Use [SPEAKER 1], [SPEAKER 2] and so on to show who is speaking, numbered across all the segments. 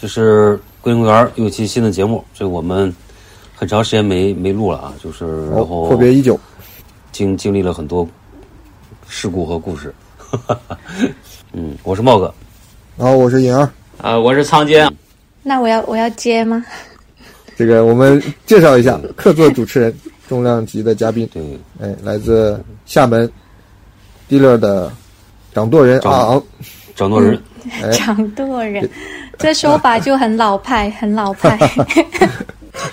[SPEAKER 1] 这是桂林公园又一期新的节目，这我们很长时间没没录了啊，就是然后
[SPEAKER 2] 哦阔别已久，
[SPEAKER 1] 经经历了很多事故和故事。 嗯，我是茂哥，
[SPEAKER 2] 然后我是颖儿，
[SPEAKER 3] 啊，我是仓坚，
[SPEAKER 4] 那我要我要接吗？
[SPEAKER 2] 这个我们介绍一下，呃客座主持人，重量级的嘉宾，
[SPEAKER 1] 对，
[SPEAKER 2] 哎，来自厦门地乐的掌舵人
[SPEAKER 1] 掌
[SPEAKER 2] 阿昂，
[SPEAKER 1] 掌舵人。
[SPEAKER 2] 嗯
[SPEAKER 4] 掌舵人，这说法就很老派，很老派。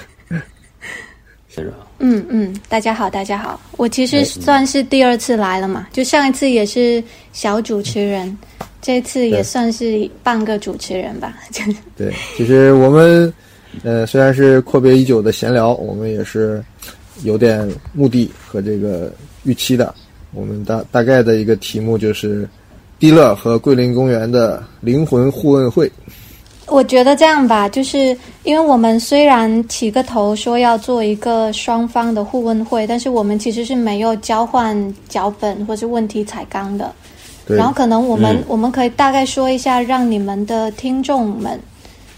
[SPEAKER 1] 先生啊，
[SPEAKER 4] 嗯嗯，大家好，大家好，我其实算是第二次来了嘛，就上一次也是小主持人，这次也算是半个主持人吧。 就
[SPEAKER 2] 对，其实我们，呃，虽然是阔别已久的闲聊，我们也是有点目的和这个预期的。我们大大概的一个题目就是，地乐和桂林公园的灵魂互问会。
[SPEAKER 4] 我觉得这样吧，就是因为我们虽然起个头说要做一个双方的互问会，但是我们其实是没有交换脚本或是问题彩纲的。
[SPEAKER 2] 对
[SPEAKER 4] 然，后可能我们、
[SPEAKER 1] 嗯
[SPEAKER 4] 我们可以大概说一下，让你们的听众们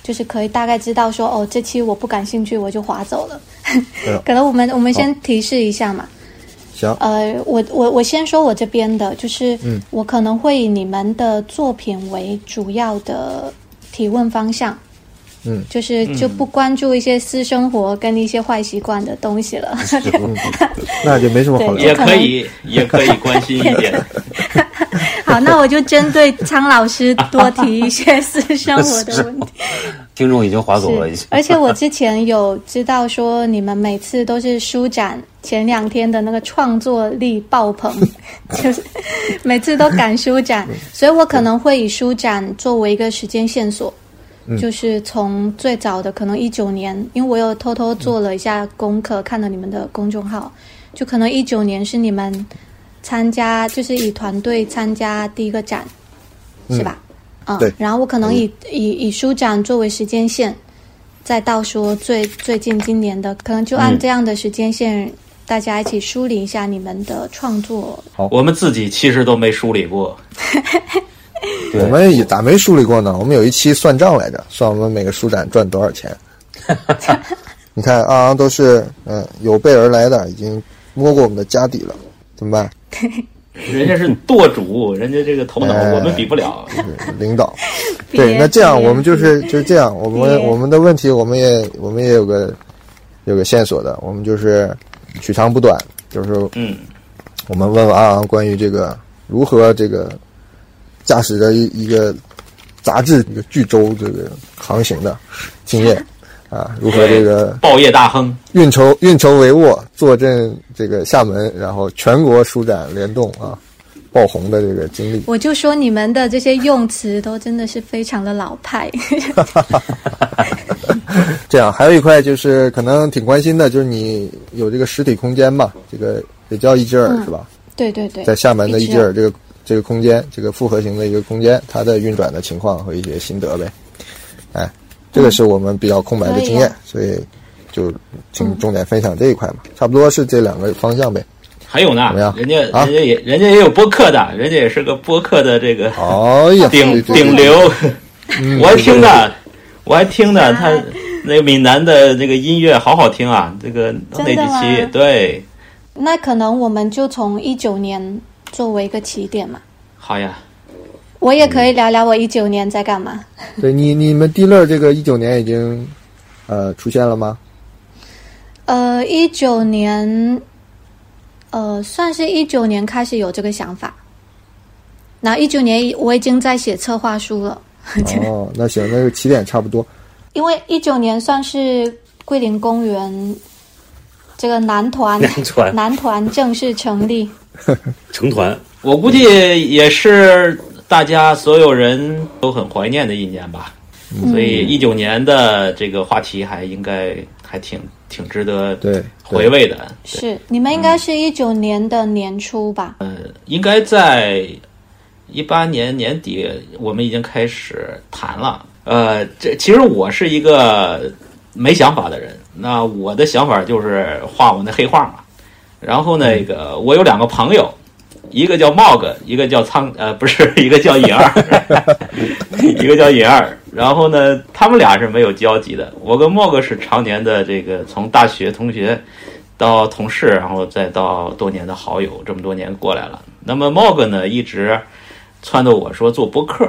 [SPEAKER 4] 就是可以大概知道说，哦，这期我不感兴趣，我就划走了
[SPEAKER 2] 嗯。
[SPEAKER 4] 可能我们我们先提示一下嘛。
[SPEAKER 2] 行，
[SPEAKER 4] 呃，我我我先说我这边的，就是
[SPEAKER 2] 嗯
[SPEAKER 4] 我可能会以你们的作品为主要的提问方向。
[SPEAKER 2] 嗯，
[SPEAKER 4] 就是就不关注一些私生活跟一些坏习惯的东西了。
[SPEAKER 2] 那就没什么好聊
[SPEAKER 4] 对。
[SPEAKER 3] 也可以，也可以关心一点。
[SPEAKER 4] 好，那我就针对苍老师多提一些私生活的问题。
[SPEAKER 1] 听众已经划走了，已
[SPEAKER 4] 是
[SPEAKER 1] 经。
[SPEAKER 4] 而且我之前有知道说，你们每次都是书展前两天的那个创作力爆 棚，就是每次都赶书展，所以我可能会以书展作为一个时间线索。
[SPEAKER 1] 嗯
[SPEAKER 4] 就是从最早的可能一九年，因为我有偷偷做了一下功课，看了你们的公众号，就可能一九年是你们参加，就是以团队参加第一个展，是吧？嗯
[SPEAKER 2] 对嗯
[SPEAKER 4] 然后我可能以、以以书展作为时间线，再到说最最近今年的，可能就按这样的时间线，大家一起梳理一下你们的创作。
[SPEAKER 3] 我们自己其实都没梳理过，
[SPEAKER 1] 对
[SPEAKER 2] 我们也咋没梳理过呢？我们有一期算账来着，算我们每个书展赚多少 钱。你看，阿昂都是嗯有备而来的，已经摸过我们的家底了，怎么办？
[SPEAKER 3] 人家是舵 主，人家这个头脑
[SPEAKER 2] 哎
[SPEAKER 3] 我们比不了。
[SPEAKER 2] 领 导。
[SPEAKER 4] 别
[SPEAKER 2] 对，那这样
[SPEAKER 4] 别
[SPEAKER 2] 我们就是就是这样， 我们
[SPEAKER 4] 别
[SPEAKER 2] 我们的问题我们也我们也有个有个线索的，我们就是取长补短，就是
[SPEAKER 3] 嗯，
[SPEAKER 2] 我们问问阿昂关于这个如何这个驾驶着一一个杂志一个巨舟这个航行的经验啊，如何这个
[SPEAKER 3] 报业大亨，
[SPEAKER 2] 运筹运筹帷幄，坐镇这个厦门，然后全国书展联动啊爆红的这个经 历。
[SPEAKER 4] 我就说你们的这些用词都真的是非常的老派。
[SPEAKER 2] 这样，还有一块就是可能挺关心的，就是你有这个实体空间嘛，这个也叫一居尔、是吧？
[SPEAKER 4] 对对对，
[SPEAKER 2] 在厦门的
[SPEAKER 4] 一
[SPEAKER 2] 一
[SPEAKER 4] 直
[SPEAKER 2] 居尔这个这个空间，这个复合型的一个空间，它的运转的情况和一些心得呗。哎，这个是我们比较空白的经验，所以就请重点分享这一块嘛，差不多是这两个方向呗。
[SPEAKER 3] 还有呢
[SPEAKER 2] 怎么样，
[SPEAKER 3] 人家人
[SPEAKER 2] 啊
[SPEAKER 3] 家也人家也有播客的，人家也是个播客的这个
[SPEAKER 2] 哎呀，
[SPEAKER 3] 顶
[SPEAKER 2] 对对
[SPEAKER 3] 顶 流，嗯我还听呢，我还听呢，他
[SPEAKER 4] 哎
[SPEAKER 3] 那个闽南的那个音乐好好听啊，这个那
[SPEAKER 4] 真的吗
[SPEAKER 3] 几期对，
[SPEAKER 4] 那可能我们就从一九年作为一个起点嘛。
[SPEAKER 3] 好呀，
[SPEAKER 4] 我也可以
[SPEAKER 2] 嗯
[SPEAKER 4] 聊聊我一九年在干嘛。
[SPEAKER 2] 对你你们地乐这个一九年已经呃出现了吗？
[SPEAKER 4] 呃，一九年，呃，算是一九年开始有这个想法。那一九年我已经在写策划书了，
[SPEAKER 2] 哦，那行，那个起点差不多。
[SPEAKER 4] 因为一九年算是桂林公园这个男团
[SPEAKER 1] 男团
[SPEAKER 4] 男团正式成立。
[SPEAKER 1] 成团，
[SPEAKER 3] 我估计也是大家所有人都很怀念的一年吧，所
[SPEAKER 4] 嗯
[SPEAKER 3] 以一九年的这个话题还应该还挺挺值得
[SPEAKER 2] 对，
[SPEAKER 3] 回味的。
[SPEAKER 4] 是，你们应该是一九年的年初吧？
[SPEAKER 3] 应该在一八年年底，我们已经开始谈了。呃，这其实我是一个没想法的人，那我的想法就是画我那黑画嘛。然后那个，我有两个朋友，一 个叫茂哥，一个叫苍，呃，不是，一个叫野二，一个叫野二。然后呢，他们俩是没有交集的。我跟莫哥是常年的这个从大学同学到同事，然后再到多年的好友，这么多年过来了。那么莫哥呢，一直撺掇我说做播客，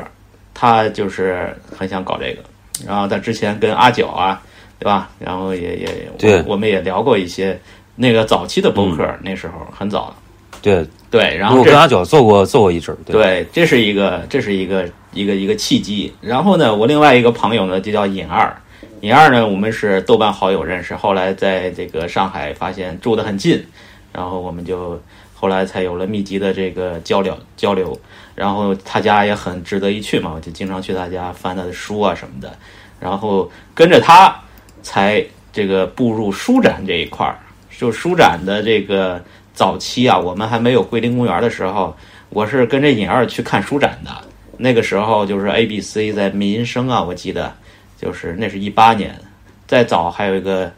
[SPEAKER 3] 他就是很想搞这个。然后他之前跟阿九啊，对吧？然后也也
[SPEAKER 1] 对
[SPEAKER 3] 我，我们也聊过一些那个早期的播客，那时候很早了。
[SPEAKER 1] 对，
[SPEAKER 3] 对，然后
[SPEAKER 1] 我
[SPEAKER 3] 这
[SPEAKER 1] 跟阿九做过做过一阵儿，对
[SPEAKER 3] 对，这是一个，这是一个一个一个契机。然后呢，我另外一个朋友呢，就叫尹二。尹二呢，我们是豆瓣好友认识，后来在这个上海发现住得很近，然后我们就后来才有了密集的这个交流交流。然后他家也很值得一去嘛，我就经常去他家翻他的书啊什么的。然后跟着他才这个步入书展这一块儿。就书展的这个早期啊，我们还没有桂林公园的时候，我是跟着尹二去看书展的。那个时候就是 A B C 在民生啊，我记得就是那是一八年，再早还有一个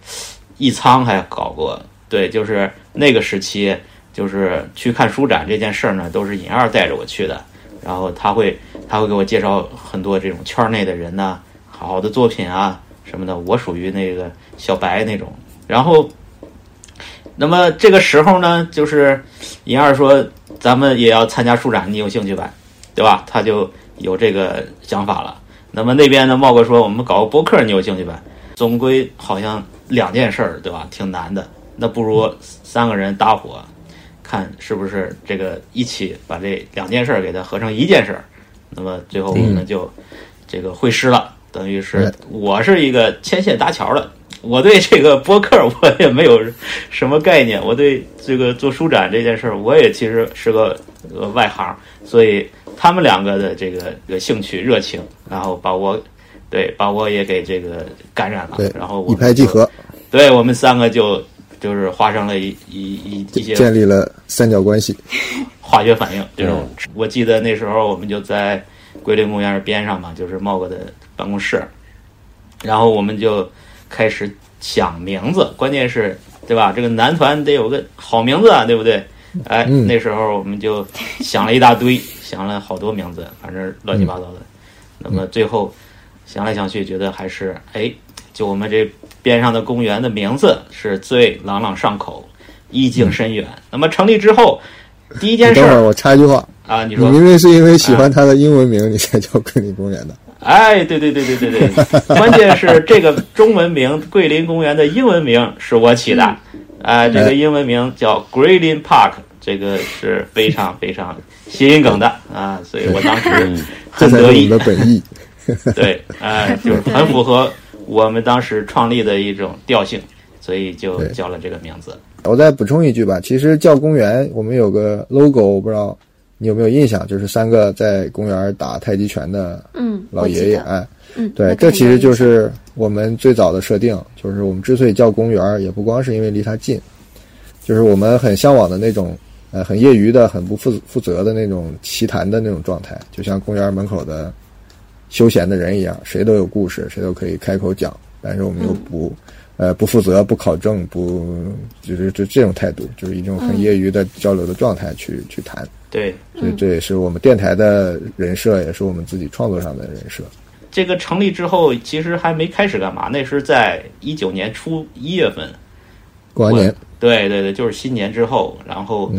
[SPEAKER 3] 艺仓还搞过，对，就是那个时期，就是去看书展这件事儿呢，都是尹二带着我去的。然后他会他会给我介绍很多这种圈内的人呐、好的作品啊什么的。我属于那个小白那种。然后，那么这个时候呢，就是尹二说咱们也要参加书展，你有兴趣吧？对吧？他就有这个想法了。那么那边呢，茂哥说我们搞个播客，你有兴趣吧？总归好像两件事儿，对吧？挺难的。那不如三个人搭伙，看是不是这个一起把这两件事儿给它合成一件事儿。那么最后我们就这个会师了，等于是
[SPEAKER 2] 嗯
[SPEAKER 3] 我是一个牵线搭桥的。我对这个播客我也没有什么概念，我对这个做书展这件事儿，我也其实是个呃外行，所以他们两个的这个这个兴趣热情，然后把我对把我也给这个感染了
[SPEAKER 2] 对，
[SPEAKER 3] 然后我
[SPEAKER 2] 一
[SPEAKER 3] 们
[SPEAKER 2] 拍即
[SPEAKER 3] 就
[SPEAKER 2] 合，
[SPEAKER 3] 对我们三个就就是发生了一一一一些
[SPEAKER 2] 建立了三角关系。
[SPEAKER 3] 化学反应这种
[SPEAKER 1] 嗯。
[SPEAKER 3] 我记得那时候我们就在桂林公园边上嘛，就是茂哥的办公室，然后我们就开始想名字，关键是对吧？这个男团得有个好名字啊，对不对？哎，
[SPEAKER 2] 嗯
[SPEAKER 3] 那时候我们就想了一大堆，想了好多名字，反正乱七八糟的。那么最后想来想去，觉得还是哎，就我们这边上的公园的名字是最朗朗上口、意境深远。那么成立之后，第一件
[SPEAKER 2] 你
[SPEAKER 3] 事
[SPEAKER 2] 等会
[SPEAKER 3] 儿
[SPEAKER 2] 儿我插一句话，
[SPEAKER 3] 啊，你
[SPEAKER 2] 你
[SPEAKER 3] 说啊
[SPEAKER 2] 明明是因为喜欢他的英文名，你才叫桂林公园的。
[SPEAKER 3] 哎，对对对对对对，关键是这个中文名桂林公园的英文名是我起的，
[SPEAKER 2] 嗯
[SPEAKER 3] 哎，这个英文名叫 Greenland Park，这个是非常非常谐音梗的啊，所以我当时
[SPEAKER 1] 嗯
[SPEAKER 2] 这
[SPEAKER 3] 很
[SPEAKER 2] 才是我
[SPEAKER 3] 得
[SPEAKER 2] 们
[SPEAKER 3] 意
[SPEAKER 2] 的，本意。
[SPEAKER 3] 对，哎，就是很符合我们当时创立的一种调性，所以就
[SPEAKER 2] 对
[SPEAKER 3] 叫了这个名字。
[SPEAKER 2] 我再补充一句吧，其实叫公园，我们有个 logo，我不知道你有没有印象，就是三个在公园打太极拳的
[SPEAKER 4] 嗯，
[SPEAKER 2] 老
[SPEAKER 4] 我记
[SPEAKER 2] 爷爷，
[SPEAKER 4] 得
[SPEAKER 2] 哎，
[SPEAKER 4] 嗯，
[SPEAKER 2] 对
[SPEAKER 4] 我，
[SPEAKER 2] 这
[SPEAKER 4] 看
[SPEAKER 2] 其
[SPEAKER 4] 有
[SPEAKER 2] 实
[SPEAKER 4] 印
[SPEAKER 2] 就
[SPEAKER 4] 象
[SPEAKER 2] 是我们最早的设定，就是我们之所以叫公园儿，也不光是因为离它近，就是我们很向往的那种，呃，很业余的、很不负负责的那种奇谈的那种状态，就像公园门口的休闲的人一样，谁都有故事，谁都可以开口讲，但是我们又不，呃，不负责、不考证、不，就是就这种态度，就是一种很业余的交流的状态去、去谈，
[SPEAKER 3] 对，
[SPEAKER 2] 所以这也是我们电台的人设，也是我们自己创作上的人设。
[SPEAKER 3] 这个成立之后，其实还没开始干嘛，那是在一九年初一月份，
[SPEAKER 2] 过完
[SPEAKER 3] 我
[SPEAKER 2] 年。嗯
[SPEAKER 3] 对对对，就是新年之后，然后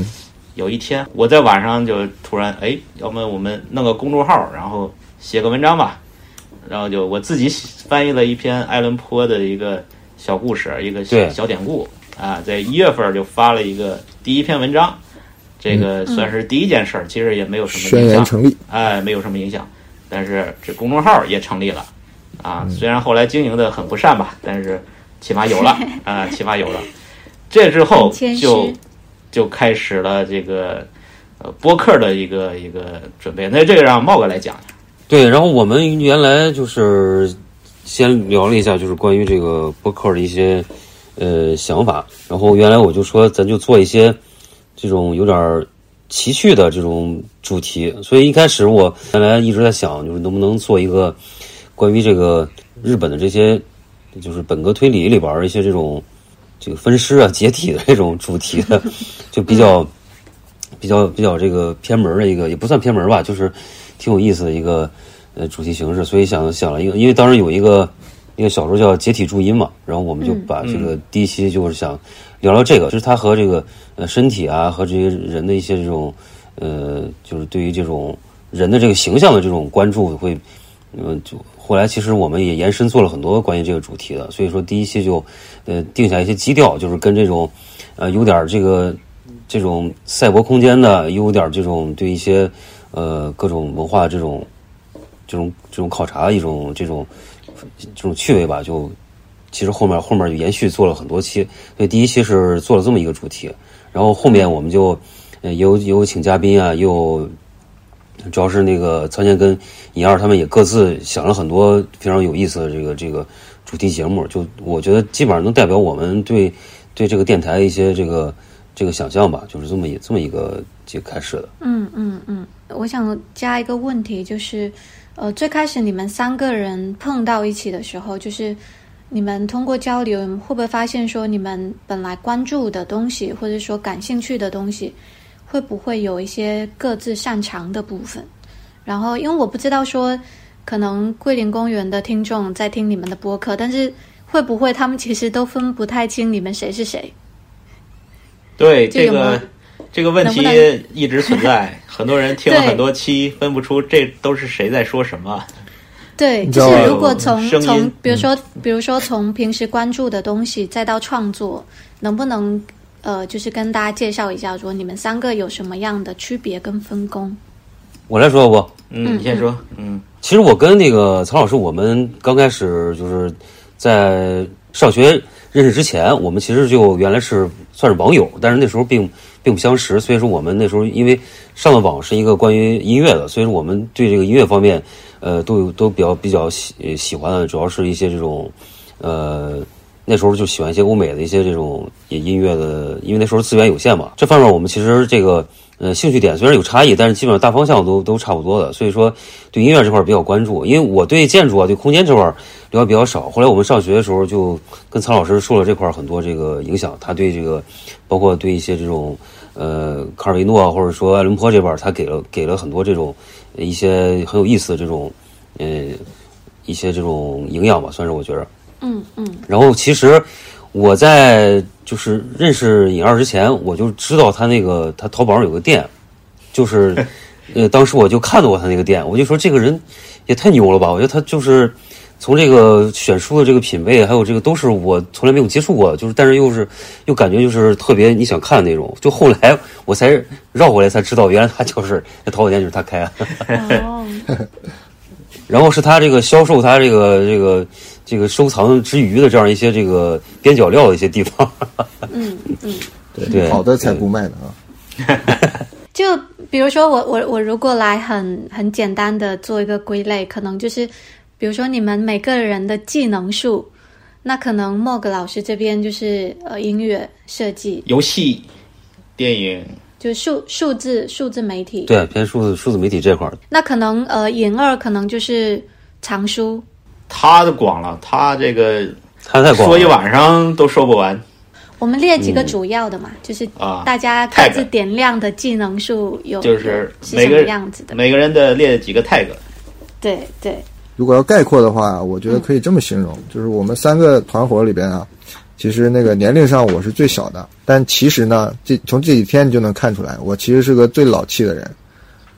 [SPEAKER 3] 有一天我在晚上就突然哎，要么我们弄个公众号，然后写个文章吧，然后就我自己写翻译了一篇爱伦坡的一个小故事，一个小
[SPEAKER 1] 对
[SPEAKER 3] 小典故啊，在一月份就发了一个第一篇文章，这个算是第一件事儿，其实也没有什么
[SPEAKER 2] 宣
[SPEAKER 3] 影响
[SPEAKER 2] 言，成立，
[SPEAKER 3] 哎，没有什么影响。但是这公众号也成立了，啊，虽然后来经营的很不善吧，但是起码有了 啊，起码有了。这之后
[SPEAKER 4] 很谦虚
[SPEAKER 3] 就就开始了这个呃播客的一个一个准备。那这个让茂哥来讲一下。
[SPEAKER 1] 对，然后我们原来就是先聊了一下，就是关于这个播客的一些呃想法。然后原来我就说，咱就做一些这种有点儿奇趣的这种主题。所以一开始我原来一直在想，就是能不能做一个关于这个日本的这些，就是本格推理里边儿一些这种这个分尸啊、解体的这种主题的，就比较比较比较这个偏门儿的一个，也不算偏门儿吧，就是挺有意思的一个呃主题形式，所以想想了一个，因为当时有一个一个小说叫《解体注音》嘛，然后我们就把这个第一期就是想聊聊这个，就是它和这个呃身体啊和这些人的一些这种呃，就是对于这种人的这个形象的这种关注会，嗯，就后来其实我们也延伸做了很多关于这个主题的，所以说第一期就呃定下一些基调，就是跟这种呃有点儿这个这种赛博空间的，又有点儿这种对一些呃各种文化这种这种这种考察的一种这种这种趣味吧，就其实后面后面就延续做了很多期，所以第一期是做了这么一个主题，然后后面我们就呃也有也有请嘉宾啊，也有主要是那个曹建跟尹二他们也各自想了很多非常有意思的这个这个主题节目，就我觉得基本上能代表我们对对这个电台一些这个这个想象吧，就是这么一这么一个就开始的。
[SPEAKER 4] 嗯嗯嗯，我想加一个问题，就是，呃，最开始你们三个人碰到一起的时候，就是你们通过交流，你们会不会发现说你们本来关注的东西，或者说感兴趣的东西，会不会有一些各自擅长的部分？然后，因为我不知道说，可能桂林公园的听众在听你们的播客，但是会不会他们其实都分不太清你们谁是谁？
[SPEAKER 3] 对
[SPEAKER 4] 这
[SPEAKER 3] 这
[SPEAKER 4] 个
[SPEAKER 3] 个
[SPEAKER 4] 吗
[SPEAKER 3] 这个问题
[SPEAKER 4] 能不能
[SPEAKER 3] 一直存在，很多人听了很多期，分不出这都是谁在说什么。
[SPEAKER 4] 对，
[SPEAKER 2] 你知
[SPEAKER 4] 就
[SPEAKER 2] 道
[SPEAKER 4] 是
[SPEAKER 2] 吧
[SPEAKER 4] 如果
[SPEAKER 3] 有
[SPEAKER 4] 从
[SPEAKER 3] 嗯声音
[SPEAKER 4] 从比如说比如说从平时关注的东西再到创作，能不能呃就是跟大家介绍一下，说你们三个有什么样的区别跟分工？
[SPEAKER 1] 我来说要不，
[SPEAKER 3] 嗯，你先说，嗯
[SPEAKER 1] 其实我跟那个曹老师，我们刚开始就是在上学认识之前，我们其实就原来是算是网友，但是那时候并并不相识，所以说我们那时候因为上的网是一个关于音乐的，所以说我们对这个音乐方面，呃，都有都比较比较喜呃喜欢的，主要是一些这种，呃。那时候就喜欢一些欧美的一些这种音乐的，因为那时候资源有限嘛。这方面我们其实这个呃兴趣点虽然有差异，但是基本上大方向都都差不多的。所以说对音乐这块儿比较关注，因为我对建筑啊、对空间这块儿了解比较少。后来我们上学的时候就跟曹老师受了这块儿很多这个影响，他对这个包括对一些这种呃卡尔维诺啊，或者说爱伦坡这边儿，他给了给了很多这种呃一些很有意思的这种呃一些这种营养吧，算是我觉着。
[SPEAKER 4] 嗯嗯
[SPEAKER 1] 然后其实我在就是认识尹二之前，我就知道他那个他淘宝上有个店，就是呃，当时我就看到过他那个店，我就说这个人也太牛了吧！我觉得他就是从这个选书的这个品味，还有这个都是我从来没有接触过的，就是但是又是又感觉就是特别你想看的那种。就后来我才绕回来才知道，原来他就是那淘宝店就是他开的。啊
[SPEAKER 4] 哦，
[SPEAKER 1] 然后是他这个销售他这个这个这个收藏之余的这样一些这个边角料的一些地方。
[SPEAKER 4] 嗯嗯，
[SPEAKER 1] 对
[SPEAKER 2] 对，好的才不卖呢啊。
[SPEAKER 4] 就比如说我我我如果来很很简单的做一个归类，可能就是比如说你们每个人的技能树，那可能莫格老师这边就是呃音乐设计，
[SPEAKER 3] 游戏、电影，
[SPEAKER 4] 就数数字数字媒体，
[SPEAKER 1] 对，偏数字数字媒体这块儿，
[SPEAKER 4] 那可能呃，尹二可能就是藏书，
[SPEAKER 3] 他的广了，他这个
[SPEAKER 1] 他太广
[SPEAKER 3] 说一
[SPEAKER 1] 了。
[SPEAKER 3] 晚上都说不完。
[SPEAKER 4] 我们列几个主要的嘛，就是
[SPEAKER 3] 啊
[SPEAKER 4] 大家各
[SPEAKER 3] tag
[SPEAKER 4] 自点亮的技能数有
[SPEAKER 3] 就是
[SPEAKER 4] 是
[SPEAKER 3] 每
[SPEAKER 4] 什
[SPEAKER 3] 个
[SPEAKER 4] 么
[SPEAKER 3] 人
[SPEAKER 4] 样子的，
[SPEAKER 3] 每个人的列几个 tag，
[SPEAKER 4] 对对，
[SPEAKER 2] 如果要概括的话，我觉得可以这么形
[SPEAKER 4] 嗯
[SPEAKER 2] 容，就是我们三个团伙里边啊，其实那个年龄上我是最小的，但其实呢，这从这几天你就能看出来，我其实是个最老气的人，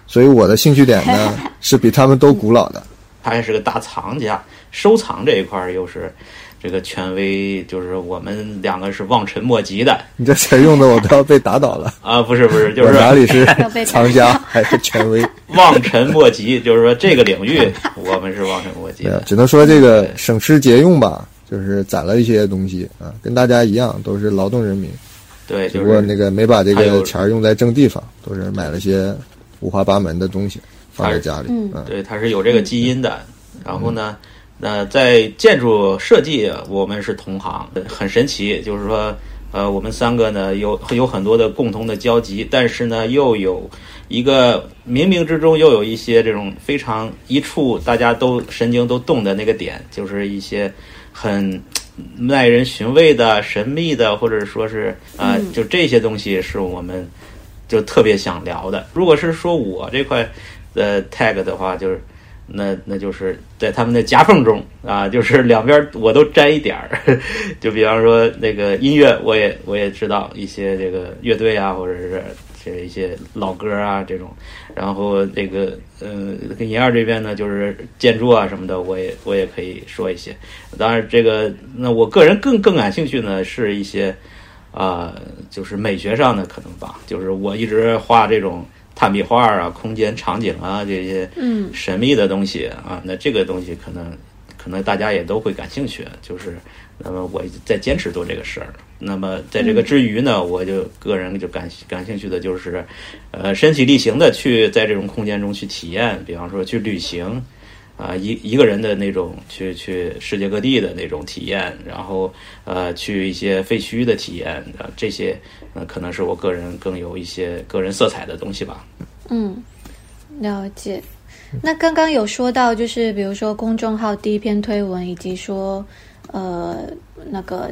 [SPEAKER 2] 所以我的兴趣点 呢是比他们都古老的。
[SPEAKER 3] 他还是个大藏家，收藏这一块儿又是这个权威，就是我们两个是望尘莫及的，
[SPEAKER 2] 你这词儿用的我都要被打倒 了
[SPEAKER 3] 啊，不是不是，就
[SPEAKER 2] 我
[SPEAKER 3] 是
[SPEAKER 2] 哪里是
[SPEAKER 4] 要被打倒
[SPEAKER 2] 藏家还是权 威？
[SPEAKER 3] 望尘莫及，就是说这个领域我们是望尘莫及
[SPEAKER 2] 没有，
[SPEAKER 3] 的。
[SPEAKER 2] 只能说这个省吃俭用吧，就是攒了一些东西啊，跟大家一样都是劳动人民，
[SPEAKER 3] 对，
[SPEAKER 2] 只
[SPEAKER 3] 就
[SPEAKER 2] 不过
[SPEAKER 3] 是
[SPEAKER 2] 那个没把这
[SPEAKER 3] 还有
[SPEAKER 2] 个钱儿用在正地方，都是买了些五花八门的东西放在家里。
[SPEAKER 4] 嗯
[SPEAKER 2] 嗯，
[SPEAKER 3] 对，它是有这个基因的。然后呢，那在建筑设计，我们是同行，很神奇。就是说，呃，我们三个呢有有很多的共同的交集，但是呢，又有一个冥冥之中又有一些这种非常一触大家都神经都动的那个点，就是一些很。耐人寻味的、神秘的，或者说是啊、呃
[SPEAKER 4] 嗯
[SPEAKER 3] 就这些东西是我们就特别想聊的。如果是说我这块呃 tag 的话，就是那那就是在他们的夹缝中啊，就是两边我都沾一点儿。 就比方说那个音乐，我也我也知道一些这个乐队啊，或者是这一些老歌啊这种。然后这个呃，跟银二这边呢，就是建筑啊什么的，我也我也可以说一些。当然，这个那我个人更更感兴趣呢，是一些啊、就是美学上的可能吧。就是我一直画这种炭笔画啊、空间场景啊这些。
[SPEAKER 4] 嗯
[SPEAKER 3] 神秘的东西啊，那这个东西可能可能大家也都会感兴趣，啊就是那么我在坚持做这个事儿。那么在这个之余呢，我就个人就感感兴趣的就是，呃，身体力行的去在这种空间中去体验，比方说去旅行，啊、一一个人的那种去去世界各地的那种体验，然后呃去一些废墟的体验，啊、这些呃可能是我个人更有一些个人色彩的东西吧。
[SPEAKER 4] 嗯，了解。那刚刚有说到，就是比如说公众号第一篇推文，以及说呃那个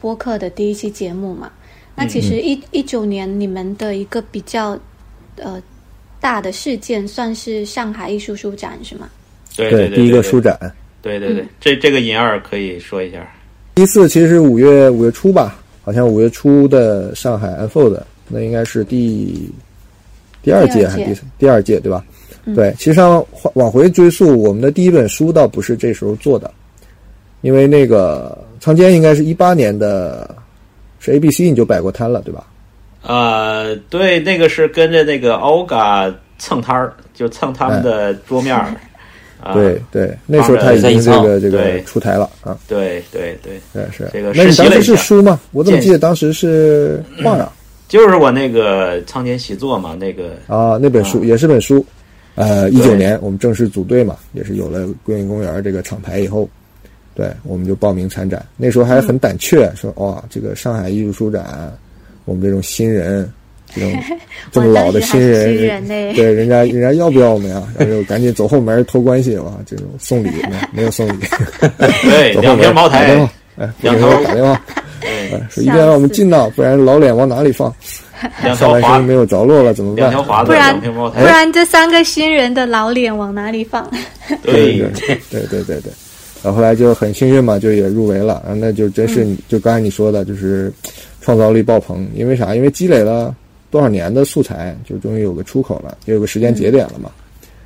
[SPEAKER 4] 播客的第一期节目嘛。那其
[SPEAKER 3] 嗯
[SPEAKER 4] 实一一九年你们的一个比较呃大的事件，算是上海艺术书展是吗？
[SPEAKER 3] 对对，
[SPEAKER 2] 第一个
[SPEAKER 3] 对
[SPEAKER 2] 书展，
[SPEAKER 3] 对对对
[SPEAKER 4] 嗯，
[SPEAKER 3] 这这个银二可以说一下。
[SPEAKER 2] 第一次其实是五月五月初吧，好像五月初的上海 Unfold，那应该是第第二
[SPEAKER 4] 第
[SPEAKER 2] 届嗯
[SPEAKER 4] 二
[SPEAKER 2] 还
[SPEAKER 4] 届
[SPEAKER 2] 是第三第二届对吧？对，其实上往回追溯，我们的第一本书倒不是这时候做的，因为那个仓坚应该是一八年的，是 ABC 你就摆过摊了对吧？
[SPEAKER 3] 呃，对，那个是跟着那个 OGA 蹭摊儿，就蹭他们的桌 面儿。啊，
[SPEAKER 2] 哎对对，那时候他已经这个这个
[SPEAKER 3] 对
[SPEAKER 2] 出台了啊，
[SPEAKER 3] 对对对，
[SPEAKER 2] 对是。
[SPEAKER 3] 这个
[SPEAKER 2] 那
[SPEAKER 3] 实
[SPEAKER 2] 你
[SPEAKER 3] 习
[SPEAKER 2] 当
[SPEAKER 3] 了
[SPEAKER 2] 时
[SPEAKER 3] 一
[SPEAKER 2] 是
[SPEAKER 3] 下，
[SPEAKER 2] 书吗？我怎么
[SPEAKER 3] 见
[SPEAKER 2] 记得当时是画啊？
[SPEAKER 3] 就是我那个仓田习作嘛，那个
[SPEAKER 2] 啊，那本书、也是本书，呃，一
[SPEAKER 3] 嗯对
[SPEAKER 2] 九年我们正式组队嘛，也是有了桂林公园这个厂牌以后，对，我们就报名参展。那时候还很胆怯，说哇、这个上海艺术书展，我们这种新人，这 种这么老的新
[SPEAKER 4] 我当时还是
[SPEAKER 2] 人，
[SPEAKER 4] 新人呢
[SPEAKER 2] 对人家人家要不要我们呀？然后就赶紧走后门托关系哇，这种送 礼没有没有送礼，
[SPEAKER 3] 对
[SPEAKER 2] 走后
[SPEAKER 3] 两
[SPEAKER 2] 门
[SPEAKER 3] 瓶茅
[SPEAKER 2] 打
[SPEAKER 3] 台
[SPEAKER 2] 电，话，哎，
[SPEAKER 3] 两
[SPEAKER 2] 给
[SPEAKER 3] 头
[SPEAKER 2] 我打电话，
[SPEAKER 3] 对
[SPEAKER 2] 哎说一定要让我们进到，不然老脸往哪里放？
[SPEAKER 3] 两
[SPEAKER 2] 下
[SPEAKER 3] 条
[SPEAKER 2] 半身
[SPEAKER 3] 滑
[SPEAKER 2] 没有着落了怎么办？
[SPEAKER 3] 两条滑子，
[SPEAKER 4] 不然
[SPEAKER 3] 两瓶茅
[SPEAKER 4] 不
[SPEAKER 3] 台，
[SPEAKER 2] 哎
[SPEAKER 4] 然这三个新人的老脸往哪里放？
[SPEAKER 2] 对
[SPEAKER 3] 对
[SPEAKER 2] 对对对对对。然后后来就很幸运嘛，就也入围了，然后那就真是你就刚才你说的，就是创造力爆棚。因为啥？因为积累了多少年的素材，就终于有个出口了，也有个时间节点了嘛。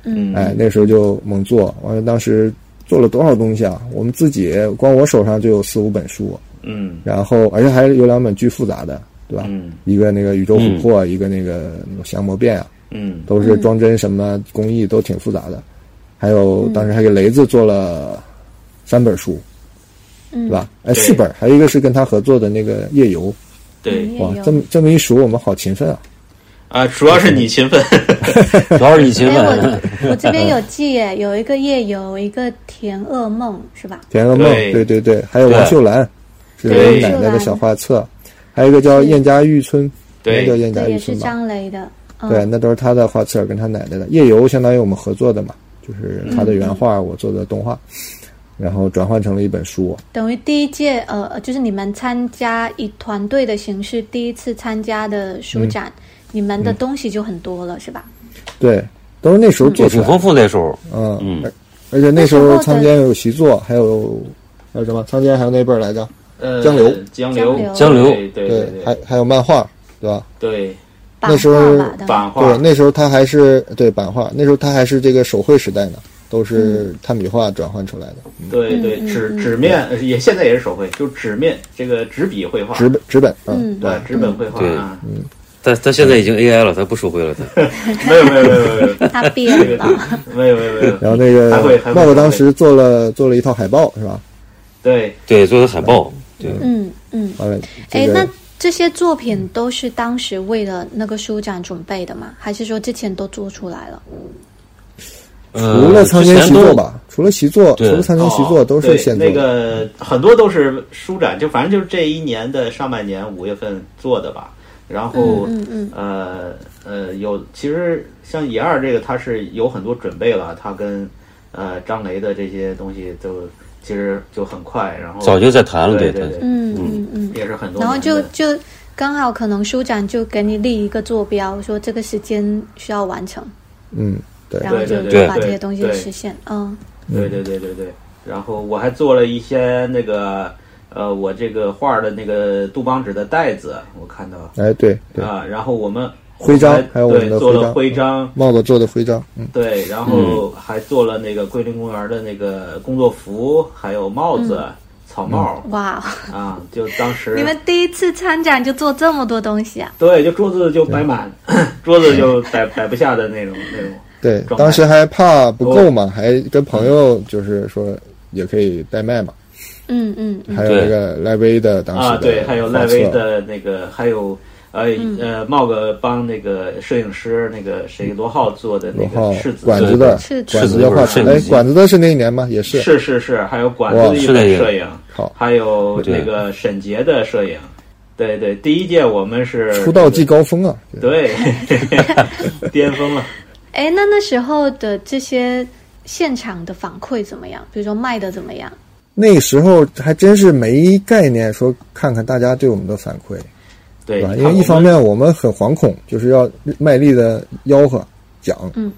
[SPEAKER 3] 嗯
[SPEAKER 2] 哎，那时候就猛做，完了当时做了多少东西啊？我们自己光我手上就有四五本书，
[SPEAKER 3] 嗯
[SPEAKER 2] 然后而且还有两本巨复杂的，对吧？
[SPEAKER 3] 嗯
[SPEAKER 2] 一个那个宇宙琥珀，一个那个那种降魔变啊，
[SPEAKER 3] 嗯
[SPEAKER 2] 都是装帧什么工艺都挺复杂的，还有当时还给雷子做了三本书，
[SPEAKER 4] 嗯
[SPEAKER 2] 对吧？哎，
[SPEAKER 3] 对
[SPEAKER 2] 四本，还有一个是跟他合作的那个夜游，
[SPEAKER 3] 对
[SPEAKER 4] 嗯
[SPEAKER 2] 哇
[SPEAKER 4] 夜游，
[SPEAKER 2] 这么这么一数，我们好勤奋啊！
[SPEAKER 3] 啊，主要是你勤奋，
[SPEAKER 1] 主要是你勤
[SPEAKER 4] 哎，
[SPEAKER 1] 奋，
[SPEAKER 4] 我我这 边有记耶，有一个夜游，一个甜噩梦是吧？
[SPEAKER 2] 田鹅梦，
[SPEAKER 3] 对
[SPEAKER 2] 对对对，还有王
[SPEAKER 1] 对
[SPEAKER 2] 秀兰，是
[SPEAKER 3] 对
[SPEAKER 2] 我奶奶的小画册，还有一个叫燕家玉村，
[SPEAKER 3] 对
[SPEAKER 2] 那叫燕家
[SPEAKER 4] 对，
[SPEAKER 2] 玉
[SPEAKER 4] 也是
[SPEAKER 2] 村吧？
[SPEAKER 4] 张雷的。嗯、
[SPEAKER 2] 对，那都是他的画册跟他奶奶的。夜游相当于我们合作的嘛，就是他的原画，
[SPEAKER 4] 嗯
[SPEAKER 2] 我做的动画，然后转换成了一本书。
[SPEAKER 4] 等于第一届呃，就是你们参加以团队的形式第一次参加的书展，你们的东西就很多了，是吧？
[SPEAKER 2] 对，都是那时候做
[SPEAKER 1] 也
[SPEAKER 2] 出
[SPEAKER 1] 挺
[SPEAKER 2] 来的。
[SPEAKER 1] 丰富那时候。
[SPEAKER 2] 嗯，
[SPEAKER 1] 嗯
[SPEAKER 2] 而而且那时候仓间有习作，还有还有什么？仓间还有那本来着？
[SPEAKER 3] 呃
[SPEAKER 2] 江流
[SPEAKER 4] 江
[SPEAKER 3] 江
[SPEAKER 4] 流
[SPEAKER 3] 流
[SPEAKER 1] 江流
[SPEAKER 3] 对对对
[SPEAKER 2] 还
[SPEAKER 3] 对
[SPEAKER 2] 还有漫画，对吧？
[SPEAKER 3] 对，
[SPEAKER 4] 版
[SPEAKER 2] 那时候
[SPEAKER 4] 画吧，对吧
[SPEAKER 3] 版画
[SPEAKER 2] 对，那时候他还是对版画，那时候他还是这个手绘时代呢，都是炭笔画转换出来的，
[SPEAKER 3] 对对，
[SPEAKER 4] 嗯
[SPEAKER 3] 纸
[SPEAKER 4] 嗯
[SPEAKER 3] 纸面呃也现在也是手绘，就纸面这个纸笔绘画，
[SPEAKER 2] 纸本纸本，
[SPEAKER 4] 嗯
[SPEAKER 2] 对嗯
[SPEAKER 3] 啊，，纸本绘画
[SPEAKER 1] 对
[SPEAKER 3] 啊，
[SPEAKER 1] 但他现在已经 AI 了，他不手绘了，他
[SPEAKER 3] 没有没有没有没有
[SPEAKER 4] 他编 的。
[SPEAKER 3] 这个没有没有没有，
[SPEAKER 2] 然后那
[SPEAKER 3] 还会
[SPEAKER 2] 个
[SPEAKER 3] 还会
[SPEAKER 2] 茂哥当时做了做了一套海报，是吧？
[SPEAKER 3] 对
[SPEAKER 1] 对做的海报，对，
[SPEAKER 4] 嗯嗯，
[SPEAKER 2] 完了，
[SPEAKER 4] 哎、
[SPEAKER 2] 这个
[SPEAKER 4] 那这些作品都是当时为了那个书展准备的吗？还是说之前都做出来了？
[SPEAKER 1] 呃
[SPEAKER 2] 除了仓间
[SPEAKER 1] 间
[SPEAKER 2] 习作，吧，除了习作，除
[SPEAKER 1] 对
[SPEAKER 2] 了仓间习
[SPEAKER 3] 哦
[SPEAKER 2] 作都是
[SPEAKER 3] 对
[SPEAKER 2] 现做
[SPEAKER 3] 那
[SPEAKER 2] 的，
[SPEAKER 3] 个很多都是书展，就反正就是这一年的上半年五月份做的吧。然后
[SPEAKER 4] 嗯嗯
[SPEAKER 3] 呃呃有，其实像野二这个他是有很多准备了，他跟呃张雷的这些东西都其实就很快，然后
[SPEAKER 1] 早就在谈了，
[SPEAKER 3] 对
[SPEAKER 1] 对
[SPEAKER 3] 对，
[SPEAKER 4] 嗯嗯嗯。
[SPEAKER 3] 也是很多年的，
[SPEAKER 4] 然后就就刚好可能书展就给你立一个坐标，说这个时间需要完成。
[SPEAKER 2] 嗯，对
[SPEAKER 4] 然后就
[SPEAKER 3] 对对
[SPEAKER 4] 就把
[SPEAKER 3] 对
[SPEAKER 4] 这些东西
[SPEAKER 3] 对
[SPEAKER 4] 实现。嗯，
[SPEAKER 3] 对对对对对。然后我还做了一些那个呃，我这个画儿的那个杜邦纸的袋子，我看到
[SPEAKER 2] 哎，对对，
[SPEAKER 3] 啊。然后我们
[SPEAKER 2] 徽章
[SPEAKER 3] 还
[SPEAKER 2] 还有我们
[SPEAKER 3] 对
[SPEAKER 2] 的
[SPEAKER 3] 做
[SPEAKER 2] 徽
[SPEAKER 3] 了
[SPEAKER 2] 章，
[SPEAKER 3] 徽章，
[SPEAKER 2] 帽子做的徽章，嗯，
[SPEAKER 3] 对，然后还做了那个桂林公园的那个工作服，还有帽子、草帽
[SPEAKER 2] 嗯
[SPEAKER 4] 哇，
[SPEAKER 3] 啊。就当时
[SPEAKER 4] 嗯你们第一次参展就做这么多东西啊？
[SPEAKER 3] 对，就桌子就摆满， 桌子就摆摆不下的那种那种。
[SPEAKER 2] 对，
[SPEAKER 3] 状态哦
[SPEAKER 2] 当时还怕不够嘛，还跟朋友就是说也可以代卖嘛，
[SPEAKER 4] 嗯嗯嗯，
[SPEAKER 2] 还有那个赖威的当时
[SPEAKER 3] 啊，
[SPEAKER 2] 的
[SPEAKER 3] 对，还有赖
[SPEAKER 2] 画册
[SPEAKER 3] 威的那个，还有呃、
[SPEAKER 4] 嗯
[SPEAKER 3] 呃，茂哥帮那个摄影师那个谁罗浩做的那
[SPEAKER 2] 罗
[SPEAKER 3] 个
[SPEAKER 2] 浩
[SPEAKER 3] 柿子，
[SPEAKER 2] 管子的
[SPEAKER 4] 是的
[SPEAKER 2] 管子的画
[SPEAKER 1] 是
[SPEAKER 2] 册，
[SPEAKER 1] 的
[SPEAKER 2] 哎
[SPEAKER 1] 是，的
[SPEAKER 2] 管子的是那一年吗？也是，
[SPEAKER 3] 是是是，还有管
[SPEAKER 2] 哇
[SPEAKER 3] 子一
[SPEAKER 1] 是的
[SPEAKER 3] 本
[SPEAKER 1] 也
[SPEAKER 3] 摄影，
[SPEAKER 2] 好，
[SPEAKER 3] 还有
[SPEAKER 1] 对
[SPEAKER 3] 那个沈杰的摄影。对对，第一届我们是
[SPEAKER 2] 出道即高峰啊，
[SPEAKER 3] 对巅峰了。
[SPEAKER 4] 哎，那那时候的这些现场的反馈怎么样？比如说卖的怎么样？
[SPEAKER 2] 那时候还真是没概念，说看看大家对我们的反馈，对
[SPEAKER 3] 对
[SPEAKER 2] 吧？，
[SPEAKER 3] 你
[SPEAKER 2] 因
[SPEAKER 3] 看
[SPEAKER 2] 为一
[SPEAKER 3] 我
[SPEAKER 2] 方
[SPEAKER 3] 们
[SPEAKER 2] 面我们很惶恐，就是要卖力的吆喝讲，
[SPEAKER 4] 嗯，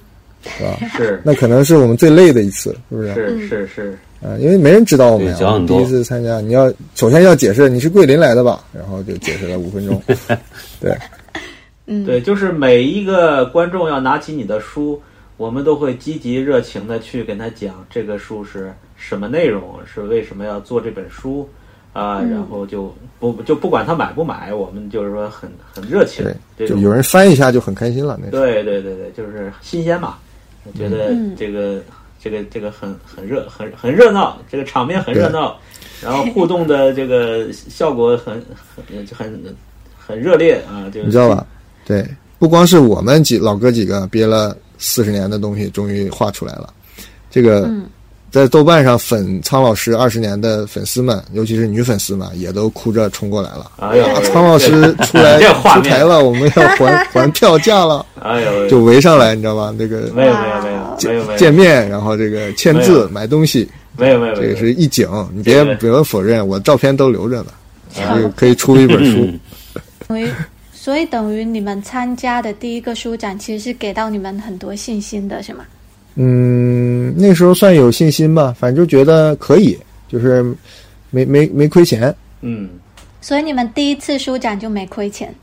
[SPEAKER 2] 是吧？
[SPEAKER 3] 是
[SPEAKER 2] 那可能是我们最累的一次，是不是？
[SPEAKER 3] 是是是，
[SPEAKER 2] 啊，因为没人知道我们呀
[SPEAKER 1] 对，讲很
[SPEAKER 2] 第
[SPEAKER 1] 多
[SPEAKER 2] 一次参加，你要首先要解释你是桂林来的吧，然后就解释了五分钟，对，
[SPEAKER 3] 对，就是每一个观众要拿起你的书，我们都会积极热情的去跟他讲这个书是什么内容，是为什么要做这本书啊、然后就不就不管他买不买，我们就是说很很热情，这
[SPEAKER 2] 就
[SPEAKER 3] 种
[SPEAKER 2] 有人翻一下就很开心了，那时候
[SPEAKER 3] 对对对对，就是新鲜嘛，我觉得
[SPEAKER 4] 嗯
[SPEAKER 3] 这个、这个这个很很热很很热闹，这个场面很热闹，然后互动的这个效果很很很很热烈啊，就是
[SPEAKER 2] 你知道吧？对，不光是我们几老哥几个憋了四十年的东西，终于画出来了。这个
[SPEAKER 4] 嗯
[SPEAKER 2] 在豆瓣上粉苍老师二十年的粉丝们，尤其是女粉丝们，也都哭着冲过来了。
[SPEAKER 3] 哎呦
[SPEAKER 2] 啊，苍老师出来
[SPEAKER 3] 这个画
[SPEAKER 2] 出
[SPEAKER 3] 面
[SPEAKER 2] 台了，我们要还还票价了，
[SPEAKER 3] 哎呦，
[SPEAKER 2] 就围上来，你知道吧？那个
[SPEAKER 3] 没有没有没有没有没有
[SPEAKER 2] 见面，然后这个签
[SPEAKER 3] 没
[SPEAKER 2] 字、
[SPEAKER 3] 有
[SPEAKER 2] 买东西，
[SPEAKER 3] 没有没有
[SPEAKER 2] 这
[SPEAKER 3] 没有
[SPEAKER 2] 个是一景。你别
[SPEAKER 3] 对嗯
[SPEAKER 2] 不要否认，我照片都留着呢，这个可以出一本书。
[SPEAKER 4] 所以， 所以等于你们参加的第一个书展，其实是给到你们很多信心的，是吗？
[SPEAKER 2] 嗯，那时候算有信心吧，反正就觉得可以，就是没没没亏钱。
[SPEAKER 3] 嗯，
[SPEAKER 4] 所以你们第一次书展就没亏钱。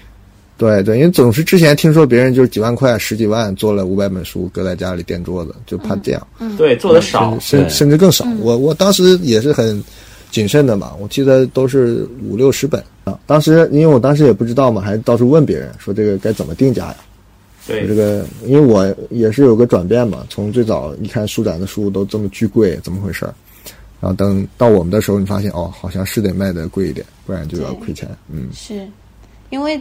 [SPEAKER 2] 对对，因为总是之前听说别人就是几万块、十几万做了五百本书，搁在家里垫桌子，就怕这样，
[SPEAKER 4] 嗯
[SPEAKER 3] 对，做的少，
[SPEAKER 2] 甚
[SPEAKER 1] 对
[SPEAKER 2] 甚至更少。我我当时也是很谨慎的嘛，我记得都是五六十本啊。当时因为我当时也不知道嘛，还到处问别人说这个该怎么定价呀？我
[SPEAKER 3] 对
[SPEAKER 2] 这个因为我也是有个转变嘛，从最早一看书展的书都这么巨贵，怎么回事儿？然后等到我们的时候，你发现哦，好像是得卖的贵一点，不然就要亏钱。嗯，
[SPEAKER 4] 是，因为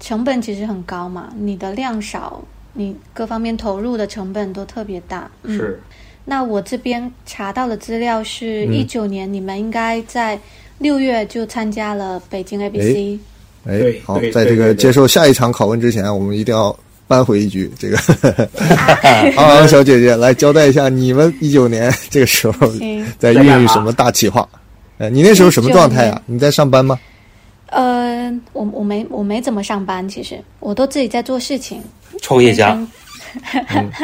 [SPEAKER 4] 成本其实很高嘛，你的量少，你各方面投入的成本都特别大。嗯、。
[SPEAKER 3] 是
[SPEAKER 4] 那我这边查到的资料是，
[SPEAKER 2] 嗯
[SPEAKER 4] 一九年你们应该在六月就参加了北京 ABC。
[SPEAKER 2] 哎
[SPEAKER 3] 对，
[SPEAKER 2] 好
[SPEAKER 3] 对，
[SPEAKER 2] 在这
[SPEAKER 3] 对对
[SPEAKER 2] 个
[SPEAKER 3] 对
[SPEAKER 2] 接受下一场拷问之前，我们一定要扳回一局。 这个昂昂小姐姐来交代一下，你们一九年 这个时候
[SPEAKER 4] 行
[SPEAKER 2] 在
[SPEAKER 3] 在干
[SPEAKER 2] 孕育
[SPEAKER 3] 嘛
[SPEAKER 2] 什么大企划？哎，你那时候什么状态
[SPEAKER 4] 19
[SPEAKER 2] 啊？你在上班吗？
[SPEAKER 4] 呃，我我没我没怎么上班，其实我都自己在做事情。
[SPEAKER 1] 创业家，
[SPEAKER 4] 哎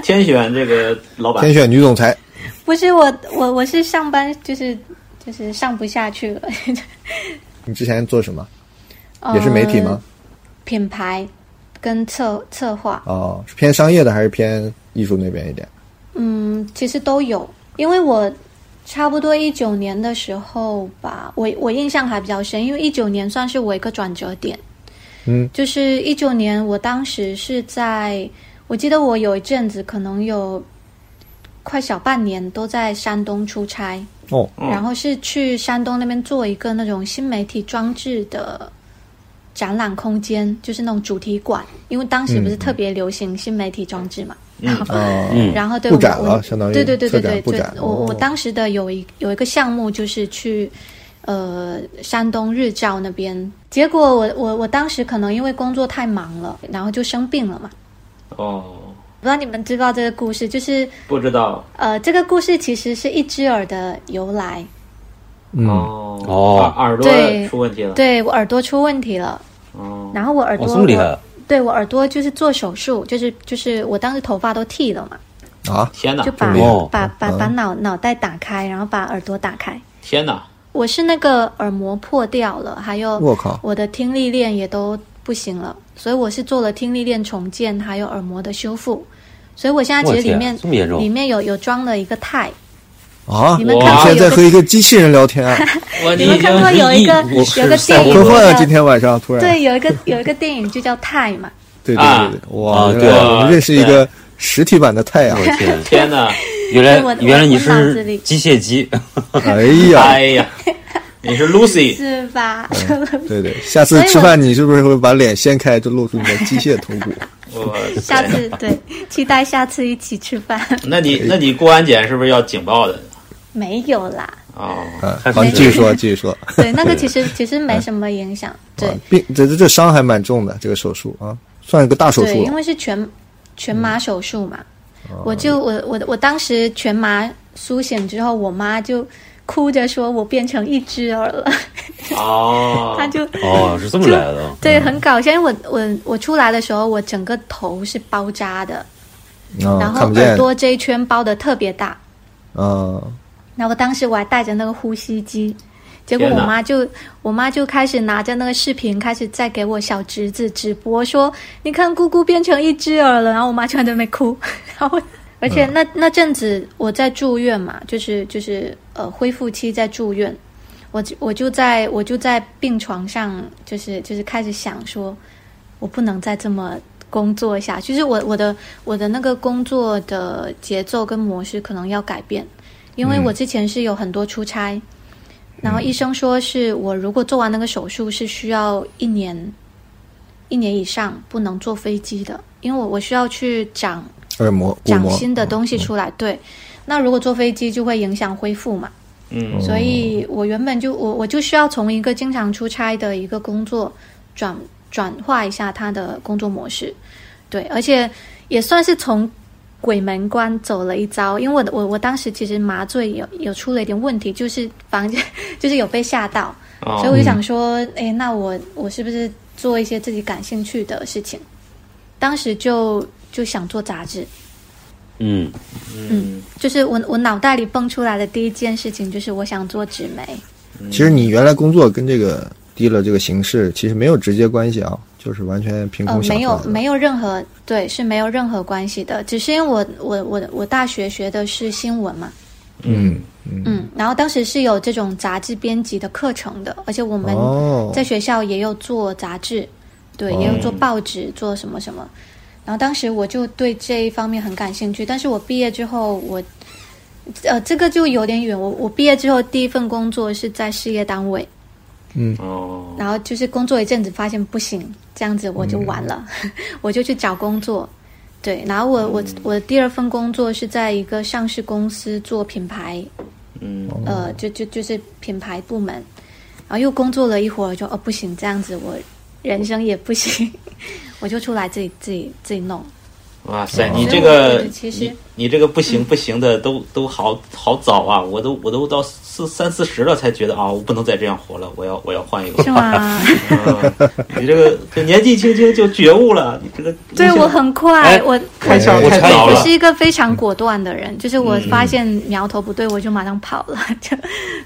[SPEAKER 3] 天选这个老板
[SPEAKER 2] 天，选女总裁，
[SPEAKER 4] 不是我我我是上班就是就是上不下去了，
[SPEAKER 2] 你之前做什么？也是媒体吗？
[SPEAKER 4] 呃品牌跟策策划，
[SPEAKER 2] 哦，是偏商业的还是偏艺术那边一点？
[SPEAKER 4] 嗯，其实都有，因为我差不多一九年的时候吧，我我印象还比较深，因为一九年算是我一个转折点。
[SPEAKER 2] 嗯，
[SPEAKER 4] 就是一九年，我当时是在，我记得我有一阵子可能有快小半年都在山东出差，
[SPEAKER 2] 哦，
[SPEAKER 3] 嗯
[SPEAKER 4] 然后是去山东那边做一个那种新媒体装置的展览空间，就是那种主题馆，因为当时不是特别流行新媒体装置嘛。然后
[SPEAKER 2] 哦，
[SPEAKER 1] 嗯
[SPEAKER 4] 呃然后对
[SPEAKER 2] 布
[SPEAKER 4] 我
[SPEAKER 2] 展了
[SPEAKER 4] 我
[SPEAKER 2] 相当于
[SPEAKER 4] 对对对对
[SPEAKER 2] 策
[SPEAKER 4] 对
[SPEAKER 2] 展布
[SPEAKER 4] 对
[SPEAKER 2] 展，
[SPEAKER 4] 我我
[SPEAKER 2] 哦
[SPEAKER 4] 当时的有一有一个项目就是去呃山东日照那边，结果我我我当时可能因为工作太忙了，然后就生病了嘛。
[SPEAKER 3] 哦，
[SPEAKER 4] 不知道你们知不知道这个故事，就是
[SPEAKER 3] 不知道
[SPEAKER 4] 呃，这个故事其实是一只耳的由来。
[SPEAKER 2] 嗯，
[SPEAKER 3] 哦
[SPEAKER 1] 哦
[SPEAKER 3] 耳耳朵
[SPEAKER 4] 对
[SPEAKER 3] 出问题
[SPEAKER 1] 嗯
[SPEAKER 3] 了，
[SPEAKER 4] 对我耳朵出问题了，
[SPEAKER 3] 哦，
[SPEAKER 4] 然后我耳
[SPEAKER 1] 哇，
[SPEAKER 4] 朵
[SPEAKER 1] 这么厉害！
[SPEAKER 4] 对我耳朵就是做手术，就是就是我当时头发都剃了嘛，
[SPEAKER 2] 啊，
[SPEAKER 3] 天哪
[SPEAKER 4] 就，把
[SPEAKER 1] 这么厉害
[SPEAKER 4] 把把
[SPEAKER 2] 嗯
[SPEAKER 4] 把脑脑袋打开，然后把耳朵打开。
[SPEAKER 3] 天哪，
[SPEAKER 4] 我是那个耳膜破掉了，还有
[SPEAKER 2] 我靠
[SPEAKER 4] 我的听力链也都不行了，所以我是做了听力链重建，还有耳膜的修复。所以我现在其
[SPEAKER 1] 我
[SPEAKER 4] 实里
[SPEAKER 1] 天啊
[SPEAKER 4] 面
[SPEAKER 1] 这么严重
[SPEAKER 4] 里面有有装了一个钛，
[SPEAKER 2] 啊！你
[SPEAKER 4] 你们
[SPEAKER 3] 看过
[SPEAKER 2] 现在
[SPEAKER 4] 有个
[SPEAKER 2] 在和一个机器人聊 天啊，
[SPEAKER 3] 我
[SPEAKER 4] 你们看过有一个
[SPEAKER 1] 我是
[SPEAKER 4] 有个
[SPEAKER 1] 赛
[SPEAKER 4] 电
[SPEAKER 1] 博
[SPEAKER 4] 影
[SPEAKER 2] 科幻啊！
[SPEAKER 4] 叫
[SPEAKER 2] 今天晚上突然，
[SPEAKER 4] 对有一个有一个电影就叫钛 嘛，
[SPEAKER 2] 对对
[SPEAKER 3] 啊
[SPEAKER 2] 对对，哇！
[SPEAKER 1] 啊
[SPEAKER 2] 原
[SPEAKER 1] 对
[SPEAKER 2] 来
[SPEAKER 1] 啊
[SPEAKER 2] 我们认识一个实体版的太阳
[SPEAKER 1] 我， 天，
[SPEAKER 3] 天哪，
[SPEAKER 1] 原
[SPEAKER 4] 对我
[SPEAKER 1] 来
[SPEAKER 4] 我
[SPEAKER 1] 原来你
[SPEAKER 4] 我脑子里
[SPEAKER 1] 是机 械姬，
[SPEAKER 2] 哎呀，
[SPEAKER 3] 哎呀，你是 Lucy，
[SPEAKER 4] 是吧？
[SPEAKER 1] 嗯
[SPEAKER 2] 对对，下次吃饭你是不是会把脸掀开，就露出你的机械头骨？
[SPEAKER 3] 我
[SPEAKER 4] 下次对，期待下次一起吃饭。
[SPEAKER 3] 那你那你过安检是不是要警报的
[SPEAKER 4] 没有啦，
[SPEAKER 3] 哦，
[SPEAKER 2] 啊，好，你继续说，继续说。
[SPEAKER 4] 对，那个其实其实没什么影 响，对
[SPEAKER 2] 啊，并这这这伤还蛮重的，这个手术啊，算是个大手
[SPEAKER 4] 对，
[SPEAKER 2] 术
[SPEAKER 4] 因
[SPEAKER 2] 了。嗯啊
[SPEAKER 4] 为是全全麻手术嘛，我就我我我当时全麻苏醒之后，我妈就哭着说我变成一只耳了，
[SPEAKER 2] 啊
[SPEAKER 3] 哦，
[SPEAKER 4] 她就
[SPEAKER 1] 哦，是这么来的。
[SPEAKER 4] 对很搞笑，因为我我我出来的时候，我整个头是包扎的，然
[SPEAKER 2] 啊，
[SPEAKER 4] 后
[SPEAKER 2] 看不
[SPEAKER 4] 耳
[SPEAKER 2] 见
[SPEAKER 4] 朵这一圈包的特别大，
[SPEAKER 2] 啊，
[SPEAKER 4] 然后当时我还带着那个呼吸机，结果我
[SPEAKER 3] 天哪
[SPEAKER 4] 妈就我妈就开始拿着那个视频开始在给我小侄子直播，说你看姑姑变成一只耳了，然后我妈就在那边哭， 然后而且
[SPEAKER 3] 嗯
[SPEAKER 4] 那那阵子我在住院嘛，就是就是呃恢复期在住院，我就我就在我就在病床上，就是就是开始想说，我不能再这么工作下去，就是我我的我的那个工作的节奏跟模式可能要改变，因为我之前是有很多出差，然后医生说是我如果做完那个手术是需要一年一年以上不能坐飞机的，因为我我需要去长
[SPEAKER 2] 耳膜、鼓
[SPEAKER 4] 长
[SPEAKER 2] 膜，
[SPEAKER 4] 新的
[SPEAKER 2] 嗯
[SPEAKER 4] 东西出来，对。那如果坐飞机就会影响恢复嘛，
[SPEAKER 3] 嗯，
[SPEAKER 4] 所以我原本就我我就需要从一个经常出差的一个工作转转化一下他的工作模式，对，而且也算是从鬼门关走了一遭，因为我的我我当时其实麻醉有有出了一点问题，就是反正 就是有被吓到，所以我
[SPEAKER 3] 哦，
[SPEAKER 4] 就想说，哎，那我我是不是做一些自己感兴趣的事情？当时就就想做杂志，
[SPEAKER 1] 嗯，
[SPEAKER 3] 嗯，
[SPEAKER 4] 就是我我脑袋里蹦出来的第一件事情就是我想做纸媒，
[SPEAKER 2] 嗯其实你原来工作跟这个滴了这个形式其实没有直接关系啊，就是完全凭
[SPEAKER 4] 呃，
[SPEAKER 2] 空嗯想
[SPEAKER 4] 没
[SPEAKER 2] 出
[SPEAKER 4] 有
[SPEAKER 2] 来的。
[SPEAKER 4] 没有任何对是没有任何关系的，只是因为我我我我大学学的是新闻嘛，
[SPEAKER 2] 嗯，
[SPEAKER 4] 嗯，然后当时是有这种杂志编辑的课程的，而且我们
[SPEAKER 2] 哦
[SPEAKER 4] 在学校也有做杂志，对，也有做报纸，做什么什么。然后当时我就对这一方面很感兴趣，但是我毕业之后，我呃这个就有点远。我我毕业之后第一份工作是在事业单位，
[SPEAKER 3] 哦，
[SPEAKER 4] 然后就是工作一阵子，发现不行，这样子我就完了， 我就去找工作。对，然后我我我的第二份工作是在一个上市公司做品牌，
[SPEAKER 3] 嗯，
[SPEAKER 4] 呃，就就就是品牌部门，然后又工作了一会儿，就哦不行，这样子我人生也不行， 我就出来自己自己自己弄。
[SPEAKER 3] 哇塞，
[SPEAKER 4] 哦
[SPEAKER 3] 你这
[SPEAKER 4] 所以我
[SPEAKER 3] 个
[SPEAKER 4] 觉得其实嗯
[SPEAKER 3] 你你这个不行不行的都都好好早啊！我都我都到四三四十了才觉得啊，我不能再这样活了，我要我要换一个
[SPEAKER 4] 是。吗？
[SPEAKER 3] 嗯 你这个就年纪轻轻就觉悟了，你这个
[SPEAKER 4] 对
[SPEAKER 3] 你这
[SPEAKER 4] 我很快，
[SPEAKER 3] 哎
[SPEAKER 4] 我
[SPEAKER 3] 开
[SPEAKER 4] 我
[SPEAKER 3] 窍
[SPEAKER 1] 我
[SPEAKER 3] 太
[SPEAKER 1] 猜
[SPEAKER 3] 早
[SPEAKER 1] 好
[SPEAKER 4] 我
[SPEAKER 3] 了
[SPEAKER 4] 是，一个非常果断的人，就是
[SPEAKER 1] 嗯
[SPEAKER 4] 我发现苗头不对，我就马上跑了，就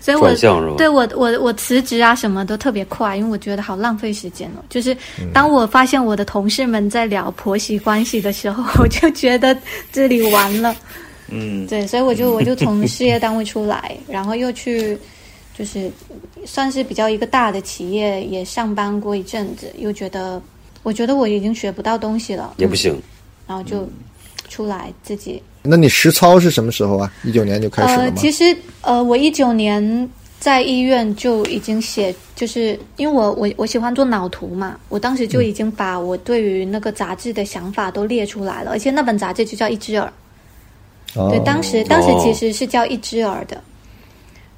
[SPEAKER 4] 所以我
[SPEAKER 1] 转向是吧
[SPEAKER 4] 对我我我辞职啊什么都特别快，因为我觉得好浪费时间哦。就是
[SPEAKER 1] 嗯
[SPEAKER 4] 当我发现我的同事们在聊婆媳关系的时候， 我就觉得这里完了。
[SPEAKER 3] 嗯，
[SPEAKER 4] 对，所以我就我就从事业单位出来，然后又去就是算是比较一个大的企业也上班过一阵子，又觉得我觉得我已经学不到东西了，
[SPEAKER 1] 也不行。
[SPEAKER 4] 然后就出来自己。
[SPEAKER 2] 那你实操是什么时候啊？一九年就开始了
[SPEAKER 4] 呃，
[SPEAKER 2] 吗？
[SPEAKER 4] 其实呃，我一九年在医院就已经写，就是因为我我我喜欢做脑图嘛，我当时就
[SPEAKER 2] 嗯
[SPEAKER 4] 已经把我对于那个杂志的想法都列出来了，而且那本杂志就叫《一只耳》。
[SPEAKER 2] 哦
[SPEAKER 4] 对，当时当时其实是叫一只耳的，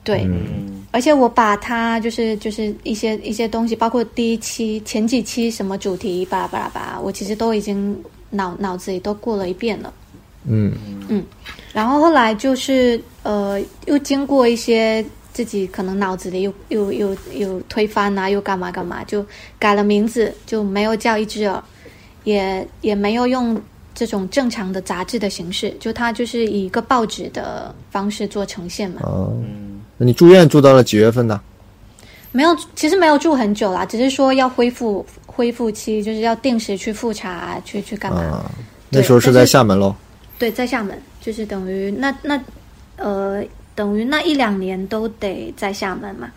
[SPEAKER 4] 对，
[SPEAKER 2] 嗯
[SPEAKER 4] 而且我把它就是就是一些一些东西，包括第一期前几期什么主题巴拉巴拉巴拉，我其实都已经脑脑子里都过了一遍了。
[SPEAKER 2] 嗯，
[SPEAKER 4] 然后后来就是呃，又经过一些自己可能脑子里又又又又推翻啊，又干嘛干嘛，就改了名字，就没有叫一只耳，也也没有用这种正常的杂志的形式，就它就是以一个报纸的方式做呈现嘛。
[SPEAKER 2] 啊，那你住院住到了几月份呢？
[SPEAKER 4] 没有，其实没有住很久啦，只是说要恢复恢复期，就是要定时去复查，去去干嘛？
[SPEAKER 2] 啊，
[SPEAKER 4] 对
[SPEAKER 2] 那时候是
[SPEAKER 4] 但
[SPEAKER 2] 在
[SPEAKER 4] 是
[SPEAKER 2] 厦门喽。
[SPEAKER 4] 对，在厦门，就是等于那那呃，等于那一两年都得在厦门嘛，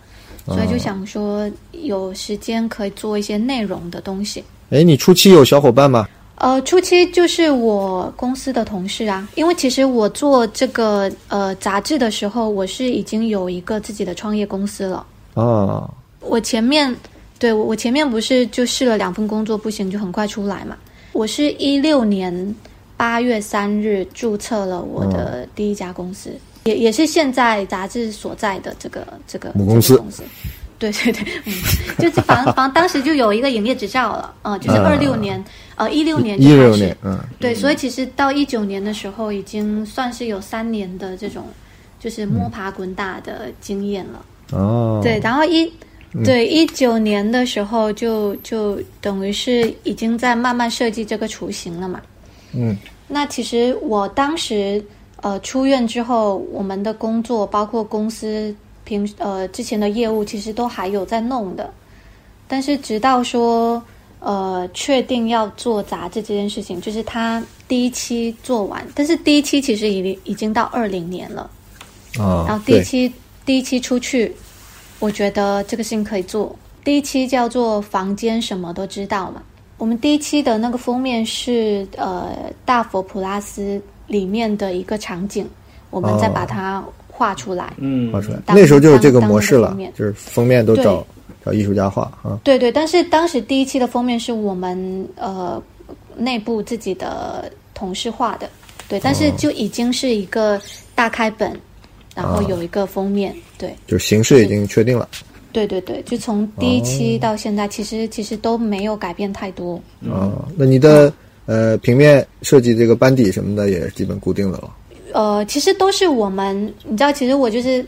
[SPEAKER 4] 所以
[SPEAKER 2] 啊
[SPEAKER 4] 就想说有时间可以做一些内容的东西。
[SPEAKER 2] 哎，你初期有小伙伴吗？
[SPEAKER 4] 呃，初期就是我公司的同事啊，因为其实我做这个呃杂志的时候，我是已经有一个自己的创业公司了。
[SPEAKER 2] 啊，
[SPEAKER 4] 我前面对我我前面不是就试了两份工作不行，就很快出来嘛。我是一六年八月三日注册了我的
[SPEAKER 2] 嗯
[SPEAKER 4] 第一家公司，也也是现在杂志所在的这个这个
[SPEAKER 2] 母公司
[SPEAKER 4] 这个公司。对对对，嗯、就是反正反正当时就有一个营业执照了，嗯、就是二六年，呃，一六年就
[SPEAKER 2] 一六
[SPEAKER 4] 开始
[SPEAKER 2] 年，嗯，
[SPEAKER 4] 对，所以其实到一九年的时候，已经算是有三年的这种就是摸爬滚打的经验了。
[SPEAKER 2] 哦，嗯
[SPEAKER 4] 对，，然后一对一九年的时候就，就等于是已经在慢慢设计这个雏形了嘛。
[SPEAKER 2] 嗯，
[SPEAKER 4] 那其实我当时呃出院之后，我们的工作包括公司平呃之前的业务，其实都还有在弄的。但是直到说呃确定要做杂志这件事情，就是他第一期做完，但是第一期其实已经已经到二零年了。然
[SPEAKER 2] 啊
[SPEAKER 4] 后，第一
[SPEAKER 2] 对，
[SPEAKER 4] 期第一期出去，我觉得这个事情可以做。第一期叫做“房间什么都知道”嘛。我们第一期的那个封面是呃大佛普拉斯里面的一个场景，我们再
[SPEAKER 2] 哦
[SPEAKER 4] 把它画出来。
[SPEAKER 3] 嗯，
[SPEAKER 2] 画出来，
[SPEAKER 4] 当
[SPEAKER 2] 那时候就是这个模式
[SPEAKER 4] 当
[SPEAKER 2] 了
[SPEAKER 4] 当那个封面，
[SPEAKER 2] 就是封面都
[SPEAKER 4] 对
[SPEAKER 2] 找找艺术家画啊，
[SPEAKER 4] 对对，但是当时第一期的封面是我们呃内部自己的同事画的，对，但是就已经是一个大开本，然后有一个封面，对。
[SPEAKER 2] 就是形式已经确定了。
[SPEAKER 4] 对对对，就从第一期到现
[SPEAKER 2] 哦
[SPEAKER 4] 在，其实其实都没有改变太多。
[SPEAKER 2] 啊，那你的呃平面设计这个班底什么的也是基本固定的了。
[SPEAKER 4] 呃，其实都是我们，你知道，其实我就是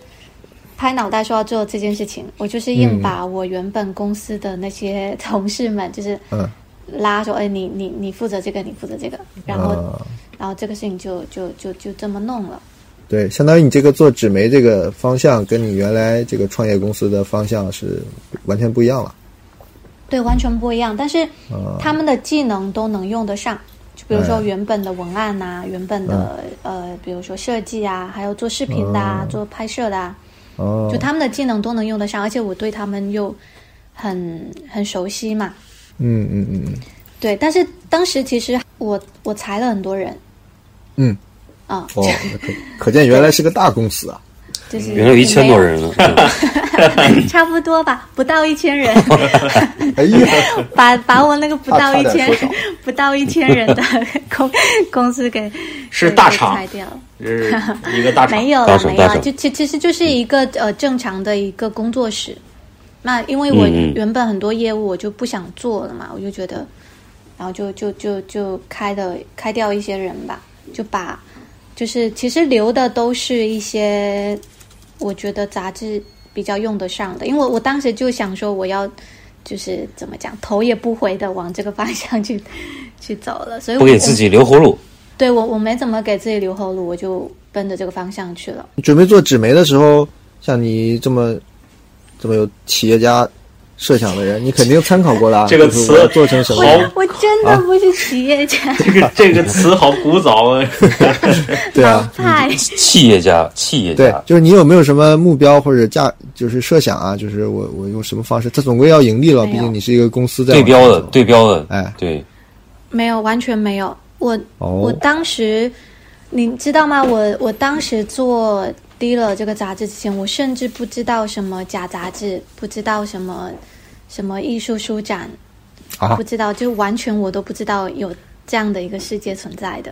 [SPEAKER 4] 拍脑袋说要做这件事情，我就是
[SPEAKER 2] 嗯
[SPEAKER 4] 硬把我原本公司的那些同事们，就是
[SPEAKER 2] 嗯
[SPEAKER 4] 拉说，哎，你你你负责这个，你负责这个，然后、
[SPEAKER 2] 啊，
[SPEAKER 4] 然后这个事情就就就就这么弄了。
[SPEAKER 2] 对，相当于你这个做纸媒这个方向跟你原来这个创业公司的方向是完全不一样了。
[SPEAKER 4] 对，完全不一样，但是
[SPEAKER 2] 啊
[SPEAKER 4] 他们的技能都能用得上。就比如说
[SPEAKER 2] 哎嗯
[SPEAKER 4] 原本的文案呐、原本的、呃，比如说设计啊，还有做视频的啊，做拍摄的啊，
[SPEAKER 2] 哦，
[SPEAKER 4] 就他们的技能都能用得上，而且我对他们又很很熟悉嘛。
[SPEAKER 2] 嗯嗯嗯嗯
[SPEAKER 4] 对，但是当时其实我我裁了很多人
[SPEAKER 2] 嗯，
[SPEAKER 4] 啊、
[SPEAKER 2] 哦，那可可见原来是个大公司啊。
[SPEAKER 4] 就是
[SPEAKER 1] 原来有一千多人了，
[SPEAKER 4] 哎没有， 差不多吧，不到一 千人，
[SPEAKER 2] 哎呀，
[SPEAKER 4] 把把我那个不到一
[SPEAKER 2] 差点说
[SPEAKER 4] 千
[SPEAKER 2] 少
[SPEAKER 4] 不到一千人的 公公司给
[SPEAKER 3] 是
[SPEAKER 4] 给
[SPEAKER 3] 大
[SPEAKER 4] 给
[SPEAKER 3] 厂
[SPEAKER 4] 裁掉了。
[SPEAKER 3] 是一个大厂
[SPEAKER 4] 没有
[SPEAKER 1] 大
[SPEAKER 4] 啦，
[SPEAKER 1] 手
[SPEAKER 4] 没有
[SPEAKER 1] 大嗯
[SPEAKER 4] 啦，
[SPEAKER 1] 手
[SPEAKER 4] 就其其实就是一个呃正常的一个工作室。那因为我
[SPEAKER 1] 嗯嗯
[SPEAKER 4] 原本很多业务我就不想做了嘛，我就觉得，然后就就就就开的开掉一些人吧，就把就是其实留的都是一些我觉得杂志比较用得上的，因为我我当时就想说我要就是怎么讲头也不回的往这个方向去 去走了，所以
[SPEAKER 1] 不
[SPEAKER 4] 我
[SPEAKER 1] 给自己留活路。
[SPEAKER 4] 我对我我没怎么给自己留后路，我就奔着这个方向去了。
[SPEAKER 2] 你准备做纸媒的时候，像你这么这么有企业家设想的人，你肯定参考过 了啊。
[SPEAKER 3] 这个
[SPEAKER 2] 就是
[SPEAKER 3] 词
[SPEAKER 2] 我要做成什么样？
[SPEAKER 4] 我真的不是企业家，
[SPEAKER 3] 这个这个词好古早 啊，
[SPEAKER 2] 对啊，
[SPEAKER 4] 派
[SPEAKER 1] 企业家，企业
[SPEAKER 2] 对
[SPEAKER 1] 家，，
[SPEAKER 2] 就是你有没有什么目标或者价，就是设想啊？就是我我用什么方式？它总归要盈利了，
[SPEAKER 4] 没有
[SPEAKER 2] 毕竟你是一个公司在
[SPEAKER 1] 对标
[SPEAKER 2] 往
[SPEAKER 1] 的
[SPEAKER 2] 上，走
[SPEAKER 1] 对标的，
[SPEAKER 2] 哎
[SPEAKER 1] 对，
[SPEAKER 4] 没有，完全没有。我、我
[SPEAKER 2] 哦，
[SPEAKER 4] 当时，你知道吗？我我当时做《低了》这个杂志之前，我甚至不知道什么假杂志，不知道什么什么艺术书展，
[SPEAKER 2] 啊
[SPEAKER 4] 不知道，就完全我都不知道有这样的一个世界存在的。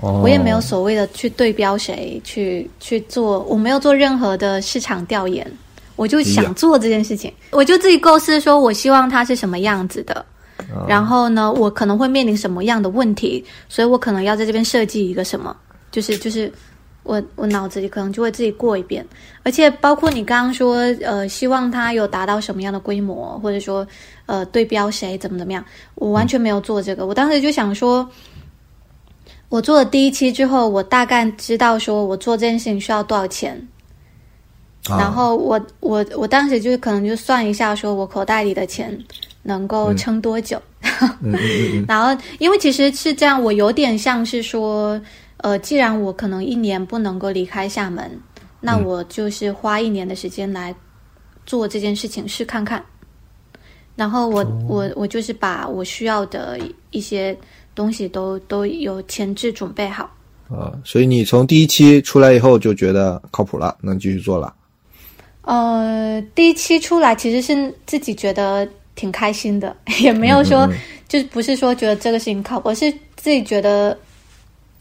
[SPEAKER 2] 哦
[SPEAKER 4] 我也没有所谓的去对标谁，去去做，我没有做任何的市场调研，我就
[SPEAKER 2] 哎
[SPEAKER 4] 想做这件事情，我就自己构思说，我希望它是什么样子的，然后呢，我可能会面临什么样的问题，所以我可能要在这边设计一个什么，就是就是。我我脑子里可能就会自己过一遍，而且包括你刚刚说，呃，希望它有达到什么样的规模，或者说，呃，对标谁怎么怎么样，我完全没有做这个。我当时就想说，我做了第一期之后，我大概知道说我做这件事情需要多少钱，
[SPEAKER 2] 啊
[SPEAKER 4] 然后我我我当时就是可能就算一下，说我口袋里的钱能够撑多久。
[SPEAKER 2] 嗯嗯嗯
[SPEAKER 4] 然后，因为其实是这样，我有点像是说，呃，既然我可能一年不能够离开厦门，那我就是花一年的时间来做这件事情试看看。然后我、
[SPEAKER 2] 哦
[SPEAKER 4] 我我就是把我需要的一些东西都都有前置准备好。
[SPEAKER 2] 嗯啊，所以你从第一期出来以后就觉得靠谱了，能继续做了。
[SPEAKER 4] 呃，第一期出来其实是自己觉得挺开心的， 也没有说、就是不是说觉得这个事情靠谱，我是自己觉得，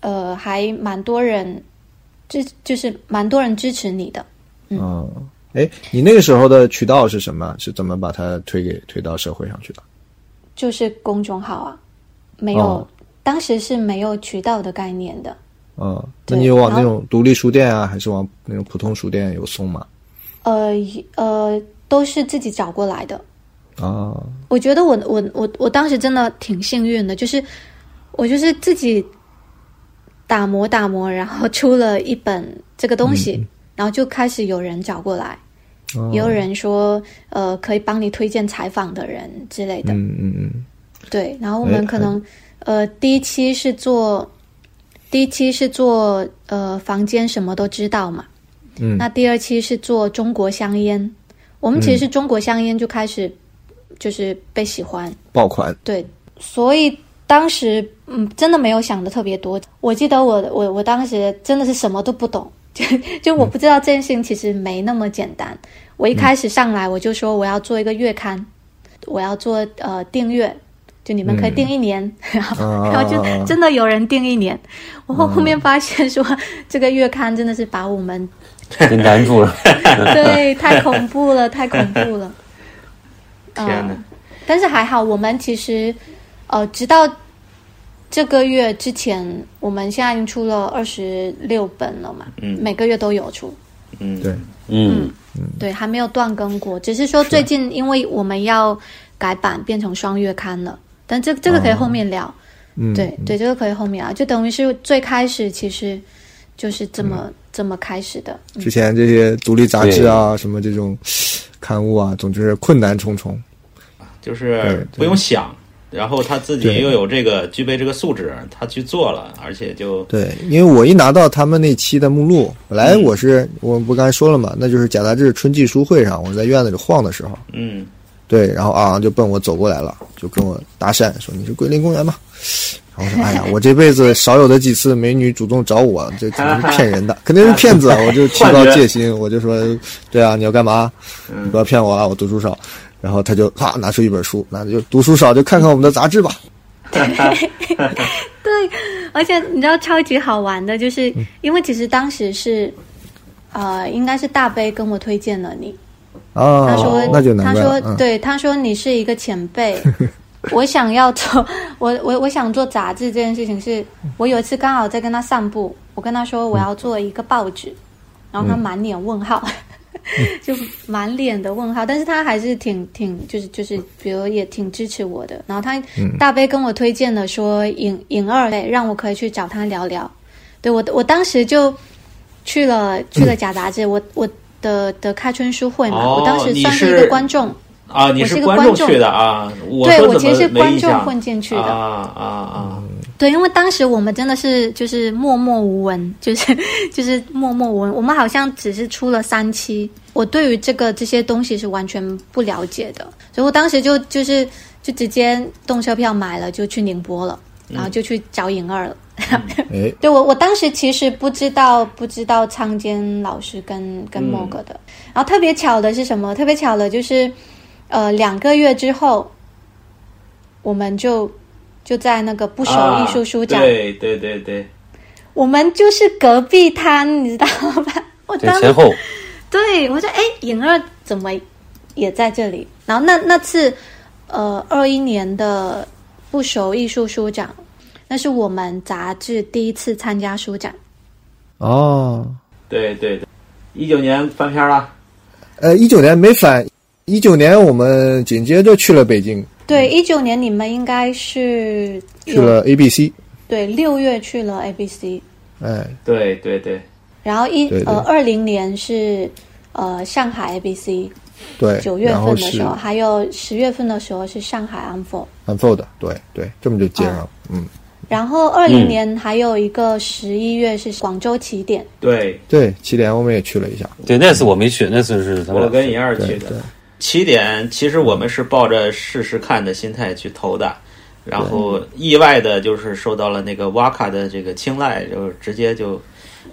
[SPEAKER 4] 呃，还蛮多人，就就是蛮多人支持你的。
[SPEAKER 2] 嗯，哎，你那个时候的渠道是什么？是怎么把它推给推到社会上去的？
[SPEAKER 4] 就是公众号啊，没有，
[SPEAKER 2] 哦
[SPEAKER 4] 当时是没有渠道的概念的。
[SPEAKER 2] 嗯，那
[SPEAKER 4] 对
[SPEAKER 2] 你有往
[SPEAKER 4] 然
[SPEAKER 2] 那
[SPEAKER 4] 后
[SPEAKER 2] 种独立书店啊，还是往那种普通书店有送吗？
[SPEAKER 4] 呃呃，都是自己找过来的。
[SPEAKER 2] 啊，
[SPEAKER 4] 我觉得我我我我当时真的挺幸运的，就是我就是自己打磨打磨，然后出了一本这个东西，然后就开始有人找过来，
[SPEAKER 2] 嗯哦
[SPEAKER 4] 也有人说呃可以帮你推荐采访的人之类的，
[SPEAKER 2] 嗯嗯嗯，
[SPEAKER 4] 对。然后我
[SPEAKER 2] 哎
[SPEAKER 4] 们可能呃第一期是做第一期是做呃房间什么都知道嘛，
[SPEAKER 2] 嗯
[SPEAKER 4] 那第二期是做中国香烟，我们
[SPEAKER 2] 嗯
[SPEAKER 4] 其实是中国香烟就开始就是被喜欢。
[SPEAKER 2] 爆款，
[SPEAKER 4] 对，所以当时嗯，真的没有想的特别多。我记得我我我当时真的是什么都不懂， 就就我不知道这件事情其实没那么简单。我一开始上来我就说我要做一个月刊，我要做呃订阅。就你们可以订一年， 然后
[SPEAKER 2] 啊
[SPEAKER 4] 然后就真的有人订一年，我后后面发现说这个月刊真的是把我们
[SPEAKER 1] 给难住了。
[SPEAKER 4] 对，太恐怖了，太恐怖了。
[SPEAKER 3] 天哪
[SPEAKER 4] 呃！但是还好，我们其实呃，直到这个月之前，我们现在已经出了二十六本了嘛，
[SPEAKER 3] 嗯
[SPEAKER 4] 每个月都有出，
[SPEAKER 3] 嗯，
[SPEAKER 2] 对，
[SPEAKER 1] 嗯，
[SPEAKER 4] 对，还没有断更过，只是说最近因为我们要改版变成双月刊了，但这这个可以后面聊，
[SPEAKER 2] 嗯，
[SPEAKER 4] 对对，这个可以后面聊，就等于是最开始其实就是这么、
[SPEAKER 2] 嗯
[SPEAKER 4] 这么开始的，嗯
[SPEAKER 2] 之前这些独立杂志啊，什么这种刊物啊，总之是困难重重。
[SPEAKER 3] 就是
[SPEAKER 2] 对
[SPEAKER 3] 不用想，然后他自己又有这个具备这个素质，他去做了，而且就
[SPEAKER 2] 对，因为我一拿到他们那期的目录，本来我是、我不刚才说了嘛，那就是假杂志春季书会上，我在院子里晃的时候，
[SPEAKER 3] 嗯
[SPEAKER 2] 对，然后昂昂就奔我走过来了，就跟我搭讪说：“你是桂林公园吗？”然后我说：“哎呀，我这辈子少有的几次美女主动找我，这肯定是骗 人的，肯定是骗子。”我就提高戒心，我就说：“对啊，你要干嘛？
[SPEAKER 4] 嗯
[SPEAKER 2] 你不要骗我啊，我读书少。”然后他就啪拿出一本书，那就读书少就看看我们的杂志吧。
[SPEAKER 4] 而且你知道超级好玩的，就是
[SPEAKER 2] 嗯
[SPEAKER 4] 因为其实当时是，呃，应该是大杯跟我推荐了你，
[SPEAKER 2] 啊
[SPEAKER 4] 他说，，
[SPEAKER 2] 那就难
[SPEAKER 4] 他
[SPEAKER 2] 怪了。嗯
[SPEAKER 4] 说，对，他说你是一个前 辈，我想要做，我我我想做杂志这件事情是，我有一次刚好在跟他散步，我跟他说我要做一个报纸，然后
[SPEAKER 2] 嗯
[SPEAKER 4] 他满脸问号。 就满脸的问号，但是他还是挺挺，就是就是，比如也挺支持我的。然后他
[SPEAKER 2] 嗯
[SPEAKER 4] 大杯跟我推荐了说尹尹二类，让我可以去找他聊聊。对我我当时就去了去
[SPEAKER 2] 嗯
[SPEAKER 4] 了假杂志，我我的的开春书会嘛，
[SPEAKER 3] 哦
[SPEAKER 4] 我当时算是一
[SPEAKER 3] 你
[SPEAKER 4] 个
[SPEAKER 3] 是
[SPEAKER 4] 观众，
[SPEAKER 3] 啊，你
[SPEAKER 4] 我是一个
[SPEAKER 3] 观
[SPEAKER 4] 观众
[SPEAKER 3] 去的啊？我
[SPEAKER 4] 对
[SPEAKER 3] 说
[SPEAKER 4] 我
[SPEAKER 3] 怎
[SPEAKER 4] 其实
[SPEAKER 3] 么
[SPEAKER 4] 是
[SPEAKER 3] 没
[SPEAKER 4] 观
[SPEAKER 3] 印
[SPEAKER 4] 众
[SPEAKER 3] 象
[SPEAKER 4] 混进去的
[SPEAKER 3] 啊啊啊！
[SPEAKER 4] 对，因为当时我们真的是就是默默无闻，就是 就是默默无闻，我们好像只是出了三期，我对于这个这些东西是完全不了解的，所以我当时就就是就直接动车票买了，就去宁波了，然后就去找尹二了。
[SPEAKER 2] 哎，
[SPEAKER 4] 对我，我当时其实不知道不知道仓坚老师跟跟莫哥的，然后特别巧的是什么？特别巧的就是，呃，两个月之后，我们就就在那个不熟
[SPEAKER 3] 啊
[SPEAKER 4] 艺术书展，
[SPEAKER 3] 对对对对，
[SPEAKER 4] 我们就是隔壁摊，你知道 吧？我
[SPEAKER 1] 对
[SPEAKER 4] 当，时
[SPEAKER 1] 前后
[SPEAKER 4] 对我说，哎，颖儿怎么也在这里？然后那那次，呃，二一年的不熟艺术书展，那是我们杂志第一次参加书展。
[SPEAKER 2] 哦，
[SPEAKER 3] 对对对，一九年翻篇了，
[SPEAKER 2] 呃，一九年没返，一九年我们紧接着去了北京，
[SPEAKER 4] 对，一九年你们应该是
[SPEAKER 2] 嗯去了 ABC。
[SPEAKER 4] 对，六月去了 ABC，
[SPEAKER 2] 哎，
[SPEAKER 3] 对对对，
[SPEAKER 4] 然后一
[SPEAKER 2] 对对
[SPEAKER 4] 呃二零年是呃上海 ABC，
[SPEAKER 2] 对，
[SPEAKER 4] 九月
[SPEAKER 2] 然
[SPEAKER 4] 份
[SPEAKER 2] 后
[SPEAKER 4] 的
[SPEAKER 2] 是
[SPEAKER 4] 时候，啊还有十月份的时候是上海 Unfold，
[SPEAKER 2] unfold，对对，这么就接上
[SPEAKER 3] 啊
[SPEAKER 2] 了，嗯，
[SPEAKER 4] 然后二零年还有一个十一月是广州起点，
[SPEAKER 3] 对
[SPEAKER 2] 对，祁连我们也去了一下，
[SPEAKER 1] 对，那次我没去，那次是咱们
[SPEAKER 3] 我
[SPEAKER 1] 俩
[SPEAKER 3] 跟银二去
[SPEAKER 2] 对
[SPEAKER 3] 的
[SPEAKER 2] 对。
[SPEAKER 3] 起点其实我们是抱着试试看的心态去投的，然后意外的就是受到了那个瓦卡的这个青睐，就直接就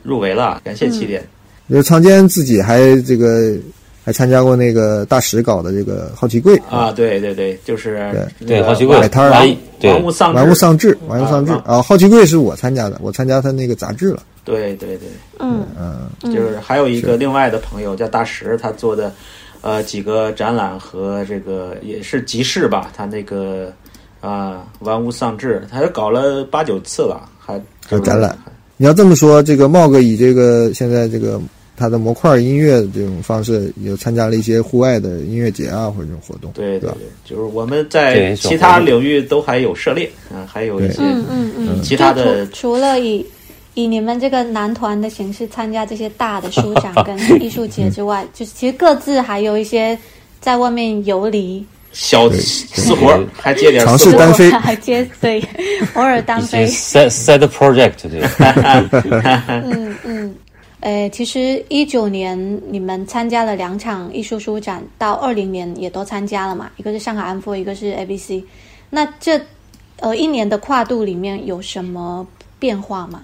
[SPEAKER 3] 入围了，感谢起点。
[SPEAKER 2] 因为仓坚自己还这个还参加过那个大使搞的这个好奇柜
[SPEAKER 3] 啊，对对对，就是
[SPEAKER 2] 嗯对
[SPEAKER 1] 对
[SPEAKER 3] 那个
[SPEAKER 1] 好奇怪
[SPEAKER 2] 摆摊儿
[SPEAKER 1] 玩
[SPEAKER 3] 玩
[SPEAKER 1] 对
[SPEAKER 3] 玩物丧
[SPEAKER 2] 玩物
[SPEAKER 3] 志，
[SPEAKER 2] 丧志，玩物丧志
[SPEAKER 3] 啊
[SPEAKER 2] 啊，好奇柜是我参加的，我参加他那个杂志了，
[SPEAKER 3] 对对对。
[SPEAKER 4] 嗯
[SPEAKER 2] 嗯，
[SPEAKER 3] 就是还有一个另外的朋友叫大石，他做的呃几个展览和这个也是集市吧，他那个啊、玩物丧志，他是搞了八九次了，还
[SPEAKER 2] 还有展览。你要这么说，这个茂哥以这个现在这个他的模块音乐这种方式，也参加了一些户外的音乐节啊或者这种活动，
[SPEAKER 3] 对对
[SPEAKER 2] 吧？
[SPEAKER 3] 对，就是我们
[SPEAKER 1] 对
[SPEAKER 3] 在
[SPEAKER 1] 小
[SPEAKER 3] 其他领域都还有涉猎，嗯、还有一些
[SPEAKER 4] 嗯嗯嗯，
[SPEAKER 3] 其他的
[SPEAKER 4] 就除除了以以你们这个男团的形式参加这些大的书展跟艺术节之外，就是其实各自还有一些在外面游离，
[SPEAKER 3] 小私活儿，还接点
[SPEAKER 2] 尝
[SPEAKER 3] 私
[SPEAKER 2] 试
[SPEAKER 3] 活
[SPEAKER 2] 单
[SPEAKER 3] 儿，
[SPEAKER 2] 飞
[SPEAKER 4] 还接对，偶尔单
[SPEAKER 1] 一些
[SPEAKER 4] 飞。
[SPEAKER 1] side side project 对，
[SPEAKER 4] 嗯嗯，诶，其实一九年你们参加了两场艺术书展，到二零年也都参加了嘛，一个是上海安福，一个是 ABC。那这呃一年的跨度里面有什么变化吗？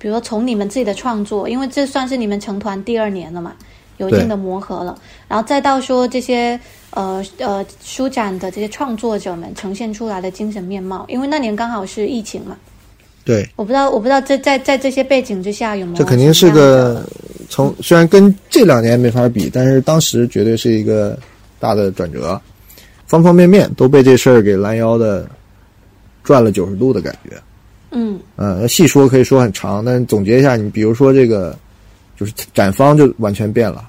[SPEAKER 4] 比如说从你们自己的创作，因为这算是你们成团第二年了嘛，有一定的磨合了，然后再到说这些呃呃书展的这些创作者们呈现出来的精神面貌，因为那年刚好是疫情嘛，
[SPEAKER 2] 对，
[SPEAKER 4] 我不知道，我不知道这在在这些背景之下有没有
[SPEAKER 2] 这肯定是
[SPEAKER 4] 什么样的
[SPEAKER 2] 个从虽然跟这两年没法比，但是当时绝对是一个大的转折，方方面面都被这事儿给拦腰的转了九十度的感觉。
[SPEAKER 4] 嗯
[SPEAKER 2] 呃，细说可以说很长，但总结一下，你比如说这个，就是展方就完全变了。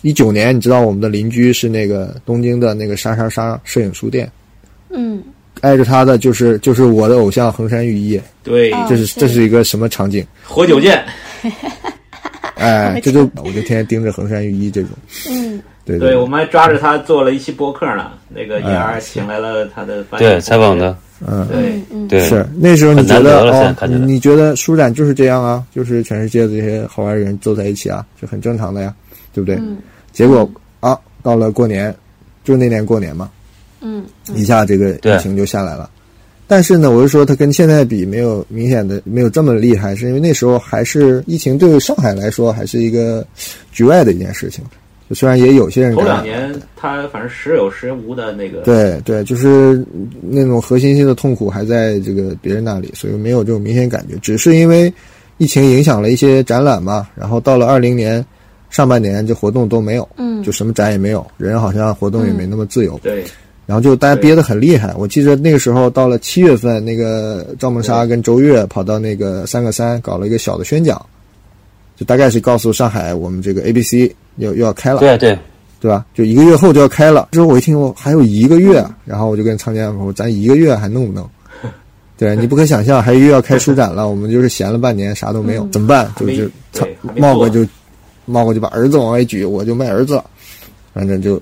[SPEAKER 2] 一九年，你知道我们的邻居是那个东京的那个啥啥啥摄影书店，
[SPEAKER 4] 嗯
[SPEAKER 2] 挨着他的就是就是我的偶像横山裕一，
[SPEAKER 3] 对，
[SPEAKER 4] 哦
[SPEAKER 2] 这是
[SPEAKER 4] 是
[SPEAKER 2] 这是一个什么场景？
[SPEAKER 3] 活久见，
[SPEAKER 2] 哎，这就 我就天天盯着横山裕一这种，
[SPEAKER 4] 嗯
[SPEAKER 2] 对哎
[SPEAKER 3] 对，我们还抓着他做了一期播客呢，那个也儿请来了他的翻译
[SPEAKER 1] 对，采访
[SPEAKER 3] 同学
[SPEAKER 1] 的，
[SPEAKER 2] 嗯，
[SPEAKER 3] 对
[SPEAKER 4] 嗯，嗯，
[SPEAKER 1] 对，
[SPEAKER 2] 是那时候你觉得
[SPEAKER 1] 很难得了现在
[SPEAKER 2] 哦，
[SPEAKER 1] 看起
[SPEAKER 2] 你
[SPEAKER 1] 来
[SPEAKER 2] 你觉得舒展就是这样啊，就是全世界的这些好玩的人凑在一起啊，是很正常的呀，对不对？
[SPEAKER 4] 嗯
[SPEAKER 2] 结果啊，到了过年，就那年过年嘛，
[SPEAKER 4] 嗯
[SPEAKER 2] 一下这个
[SPEAKER 1] 对
[SPEAKER 2] 疫情就下来了。但是呢，我是说它跟现在比没有明显的没有这么厉害，是因为那时候还是疫情对上海来说还是一个局外的一件事情。就虽然也有些人
[SPEAKER 4] 嗯
[SPEAKER 3] 头
[SPEAKER 2] 感
[SPEAKER 3] 两
[SPEAKER 2] 染，
[SPEAKER 3] 年他反正时有时无的那个，
[SPEAKER 2] 对对，就是那种核心性的痛苦还在这个别人那里，所以没有这种明显感觉。只是因为疫情影响了一些展览嘛，然后到了二零年上半年，这活动都没有，
[SPEAKER 4] 嗯，
[SPEAKER 2] 就什么展也没有，人好像活动也没那么自由，
[SPEAKER 3] 对
[SPEAKER 2] 然后就大家憋得很厉害。我记得那个时候到了七月份，那个赵梦莎跟周越跑到那个三个三搞了一个小的宣讲，就大概是告诉上海我们这个 ABC 要又要开了。
[SPEAKER 1] 对对，
[SPEAKER 2] 对吧？就一个月后就要开了。之后我一听，我还有一个月，然后我就跟仓健说：“咱一个月还弄不弄？”对你不可想象，还又要开书展了，我们就是闲了半年，啥都没有，怎么办？就
[SPEAKER 3] 没
[SPEAKER 2] 就
[SPEAKER 3] 对还没
[SPEAKER 2] 茂
[SPEAKER 3] 做
[SPEAKER 2] 哥就茂哥就把儿子往外举，我就卖儿子，反正就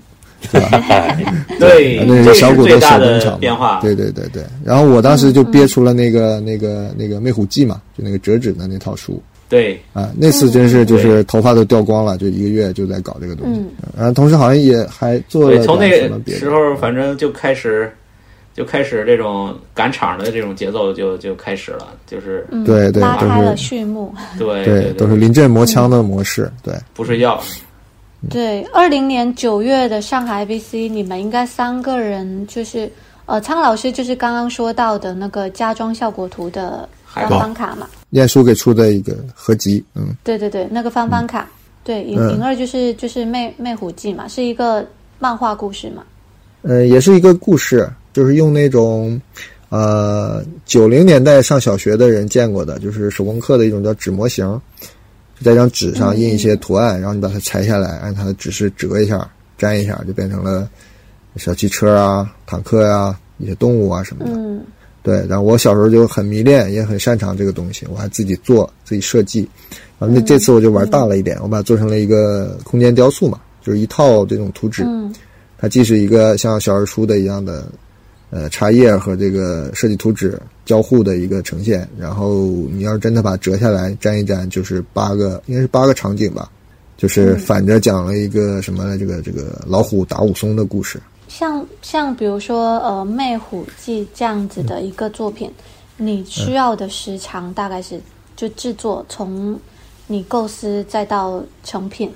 [SPEAKER 3] 对，
[SPEAKER 2] 那
[SPEAKER 3] 这
[SPEAKER 2] 是
[SPEAKER 3] 是
[SPEAKER 2] 小骨头
[SPEAKER 3] 最大
[SPEAKER 2] 小工
[SPEAKER 3] 的
[SPEAKER 2] 厂
[SPEAKER 3] 变化，
[SPEAKER 2] 对对对对。然后我当时就憋出了那个、那个那个魅虎记嘛，就那个折纸的那套书
[SPEAKER 3] 对
[SPEAKER 2] 啊，那次真是就
[SPEAKER 3] 嗯
[SPEAKER 2] 是头发都掉光了，就一个月就在搞这个东西。
[SPEAKER 4] 嗯
[SPEAKER 2] 然后呃同时好像也还做了
[SPEAKER 3] 对，从那
[SPEAKER 2] 点什么
[SPEAKER 3] 个
[SPEAKER 2] 别的
[SPEAKER 3] 时候反正就开始就开始这种赶场的这种节奏就就开始了，就是
[SPEAKER 4] 嗯
[SPEAKER 2] 对对
[SPEAKER 4] 拉
[SPEAKER 2] 都
[SPEAKER 4] 开
[SPEAKER 2] 是
[SPEAKER 4] 了序幕。
[SPEAKER 3] 对
[SPEAKER 2] 对，都是临阵磨枪的模式。对，
[SPEAKER 3] 不睡觉，
[SPEAKER 4] 对，二零年九月的上海 ABC，你们应该三个人就是，呃，苍老师就是刚刚说到的那个家装效果图的
[SPEAKER 3] 海
[SPEAKER 4] 方
[SPEAKER 3] 报
[SPEAKER 4] 方卡嘛，
[SPEAKER 2] 晏殊给出的一个合集，嗯，
[SPEAKER 4] 对对对，那个方方卡，对，影
[SPEAKER 2] 嗯
[SPEAKER 4] 影二就是就是魅魅虎记嘛，是一个漫画故事嘛，
[SPEAKER 2] 呃，也是一个故事，就是用那种，呃，九零年代上小学的人见过的，就是手工课的一种叫纸模型，就在一张纸上印一些图案，然后你把它裁下来，按它的指示折一下、粘一下，就变成了小汽车啊、坦克呀、一些动物啊什么的。
[SPEAKER 4] 嗯
[SPEAKER 2] 对，然后我小时候就很迷恋，也很擅长这个东西，我还自己做，自己设计。然
[SPEAKER 4] 嗯
[SPEAKER 2] 后那这次我就玩大了一点，我把它做成了一个空间雕塑嘛，就是一套这种图纸，
[SPEAKER 4] 嗯
[SPEAKER 2] 它既是一个像小人书的一样的，呃，茶叶和这个设计图纸交互的一个呈现。然后你要是真的把它折下来粘一粘，就是八个，应该是八个场景吧，
[SPEAKER 4] 嗯
[SPEAKER 2] 就是反着讲了一个什么来，这个这个老虎打武松的故事。
[SPEAKER 4] 像像比如说呃《魅虎记》这样子的一个作品，你
[SPEAKER 2] 嗯
[SPEAKER 4] 需要的时长大概是就制作从你构思再到成品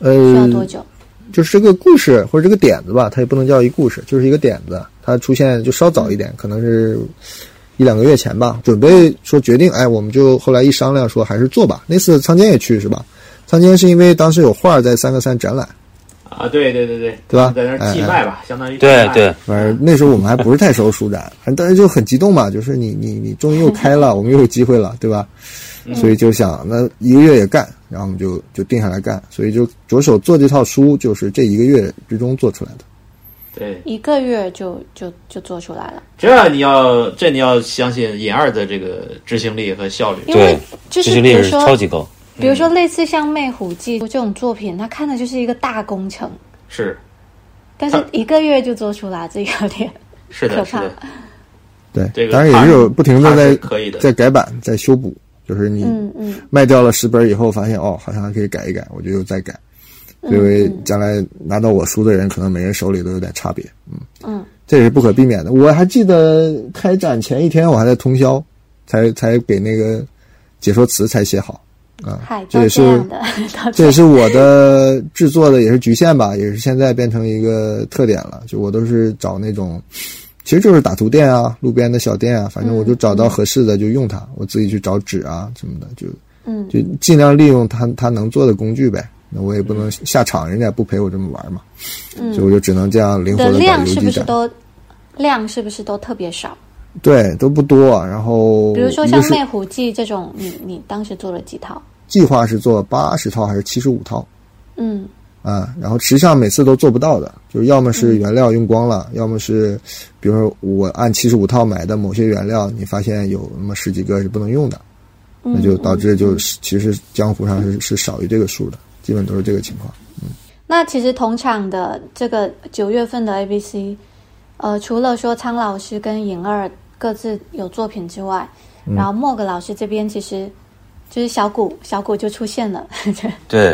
[SPEAKER 2] 呃，
[SPEAKER 4] 需要多久？
[SPEAKER 2] 就是这个故事或者这个点子吧，它也不能叫一故事，就是一个点子。它出现就稍早一点，可能是一两个月前吧。准备说决定，哎，我们就后来一商量说还是做吧。那次仓坚也去是吧？仓坚是因为当时有画在三个三展览，
[SPEAKER 3] 啊，对对对对，
[SPEAKER 2] 对吧哎
[SPEAKER 3] 在那儿祭拜吧，相当于
[SPEAKER 1] 对对，
[SPEAKER 2] 反正那时候我们还不是太熟书展， 反正当时就很激动嘛，就是你你你终于又开了，我们又有机会了，对吧？所以就想那一个月也干，然后我们就就定下来干，所以就着手做这套书，就是这一个月之中做出来的。
[SPEAKER 3] 对，
[SPEAKER 4] 一个月就就就做出来了，
[SPEAKER 3] 这你要这你要相信尹二的这个执行力和效率。
[SPEAKER 4] 因
[SPEAKER 1] 对
[SPEAKER 4] 为就
[SPEAKER 1] 执
[SPEAKER 4] 是
[SPEAKER 1] 行
[SPEAKER 4] 比
[SPEAKER 1] 力
[SPEAKER 4] 如
[SPEAKER 1] 是超
[SPEAKER 4] 说
[SPEAKER 1] 级高。
[SPEAKER 4] 比如说类似像《魅虎记》这种作品，它看的就是一个大工程，
[SPEAKER 3] 是
[SPEAKER 4] 但是
[SPEAKER 3] 它
[SPEAKER 4] 一个月就做出来，这有点
[SPEAKER 3] 是的，
[SPEAKER 4] 可
[SPEAKER 3] 是
[SPEAKER 4] 怕
[SPEAKER 3] 的，
[SPEAKER 2] 对，
[SPEAKER 3] 这个
[SPEAKER 2] 当然也是有不停的
[SPEAKER 3] 它
[SPEAKER 2] 在
[SPEAKER 3] 是可以的
[SPEAKER 2] 在改版、在修补，就是你
[SPEAKER 4] 嗯嗯
[SPEAKER 2] 卖掉了十本以后，发现哦，好像还可以改一改，我就又再改，
[SPEAKER 4] 嗯
[SPEAKER 2] 所以将来拿到我书的人，可能每人手里都有点差别，
[SPEAKER 4] 嗯，
[SPEAKER 2] 这也是不可避免的。我还记得开展前一天，我还在通宵，才才给那个解说词才写好啊，
[SPEAKER 4] 嗨，
[SPEAKER 2] 这
[SPEAKER 4] 都
[SPEAKER 2] 也是
[SPEAKER 4] 这样的， 都
[SPEAKER 2] 这也是我的制作的也是局限吧，也是现在变成一个特点了。就我都是找那种，其实就是打图店啊、路边的小店啊，反正我
[SPEAKER 4] 嗯
[SPEAKER 2] 就找到合适的就用它，我自己去找纸啊什么的，就
[SPEAKER 4] 嗯
[SPEAKER 2] 就尽量利用它它能做的工具呗。那我也不能下场，人家也不陪我这么玩嘛，所以
[SPEAKER 4] 嗯，
[SPEAKER 2] 我就只能这样灵活
[SPEAKER 4] 的
[SPEAKER 2] 的把游
[SPEAKER 4] 量是不
[SPEAKER 2] 击
[SPEAKER 4] 是
[SPEAKER 2] 展。
[SPEAKER 4] 都量是不是都特别少？
[SPEAKER 2] 对，都不多。然后
[SPEAKER 4] 比如说
[SPEAKER 2] 哦一
[SPEAKER 4] 像
[SPEAKER 2] 个
[SPEAKER 4] 《
[SPEAKER 2] 是
[SPEAKER 4] 魅虎记》这种，你你当时做了几套？
[SPEAKER 2] 计划是做八十套还是七十五套？
[SPEAKER 4] 嗯
[SPEAKER 2] 啊，然后实际上每次都做不到的，就是要么是原料用光了，要么是，比如说我按七十五套买的某些原料，你发现有那么十几个是不能用的，那
[SPEAKER 4] 嗯
[SPEAKER 2] 就导致就是其实江湖上是是少于这个数的，基本都是这个情况。
[SPEAKER 4] 那其实同场的这个九月份的 ABC，呃，除了说苍老师跟颖儿各自有作品之外，
[SPEAKER 2] 嗯
[SPEAKER 4] 然后莫格老师这边其实就是小谷，小谷就出现了，
[SPEAKER 1] 对，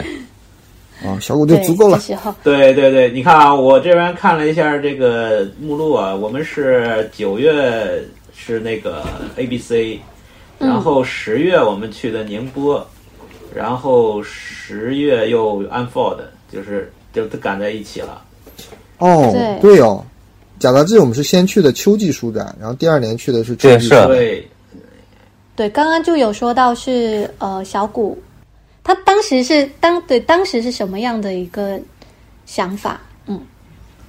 [SPEAKER 2] 啊，小谷就
[SPEAKER 4] 对，
[SPEAKER 2] 足够了
[SPEAKER 4] 这。时候，
[SPEAKER 3] 对对对，你看啊，我这边看了一下这个目录啊，我们是九月是那个 ABC，然后十月我们去的宁波，然后十月又 Unfold，就是就都赶在一起了。
[SPEAKER 2] 哦，
[SPEAKER 4] 对
[SPEAKER 2] 对哦，假杂志我们是先去的秋季书展，然后第二年去的是春
[SPEAKER 1] 对
[SPEAKER 2] 季
[SPEAKER 1] 是
[SPEAKER 2] 书展。
[SPEAKER 3] 对，
[SPEAKER 4] 对，刚刚就有说到是呃小谷，他当时是当对当时是什么样的一个想法？ 嗯，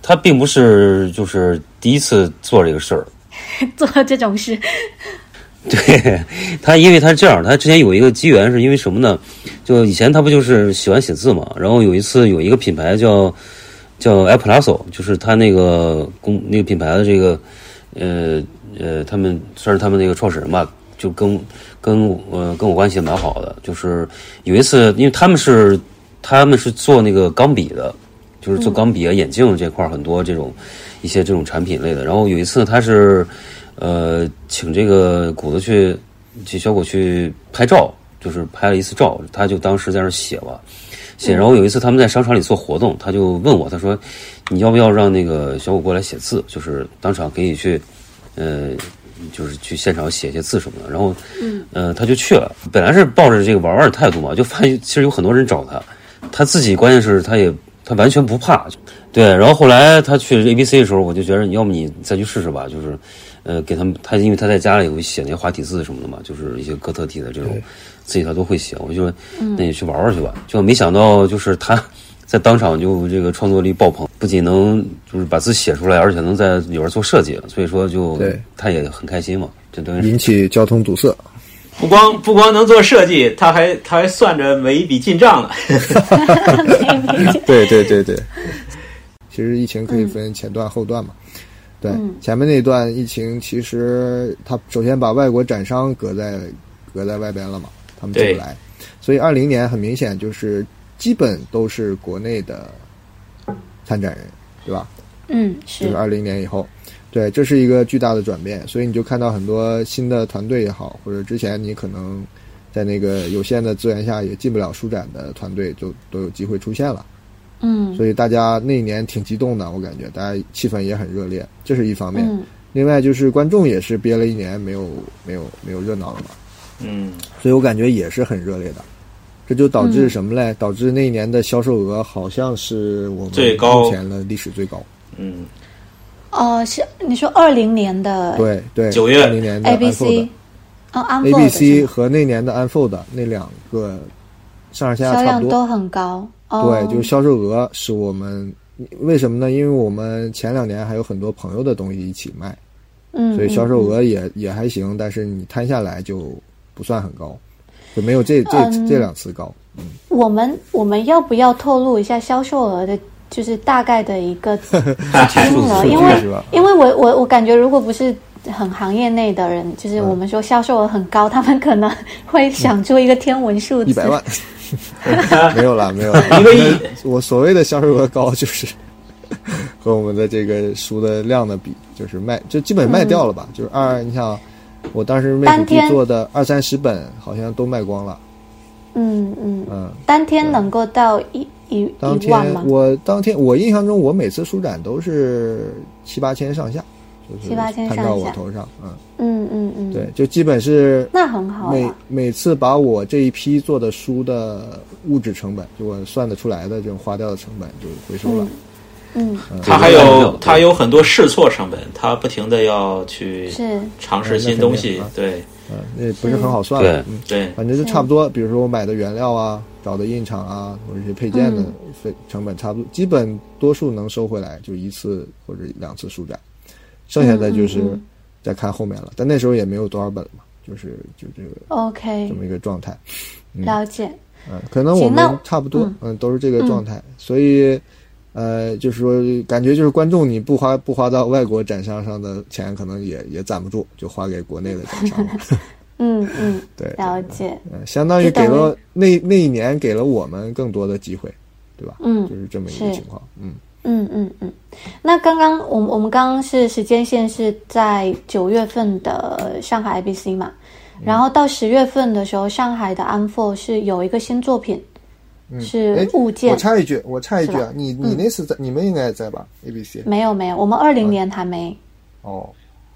[SPEAKER 1] 他并不是就是第一次做这个事儿，
[SPEAKER 4] 做这种事，
[SPEAKER 1] 对他，因为他这样，他之前有一个机缘，是因为什么呢？就以前他不就是喜欢写字嘛，然后有一次有一个品牌叫叫 a p p l a s o 就是他那个公那个品牌的这个呃呃，他们算是他们那个创始人吧，就跟跟我呃跟我关系蛮好的，就是有一次，因为他们是他们是做那个钢笔的，就是做钢笔啊、眼镜这块儿很多这种一些这种产品类的。然后有一次他是呃请这个谷子去呃去小谷去拍照，就是拍了一次照，他就当时在那儿写吧写。然后有一次他们在商场里做活动，他就问我，他说你要不要让那个小谷过来写字，就是当场给你去呃。就是去现场写一些字什么的，然后，嗯，呃，他就去了。本来是抱着这个玩玩的态度嘛，就发现其实有很多人找他，他自己关键是他也他完全不怕，对。然后后来他去 A B C 的时候，我就觉得你要么你再去试试吧，就是，呃，给他们他因为他在家里会写那些滑体字什么的嘛，就是一些哥特体的这种字体他都会写，我就说那你去玩玩去吧。就没想到就是他在当场就这个创作力爆棚，不仅能就是把字写出来，而且能在里边做设计，所以说就
[SPEAKER 2] 对
[SPEAKER 1] 他也很开心嘛，这东西
[SPEAKER 2] 引起交通堵塞，
[SPEAKER 3] 不光不光能做设计，他还他还算着每一笔进账呢。
[SPEAKER 2] 对对对对，其实疫情可以分前段后段嘛。对，
[SPEAKER 4] 嗯
[SPEAKER 2] 前面那段疫情，其实它首先把外国展商隔在隔在外边了嘛，他们进不来，所以二零年很明显就是基本都是国内的参展人，对吧？
[SPEAKER 4] 嗯，
[SPEAKER 2] 就是
[SPEAKER 4] 是，
[SPEAKER 2] 二零年以后，对，这是一个巨大的转变，所以你就看到很多新的团队也好，或者之前你可能在那个有限的资源下也进不了书展的团队，就都有机会出现了。
[SPEAKER 4] 嗯
[SPEAKER 2] 所以大家那一年挺激动的，我感觉大家气氛也很热烈，这是一方面。
[SPEAKER 4] 嗯
[SPEAKER 2] 另外就是观众也是憋了一年没有没有没有热闹了嘛，
[SPEAKER 3] 嗯
[SPEAKER 2] 所以我感觉也是很热烈的。这就导
[SPEAKER 4] 嗯
[SPEAKER 2] 致什么嘞？导致那一年的销售额好像是我们
[SPEAKER 3] 最高
[SPEAKER 2] 目前的历史最高。
[SPEAKER 3] 嗯，
[SPEAKER 4] 哦，是你说二零年的
[SPEAKER 2] 对对，
[SPEAKER 3] 九月
[SPEAKER 2] 二零年的
[SPEAKER 4] A B
[SPEAKER 2] Unfold
[SPEAKER 4] C 哦
[SPEAKER 2] A
[SPEAKER 4] ，Unfold
[SPEAKER 2] B
[SPEAKER 4] 是
[SPEAKER 2] C
[SPEAKER 4] 吗
[SPEAKER 2] 和那年的 Unfold 那两个上上下
[SPEAKER 4] 销
[SPEAKER 2] 下差
[SPEAKER 4] 量
[SPEAKER 2] 不
[SPEAKER 4] 都
[SPEAKER 2] 多，
[SPEAKER 4] 很高，哦
[SPEAKER 2] 对，就是销售额是我们为什么呢？因为我们前两年还有很多朋友的东西一起卖，
[SPEAKER 4] 嗯，
[SPEAKER 2] 所以销
[SPEAKER 4] 嗯
[SPEAKER 2] 售额也也还行，但是你摊下来就不算很高，就没有这这
[SPEAKER 4] 嗯
[SPEAKER 2] 这两次高。
[SPEAKER 4] 我们我们要不要透露一下销售额的，就是大概的一 个金额？
[SPEAKER 2] 数据
[SPEAKER 4] 因为
[SPEAKER 2] 是吧
[SPEAKER 4] 因为我我我感觉，如果不是很行业内的人，就是
[SPEAKER 2] 嗯
[SPEAKER 4] 我们说销售额很高，他们可能会想出一个天文数字，
[SPEAKER 2] 一百 万，没有啦，没有啦。
[SPEAKER 3] 一个亿
[SPEAKER 2] 我所谓的销售额高，就是和我们的这个书的量的比，就是卖就基本卖掉了吧。就是二，你想，我当时魅
[SPEAKER 4] 嗯当
[SPEAKER 2] 虎地
[SPEAKER 4] 天
[SPEAKER 2] 做的二三十本好像都卖光了，
[SPEAKER 4] 嗯嗯，
[SPEAKER 2] 嗯。
[SPEAKER 4] 单天能够到一一
[SPEAKER 2] 当
[SPEAKER 4] 一万吗
[SPEAKER 2] 天？我当天我印象中，我每次书展都是七八千上下，就是
[SPEAKER 4] 七八千
[SPEAKER 2] 摊
[SPEAKER 4] 上
[SPEAKER 2] 到我
[SPEAKER 4] 下
[SPEAKER 2] 头上，嗯，
[SPEAKER 4] 嗯嗯嗯，
[SPEAKER 2] 对，，就基本是
[SPEAKER 4] 那很好
[SPEAKER 2] 每
[SPEAKER 4] 啊，
[SPEAKER 2] 每次把我这一批做的书的物质成本，就我算得出来的这种花掉的成本就回收了。
[SPEAKER 4] 嗯
[SPEAKER 3] 它还有它有很多试错成本，它不停的要去
[SPEAKER 4] 是
[SPEAKER 3] 尝试新东西
[SPEAKER 2] 嗯，
[SPEAKER 3] 对
[SPEAKER 2] 嗯，那、不是很好算
[SPEAKER 1] 对
[SPEAKER 2] 了。嗯，
[SPEAKER 3] 对，
[SPEAKER 2] 反正就差不多。比如说我买的原料啊，找的印厂啊，或者一些配件的
[SPEAKER 4] 嗯
[SPEAKER 2] 费成本，差不多，基本多数能收回来，就一次或者两次书展，剩下的就是
[SPEAKER 4] 嗯嗯嗯
[SPEAKER 2] 再看后面了。但那时候也没有多少本嘛，就是就这个这
[SPEAKER 4] OK，
[SPEAKER 2] 么一个状态。
[SPEAKER 4] 了解，
[SPEAKER 2] 嗯，可能我
[SPEAKER 4] 行那
[SPEAKER 2] 们差不多
[SPEAKER 4] 嗯，
[SPEAKER 2] 嗯，都是这个状态，所以，呃，就是说，感觉就是观众你不花不花到外国展商上的钱，可能也也攒不住，就花给国内的展商 了。
[SPEAKER 4] 嗯嗯，
[SPEAKER 2] 对，
[SPEAKER 4] 了解，
[SPEAKER 2] 嗯，相当于给
[SPEAKER 4] 就等
[SPEAKER 2] 了那那一年给了我们更多的机会，对吧？
[SPEAKER 4] 嗯
[SPEAKER 2] 就。是这么一个
[SPEAKER 4] 是
[SPEAKER 2] 情况。嗯，
[SPEAKER 4] 嗯嗯嗯，那刚刚我们我们刚刚是时间线是在九月份的上海 IBC 嘛，
[SPEAKER 2] 嗯
[SPEAKER 4] 然后到十月份的时候，上海的 Unfold 是有一个新作品，是
[SPEAKER 2] 哎
[SPEAKER 4] 呃物件
[SPEAKER 2] 我，插一句，我插一句
[SPEAKER 4] 是
[SPEAKER 2] 啊
[SPEAKER 4] 吧，嗯
[SPEAKER 2] 你你那次在你们应该也在吧？A B C
[SPEAKER 4] 没有没有，我们二零年还没，
[SPEAKER 2] 哦，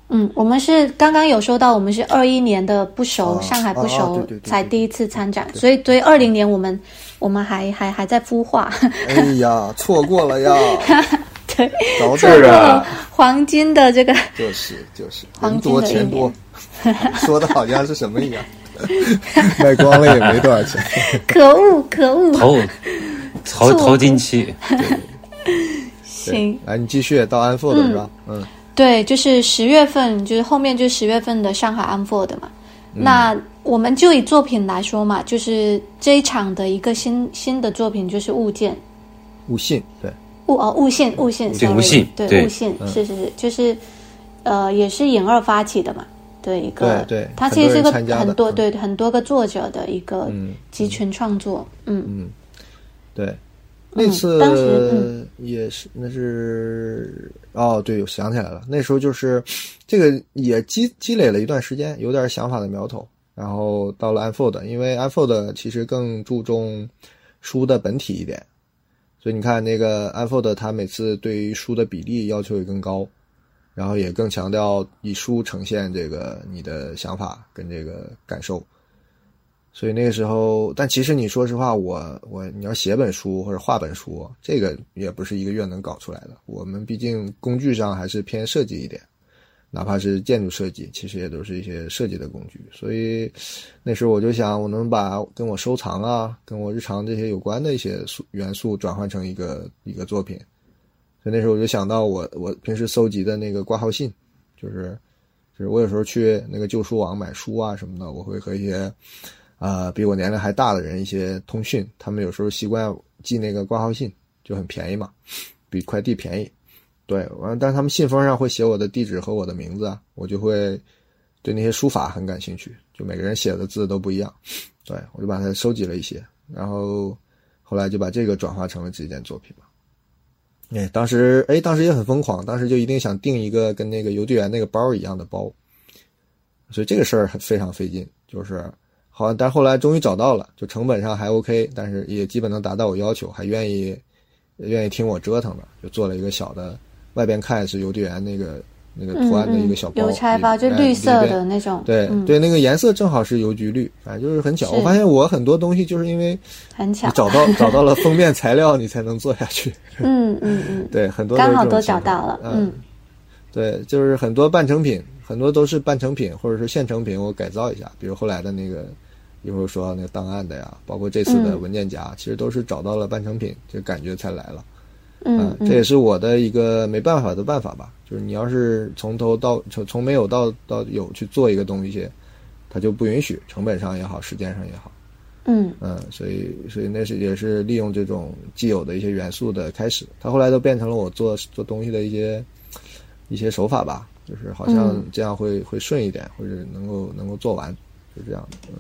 [SPEAKER 4] 嗯，我们是刚刚有说到，我们是二一年的不熟，
[SPEAKER 2] 啊
[SPEAKER 4] 上海不
[SPEAKER 2] 啊啊
[SPEAKER 4] 熟、
[SPEAKER 2] 对对对
[SPEAKER 4] 才第一次参展，所以所以二零年我们我们还还还在孵化，
[SPEAKER 2] 哎呀，错过了呀，
[SPEAKER 4] 对，
[SPEAKER 2] 早
[SPEAKER 3] 是
[SPEAKER 2] 点
[SPEAKER 3] 啊，
[SPEAKER 4] 黄金的这个
[SPEAKER 2] 就是就是，
[SPEAKER 4] 黄
[SPEAKER 2] 人
[SPEAKER 4] 金
[SPEAKER 2] 多
[SPEAKER 4] 的一
[SPEAKER 2] 钱多
[SPEAKER 4] 年，
[SPEAKER 2] 说的好像是什么 一样，卖光了也没多少钱。
[SPEAKER 4] 可恶可恶，
[SPEAKER 1] 淘淘淘金期，
[SPEAKER 4] 行。
[SPEAKER 2] 来，你继续到安富的是吧？嗯，
[SPEAKER 4] 对，就是十月份，就是后面就是十月份的上海 Unfold 嘛。
[SPEAKER 2] 嗯
[SPEAKER 4] 那我们就以作品来说嘛，就是这一场的一个新新的作品就是《物件》
[SPEAKER 2] 无信对，
[SPEAKER 4] 物哦物线物线
[SPEAKER 1] 对
[SPEAKER 4] sorry，
[SPEAKER 1] 物信
[SPEAKER 4] 对
[SPEAKER 1] 对
[SPEAKER 4] 物线
[SPEAKER 2] 嗯
[SPEAKER 4] 是是是，就是呃也是尹二发起的嘛。对一个，
[SPEAKER 2] 对对
[SPEAKER 4] 它其实是一个
[SPEAKER 2] 很多人参加的
[SPEAKER 4] 很多
[SPEAKER 2] 嗯
[SPEAKER 4] 对很多个作者的一个集群创作，嗯
[SPEAKER 2] 对，那次、
[SPEAKER 4] 当时嗯
[SPEAKER 2] 也是，那是哦，对，我想起来了，那时候就是这个也积积累了一段时间，有点想法的苗头，然后到了 Unfold，因为 Unfold 其实更注重书的本体一点，所以你看那个 Unfold，它每次对于书的比例要求也更高。然后也更强调以书呈现这个你的想法跟这个感受，所以那个时候，但其实你说实话，我我你要写本书或者画本书，这个也不是一个月能搞出来的。我们毕竟工具上还是偏设计一点，哪怕是建筑设计，其实也都是一些设计的工具。所以那时候我就想，我能把跟我收藏啊、跟我日常这些有关的一些素元素转换成一个一个作品。所以那时候我就想到我我平时搜集的那个挂号信，就是就是我有时候去那个旧书网买书啊什么的，我会和一些呃比我年龄还大的人一些通讯，他们有时候习惯寄那个挂号信，就很便宜嘛，比快递便宜。对，完了，但是他们信封上会写我的地址和我的名字啊，我就会对那些书法很感兴趣，就每个人写的字都不一样，对我就把它收集了一些，然后后来就把这个转化成了这件作品嘛。哎，当时哎，当时也很疯狂，当时就一定想订一个跟那个邮递员那个包一样的包，所以这个事儿很非常费劲，就是好像，但后来终于找到了，就成本上还 OK，但是也基本能达到我要求，还愿意愿意听我折腾了，就做了一个小的，外边看是邮递员那个那个图案的一个小包，
[SPEAKER 4] 嗯邮差包，就
[SPEAKER 2] 里
[SPEAKER 4] 绿色。
[SPEAKER 2] 哎里
[SPEAKER 4] 的
[SPEAKER 2] 边
[SPEAKER 4] 那种，
[SPEAKER 2] 对
[SPEAKER 4] 嗯，
[SPEAKER 2] 对，那个颜色正好是邮局绿，反正就是很巧。
[SPEAKER 4] 是
[SPEAKER 2] 我发现我很多东西就是因为
[SPEAKER 4] 很
[SPEAKER 2] 你
[SPEAKER 4] 巧，
[SPEAKER 2] 找到 找到了封面材料，你才能做下去。
[SPEAKER 4] 嗯嗯嗯，
[SPEAKER 2] 对，很多
[SPEAKER 4] 刚好
[SPEAKER 2] 是这
[SPEAKER 4] 都
[SPEAKER 2] 种情
[SPEAKER 4] 找
[SPEAKER 2] 况
[SPEAKER 4] 到了，
[SPEAKER 2] 嗯
[SPEAKER 4] 嗯，
[SPEAKER 2] 对，就是很多半成品，很多都是半成品或者是现成品，我改造一下，比如后来的那个一会儿说到那个档案的呀，包括这次的
[SPEAKER 4] 嗯
[SPEAKER 2] 文件夹，其实都是找到了半成品，这感觉才来了。
[SPEAKER 4] 嗯
[SPEAKER 2] 啊这也
[SPEAKER 4] 嗯
[SPEAKER 2] 是我的一个没办法的办法吧，就是你要是从头到从从没有到到有去做一个东西，它就不允许，成本上也好，时间上也好，
[SPEAKER 4] 嗯，
[SPEAKER 2] 嗯，所以所以那是也是利用这种既有的一些元素的开始，它后来都变成了我做做东西的一些一些手法吧，就是好像
[SPEAKER 4] 嗯
[SPEAKER 2] 这样会、会顺一点，或者能够能够做完，就这样的。嗯，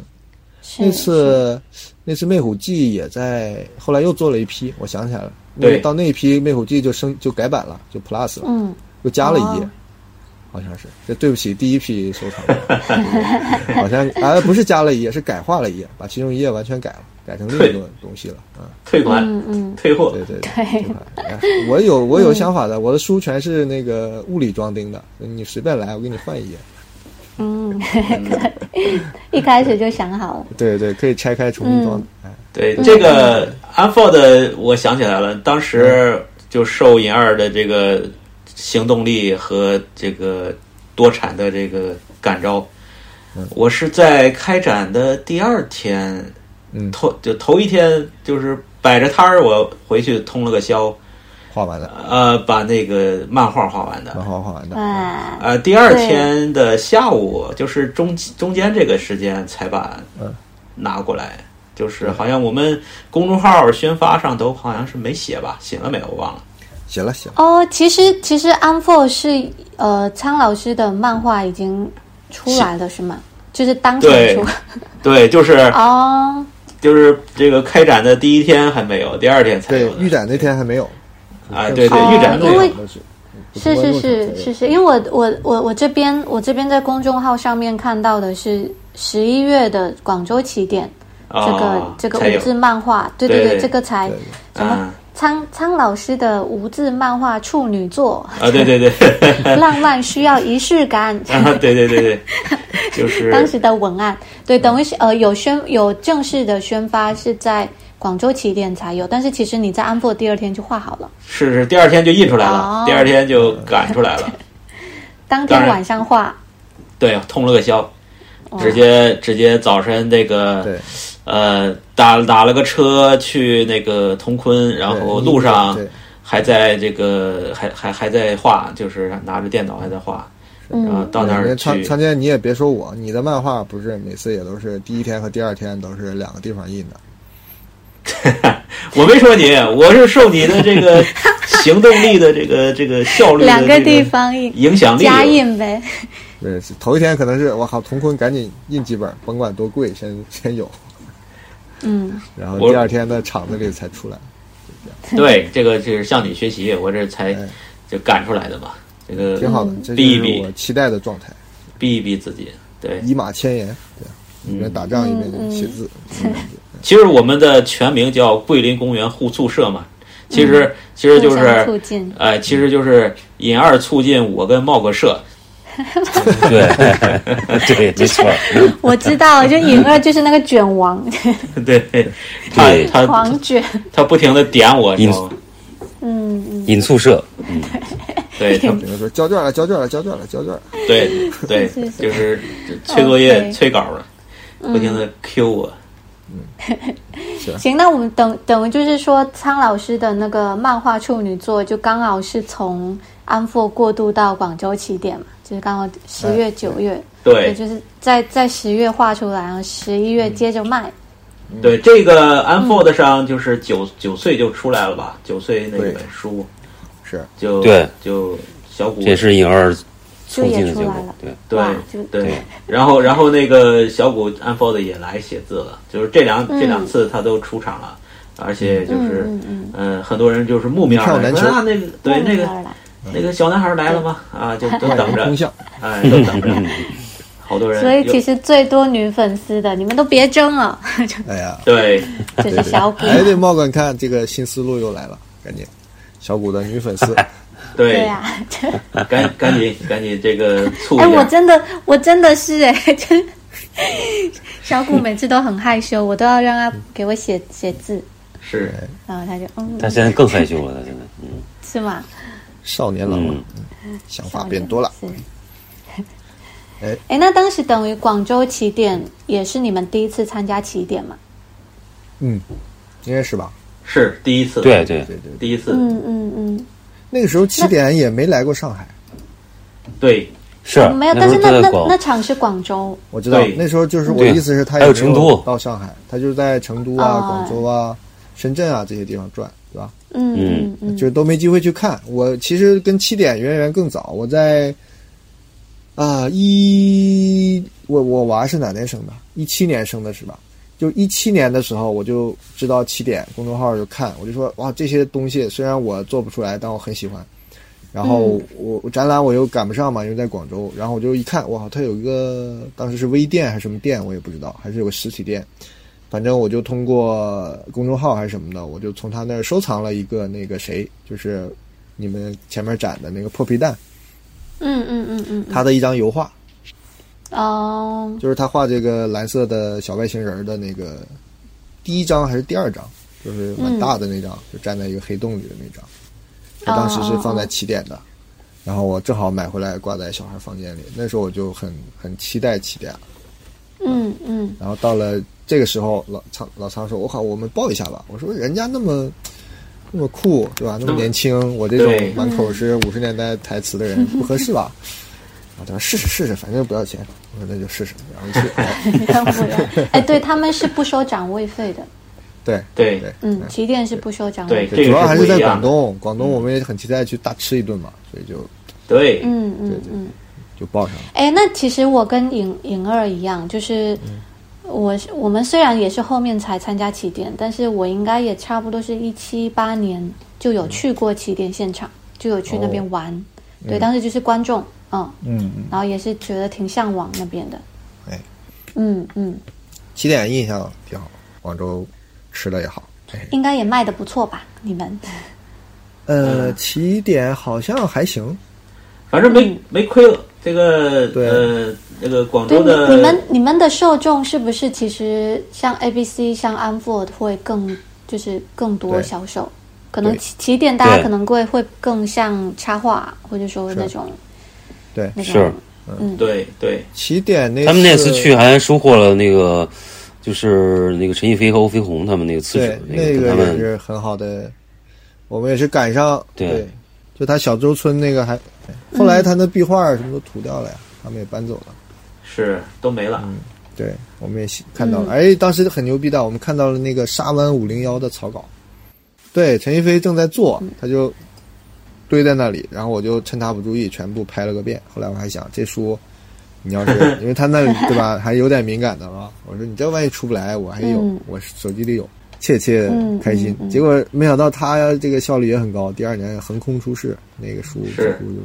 [SPEAKER 4] 是
[SPEAKER 2] 那次那次魅虎记也在，后来又做了一批，我想起来了，
[SPEAKER 3] 对
[SPEAKER 2] 因为到那一批魅虎记就升就改版了，就 Plus
[SPEAKER 4] 是
[SPEAKER 2] 了，
[SPEAKER 4] 嗯
[SPEAKER 2] 又加了一页
[SPEAKER 4] 哦，
[SPEAKER 2] 好像是。这对不起，第一批收藏者， 好像啊不是加了一页，是改化了一页，把其中一页完全改了，改成另一个东西了啊。
[SPEAKER 3] 退款、
[SPEAKER 4] 嗯嗯，
[SPEAKER 3] 退货
[SPEAKER 2] 对，对对。
[SPEAKER 4] 对
[SPEAKER 2] 这，款哎我有我有想法的，我的书全是那个物理装订的，你随便来，我给你换一页。
[SPEAKER 4] 嗯，一开始就想好了，
[SPEAKER 2] 对对，可以拆开重新装。
[SPEAKER 4] 嗯
[SPEAKER 2] 哎，
[SPEAKER 3] 对这个 Unfold，我想起来了，当
[SPEAKER 2] 嗯
[SPEAKER 3] 时就受银二的这个行动力和这个多产的这个感召
[SPEAKER 2] 嗯，
[SPEAKER 3] 我是在开展的第二天，
[SPEAKER 2] 嗯，
[SPEAKER 3] 头就头一天就是摆着摊儿，我回去通了个宵，
[SPEAKER 2] 画完了，
[SPEAKER 3] 呃，把那个漫画画完的，
[SPEAKER 2] 然后画完的。嗯
[SPEAKER 4] 哇，
[SPEAKER 3] 呃，第二天的下午，就是中中间这个时间才把
[SPEAKER 2] 嗯
[SPEAKER 3] 拿过来，就是好像我们公众号宣发上头好像是没写吧，写了没有我忘了。
[SPEAKER 2] 写了写了。
[SPEAKER 4] 哦，其实其实《Unfold》是呃苍老师的漫画已经出来了是吗？就是当
[SPEAKER 3] 对
[SPEAKER 4] 前出
[SPEAKER 3] 对，就是
[SPEAKER 4] 哦，
[SPEAKER 3] 就是这个开展的第一天还没有，第二天才
[SPEAKER 2] 对
[SPEAKER 3] 有，的
[SPEAKER 2] 预展那天还没有。
[SPEAKER 3] 啊，对对，
[SPEAKER 4] 哦
[SPEAKER 3] 预展
[SPEAKER 4] 因为
[SPEAKER 3] 对，
[SPEAKER 4] 是是是是是，因为我我我我这边我这边在公众号上面看到的是十一月的广州起点，这个、
[SPEAKER 3] 哦
[SPEAKER 4] 这个
[SPEAKER 3] 才有
[SPEAKER 4] 无字漫画，对对
[SPEAKER 3] 对对
[SPEAKER 4] 这个才
[SPEAKER 2] 啊对
[SPEAKER 4] 什么
[SPEAKER 3] 嗯
[SPEAKER 4] 苍苍老师的无字漫画处女作，
[SPEAKER 3] 啊，对对对，
[SPEAKER 4] 浪漫需要仪式感。
[SPEAKER 3] 啊，对对对对，就是
[SPEAKER 4] 当时的文案，对，等于是呃有宣有正式的宣发是在广州起点才有，但是其实你在安博第二天就画好了，
[SPEAKER 3] 是是，第二天就印出来了
[SPEAKER 4] 哦，
[SPEAKER 3] 第二天就赶出来 了。
[SPEAKER 4] 当
[SPEAKER 3] 当
[SPEAKER 4] 天
[SPEAKER 3] 然
[SPEAKER 4] 晚上画，哦
[SPEAKER 3] 对，通了个宵，
[SPEAKER 4] 哇
[SPEAKER 3] 直接直接早晨那个
[SPEAKER 2] 对
[SPEAKER 3] 呃打打了个车去那个铜坤，然后路上
[SPEAKER 2] 对对
[SPEAKER 3] 还在这个还还还在画，就是拿着电脑还在画，然后
[SPEAKER 4] 嗯，
[SPEAKER 3] 到那
[SPEAKER 2] 人家
[SPEAKER 3] 儿去
[SPEAKER 2] 参参见你也别说我，你的漫画不是每次也都是第一天和第二天都是两个地方印的，
[SPEAKER 3] 我没说你，我是受你的这个行动力的这个这个效率的
[SPEAKER 4] 两个
[SPEAKER 3] 这
[SPEAKER 4] 地方印
[SPEAKER 3] 影响力
[SPEAKER 4] 加印呗。
[SPEAKER 2] 对，是头一天可能是我靠，同坤赶紧印几本，甭管多贵，先先有，
[SPEAKER 4] 嗯，
[SPEAKER 2] 然后
[SPEAKER 3] 我
[SPEAKER 2] 第二天在厂子里才出来。
[SPEAKER 3] 对这个就是向你学习，我这才
[SPEAKER 2] 哎
[SPEAKER 3] 就赶出来的嘛，这个
[SPEAKER 2] 挺好
[SPEAKER 4] 嗯
[SPEAKER 2] 的，这就
[SPEAKER 3] 避一
[SPEAKER 2] 是
[SPEAKER 3] 避
[SPEAKER 2] 我期待的状态，
[SPEAKER 3] 逼一逼自己，对，
[SPEAKER 2] 以马千言，
[SPEAKER 3] 嗯
[SPEAKER 2] 对，一边打仗一
[SPEAKER 4] 嗯
[SPEAKER 2] 边写字，
[SPEAKER 3] 其实我们的全名叫桂林公园互促社嘛，其实、其实就
[SPEAKER 4] 嗯互相
[SPEAKER 3] 是
[SPEAKER 4] 促 进，
[SPEAKER 3] 呃，其实就是引二促进我跟茂哥社，
[SPEAKER 1] 对对，没错，
[SPEAKER 4] 我知道，就颖儿就是那个卷 王，
[SPEAKER 3] 对，他
[SPEAKER 1] 对
[SPEAKER 3] 他
[SPEAKER 4] 狂卷，
[SPEAKER 3] 他不停的点我，
[SPEAKER 1] 引
[SPEAKER 3] 知道吗？
[SPEAKER 4] 嗯嗯，
[SPEAKER 1] 引促社，
[SPEAKER 3] 对， 他
[SPEAKER 2] 比如说交卷了，交卷了，交卷了，交卷了，
[SPEAKER 3] 对对
[SPEAKER 4] 是是，是
[SPEAKER 3] 就是催作业、
[SPEAKER 4] OK
[SPEAKER 3] 催稿了，
[SPEAKER 4] 嗯
[SPEAKER 3] 不停的 Q 我，
[SPEAKER 4] 行，那我们等等于就是说，苍老师的那个漫画处女作，就刚好是从安富过渡到广州起点嘛，就是刚好十月、九月，也
[SPEAKER 3] 对嗯
[SPEAKER 4] 就是在在十月画出来，然后十一月接着卖，
[SPEAKER 3] 对，
[SPEAKER 4] 嗯
[SPEAKER 3] 这个 Unfold 上就是九九岁就出来了吧，九岁那本书，
[SPEAKER 2] 是
[SPEAKER 3] 就
[SPEAKER 1] 对
[SPEAKER 3] 就小谷
[SPEAKER 1] 这也是影二
[SPEAKER 4] 就
[SPEAKER 1] 促进
[SPEAKER 4] 演
[SPEAKER 1] 的
[SPEAKER 4] 出
[SPEAKER 1] 结
[SPEAKER 4] 来
[SPEAKER 1] 果
[SPEAKER 4] 了。。
[SPEAKER 1] 对，
[SPEAKER 3] 对
[SPEAKER 4] 哇就
[SPEAKER 3] 对
[SPEAKER 1] 对，
[SPEAKER 3] 然后然后那个小谷 unfold 也来写字了，就是这两这两次他都出场了，而且就是
[SPEAKER 4] 嗯嗯
[SPEAKER 3] 嗯，很多人就是慕名而来，
[SPEAKER 2] 一票难求
[SPEAKER 3] 说啊，那个对
[SPEAKER 4] 慕名
[SPEAKER 3] 那个
[SPEAKER 4] 而来
[SPEAKER 3] 那个小男孩来了吗？啊，就 都
[SPEAKER 2] 万
[SPEAKER 3] 等
[SPEAKER 2] 人空
[SPEAKER 3] 着，
[SPEAKER 2] 巷，
[SPEAKER 3] 哎，都等着，好多人有，
[SPEAKER 4] 所以其实最多女粉丝的，你们都别争了，
[SPEAKER 2] 哎呀，
[SPEAKER 3] 对
[SPEAKER 4] 就
[SPEAKER 2] 对
[SPEAKER 4] 是
[SPEAKER 2] 对
[SPEAKER 4] 小谷。
[SPEAKER 2] 哎，对，茂哥，你看这个新思路又来了，赶紧，小谷的女粉 丝，
[SPEAKER 4] 对
[SPEAKER 3] 对，
[SPEAKER 4] 呀、
[SPEAKER 3] 赶赶紧赶紧这个促 一
[SPEAKER 4] 哎，我
[SPEAKER 3] 下，
[SPEAKER 4] 真的，我真的 是哎、真小谷每次都很害羞，我都要让他给我写写字，
[SPEAKER 3] 是
[SPEAKER 4] 然后他就嗯，
[SPEAKER 1] 他现在更害羞了，他现在嗯
[SPEAKER 4] 是吗？
[SPEAKER 2] 少年郎嘛，嗯想法变多了。
[SPEAKER 4] 是。
[SPEAKER 2] 哎
[SPEAKER 4] 哎，那当时等于广州起点也是你们第一次参加起点嘛？
[SPEAKER 2] 嗯，应该是吧？
[SPEAKER 3] 是第一次，
[SPEAKER 1] 对对
[SPEAKER 2] 对对对，
[SPEAKER 3] 第一次，
[SPEAKER 4] 嗯嗯嗯。
[SPEAKER 2] 那个时候起点也没来过上海，
[SPEAKER 3] 对
[SPEAKER 1] 是啊
[SPEAKER 4] 没有，
[SPEAKER 1] 那
[SPEAKER 4] 但
[SPEAKER 1] 时
[SPEAKER 4] 是
[SPEAKER 1] 候
[SPEAKER 4] 那
[SPEAKER 1] 他在
[SPEAKER 4] 那
[SPEAKER 1] 广
[SPEAKER 4] 那场是广州，
[SPEAKER 2] 我知道
[SPEAKER 3] 对
[SPEAKER 2] 那时候就是我
[SPEAKER 1] 对
[SPEAKER 2] 的意思是，他
[SPEAKER 1] 还有
[SPEAKER 2] 也
[SPEAKER 1] 成
[SPEAKER 2] 没
[SPEAKER 1] 都
[SPEAKER 2] 有到上海，他就是在成都啊、
[SPEAKER 4] 哦
[SPEAKER 2] 广州啊、深圳啊这些地方转，对吧？
[SPEAKER 4] 嗯嗯嗯，
[SPEAKER 2] 就都没机会去看。我其实跟起点渊源更早，我在啊一我我娃是哪年生的？一七年生的是吧？就一七年的时候，我就知道起点公众号就看，我就说哇，这些东西虽然我做不出来，但我很喜欢。然后我我展览我又赶不上嘛，因为在广州。然后我就一看，哇，它有一个当时是微店还是什么店，我也不知道，还是有个实体店。反正我就通过公众号还是什么的，我就从他那儿收藏了一个那个谁，就是你们前面展的那个破皮蛋，
[SPEAKER 4] 嗯嗯嗯嗯嗯
[SPEAKER 2] 他的一张油画，
[SPEAKER 4] 哦，
[SPEAKER 2] 就是他画这个蓝色的小外星人的那个第一张还是第二张，就是蛮大的那张，就站在一个黑洞里的那张。我当时是放在起点的，然后我正好买回来挂在小孩房间里，那时候我就很很期待起点了。
[SPEAKER 4] 嗯嗯
[SPEAKER 2] 然后到了这个时候，老仓老仓说：“我靠，我们抱一下吧。”我说：“人家那么那么酷，对吧？那么年轻，我这
[SPEAKER 3] 对
[SPEAKER 2] 种满口是五十年代台词的人不合适吧？”啊，他说：“试试试试，反正不要钱。”我说：“那就试试。”然后去，哎
[SPEAKER 4] 要不然，哎，对他们是不收展位费的，
[SPEAKER 2] 对
[SPEAKER 3] 对
[SPEAKER 2] 对
[SPEAKER 4] 嗯，起点是不收展位
[SPEAKER 3] 对，
[SPEAKER 4] 费，
[SPEAKER 3] 这个
[SPEAKER 2] 主要还
[SPEAKER 3] 是
[SPEAKER 2] 是
[SPEAKER 3] 不
[SPEAKER 2] 在
[SPEAKER 3] 一样
[SPEAKER 2] 广
[SPEAKER 3] 的，
[SPEAKER 2] 东，广东我们也很期待去大吃一顿嘛，所以就
[SPEAKER 3] 对
[SPEAKER 4] 嗯
[SPEAKER 2] 对
[SPEAKER 4] 嗯
[SPEAKER 2] 对
[SPEAKER 4] 嗯，
[SPEAKER 2] 就报上了。
[SPEAKER 4] 哎，那其实我跟颖颖儿一样，就是
[SPEAKER 2] 嗯
[SPEAKER 4] 我是我们虽然也是后面才参加起点，但是我应该也差不多是一七八年就
[SPEAKER 2] 嗯
[SPEAKER 4] 有去过起点现场，就有去那边玩，对，当时就是观众，嗯，
[SPEAKER 2] 哦嗯嗯，
[SPEAKER 4] 然后也是觉得挺向往那边的，
[SPEAKER 2] 哎，
[SPEAKER 4] 嗯嗯，
[SPEAKER 2] 起点印象挺好，广州吃的也好。哎
[SPEAKER 4] 应该也卖的不错吧？你们，
[SPEAKER 2] 呃，起点好像还行，
[SPEAKER 3] 反正没没亏了。这个
[SPEAKER 2] 对
[SPEAKER 3] 呃，那个广
[SPEAKER 4] 嗯对
[SPEAKER 3] 州的
[SPEAKER 4] 你你们你们的受众是不是其实像 A B C 像安 f o r d 会更就是更多
[SPEAKER 2] 对
[SPEAKER 4] 销售？可能
[SPEAKER 2] 对
[SPEAKER 4] 起起点大家
[SPEAKER 1] 对
[SPEAKER 4] 可能会会更像插画，或者说那种
[SPEAKER 2] 对，
[SPEAKER 4] 那种
[SPEAKER 1] 是
[SPEAKER 3] 对对
[SPEAKER 2] 起点那
[SPEAKER 1] 他们那
[SPEAKER 2] 次
[SPEAKER 1] 次去还收获了那个，就是那个陈逸飞和欧飞鸿他们那个次
[SPEAKER 2] 对
[SPEAKER 1] 指，，
[SPEAKER 2] 那
[SPEAKER 1] 个跟他
[SPEAKER 2] 也
[SPEAKER 1] 们
[SPEAKER 2] 是很好的，我们也是赶上
[SPEAKER 1] 对
[SPEAKER 2] 就他小洲村那个还，后来他那壁画什么都涂掉了呀，他们也搬走了。
[SPEAKER 3] 是都没了。
[SPEAKER 2] 嗯对，我们也喜看到了，
[SPEAKER 4] 嗯
[SPEAKER 2] 哎，当时很牛逼的，我们看到了那个沙湾五零幺的草稿，对，陈逸飞正在做，
[SPEAKER 4] 嗯
[SPEAKER 2] 他就堆在那里，然后我就趁他不注意全部拍了个遍。后来我还想，这书你要 是因为他那里对吧，还有点敏感的嘛，我说你这万一出不来，我还有，
[SPEAKER 4] 嗯
[SPEAKER 2] 我手机里有，切切
[SPEAKER 4] 嗯
[SPEAKER 2] 开心。
[SPEAKER 4] 嗯嗯
[SPEAKER 2] 结果没想到他这个效率也很高，第二年横空出世，那个书几
[SPEAKER 3] 是
[SPEAKER 2] 乎就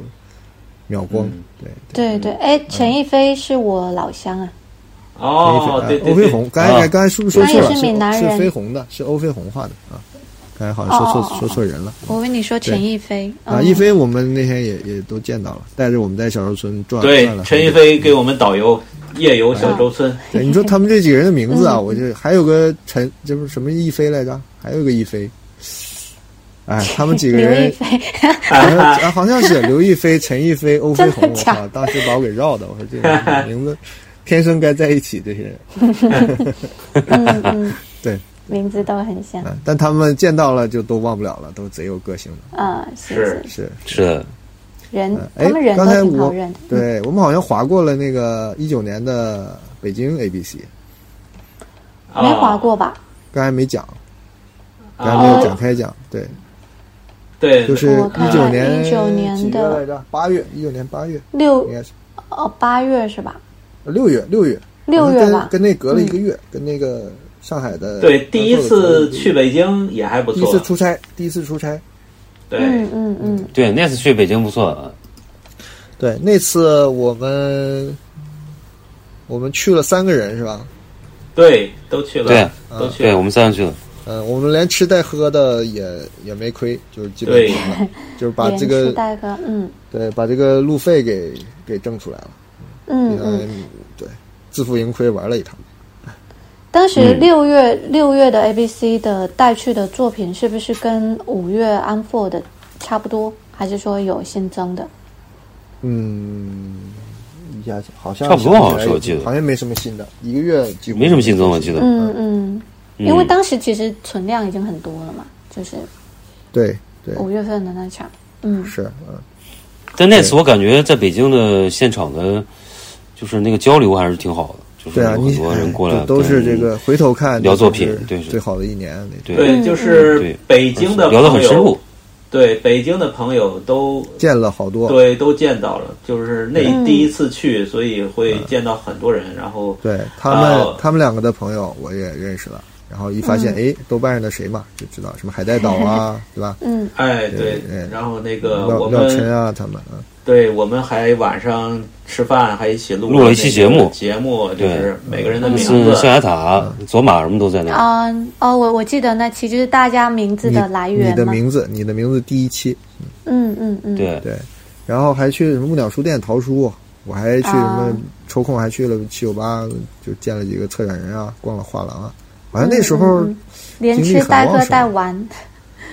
[SPEAKER 2] 秒光，
[SPEAKER 3] 嗯
[SPEAKER 2] 对。
[SPEAKER 4] 对对，哎，陈逸飞是我老乡啊，
[SPEAKER 3] 哦，对
[SPEAKER 2] 飞呃
[SPEAKER 3] 对
[SPEAKER 2] 欧飞
[SPEAKER 3] 对，
[SPEAKER 2] 鸿，刚才
[SPEAKER 1] 啊
[SPEAKER 2] 刚才是不是说错了？
[SPEAKER 4] 他也是闽南人
[SPEAKER 2] 是飞鸿的，是欧飞鸿画的啊。刚才好像说
[SPEAKER 4] 哦哦
[SPEAKER 2] 错
[SPEAKER 4] 哦
[SPEAKER 2] 说错人了
[SPEAKER 4] 我跟你说陈逸飞
[SPEAKER 2] 啊！
[SPEAKER 4] 嗯
[SPEAKER 2] 一飞，我们那天也也都见到了，带着我们在小洲村转转
[SPEAKER 3] 对
[SPEAKER 2] 了。啊
[SPEAKER 3] 陈逸，飞给我们导游夜游小洲村，
[SPEAKER 2] 对，你说他们这几个人的名字啊，
[SPEAKER 4] 嗯
[SPEAKER 2] 我这还有个陈，这不是什么一飞来着？还有个一飞，哎，他们几个
[SPEAKER 4] 刘亦
[SPEAKER 2] 人
[SPEAKER 4] 菲，
[SPEAKER 2] 好
[SPEAKER 4] 哎
[SPEAKER 2] 像啊好像是刘亦菲、陈逸飞、欧飞鸿，我
[SPEAKER 4] 真的假
[SPEAKER 2] 靠，当时把我给绕的，我说这个名字天生该在一起，这些人。
[SPEAKER 4] 嗯嗯，
[SPEAKER 2] 对，
[SPEAKER 4] 名字都很像，
[SPEAKER 2] 嗯，但他们见到了就都忘不了了，都贼有个性的，
[SPEAKER 4] 嗯，
[SPEAKER 3] 是
[SPEAKER 4] 是
[SPEAKER 2] 是
[SPEAKER 1] 是的，
[SPEAKER 4] 人
[SPEAKER 2] 嗯，
[SPEAKER 4] 他们人
[SPEAKER 2] 刚
[SPEAKER 4] 都
[SPEAKER 2] 才
[SPEAKER 4] 挺好
[SPEAKER 2] 我
[SPEAKER 4] 认的，
[SPEAKER 2] 对我们好像划过了那个一九年的北京 ABC，
[SPEAKER 3] 啊
[SPEAKER 4] 没划过吧？
[SPEAKER 2] 刚才没讲，刚才没有
[SPEAKER 3] 啊
[SPEAKER 2] 展开讲。对，
[SPEAKER 3] 对，
[SPEAKER 2] 就是
[SPEAKER 4] 哦我看
[SPEAKER 2] 一九年
[SPEAKER 4] 19年
[SPEAKER 2] 几月
[SPEAKER 4] 的
[SPEAKER 2] 来着？八月，一九年八月
[SPEAKER 4] 六
[SPEAKER 2] 应该是
[SPEAKER 4] 哦八月是吧？
[SPEAKER 2] 六月六月
[SPEAKER 4] 六月
[SPEAKER 2] 跟
[SPEAKER 4] 吧，嗯
[SPEAKER 2] 跟那隔了一个月，跟那个上海的
[SPEAKER 3] 对，第一次去
[SPEAKER 2] 的，
[SPEAKER 3] 北京也还不
[SPEAKER 2] 第一次
[SPEAKER 3] 错，
[SPEAKER 2] 出差，第一次出差，
[SPEAKER 3] 对，
[SPEAKER 4] 嗯嗯嗯，
[SPEAKER 1] 对，那次去北京不错啊。
[SPEAKER 2] 对，那次我们我们去了三个人是吧？
[SPEAKER 3] 对，都去了，
[SPEAKER 1] 对
[SPEAKER 3] 都去
[SPEAKER 1] 对，
[SPEAKER 3] 了，
[SPEAKER 1] 我们三个去了。
[SPEAKER 2] 嗯，我们连吃带喝的也也没亏，就是基本
[SPEAKER 3] 对
[SPEAKER 2] 上 了就是把
[SPEAKER 4] 连
[SPEAKER 2] 这
[SPEAKER 4] 吃
[SPEAKER 2] 个
[SPEAKER 4] 带喝，嗯
[SPEAKER 2] 对把这个路费给给挣出来了，
[SPEAKER 4] 嗯嗯。
[SPEAKER 2] 嗯，对，自负盈亏玩了一趟。
[SPEAKER 4] 当时
[SPEAKER 1] 嗯
[SPEAKER 4] 六月六月的 ABC 的带去的作品是不是跟五月安 n 的差不多，还是说有新增的？
[SPEAKER 2] 嗯，一下子好像
[SPEAKER 1] 差不多
[SPEAKER 2] 想起来
[SPEAKER 1] 好像是我记得
[SPEAKER 2] 好像没什么新的，一个月几乎
[SPEAKER 1] 没什么新增，我记得。
[SPEAKER 4] 嗯嗯，
[SPEAKER 1] 嗯
[SPEAKER 4] 因为当时其实存量已经很多了嘛，就是
[SPEAKER 2] 对对
[SPEAKER 1] 哦
[SPEAKER 4] 五月份的那场，嗯
[SPEAKER 2] 是嗯，
[SPEAKER 1] 但那次我感觉在北京的现场的，就是那个交流还是挺好的，就是
[SPEAKER 2] 对
[SPEAKER 1] 有
[SPEAKER 2] 啊，你
[SPEAKER 1] 很多人过来
[SPEAKER 2] 哎都
[SPEAKER 1] 跟
[SPEAKER 2] 是这个回头看
[SPEAKER 1] 聊作品
[SPEAKER 2] 这就是
[SPEAKER 1] 对是
[SPEAKER 2] 最好的一年那
[SPEAKER 1] 对
[SPEAKER 3] 对，
[SPEAKER 4] 嗯
[SPEAKER 3] 就是
[SPEAKER 1] 对
[SPEAKER 3] 北京的
[SPEAKER 1] 聊得很
[SPEAKER 3] 朋友
[SPEAKER 1] 深入，
[SPEAKER 3] 对北京的朋友都
[SPEAKER 2] 见了好多
[SPEAKER 3] 对都见到了，就是那
[SPEAKER 4] 嗯
[SPEAKER 3] 第一次去，所以会见到很多人，然后
[SPEAKER 2] 嗯对他们、
[SPEAKER 3] 哦
[SPEAKER 2] 他们两个的朋友我也认识了，然后一发
[SPEAKER 1] 嗯
[SPEAKER 2] 现哎、豆瓣上的谁嘛就知道什么海带岛 啊对吧？
[SPEAKER 4] 嗯
[SPEAKER 3] 哎对
[SPEAKER 2] 对，
[SPEAKER 3] 然后那个
[SPEAKER 2] 廖
[SPEAKER 3] 我
[SPEAKER 2] 廖晨
[SPEAKER 3] 们
[SPEAKER 2] 啊他们啊，
[SPEAKER 3] 对我们还晚上吃饭还一起录
[SPEAKER 1] 录了一期节目
[SPEAKER 3] 节目就
[SPEAKER 1] 对嗯
[SPEAKER 3] 是每个人的名
[SPEAKER 1] 是象
[SPEAKER 3] 字，
[SPEAKER 1] 牙塔、
[SPEAKER 2] 嗯
[SPEAKER 1] 卓玛什么都在那儿。
[SPEAKER 4] 啊哦，我我记得那期就是大家名字
[SPEAKER 2] 你
[SPEAKER 4] 的来
[SPEAKER 2] 你
[SPEAKER 4] 源
[SPEAKER 2] 的
[SPEAKER 4] 嘛，
[SPEAKER 2] 名字你的名字第一期
[SPEAKER 4] 嗯嗯嗯，
[SPEAKER 1] 对，
[SPEAKER 2] 对，然后还去什么木鸟书店淘书，我还去什么
[SPEAKER 4] 啊
[SPEAKER 2] 抽空还去了七九八，就见了几个策展人啊，逛了画廊啊，好像那时候、
[SPEAKER 4] 嗯嗯连
[SPEAKER 2] 精力
[SPEAKER 4] 吃
[SPEAKER 2] 很
[SPEAKER 4] 带喝
[SPEAKER 2] 旺盛
[SPEAKER 4] 带玩，
[SPEAKER 2] 哎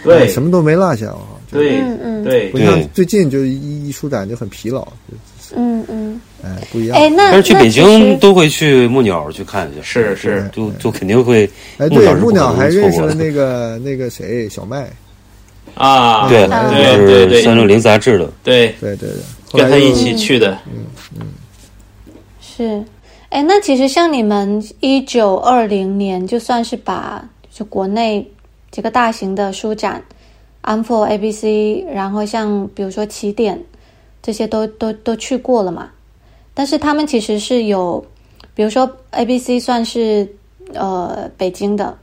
[SPEAKER 3] 对
[SPEAKER 2] 什么都没落下啊。就
[SPEAKER 3] 对
[SPEAKER 4] 嗯嗯
[SPEAKER 3] 对
[SPEAKER 2] 不
[SPEAKER 1] 对
[SPEAKER 2] 像最近就一一舒展就很疲劳，就
[SPEAKER 4] 嗯嗯，
[SPEAKER 2] 哎不一样。
[SPEAKER 4] 哎，那
[SPEAKER 1] 但是去
[SPEAKER 4] 那
[SPEAKER 1] 北
[SPEAKER 4] 其实
[SPEAKER 1] 京都会去木鸟去看一下，
[SPEAKER 3] 是是
[SPEAKER 1] 就就肯定会。
[SPEAKER 2] 哎，
[SPEAKER 1] 木
[SPEAKER 2] 对
[SPEAKER 1] 鸟，是
[SPEAKER 2] 木
[SPEAKER 1] 不
[SPEAKER 2] 鸟
[SPEAKER 1] 可能
[SPEAKER 2] 还认识
[SPEAKER 1] 错过
[SPEAKER 2] 了
[SPEAKER 1] 的
[SPEAKER 2] 那个那个谁小麦，
[SPEAKER 3] 啊，
[SPEAKER 1] 对，
[SPEAKER 4] 啊
[SPEAKER 3] 对
[SPEAKER 1] 就
[SPEAKER 3] 对
[SPEAKER 1] 是
[SPEAKER 3] 对
[SPEAKER 1] 三六零杂志的，
[SPEAKER 3] 对，
[SPEAKER 2] 对对对，后
[SPEAKER 3] 跟
[SPEAKER 2] 来
[SPEAKER 3] 他
[SPEAKER 2] 又
[SPEAKER 3] 一起去的，
[SPEAKER 4] 是，哎，那其实像你们一九二零年，就算是把就国内几个大型的书展，安 n A B C，然后像比如说起点这些都都都去过了嘛，但是他们其实是有，比如说 A B C 算是呃北京的，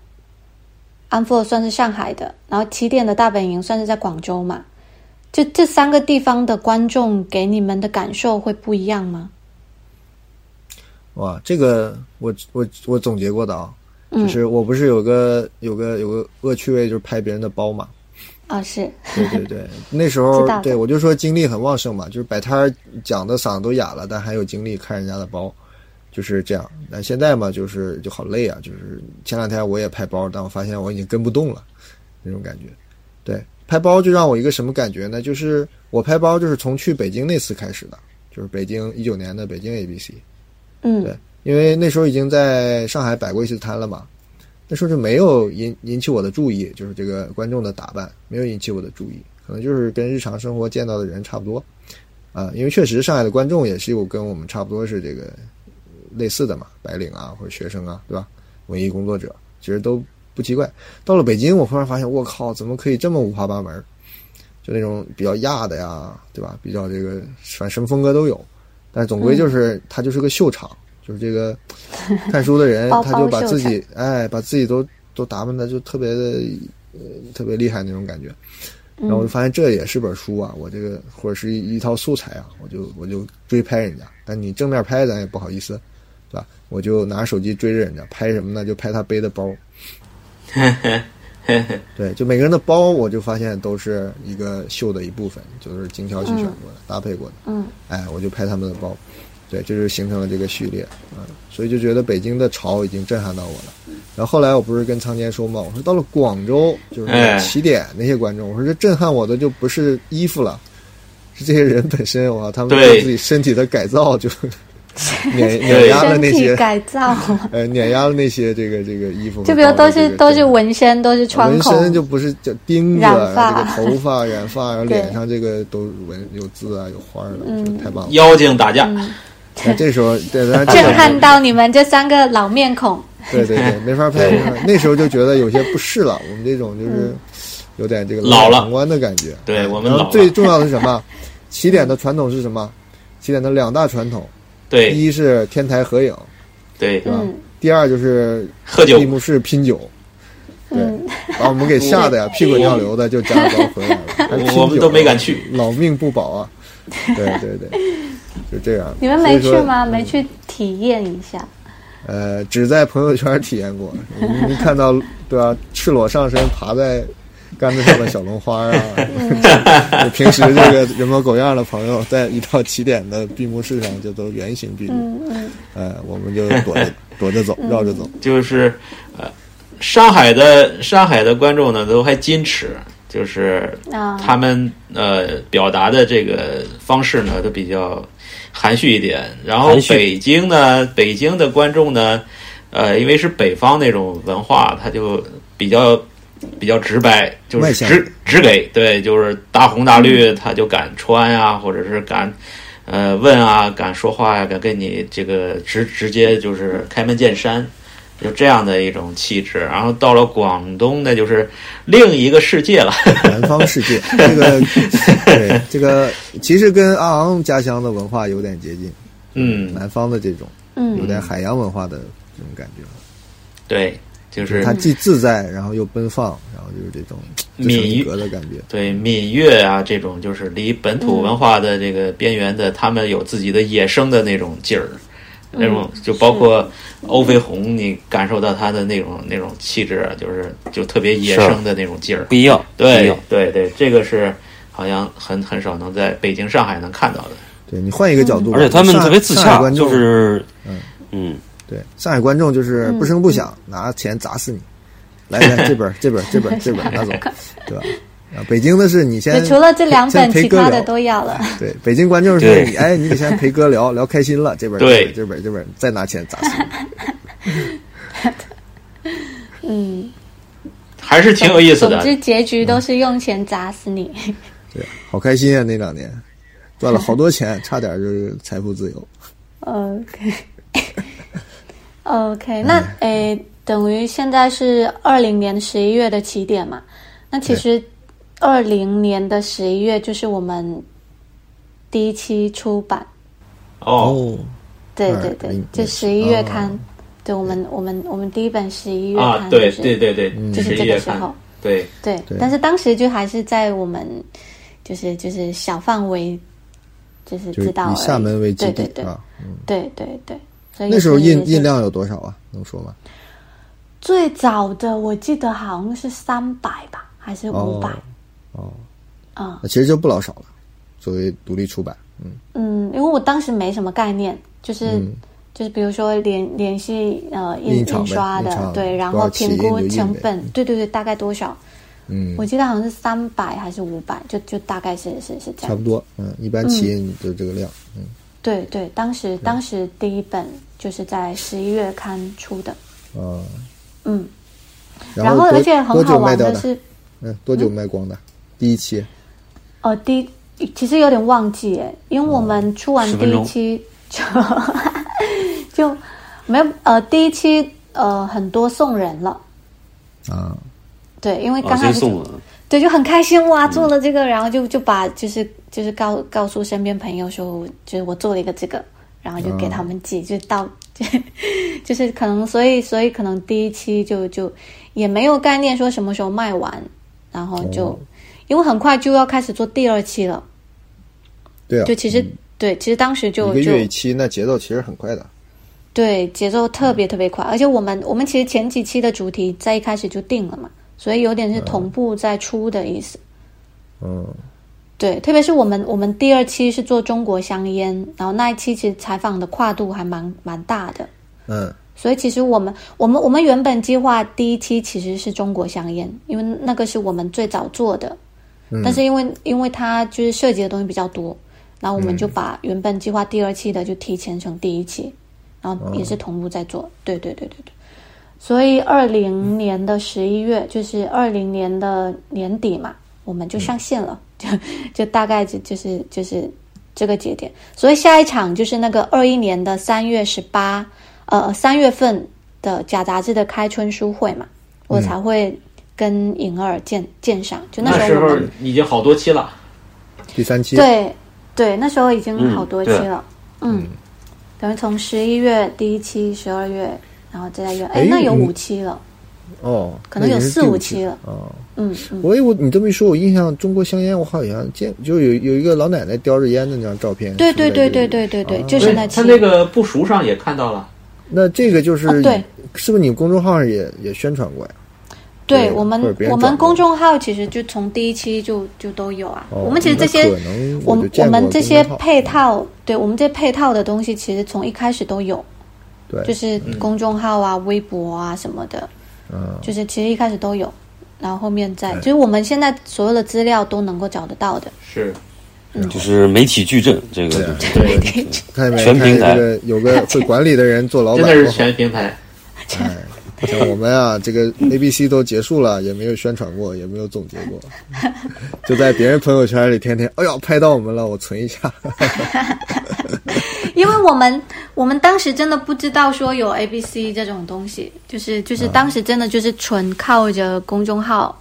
[SPEAKER 4] 安 n 算是上海的，然后起点的大本营算是在广州嘛。就这三个地方的观众给你们的感受会不一样吗？
[SPEAKER 2] 哇，这个我我我总结过的啊，
[SPEAKER 4] 嗯
[SPEAKER 2] 就是我不是有个有个有个恶趣味，就是拍别人的包嘛，
[SPEAKER 4] 啊、是，
[SPEAKER 2] 对对 对，那时
[SPEAKER 4] 知
[SPEAKER 2] 候
[SPEAKER 4] 道的
[SPEAKER 2] 对我就说精力很旺盛嘛，就是摆摊儿讲的嗓子都哑了，但还有精力看人家的包，就是这样。但现在嘛，就是就好累啊，就是前两天我也拍包，但我发现我已经跟不动了，那种感觉。对，拍包就让我一个什么感觉呢？就是我拍包就是从去北京那次开始的，就是北京一九年的北京 ABC，
[SPEAKER 4] 嗯，
[SPEAKER 2] 对因为那时候已经在上海摆过一次摊了嘛，那时候就没有引引起我的注意，就是这个观众的打扮没有引起我的注意，可能就是跟日常生活见到的人差不多，啊，因为确实上海的观众也是有跟我们差不多是这个类似的嘛，白领啊或者学生啊，对吧？文艺工作者其实都不奇怪。到了北京，我忽然发现，我靠，怎么可以这么五花八门儿？就那种比较亚的呀，对吧？比较这个反正什么风格都有，但是总归就是、它就是个秀场，就是这 个看书的人
[SPEAKER 4] 包包
[SPEAKER 2] 他就把自己哎把自己都都打扮的就特别的呃特别厉害那种感觉。
[SPEAKER 4] 嗯
[SPEAKER 2] 然后我就发现这也是本书啊，我这个或者是一一套素材啊，我就我就追拍人家，但你正面拍咱也不好意思，对吧？我就拿手机追着人家拍什么呢？就拍他背的包，对，就每个人的包，我就发现都是一个秀的一部分，就是精挑细选过的、搭配过的。
[SPEAKER 4] 嗯，
[SPEAKER 2] 哎，我就拍他们的包，对，这就是形成了这个序列啊、所以就觉得北京的潮已经震撼到我了。然后后来我不是跟仓坚说嘛，我说到了广州，就是
[SPEAKER 3] 哎
[SPEAKER 2] 起点那些观众，我说这震撼我的就不是衣服了，是这些人本身，哇，他们
[SPEAKER 3] 对
[SPEAKER 2] 对自己身体的改造 就碾碾压了
[SPEAKER 4] 身
[SPEAKER 2] 那
[SPEAKER 4] 体
[SPEAKER 2] 些
[SPEAKER 4] 改 造，
[SPEAKER 2] 呃碾压了那些这个这个衣服和包的这个，
[SPEAKER 4] 就比如都是都是
[SPEAKER 2] 震撼
[SPEAKER 4] 纹身，都是穿
[SPEAKER 2] 纹
[SPEAKER 4] 孔，
[SPEAKER 2] 身就不是叫钉子啊，
[SPEAKER 4] 染发
[SPEAKER 2] 然后这个头发、 染发，然后
[SPEAKER 4] 对嗯
[SPEAKER 2] 脸上这个都纹有字啊，有花儿的，就太棒了。
[SPEAKER 3] 妖精打架，
[SPEAKER 2] 那这时候，对，但是这
[SPEAKER 4] 震
[SPEAKER 2] 个
[SPEAKER 4] 撼到你们这三个老面孔。嗯
[SPEAKER 2] 对对对，没法拍。没法拍那时候就觉得有些不适了，我们这种就是有点这个
[SPEAKER 3] 老了
[SPEAKER 2] 闯关的感觉。哎
[SPEAKER 3] 对我们
[SPEAKER 2] 然后
[SPEAKER 3] 老了
[SPEAKER 2] 最重要的是什么？起点的传统是什么？起点的两大传统，第
[SPEAKER 3] 对
[SPEAKER 2] 一是天台合影，
[SPEAKER 3] 对，
[SPEAKER 2] 吧
[SPEAKER 4] 嗯
[SPEAKER 2] 第二就是
[SPEAKER 3] 喝酒
[SPEAKER 2] 闭幕式拼酒。对，
[SPEAKER 4] 嗯，
[SPEAKER 2] 把我们给吓 得呀，屁滚尿流的就加了班回来了。还拼酒
[SPEAKER 3] 我们都没敢去，
[SPEAKER 2] 老命不保啊！对对对，就这样。
[SPEAKER 4] 你们没去
[SPEAKER 2] 所以说？嗯
[SPEAKER 4] 吗？没去体验一下？
[SPEAKER 2] 呃，只在朋友圈体验过，你看到对吧？赤裸上身爬在杆子上的小龙花啊，
[SPEAKER 4] 嗯
[SPEAKER 2] 就 平时这个人模狗样的朋友，在一到起点的闭幕式上就都原形毕露。
[SPEAKER 4] 嗯嗯，
[SPEAKER 2] 呃，我们就躲着躲着走，绕着走。
[SPEAKER 3] 就是呃，上海的上海的观众呢都还矜持，就是
[SPEAKER 4] 啊，
[SPEAKER 3] 他们呃表达的这个方式呢都比较含蓄一点。然后
[SPEAKER 1] 含蓄
[SPEAKER 3] 北京呢，北京的观众呢，呃，因为是北方那种文化，他就比较比较直白，就
[SPEAKER 2] 外
[SPEAKER 3] 是
[SPEAKER 2] 向
[SPEAKER 3] 直直给，对，就是大红大绿，他就敢穿呀、或者是敢。呃，问啊，敢说话呀、敢跟你这个直直接就是开门见山，就这样的一种气质。然后到了广东，那就是另一个世界了。
[SPEAKER 2] 南方世 界，这个对这个其实跟阿昂家乡的文化有点接近，
[SPEAKER 3] 嗯，
[SPEAKER 2] 南方的这种有
[SPEAKER 4] 嗯
[SPEAKER 2] 点海洋文化的这种感觉。
[SPEAKER 3] 对，就
[SPEAKER 2] 就是
[SPEAKER 4] 嗯
[SPEAKER 3] 是
[SPEAKER 2] 它既自在，然后又奔放，然后就是这种自成一格的感觉。
[SPEAKER 3] 对闽粤啊这种，就是离本土
[SPEAKER 4] 嗯
[SPEAKER 3] 文化的这个边缘的，他们有自己的野生的那种劲儿，那种
[SPEAKER 4] 嗯
[SPEAKER 3] 就包括欧飞鸿，你感受到他的那种那种气质，啊就是就特别野生的那种劲儿
[SPEAKER 1] 不。一样，不一
[SPEAKER 3] 对
[SPEAKER 1] 样。
[SPEAKER 3] 对对，这个是好像很很少能在北京、上海能看到的。
[SPEAKER 2] 对你换一个角度
[SPEAKER 1] 嗯
[SPEAKER 2] 吧，
[SPEAKER 1] 而且他们
[SPEAKER 2] 上
[SPEAKER 1] 特别自
[SPEAKER 2] 上海
[SPEAKER 1] 洽，
[SPEAKER 2] 观
[SPEAKER 1] 就
[SPEAKER 2] 众
[SPEAKER 1] 是
[SPEAKER 2] 嗯
[SPEAKER 1] 嗯，
[SPEAKER 2] 对上海观众就是
[SPEAKER 4] 嗯
[SPEAKER 2] 不声不响，拿钱砸死你，来来这本儿这本儿这本儿这本儿拿走， 对吧？啊，北京的是你
[SPEAKER 4] 就
[SPEAKER 2] 先
[SPEAKER 4] 除了这两本，
[SPEAKER 2] 先陪
[SPEAKER 4] 其
[SPEAKER 2] 哥
[SPEAKER 4] 他
[SPEAKER 2] 聊
[SPEAKER 4] 的都要了。
[SPEAKER 2] 对北京观众是
[SPEAKER 1] 对
[SPEAKER 2] 你哎，你得先陪哥聊聊开心了，这本儿
[SPEAKER 3] 对
[SPEAKER 2] 这本儿这本儿这本儿再拿钱砸死你，
[SPEAKER 4] 嗯，
[SPEAKER 3] 还是挺有意 思
[SPEAKER 4] 总
[SPEAKER 3] 的。
[SPEAKER 4] 之结局
[SPEAKER 2] 嗯
[SPEAKER 4] 都是用钱砸死你。
[SPEAKER 2] 对，好开心啊！那两年赚了好多钱，差点就是财富自由。
[SPEAKER 4] OK OK，那
[SPEAKER 2] 嗯
[SPEAKER 4] 诶，等于现在是二零年十一月的起点嘛？那其实二零年的十一月就是我们第一期出版，
[SPEAKER 3] 哦，，
[SPEAKER 4] 对对
[SPEAKER 2] 20
[SPEAKER 4] 对
[SPEAKER 2] 年，
[SPEAKER 4] 就十一月刊，
[SPEAKER 2] 哦
[SPEAKER 4] 对我们我们我们第一本十一月刊、
[SPEAKER 3] 啊，对
[SPEAKER 4] 就是
[SPEAKER 3] 对对对，
[SPEAKER 4] 就是
[SPEAKER 3] 十一
[SPEAKER 4] 这
[SPEAKER 3] 月
[SPEAKER 4] 个时
[SPEAKER 3] 看
[SPEAKER 4] 候，，
[SPEAKER 3] 对
[SPEAKER 4] 对，
[SPEAKER 2] 对
[SPEAKER 4] 但是当时就还是在我们就是就是小范围，就是
[SPEAKER 2] 就是
[SPEAKER 4] 知道
[SPEAKER 2] 以厦
[SPEAKER 4] 而已
[SPEAKER 2] 门为基
[SPEAKER 4] 对
[SPEAKER 2] 地
[SPEAKER 4] 对对、
[SPEAKER 2] 啊。
[SPEAKER 4] 对对对，所以
[SPEAKER 2] 那时候
[SPEAKER 4] 是
[SPEAKER 2] 印
[SPEAKER 4] 是
[SPEAKER 2] 印量有多少啊？能说吗？
[SPEAKER 4] 最早的我记得好像是三百吧，还是五百、
[SPEAKER 2] 哦哦，
[SPEAKER 4] 嗯
[SPEAKER 2] 那其实就不老少了。作为独立出版，嗯，
[SPEAKER 4] 嗯，因为我当时没什么概念，就是、
[SPEAKER 2] 嗯
[SPEAKER 4] 就是比如说联联系呃
[SPEAKER 2] 印
[SPEAKER 4] 印
[SPEAKER 2] 厂呗
[SPEAKER 4] 印刷
[SPEAKER 2] 印
[SPEAKER 4] 的
[SPEAKER 2] 厂
[SPEAKER 4] 对，然
[SPEAKER 2] 多少
[SPEAKER 4] 后
[SPEAKER 2] 起
[SPEAKER 4] 评估
[SPEAKER 2] 印就印
[SPEAKER 4] 成
[SPEAKER 2] 呗
[SPEAKER 4] 本，对对对，大概多少？
[SPEAKER 2] 嗯
[SPEAKER 4] 我记得好像是三百还是五百，就就大概是是是
[SPEAKER 2] 差
[SPEAKER 4] 这样
[SPEAKER 2] 不。多，嗯，一般起印就这个量，嗯，
[SPEAKER 4] 对对，当时当时第一本就是在十一月刊出的，
[SPEAKER 2] 啊，
[SPEAKER 4] 嗯，
[SPEAKER 2] 然
[SPEAKER 4] 后
[SPEAKER 2] 多
[SPEAKER 4] 而且很
[SPEAKER 2] 多
[SPEAKER 4] 好
[SPEAKER 2] 久卖
[SPEAKER 4] 玩
[SPEAKER 2] 掉
[SPEAKER 4] 的
[SPEAKER 2] 的？
[SPEAKER 4] 是，
[SPEAKER 2] 嗯，多久卖光的？第一期
[SPEAKER 4] 呃，第一其实有点忘记耶，因为我们出完
[SPEAKER 1] 10
[SPEAKER 4] 第
[SPEAKER 1] 哦分
[SPEAKER 4] 一
[SPEAKER 1] 钟
[SPEAKER 4] 期就 就没有呃第一期呃很多送人了，嗯
[SPEAKER 2] 啊，
[SPEAKER 4] 对，因为
[SPEAKER 1] 啊，
[SPEAKER 4] 刚
[SPEAKER 1] 谁
[SPEAKER 4] 开始
[SPEAKER 1] 送嗯啊？
[SPEAKER 4] 对，就很开心哇，做了这个，然后就就把就是就是告告诉身边朋友说，就是我做了一个这个，然后就给他们
[SPEAKER 1] 啊
[SPEAKER 4] 寄，就到 就就是可能所以所以可能第一期就就也没有概念说什么时候卖完，然后就、
[SPEAKER 2] 哦
[SPEAKER 4] 因为很快就要开始做第二期了，
[SPEAKER 2] 对啊，
[SPEAKER 4] 就其实、对，其实当时就
[SPEAKER 2] 一个
[SPEAKER 4] 就
[SPEAKER 2] 月一期，那节奏其实很快的，
[SPEAKER 4] 对，节奏特别特别快，而且我们我们其实前几期的主题在一开始就定了嘛，所以有点是同步在出的意思。
[SPEAKER 2] 嗯，
[SPEAKER 4] 对，特别是我们我们第二期是做中国香烟，然后那一期其实采访的跨度还蛮蛮大的，
[SPEAKER 2] 嗯，
[SPEAKER 4] 所以其实我们我们我们原本计划第一期其实是中国香烟，因为那个是我们最早做的，但是因为因为它就是涉及的东西比较多，然后我们就把原本计划第二期的就提前成第一期，然后也是同步在做，对对对对对。所以二零年的十一月，就是二零年的年底嘛，我们就上线了，就就大概就就是就是这个节点。所以下一场就是那个二一年的三月十八，呃，三月份的假杂志的开春书会嘛，我才会跟颖儿鉴鉴赏。就那
[SPEAKER 3] 那
[SPEAKER 4] 时
[SPEAKER 3] 时
[SPEAKER 4] 候我
[SPEAKER 3] 候
[SPEAKER 4] 们
[SPEAKER 3] 已经好多期了，
[SPEAKER 2] 第三期，
[SPEAKER 4] 对对，那时候已经好多期
[SPEAKER 1] 嗯对
[SPEAKER 4] 了，嗯，等于从十一月第一期，十二月，然后再到月，哎
[SPEAKER 2] 哎，
[SPEAKER 4] 那有
[SPEAKER 2] 你
[SPEAKER 4] 五期了，
[SPEAKER 2] 哦，
[SPEAKER 4] 可能
[SPEAKER 2] 那
[SPEAKER 4] 有
[SPEAKER 2] 已经是
[SPEAKER 4] 四
[SPEAKER 2] 第
[SPEAKER 4] 五
[SPEAKER 2] 期
[SPEAKER 4] 期了，
[SPEAKER 2] 哦。
[SPEAKER 4] 嗯嗯，
[SPEAKER 2] 我以我你这么一说，我印象中国香烟，我好像见就有有一个老奶奶叼着烟的那张照片。
[SPEAKER 4] 对
[SPEAKER 2] 是不是
[SPEAKER 4] 对对对对对对，就是那期
[SPEAKER 3] 他，那个不熟上也看到了，
[SPEAKER 2] 那这个就是、
[SPEAKER 4] 啊对，
[SPEAKER 2] 是不是你公众号上也也宣传过呀？
[SPEAKER 4] 对
[SPEAKER 2] 对
[SPEAKER 4] 我们
[SPEAKER 2] 或者别人
[SPEAKER 4] 我
[SPEAKER 2] 转
[SPEAKER 4] 们
[SPEAKER 2] 过
[SPEAKER 4] 公众号其实就从第一期就就都有啊，
[SPEAKER 2] 哦
[SPEAKER 4] 我们其实这些
[SPEAKER 2] 那可能我
[SPEAKER 4] 我
[SPEAKER 2] 就
[SPEAKER 4] 们
[SPEAKER 2] 见过
[SPEAKER 4] 们这些
[SPEAKER 2] 公众号
[SPEAKER 4] 配套，对我们这配套的东西，其实从一开始都有，
[SPEAKER 2] 对，
[SPEAKER 4] 就是公众号啊、微博啊什么的，
[SPEAKER 2] 嗯，
[SPEAKER 4] 就是其实一开始都有，然后后面再就是我们现在所有的资料都能够找得到的。
[SPEAKER 3] 是
[SPEAKER 1] 就是媒体矩阵，这个
[SPEAKER 2] 嗯对啊
[SPEAKER 1] 就是
[SPEAKER 3] 对，
[SPEAKER 2] 看没
[SPEAKER 1] 全
[SPEAKER 2] 看
[SPEAKER 1] 平台
[SPEAKER 2] 这个有个会管理的人做老
[SPEAKER 3] 真
[SPEAKER 2] 板
[SPEAKER 3] 的
[SPEAKER 2] 多
[SPEAKER 3] 是
[SPEAKER 2] 好。
[SPEAKER 3] 全平台。
[SPEAKER 2] 像我们啊，这 个 A B C 都结束了，也没有宣传过，也没有总结过， 就在别人朋友圈里天天，哎呦拍到我们了，我存一下。
[SPEAKER 4] 因为我们我们当时真的不知道说有 A B C 这种东西，就是就是当时真的就是纯靠着公众号，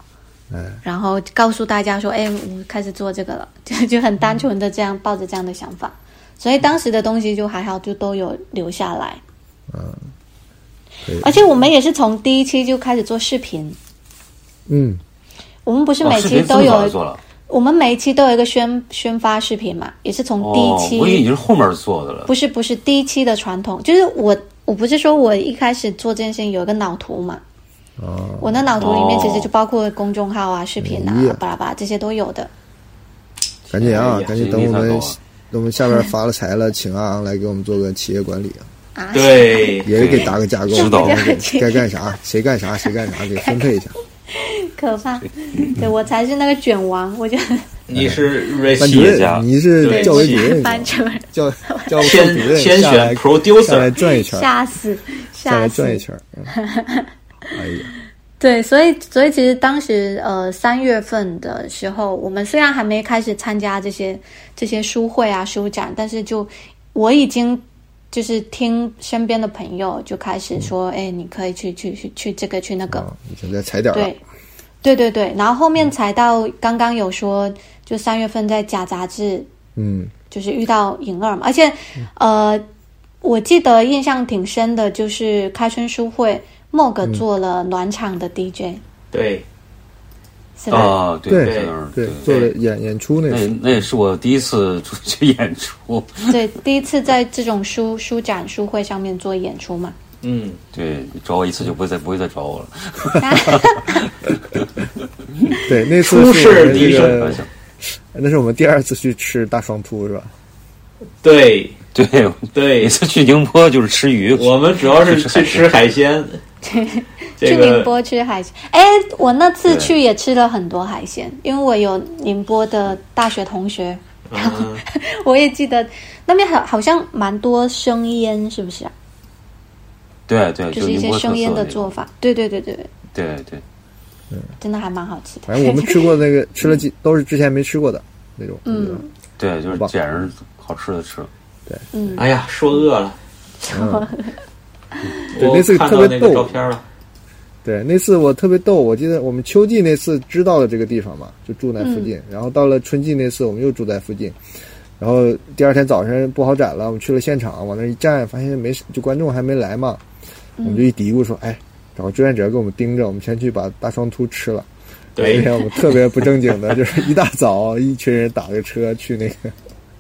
[SPEAKER 4] 然后告诉大家说，哎，我开始做这个了， 就就很单纯的这样抱着这样的想法，所以当时的东西就还好，就都有留下来。
[SPEAKER 2] 啊对
[SPEAKER 4] 而且我们也是从第一期就开始做视频，
[SPEAKER 2] 嗯，
[SPEAKER 4] 我们不是
[SPEAKER 1] 哦
[SPEAKER 4] 每
[SPEAKER 1] 视
[SPEAKER 4] 期
[SPEAKER 1] 频
[SPEAKER 4] 都
[SPEAKER 1] 这么
[SPEAKER 4] 有，
[SPEAKER 1] 早就做了，
[SPEAKER 4] 我们每一期都有一个宣宣发视频嘛，也是从第一
[SPEAKER 1] 哦，
[SPEAKER 4] 期。
[SPEAKER 1] 我以为你是后面做的了，
[SPEAKER 4] 不是不是第一期的传统，就是我我不是说我一开始做这件事情有一个脑图嘛，
[SPEAKER 2] 哦，
[SPEAKER 4] 我那脑图里面
[SPEAKER 1] 哦
[SPEAKER 4] 其实就包括公众号啊、视频啊
[SPEAKER 2] 哎呀、
[SPEAKER 4] 巴拉巴拉这些都有的。
[SPEAKER 2] 赶紧啊
[SPEAKER 1] 哎，呀
[SPEAKER 2] 赶紧
[SPEAKER 1] 这
[SPEAKER 2] 等我
[SPEAKER 1] 一
[SPEAKER 2] 们
[SPEAKER 1] 定算够啊
[SPEAKER 2] 等我们下边发了财了，请阿昂来给我们做个企业管理啊，
[SPEAKER 4] 啊，
[SPEAKER 3] 对，
[SPEAKER 2] 也给打个架构，
[SPEAKER 1] 指导
[SPEAKER 2] 我们
[SPEAKER 4] 指导
[SPEAKER 2] 该干啥谁干啥谁干啥，给分配一下。
[SPEAKER 4] 可怕！对我才是那个卷王，我就
[SPEAKER 3] 你是瑞
[SPEAKER 2] 班主
[SPEAKER 1] 企业
[SPEAKER 3] 希
[SPEAKER 1] 家
[SPEAKER 2] 任，你是
[SPEAKER 3] 对
[SPEAKER 2] 教委主 任，
[SPEAKER 4] 班主任，
[SPEAKER 2] 教教务处
[SPEAKER 3] 先
[SPEAKER 2] 主任
[SPEAKER 3] 先
[SPEAKER 2] 下来
[SPEAKER 3] 选
[SPEAKER 2] 下来
[SPEAKER 3] producer，
[SPEAKER 2] 转一圈，
[SPEAKER 4] 吓死
[SPEAKER 2] 下
[SPEAKER 4] 吓
[SPEAKER 2] 来
[SPEAKER 4] 死
[SPEAKER 2] 转！一圈。嗯哎呀，
[SPEAKER 4] 对，所以所以其实当时呃三月份的时候，我们虽然还没开始参加这些这些书会啊书展，但是就我已经就是听身边的朋友就开始说，哎，你可以去去去去这个去那个，
[SPEAKER 2] 啊已经在踩点儿了
[SPEAKER 4] 对。对对对，然后后面才到刚刚有说，就三月份在假杂志
[SPEAKER 2] 嗯，
[SPEAKER 4] 就是遇到颖儿嘛，而且，呃，我记得印象挺深的，就是开春书会，莫哥做了暖场的 DJ，、
[SPEAKER 3] 对，
[SPEAKER 4] 是吧？
[SPEAKER 1] 啊，对
[SPEAKER 2] 对
[SPEAKER 1] 在那儿
[SPEAKER 2] 对
[SPEAKER 1] 对，嗯
[SPEAKER 2] 做了演演出那
[SPEAKER 1] 那
[SPEAKER 2] 个，
[SPEAKER 1] 那也是我第一次出去演出，
[SPEAKER 4] 对，第一次在这种书书展、书会上面做演出嘛。
[SPEAKER 3] 嗯，
[SPEAKER 1] 对，你找我一次就不会再不会再找我了，
[SPEAKER 2] 对，那次
[SPEAKER 3] 初
[SPEAKER 2] 是我
[SPEAKER 3] 试
[SPEAKER 2] 们
[SPEAKER 3] 第一
[SPEAKER 2] 这
[SPEAKER 1] 开
[SPEAKER 2] 个
[SPEAKER 1] 玩，笑，
[SPEAKER 2] 那是我们第二次去吃大双秃是吧？
[SPEAKER 3] 对
[SPEAKER 1] 对，每
[SPEAKER 3] 对，
[SPEAKER 1] 次去宁波就是吃鱼，
[SPEAKER 3] 我们主要是去吃海鲜，这
[SPEAKER 4] 去宁
[SPEAKER 3] 个
[SPEAKER 4] 波吃海鲜，哎，我那次
[SPEAKER 1] 对
[SPEAKER 4] 去也吃了很多海鲜，因为我有宁波的大学同学，
[SPEAKER 3] 嗯
[SPEAKER 4] 我也记得那边好好像蛮多生腌，是不是啊？
[SPEAKER 1] 对对，
[SPEAKER 4] 就
[SPEAKER 1] 就是
[SPEAKER 4] 一
[SPEAKER 1] 宁
[SPEAKER 4] 些
[SPEAKER 1] 波特色
[SPEAKER 4] 生腌的
[SPEAKER 1] 那
[SPEAKER 4] 做
[SPEAKER 1] 种，
[SPEAKER 4] 法。对对对对，
[SPEAKER 1] 对对，
[SPEAKER 4] 真的还蛮好吃的。
[SPEAKER 2] 反正我们吃过那个，吃了几都是之前没吃过的那种。
[SPEAKER 4] 嗯，
[SPEAKER 1] 对，就是
[SPEAKER 2] 棒
[SPEAKER 1] 捡着好吃的吃。
[SPEAKER 4] 嗯，
[SPEAKER 3] 哎呀，说饿了，
[SPEAKER 2] 对
[SPEAKER 3] 我
[SPEAKER 2] 嗯那次
[SPEAKER 3] 看
[SPEAKER 2] 特
[SPEAKER 3] 到
[SPEAKER 2] 别
[SPEAKER 3] 那个
[SPEAKER 2] 逗
[SPEAKER 3] 照片了，
[SPEAKER 2] 对，那次我特别逗，我记得我们秋季那次知道了这个地方嘛，就住那附近。然后到了春季那次，我们又住在附近。然后第二天早晨不好展了，我们去了现场，往那儿一站，发现没就观众还没来嘛，我们就一嘀咕说：“哎，找个志愿者给我们盯着，我们先去把大双秃吃了。”那
[SPEAKER 3] 对
[SPEAKER 2] 哎天我们特别不正经的，就是一大早一群人打个车去那个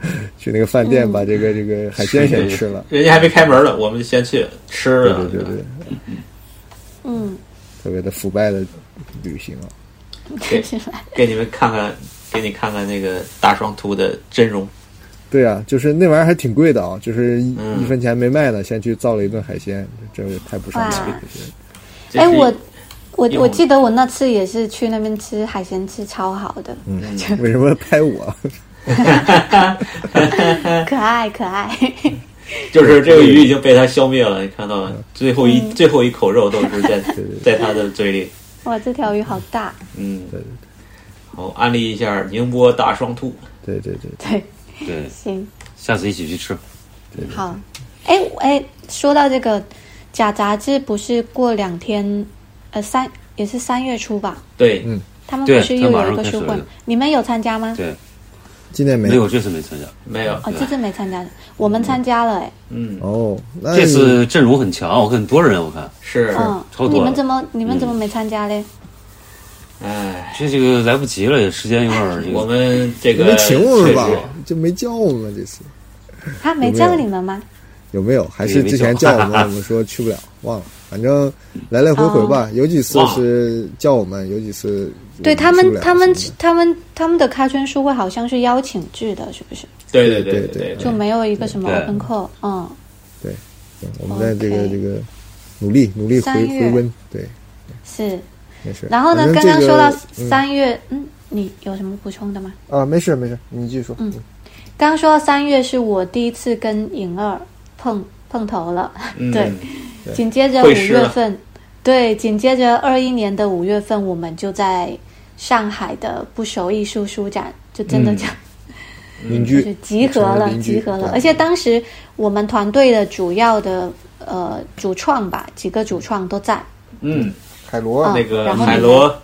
[SPEAKER 2] 去那个饭店，把这个这个海鲜先吃了，
[SPEAKER 3] 人家还没开门呢，我们就先去吃
[SPEAKER 2] 对
[SPEAKER 3] 了
[SPEAKER 2] 对。对对，
[SPEAKER 4] 嗯，
[SPEAKER 2] 特别的腐败的旅行啊。
[SPEAKER 3] 给给你们看看，给你看看那个大双秃的真容。
[SPEAKER 2] 对啊，就是那玩意儿还挺贵的啊，就是一、
[SPEAKER 3] 嗯
[SPEAKER 2] 一分钱没卖呢，先去造了一顿海鲜，这真是太不上道了
[SPEAKER 4] 哇。
[SPEAKER 3] 这
[SPEAKER 4] 哎，
[SPEAKER 3] 是一
[SPEAKER 4] 我我
[SPEAKER 3] 有
[SPEAKER 4] 我记得我那次也是去那边吃海鲜，吃超好的，
[SPEAKER 2] 嗯为什么拍我？
[SPEAKER 4] 可爱可爱。
[SPEAKER 3] 就是这个鱼已经被它消灭了，你看到
[SPEAKER 2] 嗯
[SPEAKER 3] 吗？最后一
[SPEAKER 4] 嗯
[SPEAKER 3] 最后一口肉都是在在它的嘴里。
[SPEAKER 4] 哇，这条鱼好大，
[SPEAKER 3] 嗯
[SPEAKER 2] 对对，
[SPEAKER 3] 好，安利一下宁波大双兔。
[SPEAKER 2] 对对对，
[SPEAKER 4] 对，
[SPEAKER 1] 对，
[SPEAKER 4] 行。
[SPEAKER 1] 下次一起去吃。
[SPEAKER 4] 好，哎哎，说到这个假杂志，不是过两天，呃，三也是三月初吧，
[SPEAKER 3] 对，
[SPEAKER 2] 嗯
[SPEAKER 4] 他们
[SPEAKER 1] 对
[SPEAKER 4] 不是又
[SPEAKER 1] 他马
[SPEAKER 4] 有
[SPEAKER 1] 上
[SPEAKER 4] 一个
[SPEAKER 1] 开始
[SPEAKER 4] 书会
[SPEAKER 1] 了，
[SPEAKER 4] 你们有参加吗？
[SPEAKER 1] 对，
[SPEAKER 2] 今年没
[SPEAKER 1] 没有这次没参加，
[SPEAKER 3] 没有，
[SPEAKER 4] 哦，这次没参加，我们参加了哎、
[SPEAKER 3] 嗯，
[SPEAKER 2] 哦，那
[SPEAKER 1] 这次阵容很强，我看很多人，我看
[SPEAKER 3] 是，
[SPEAKER 4] 嗯
[SPEAKER 1] 超，多
[SPEAKER 4] 你
[SPEAKER 1] 了嗯
[SPEAKER 4] 们怎么你们怎么没参加嘞？嗯
[SPEAKER 3] 哎，
[SPEAKER 1] 这这个来不及了，时间有点儿这
[SPEAKER 3] 我
[SPEAKER 1] 个。
[SPEAKER 3] 们这
[SPEAKER 1] 呃
[SPEAKER 2] 你
[SPEAKER 3] 个
[SPEAKER 2] 没请我们吧
[SPEAKER 3] 确实？
[SPEAKER 2] 就没叫我们这次
[SPEAKER 4] 他啊没
[SPEAKER 2] 有没有
[SPEAKER 4] 叫你们吗？
[SPEAKER 2] 有没有？还
[SPEAKER 1] 也
[SPEAKER 2] 是
[SPEAKER 1] 没
[SPEAKER 2] 之前
[SPEAKER 1] 叫
[SPEAKER 2] 叫我们，我们说去不了，忘了。反正来来回回
[SPEAKER 1] 哦
[SPEAKER 2] 吧，有几次是叫我们，有几次
[SPEAKER 4] 对
[SPEAKER 2] 我
[SPEAKER 4] 他
[SPEAKER 2] 去不
[SPEAKER 4] 们
[SPEAKER 2] 了，
[SPEAKER 4] 他们
[SPEAKER 2] 什么
[SPEAKER 4] 他们他们的开春书会好像是邀请制的，是不是？
[SPEAKER 3] 对对
[SPEAKER 2] 对对
[SPEAKER 3] 对
[SPEAKER 2] 对
[SPEAKER 4] 就没有一个什么
[SPEAKER 1] 对
[SPEAKER 4] open call，嗯，
[SPEAKER 2] 的对我们在这个
[SPEAKER 4] OK
[SPEAKER 2] 这个努力努力回
[SPEAKER 4] 三月
[SPEAKER 2] 回温，对，
[SPEAKER 4] 是。
[SPEAKER 2] 没事。
[SPEAKER 4] 然后呢，
[SPEAKER 2] 反正
[SPEAKER 4] 刚刚
[SPEAKER 2] 这个
[SPEAKER 4] 说到
[SPEAKER 2] 嗯
[SPEAKER 4] 三月，嗯，你有什么补充的吗？
[SPEAKER 2] 啊，没事没事，你继续说。嗯，
[SPEAKER 4] 刚刚说到三月是我第一次跟颖儿碰碰头了，
[SPEAKER 3] 嗯
[SPEAKER 4] 对，紧接着五
[SPEAKER 3] 会师了
[SPEAKER 4] 月份，对，紧接着二一年的五月份，我们就在上海的不熟艺术书展，就真的
[SPEAKER 3] 嗯
[SPEAKER 4] 叫、
[SPEAKER 2] 邻
[SPEAKER 4] 就
[SPEAKER 2] 居
[SPEAKER 4] 是集合了，
[SPEAKER 2] 邻居
[SPEAKER 4] 集合了。
[SPEAKER 2] 对
[SPEAKER 4] 而且当时我们团队的主要的呃主创吧，几个主创都在，
[SPEAKER 3] 嗯，
[SPEAKER 2] 海螺
[SPEAKER 4] 啊
[SPEAKER 3] 那个
[SPEAKER 4] 然后
[SPEAKER 3] 海
[SPEAKER 4] 你
[SPEAKER 3] 螺，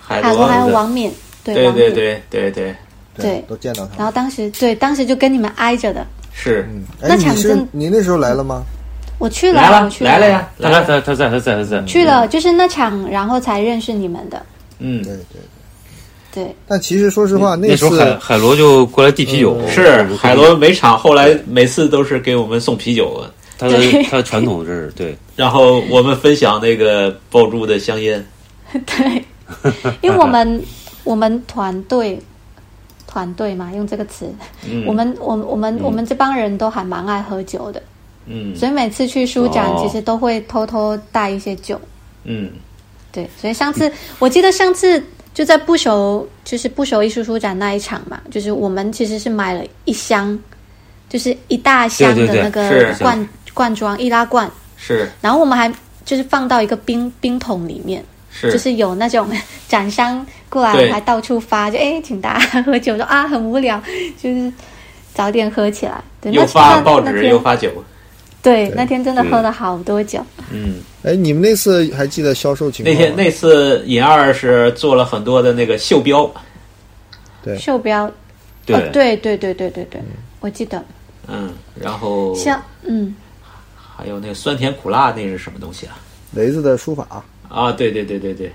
[SPEAKER 3] 海
[SPEAKER 4] 海螺还有王敏，对
[SPEAKER 3] 对
[SPEAKER 4] 王
[SPEAKER 3] 对
[SPEAKER 4] 敏，
[SPEAKER 3] 对对对，
[SPEAKER 4] 对
[SPEAKER 2] 都见到他
[SPEAKER 4] 然
[SPEAKER 2] 了。
[SPEAKER 4] 后当时对当时就跟你们挨着的，
[SPEAKER 3] 是
[SPEAKER 2] 嗯，
[SPEAKER 4] 那
[SPEAKER 2] 哎，
[SPEAKER 4] 场
[SPEAKER 2] 你是
[SPEAKER 4] 真
[SPEAKER 2] 你那时候来了吗？
[SPEAKER 4] 我去了，
[SPEAKER 3] 来
[SPEAKER 4] 我
[SPEAKER 3] 了
[SPEAKER 4] 去
[SPEAKER 3] 来了呀，
[SPEAKER 1] 他
[SPEAKER 3] 来
[SPEAKER 1] 他
[SPEAKER 3] 了，
[SPEAKER 1] 他他在他在他
[SPEAKER 2] 嗯
[SPEAKER 1] 在，
[SPEAKER 4] 去了就是那场，然后才认识你们的，
[SPEAKER 3] 嗯
[SPEAKER 2] 对，对。
[SPEAKER 4] 对。
[SPEAKER 2] 但其实说实话，
[SPEAKER 1] 那时候
[SPEAKER 2] 次
[SPEAKER 1] 海海螺就过来递啤酒，
[SPEAKER 2] 嗯
[SPEAKER 3] 嗯是海螺每场后来每次都是给我们送啤酒，
[SPEAKER 1] 他的
[SPEAKER 4] 对
[SPEAKER 1] 他的传统这是对，
[SPEAKER 3] 然后我们分享那个爆珠的香烟，
[SPEAKER 4] 对， 因为我们我们团队团队嘛，用这个词，
[SPEAKER 3] 嗯
[SPEAKER 4] 我们我们我们、我们这帮人都还蛮爱喝酒的，
[SPEAKER 3] 嗯
[SPEAKER 4] 所以每次去书展
[SPEAKER 1] 哦
[SPEAKER 4] 其实都会偷偷带一些酒。
[SPEAKER 3] 嗯
[SPEAKER 4] 对，所以上次我记得上次就在不熟，就是不熟艺术书展那一场嘛，就是我们其实是买了一箱，就是一大箱
[SPEAKER 1] 对
[SPEAKER 4] 的
[SPEAKER 1] 对对
[SPEAKER 4] 那个
[SPEAKER 3] 是
[SPEAKER 4] 罐罐装易拉罐，
[SPEAKER 3] 是
[SPEAKER 4] 然后我们还就是放到一个冰冰桶里面。
[SPEAKER 3] 是
[SPEAKER 4] 就是有那种 展商过来
[SPEAKER 3] 对
[SPEAKER 4] 还到处发，就哎，请大家喝酒，说啊很无聊， 就是早点喝起来。对，那
[SPEAKER 3] 又发
[SPEAKER 4] 那
[SPEAKER 3] 报
[SPEAKER 4] 那
[SPEAKER 3] 纸
[SPEAKER 4] 天
[SPEAKER 3] 又发酒，
[SPEAKER 4] 对，那天真的
[SPEAKER 1] 嗯
[SPEAKER 4] 喝了好多酒。
[SPEAKER 3] 嗯，
[SPEAKER 2] 哎，你们那次还记得销售情
[SPEAKER 3] 那
[SPEAKER 2] 况吗？
[SPEAKER 3] 天那次尹二是做了很多的那个袖标，嗯
[SPEAKER 2] 对
[SPEAKER 4] 袖标，
[SPEAKER 1] 对
[SPEAKER 4] 哦对对对对对对，我记得
[SPEAKER 3] 嗯，然后
[SPEAKER 4] 像嗯，
[SPEAKER 3] 还有那个酸甜苦辣那是什么东西啊？
[SPEAKER 2] 雷子的书法，
[SPEAKER 3] 啊，对对对对对，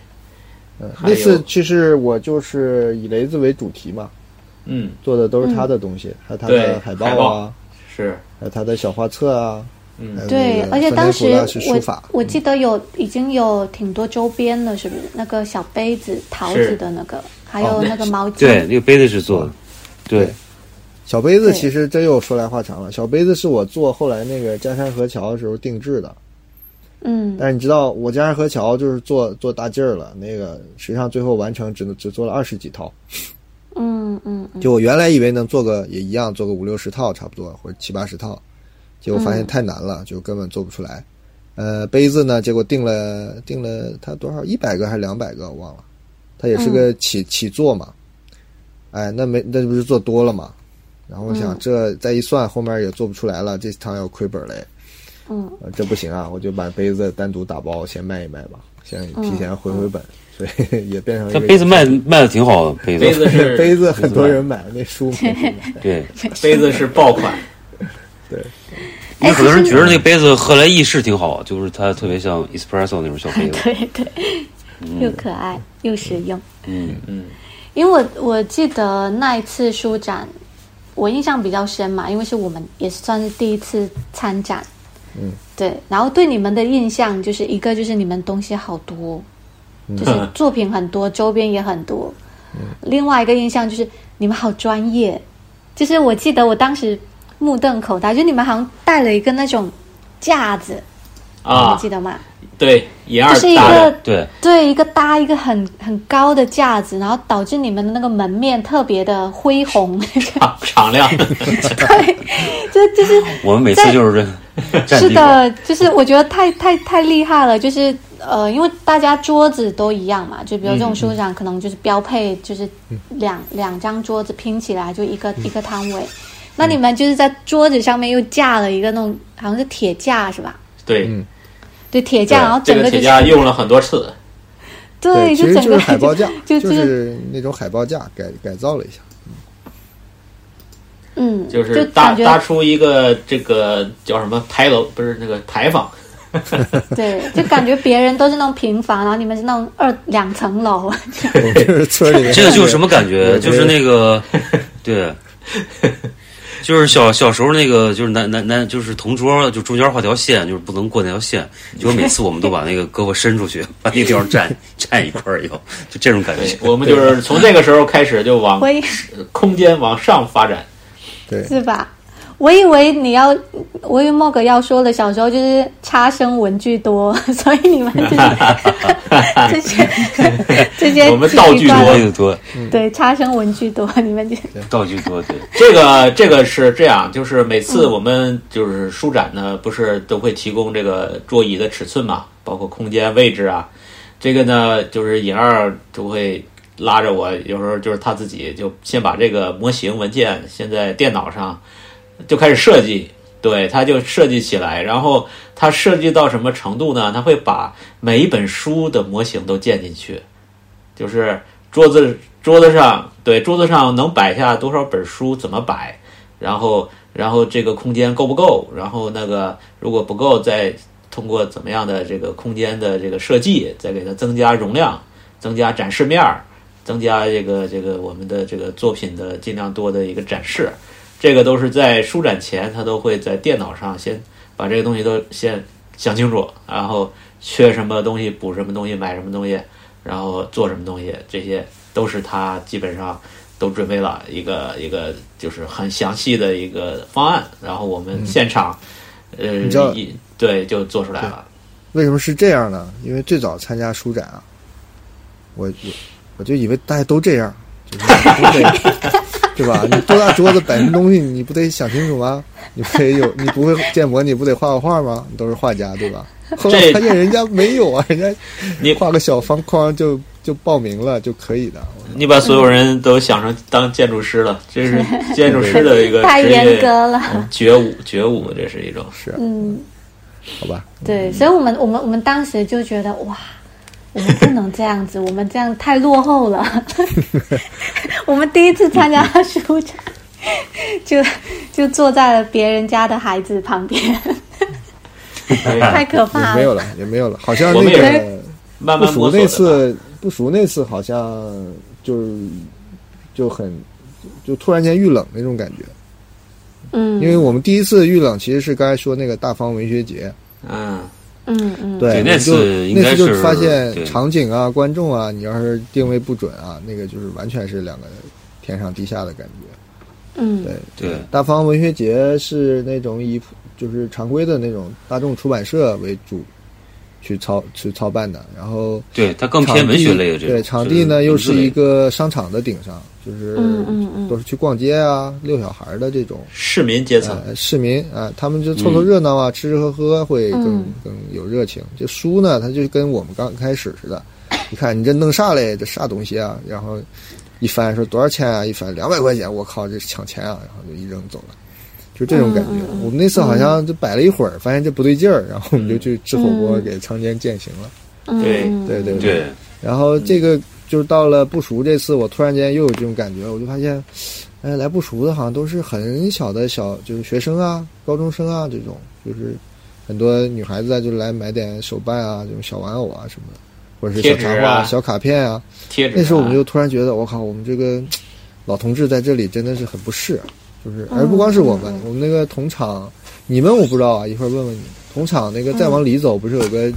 [SPEAKER 2] 嗯，
[SPEAKER 3] 还
[SPEAKER 2] 那
[SPEAKER 3] 有
[SPEAKER 2] 次其实我就是以雷子为主题嘛，
[SPEAKER 3] 嗯，
[SPEAKER 2] 做的都是他的东西，还有他
[SPEAKER 3] 对
[SPEAKER 2] 的海报
[SPEAKER 3] 海
[SPEAKER 2] 啊
[SPEAKER 3] 报，是
[SPEAKER 2] 还有他的小画册啊，
[SPEAKER 3] 嗯
[SPEAKER 2] 还有
[SPEAKER 4] 对
[SPEAKER 2] 那，个
[SPEAKER 4] 而且
[SPEAKER 2] 芬
[SPEAKER 4] 当
[SPEAKER 2] 雷
[SPEAKER 4] 时
[SPEAKER 2] 普拉啊是书
[SPEAKER 4] 我
[SPEAKER 2] 法，嗯
[SPEAKER 4] 我记得有已经有挺多周边了，是不是？那个小杯子、桃
[SPEAKER 3] 是哦
[SPEAKER 4] 子的那个，还有那个毛巾，
[SPEAKER 1] 对，那个杯子是做的，对
[SPEAKER 2] 对小杯子
[SPEAKER 4] 对
[SPEAKER 2] 其实真又说来话长了，小杯子是我做后来那个嘉山河桥的时候定制的，
[SPEAKER 4] 嗯，
[SPEAKER 2] 但是你知道我嘉山河桥就是做做大劲儿了，那个实际上最后完成只能只做了二十几套，
[SPEAKER 4] 嗯嗯嗯，
[SPEAKER 2] 就我原来以为能做个也一样，做个五六十套差不多，或者七八十套，结果发
[SPEAKER 4] 嗯
[SPEAKER 2] 现太难了，就根本做不出来。呃，杯子呢，结果定了定了，它多少一百个还是两百个，我忘了。它也是
[SPEAKER 4] 嗯
[SPEAKER 2] 个起、起做嘛，哎，那没那不是做多了嘛？然后我
[SPEAKER 4] 嗯
[SPEAKER 2] 想、这再一算，后面也做不出来了，这趟要亏本嘞。
[SPEAKER 4] 嗯
[SPEAKER 2] 呃，这不行啊，我就把杯子单独打包先卖一卖吧，先提
[SPEAKER 4] 嗯
[SPEAKER 2] 前回回本，所以 也变成一
[SPEAKER 1] 他
[SPEAKER 2] 个
[SPEAKER 1] 杯子卖卖的挺好的，杯
[SPEAKER 3] 杯子 是
[SPEAKER 2] 杯 子很多人买，那书没人买。
[SPEAKER 1] 对，
[SPEAKER 3] 杯子是爆款，
[SPEAKER 1] 因为
[SPEAKER 4] 哎
[SPEAKER 1] 很多人
[SPEAKER 4] 其
[SPEAKER 1] 觉
[SPEAKER 4] 实
[SPEAKER 1] 得那杯子喝来意式挺好，就是它特别像 espresso 那种小杯 子，
[SPEAKER 4] 对对，又可爱又实用。
[SPEAKER 1] 嗯，
[SPEAKER 3] 嗯
[SPEAKER 4] 因为我我记得那一次书展，我印象比较深嘛，因为是我们也算是第一次参展。嗯，对。然后对你们的印象就是一个就是你们东西好多，
[SPEAKER 3] 嗯
[SPEAKER 4] 就是作品很多，周边也很多。另外一个印象就是你们好专业，就是我记得我当时目瞪口呆，就你们好像带了一个那种架子，你
[SPEAKER 3] 啊
[SPEAKER 4] 们记，得吗？
[SPEAKER 3] 对，尹二
[SPEAKER 4] 就是一
[SPEAKER 3] 大
[SPEAKER 4] 个
[SPEAKER 3] 人，
[SPEAKER 1] 对，
[SPEAKER 4] 对，一个搭一个很很高的架子，然后导致你们的那个门面特别的恢宏，
[SPEAKER 3] 敞敞亮，
[SPEAKER 4] 对，就就是
[SPEAKER 1] 我们每次就是这占
[SPEAKER 4] 是
[SPEAKER 1] 地方，
[SPEAKER 4] 的，就是我觉得太太太厉害了，就是呃，因为大家桌子都一样嘛，就比如这种书展可能就是标配，就是两、两张桌子拼起来就一个、一个摊位，那你们就是在桌子上面又架了一个那种好像是铁架是吧？
[SPEAKER 3] 对，
[SPEAKER 2] 嗯
[SPEAKER 4] 对，铁架，然后
[SPEAKER 3] 这
[SPEAKER 4] 整
[SPEAKER 3] 个
[SPEAKER 4] 就
[SPEAKER 3] 铁
[SPEAKER 4] 是
[SPEAKER 3] 架用了很多次，
[SPEAKER 4] 对，
[SPEAKER 2] 其实
[SPEAKER 4] 整
[SPEAKER 2] 就是
[SPEAKER 4] 个
[SPEAKER 2] 海报架，
[SPEAKER 4] 就
[SPEAKER 2] 就
[SPEAKER 4] 就是
[SPEAKER 2] 那种海报架改改造了一 下。
[SPEAKER 4] 嗯，
[SPEAKER 3] 就
[SPEAKER 4] 就是
[SPEAKER 3] 搭
[SPEAKER 4] 感
[SPEAKER 3] 搭
[SPEAKER 4] 觉
[SPEAKER 3] 出一个这个叫什么牌楼，不是那个牌坊，
[SPEAKER 4] 对，就感觉别人都是那种平房，然后你们是那种二两层楼，
[SPEAKER 2] 就是村里面
[SPEAKER 1] 这个就是什么感觉？
[SPEAKER 2] 对
[SPEAKER 1] 就是那个，对，就是小小时候那个，就是男男男，就是同桌，就中间画条线，就是不能过那条线。就是每次我们都把那个胳膊伸出去，把那地方占占一块儿以后，就这种感
[SPEAKER 3] 对
[SPEAKER 1] 觉，。
[SPEAKER 3] 哎我们就是从这个时候开始就往
[SPEAKER 4] 我以
[SPEAKER 3] 空间往上发展，
[SPEAKER 2] 对，
[SPEAKER 4] 是吧？我以为你要，我以为莫哥要说的小时候就是差生文具多， 所以你们 就是这些这些
[SPEAKER 3] 我们道具
[SPEAKER 4] 奇奇怪怪
[SPEAKER 1] 道具多，
[SPEAKER 4] 对差生文具多，你们就
[SPEAKER 1] 道具多，对，
[SPEAKER 3] 这个这个是这样，就是每次我们就是书展呢，不是都会提供这个桌椅的尺寸嘛，包括空间位置啊。这个呢，就是尹二就会拉着我，有时候就是他自己就先把这个模型文件先在电脑上就开始设计，对，他就设计起来，然后他设计到什么程度呢？他会把每一本书的模型都建进去，就是桌子桌子上，对，桌子上能摆下多少本书，怎么摆，然后然后这个空间够不够，然后那个如果不够，再通过怎么样的这个空间的这个设计，再给它增加容量，增加展示面儿，增加这个这个我们的这个作品的尽量多的一个展示，这个都是在书展前，他都会在电脑上先把这个东西都先想清楚，然后缺什么东西补什么东西，买什么东西，然后做什么东西，这些都是他基本上都准备了一个一个就是很详细的一个方案，然后我们现场，
[SPEAKER 2] 你知道
[SPEAKER 3] 呃，一对就做出来了。
[SPEAKER 2] 为什么是这样呢？因为最早参加书展啊，我我我就以为大家都这样，就是你都得 对吧？你多大桌子摆什么东西，你不得想清楚吗？你不得有你不会建模，你不得画个画吗？你都是画家对吧？后来
[SPEAKER 3] 这
[SPEAKER 2] 发现人家没有啊，人家
[SPEAKER 3] 你
[SPEAKER 2] 画个小方框就就报名了就可以的。
[SPEAKER 3] 你把所有人都想成当建筑师了，这是建筑师的一个
[SPEAKER 4] 太
[SPEAKER 3] 职
[SPEAKER 4] 严
[SPEAKER 3] 业
[SPEAKER 4] 格了。
[SPEAKER 3] 嗯觉悟，觉悟，这是 一种。
[SPEAKER 2] 是，
[SPEAKER 4] 嗯，
[SPEAKER 2] 好吧，
[SPEAKER 4] 对，所以我们我们我们当时就觉得哇，我们不能这样子， 我们这样太落后了。 我们第一次参加书展，就就坐在了别人家的孩子旁边，
[SPEAKER 3] 哎
[SPEAKER 4] 太可
[SPEAKER 2] 也
[SPEAKER 4] 怕
[SPEAKER 2] 啊没有
[SPEAKER 4] 了。
[SPEAKER 2] 了，也没有了，好像
[SPEAKER 3] 我
[SPEAKER 2] 那
[SPEAKER 3] 们也
[SPEAKER 2] 个。
[SPEAKER 3] 慢
[SPEAKER 2] 不
[SPEAKER 3] 慢
[SPEAKER 2] 熟
[SPEAKER 3] 摸索
[SPEAKER 2] 那
[SPEAKER 3] 的吧
[SPEAKER 2] 次，不熟那次好像就是就很就突然间遇冷那种感觉，因为
[SPEAKER 4] 嗯
[SPEAKER 2] 我们第一次遇冷其实是刚才说那个大方文学节，
[SPEAKER 3] 嗯，
[SPEAKER 4] 嗯嗯，
[SPEAKER 1] 对
[SPEAKER 2] 对，
[SPEAKER 1] 那次
[SPEAKER 2] 我们
[SPEAKER 1] 应
[SPEAKER 2] 就
[SPEAKER 1] 该
[SPEAKER 2] 那次就是发现
[SPEAKER 1] 对
[SPEAKER 2] 场景啊、观众啊，你要是定位不准啊，那个就是完全是两个天上地下的感觉。
[SPEAKER 4] 嗯
[SPEAKER 2] 对
[SPEAKER 1] 对
[SPEAKER 2] 大方文学节是那种以普就是常规的那种大众出版社为主去操去操办的，然后。
[SPEAKER 1] 对，它更偏文学类的这种。
[SPEAKER 2] 对，场地呢
[SPEAKER 1] 就
[SPEAKER 2] 又
[SPEAKER 1] 文字
[SPEAKER 2] 是
[SPEAKER 1] 类
[SPEAKER 2] 一个商场的顶上，就是
[SPEAKER 4] 嗯嗯嗯
[SPEAKER 2] 都是去逛街啊、遛小孩的这种
[SPEAKER 3] 市民阶层，
[SPEAKER 2] 呃市民啊、他们就
[SPEAKER 1] 嗯
[SPEAKER 2] 凑凑热闹啊，吃吃喝喝会更、
[SPEAKER 4] 嗯
[SPEAKER 2] 更有热情。这书呢，它就跟我们刚开始似的，你看你这弄啥嘞？这啥东西啊？然后一翻说多少钱啊？一翻两百块钱，我靠，这是抢钱啊！然后就一扔走了。就这种感
[SPEAKER 4] 嗯
[SPEAKER 2] 觉，我们那次好像就摆了一会儿，发现这不对劲儿，然后我们就去吃火锅，
[SPEAKER 4] 嗯
[SPEAKER 2] 给强奸践行了。
[SPEAKER 4] 嗯
[SPEAKER 3] 对
[SPEAKER 4] 嗯
[SPEAKER 2] 对对
[SPEAKER 1] 对，
[SPEAKER 2] 然后这个就是到了不熟这次，我突然间又有这种感觉，我就发现，哎，来不熟的好像都是很小的小，就是学生啊、高中生啊这种，就是很多女孩子啊，就来买点手办啊、这种小玩偶啊什么的，或者是小
[SPEAKER 3] 贴纸
[SPEAKER 2] 插
[SPEAKER 3] 啊
[SPEAKER 2] 画、小卡片啊。
[SPEAKER 3] 贴纸啊。
[SPEAKER 2] 那时候我们就突然觉得，我靠，我们这个老同志在这里真的是很不适，就是而不光是我们，我们那个同场，你们我不知道啊，一会儿问问你。同场那个再往里走，不是有个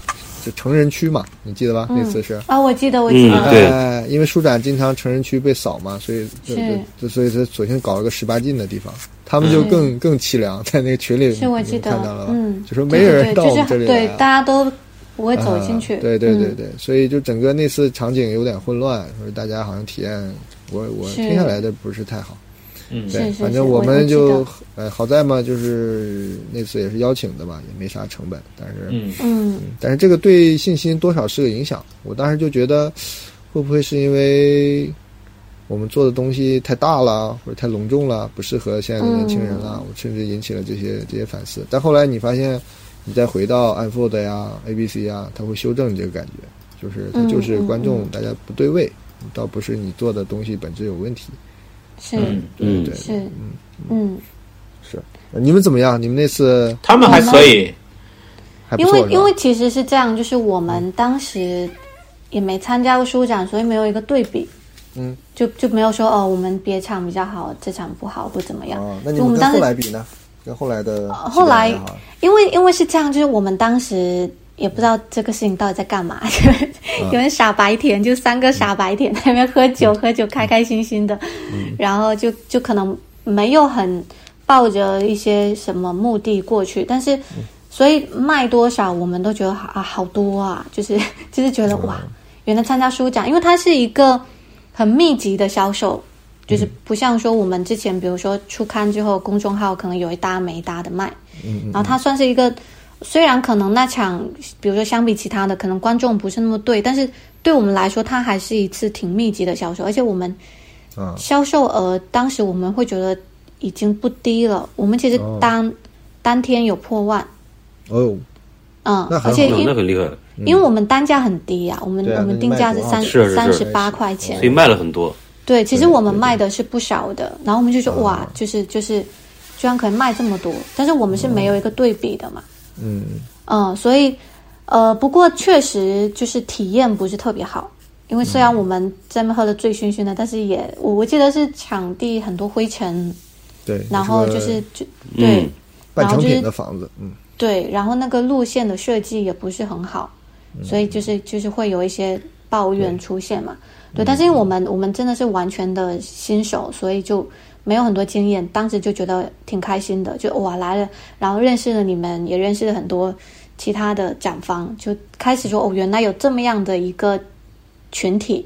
[SPEAKER 2] 就成人区嘛？你记得吧？那次是。
[SPEAKER 4] 啊，我记得我记
[SPEAKER 1] 嗯
[SPEAKER 4] 得，
[SPEAKER 1] 对
[SPEAKER 2] 哎，因为书展经常成人区被扫嘛，所以就是就就所以他索性搞了个十八禁的地方，他们就更更凄凉，在那个群里
[SPEAKER 4] 嗯是我
[SPEAKER 2] 你
[SPEAKER 4] 记
[SPEAKER 2] 们
[SPEAKER 4] 得
[SPEAKER 2] 看到了吧，
[SPEAKER 4] 嗯
[SPEAKER 2] 就说没
[SPEAKER 4] 对
[SPEAKER 2] 人
[SPEAKER 4] 对
[SPEAKER 2] 到
[SPEAKER 4] 对，
[SPEAKER 2] 我们这
[SPEAKER 4] 就是
[SPEAKER 2] 里来
[SPEAKER 4] 对大
[SPEAKER 2] 啊。
[SPEAKER 4] 家都不会走进去
[SPEAKER 2] 啊，对对对
[SPEAKER 4] 嗯
[SPEAKER 2] 对，所以就整个那次场景有点混乱，所以大家好像体验，我我
[SPEAKER 4] 是
[SPEAKER 2] 听下来的不是太好。
[SPEAKER 3] 嗯
[SPEAKER 2] 对，
[SPEAKER 4] 是是
[SPEAKER 2] 反正
[SPEAKER 4] 是
[SPEAKER 2] 我
[SPEAKER 4] 我
[SPEAKER 2] 们
[SPEAKER 4] 记
[SPEAKER 2] 就
[SPEAKER 4] 得
[SPEAKER 2] 呃好在嘛，就是那次也是邀请的嘛，也没啥成本，但是
[SPEAKER 3] 嗯，
[SPEAKER 4] 嗯
[SPEAKER 2] 但是这个对信心多少是个影响。我当时就觉得，会不会是因为我们做的东西太大了，或者太隆重了，不适合现在的年轻人了？我甚至引起了这些这些反啊思。但后来你发现，你再回到 Unfold 呀、ABC 呀，它会修正你这个感觉。就是它就是观众大家不对位，倒不是你做的东西本质有问题。
[SPEAKER 4] 是
[SPEAKER 3] 嗯，
[SPEAKER 2] 对对，
[SPEAKER 4] 是，嗯，
[SPEAKER 2] 是。呃你们怎么样？你们那次
[SPEAKER 3] 他们还
[SPEAKER 4] 嗯
[SPEAKER 3] 可以，
[SPEAKER 2] 还不
[SPEAKER 4] 因
[SPEAKER 2] 错
[SPEAKER 4] 为
[SPEAKER 2] 是吧
[SPEAKER 4] 因为其实是这样，就是我们当时也没参加过书展，所以没有一个对比。
[SPEAKER 2] 嗯，
[SPEAKER 4] 就就没有说哦，我们别场比较好，这场不好或怎么样。
[SPEAKER 2] 啊，那你
[SPEAKER 4] 就我
[SPEAKER 2] 们跟
[SPEAKER 4] 们当
[SPEAKER 2] 后
[SPEAKER 4] 时
[SPEAKER 2] 来比呢？跟后来的
[SPEAKER 4] 后来
[SPEAKER 2] 期待呢
[SPEAKER 4] 因为因为是这样，就是我们当时也不知道这个事情到底在干嘛，就是
[SPEAKER 2] 嗯
[SPEAKER 4] 有点傻白甜，就三个傻白甜在那边喝酒，喝酒开开心心的，
[SPEAKER 2] 嗯
[SPEAKER 4] 然后就就可能没有很抱着一些什么目的过去，但是所以卖多少我们都觉得啊好多啊，就是 就是觉
[SPEAKER 2] 嗯
[SPEAKER 4] 得哇，原来参加书展，因为它是一个很密集的销售。就是不像说我们之前，比如说出刊之后，公众号可能有一搭没一搭的卖，
[SPEAKER 2] 嗯
[SPEAKER 4] 然后它算是一个，虽然可能那场，比如说相比其他的，可能观众不是那么对，但是对我们来说，它还是一次挺密集的销售，而且我们
[SPEAKER 2] 啊
[SPEAKER 4] 销售额当时我们会觉得已经不低了，我们其实
[SPEAKER 2] 哦
[SPEAKER 4] 当、当天有破万，
[SPEAKER 2] 哦，
[SPEAKER 4] 嗯
[SPEAKER 2] 那，很
[SPEAKER 4] 而且
[SPEAKER 2] 好
[SPEAKER 1] 哦
[SPEAKER 4] 因、
[SPEAKER 1] 那很厉害，
[SPEAKER 4] 因为我们单价很低啊，我们、
[SPEAKER 2] 对啊
[SPEAKER 4] 我们定价是
[SPEAKER 2] 那
[SPEAKER 4] 三
[SPEAKER 2] 你
[SPEAKER 1] 卖多少
[SPEAKER 4] 三
[SPEAKER 1] 是
[SPEAKER 4] 十
[SPEAKER 1] 是
[SPEAKER 4] 八块钱
[SPEAKER 1] 所以，卖了很多。
[SPEAKER 4] 对，其实
[SPEAKER 2] 对
[SPEAKER 4] 我们
[SPEAKER 2] 对嗯
[SPEAKER 4] 卖的是不少的，然后我们就说哇，就是就是，居然可以卖这么多，但是我们是没有一个对比的嘛。
[SPEAKER 2] 嗯，
[SPEAKER 4] 嗯，所以呃，不过确实就是体验不是特别好，因为虽然我们在那边喝的醉醺醺的，但是也我我记得是场地很多灰尘，
[SPEAKER 2] 嗯对，
[SPEAKER 4] 然
[SPEAKER 2] 是
[SPEAKER 4] 后
[SPEAKER 2] 个
[SPEAKER 4] 就是就
[SPEAKER 1] 嗯
[SPEAKER 4] 对、
[SPEAKER 2] 半成
[SPEAKER 4] 然
[SPEAKER 2] 品
[SPEAKER 4] 后就
[SPEAKER 2] 的
[SPEAKER 4] 是
[SPEAKER 2] 房子，嗯，
[SPEAKER 4] 对，然后那个路线的设计也不是很好，所以就是就是会有一些抱怨出现嘛。对，但是因为我们我们真的是完全的新手，所以就没有很多经验，当时就觉得挺开心的，就哇来了，然后认识了你们，也认识了很多其他的展方，就开始说哦，原来有这么样的一个群体。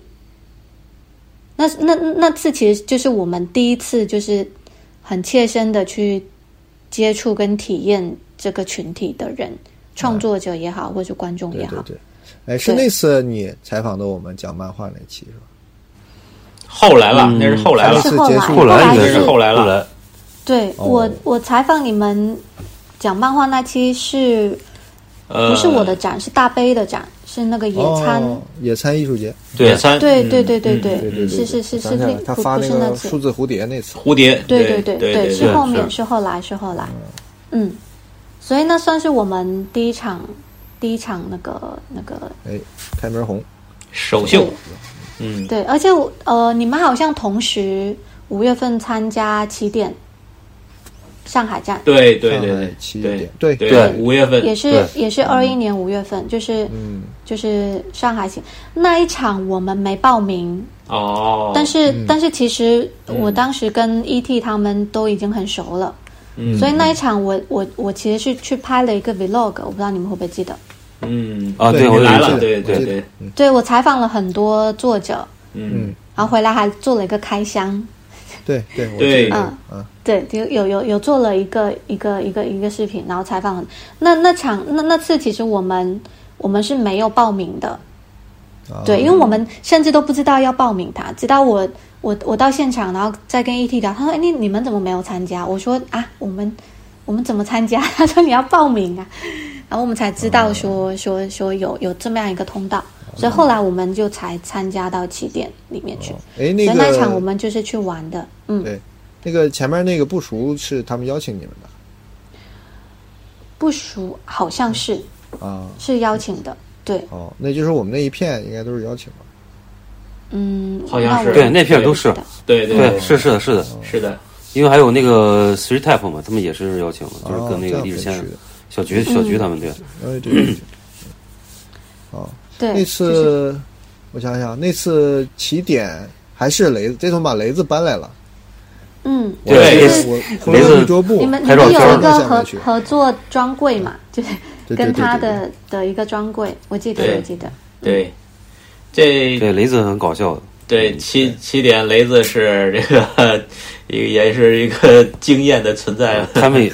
[SPEAKER 4] 那那那次其实就是我们第一次，就是很切身的去接触跟体验这个群体的人，创作者也好，或者观众
[SPEAKER 2] 对
[SPEAKER 4] 也
[SPEAKER 2] 对
[SPEAKER 4] 好，
[SPEAKER 2] 对。哎，是
[SPEAKER 4] 对
[SPEAKER 2] 那次你采访的我们讲漫画那期是吧？
[SPEAKER 3] 后来了，
[SPEAKER 1] 嗯
[SPEAKER 3] 那是后来了
[SPEAKER 2] 上，次
[SPEAKER 4] 是后
[SPEAKER 2] 结
[SPEAKER 4] 来
[SPEAKER 2] 束
[SPEAKER 1] 后来应该
[SPEAKER 4] 就是是
[SPEAKER 3] 后来了
[SPEAKER 1] 后来
[SPEAKER 4] 对
[SPEAKER 2] 哦
[SPEAKER 4] 我我采访你们讲漫画那期是
[SPEAKER 3] 呃，
[SPEAKER 4] 嗯不是我的展？是大悲的展，是那个野餐。
[SPEAKER 2] 哦，野餐艺术节，
[SPEAKER 1] 对
[SPEAKER 3] 野餐，
[SPEAKER 4] 对
[SPEAKER 3] 嗯
[SPEAKER 4] 对对对对
[SPEAKER 3] 嗯
[SPEAKER 2] 对对对，
[SPEAKER 4] 是
[SPEAKER 2] 对
[SPEAKER 4] 是是
[SPEAKER 2] 我
[SPEAKER 4] 是
[SPEAKER 2] 想起来
[SPEAKER 4] 另
[SPEAKER 2] 了他
[SPEAKER 4] 不
[SPEAKER 2] 发
[SPEAKER 4] 不
[SPEAKER 2] 那
[SPEAKER 4] 是那
[SPEAKER 2] 个数
[SPEAKER 4] 次，
[SPEAKER 2] 字蝴蝶那次，
[SPEAKER 3] 蝴蝶，
[SPEAKER 4] 对
[SPEAKER 3] 对
[SPEAKER 4] 对
[SPEAKER 3] 对
[SPEAKER 4] 对，是后面
[SPEAKER 1] 是
[SPEAKER 4] 是后来是后来，嗯，所以那算是我们第一场第一场那个那个
[SPEAKER 2] 哎，开门红，
[SPEAKER 3] 首秀，嗯，
[SPEAKER 4] 对，而且我呃，你们好像同时五月份参加起点上海站，
[SPEAKER 3] 对对
[SPEAKER 2] 上海
[SPEAKER 3] 对
[SPEAKER 2] 起
[SPEAKER 3] 对
[SPEAKER 2] 点对
[SPEAKER 1] 对
[SPEAKER 3] 五月份
[SPEAKER 4] 也是
[SPEAKER 1] 对
[SPEAKER 4] 也是二一年五月份，就是、
[SPEAKER 2] 嗯，
[SPEAKER 4] 就是上海行那一场我们没报名，
[SPEAKER 3] 哦，
[SPEAKER 4] 但是、但是其实我当时跟 ET 嗯他们都已经很熟了，
[SPEAKER 3] 嗯
[SPEAKER 4] 所以那一场我我我其实是去拍了一个 vlog，我不知道你们会不会记得，
[SPEAKER 3] 嗯
[SPEAKER 1] 啊，
[SPEAKER 2] 对
[SPEAKER 1] 对，我有
[SPEAKER 2] 你
[SPEAKER 3] 来
[SPEAKER 1] 印
[SPEAKER 2] 记
[SPEAKER 3] 了，
[SPEAKER 1] 象
[SPEAKER 2] 得
[SPEAKER 3] 对
[SPEAKER 2] 我
[SPEAKER 3] 对
[SPEAKER 2] 记得
[SPEAKER 3] 对，
[SPEAKER 4] 对我采访了很多作者，
[SPEAKER 3] 嗯
[SPEAKER 4] 然后回来还做了一个开箱。
[SPEAKER 2] 对对我
[SPEAKER 3] 对
[SPEAKER 2] 记得
[SPEAKER 4] 嗯
[SPEAKER 2] 嗯
[SPEAKER 4] 对，就有有有做了一个一个一个一个视频，然后采访很那那场那那次其实我们我们是没有报名的，
[SPEAKER 2] 啊
[SPEAKER 4] 对，因为我们甚至都不知道要报名它，直到我我我到现场，然后再跟 ET 聊，他说：“哎，你你们怎么没有参加？”我说：“啊，我们我们怎么参加？” 他说：“你要报名啊。”然后我们才知道说、
[SPEAKER 2] 哦
[SPEAKER 4] 说说有有这么样一个通道，所以后来我们就才参加到起点里面去。
[SPEAKER 2] 哎
[SPEAKER 4] 所
[SPEAKER 2] 那
[SPEAKER 4] 以
[SPEAKER 2] 个
[SPEAKER 4] 那场我们就是去玩的，嗯，
[SPEAKER 2] 对那个前面那个不熟是他们邀请你们的
[SPEAKER 4] 不熟好像是。
[SPEAKER 2] 啊，
[SPEAKER 4] 是邀请的，对，
[SPEAKER 2] 哦，那就是我们那一片应该都是邀请吧？
[SPEAKER 4] 嗯，
[SPEAKER 3] 好像是
[SPEAKER 4] 那我
[SPEAKER 1] 对那片儿都是
[SPEAKER 4] 不知，道
[SPEAKER 3] 对对
[SPEAKER 1] 对，是是的是的，
[SPEAKER 3] 是的，
[SPEAKER 1] 因为还有那个 Three Type 嘛，他们也是邀请了，就
[SPEAKER 2] 哦
[SPEAKER 1] 是跟那
[SPEAKER 2] 这
[SPEAKER 1] 个
[SPEAKER 2] 样
[SPEAKER 1] 李志
[SPEAKER 2] 可以
[SPEAKER 1] 谦
[SPEAKER 2] 去的、
[SPEAKER 1] 小菊、小菊他们对，
[SPEAKER 2] 哎，对对对，哦，
[SPEAKER 4] 对，
[SPEAKER 2] 那
[SPEAKER 4] 就是
[SPEAKER 2] 次我想想，那次起点还是雷子，这次把雷子搬来了。
[SPEAKER 4] 嗯，
[SPEAKER 2] 我
[SPEAKER 3] 对
[SPEAKER 2] 我
[SPEAKER 4] 雷子
[SPEAKER 2] 我回
[SPEAKER 1] 雷
[SPEAKER 2] 了
[SPEAKER 1] 子
[SPEAKER 2] 一桌布，
[SPEAKER 4] 你们你
[SPEAKER 1] 拍照
[SPEAKER 4] 们
[SPEAKER 1] 片
[SPEAKER 4] 有
[SPEAKER 1] 儿
[SPEAKER 4] 一个
[SPEAKER 2] 下
[SPEAKER 4] 合
[SPEAKER 2] 面去
[SPEAKER 4] 合作专柜嘛， 就是
[SPEAKER 2] 对对
[SPEAKER 4] 跟他
[SPEAKER 2] 对对
[SPEAKER 4] 的的一个专柜，我记得
[SPEAKER 3] 对
[SPEAKER 4] 我记得，
[SPEAKER 3] 对，这
[SPEAKER 1] 嗯对，雷子很搞笑的，
[SPEAKER 3] 对七七点雷子是这个一个也是一个经验的存在，
[SPEAKER 1] 摊位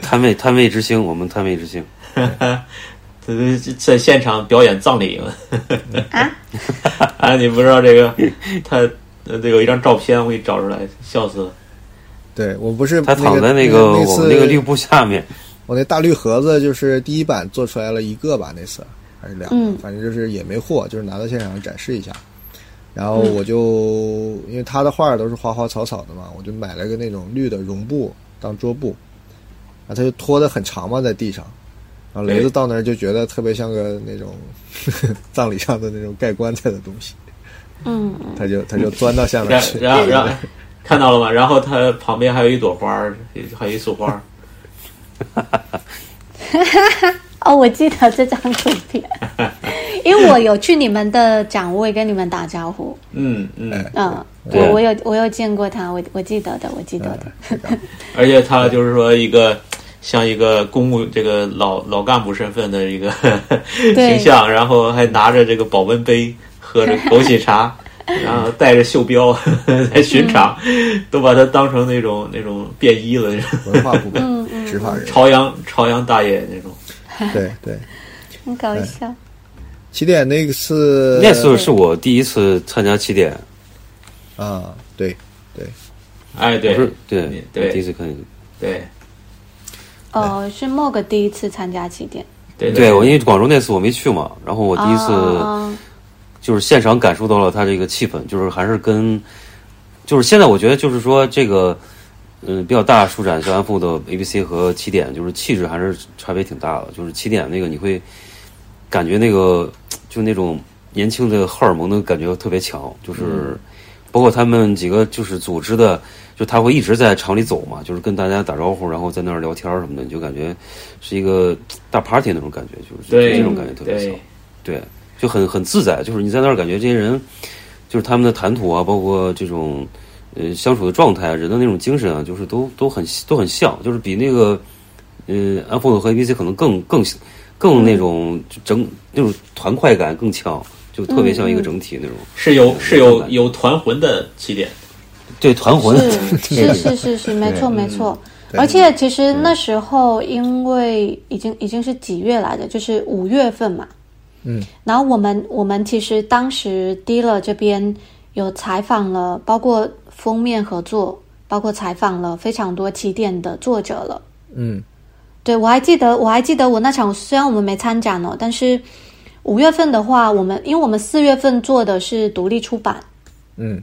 [SPEAKER 1] 摊位摊位之星，我们摊位之星，
[SPEAKER 3] 在现场表演葬礼嘛。
[SPEAKER 4] 啊
[SPEAKER 3] 啊，你不知道这个，他呃这有一张照片，我给你找出来，笑死了。
[SPEAKER 2] 对我不是
[SPEAKER 1] 他躺在
[SPEAKER 2] 那
[SPEAKER 1] 个
[SPEAKER 2] 那
[SPEAKER 1] 我
[SPEAKER 2] 次
[SPEAKER 1] 们那个绿布下面，
[SPEAKER 2] 我那大绿盒子就是第一版做出来了一个吧，那次还是两个，
[SPEAKER 4] 嗯
[SPEAKER 2] 反正就是也没货，就是拿到现场展示一下。然后
[SPEAKER 4] 嗯
[SPEAKER 2] 我就、因为他的画都是花花草草的嘛，我就买了个那种绿的绒布当桌布，然后他就拖得很长嘛在地上，然后雷
[SPEAKER 4] 嗯
[SPEAKER 2] 子
[SPEAKER 3] 哎
[SPEAKER 2] 到那儿就觉得特别像个那种 葬礼上的那种盖棺材的东西，
[SPEAKER 4] 嗯，
[SPEAKER 2] 他就他就钻到下面
[SPEAKER 3] 然
[SPEAKER 2] 去，
[SPEAKER 3] 然后然后看到了吗？然后它旁边还有一朵花儿，还有一束花儿。
[SPEAKER 4] 哦，我记得这张图 片，因为我有去你们的展位跟你们打招呼，
[SPEAKER 3] 嗯
[SPEAKER 1] 哎
[SPEAKER 3] 嗯，
[SPEAKER 2] 哎
[SPEAKER 4] 嗯，
[SPEAKER 1] 对
[SPEAKER 4] 我我有我有见过他，我我记得的，我记得的，
[SPEAKER 3] 而且它就是说一个像一个公务这个老老干部身份的一个
[SPEAKER 4] 对
[SPEAKER 3] 形象，然后还拿着这个保温杯喝着枸 杞茶，然后带着袖标来巡场，
[SPEAKER 4] 嗯
[SPEAKER 3] 都把它当成那种那种便 衣了，
[SPEAKER 2] 文化部
[SPEAKER 4] 嗯
[SPEAKER 2] 门
[SPEAKER 4] 嗯
[SPEAKER 2] 执法人，
[SPEAKER 3] 朝阳朝阳大爷那种。
[SPEAKER 2] 对对。
[SPEAKER 4] 很搞笑。
[SPEAKER 2] 起点那次
[SPEAKER 1] 那次是我第一次参加起点，
[SPEAKER 2] 啊，对对，
[SPEAKER 3] 哎，
[SPEAKER 1] 不
[SPEAKER 3] 对
[SPEAKER 1] 是对
[SPEAKER 3] 对
[SPEAKER 1] 第一次看见。
[SPEAKER 3] 对
[SPEAKER 4] 哦，是莫哥第一次参加起点，
[SPEAKER 3] 对
[SPEAKER 1] 对，我因为广州那次我没去嘛，然后我第一次
[SPEAKER 4] 哦
[SPEAKER 1] 就是现场感受到了它这个气氛，就是还是跟，就是现在我觉得就是说这个，嗯，比较大的书展像安富的 A B C 和起点，就是气质还是差别挺大的。就是起点那个你会感觉那个就那种年轻的荷尔蒙的感觉特别强，就是包括他们几个就是组织的，就他会一直在厂里走嘛，就是跟大家打招呼，然后在那儿聊天儿什么的，你就感觉是一个大 party 那种感觉，就是
[SPEAKER 3] 对
[SPEAKER 1] 这种感觉特别强
[SPEAKER 3] 对。
[SPEAKER 1] 对，就很很自在，就是你在那儿感觉这些人，就是他们的谈吐啊，包括这种呃相处的状态啊，人的那种精神啊，就是都都很都很像，就是比那个呃安富和 ABC 可能更更更那种就整那种团块感更强，就特别
[SPEAKER 4] 嗯
[SPEAKER 1] 像一个整体那种。
[SPEAKER 3] 是有是有有团魂的起点，
[SPEAKER 1] 对团魂，
[SPEAKER 4] 是是是是是，没错没错。
[SPEAKER 2] 对
[SPEAKER 4] 而且其实那时候，因为已经已经是几月来的，就是五月份嘛。
[SPEAKER 2] 嗯。
[SPEAKER 4] 然后我们我们其实当时 dealer 这边有采访了，包括封面合作，包括采访了非常多起点的作者了。
[SPEAKER 2] 嗯
[SPEAKER 4] 对，我还记得，我还记得我那场，虽然我们没参展哦，但是五月份的话，我们因为我们四月份做的是独立出版，
[SPEAKER 2] 嗯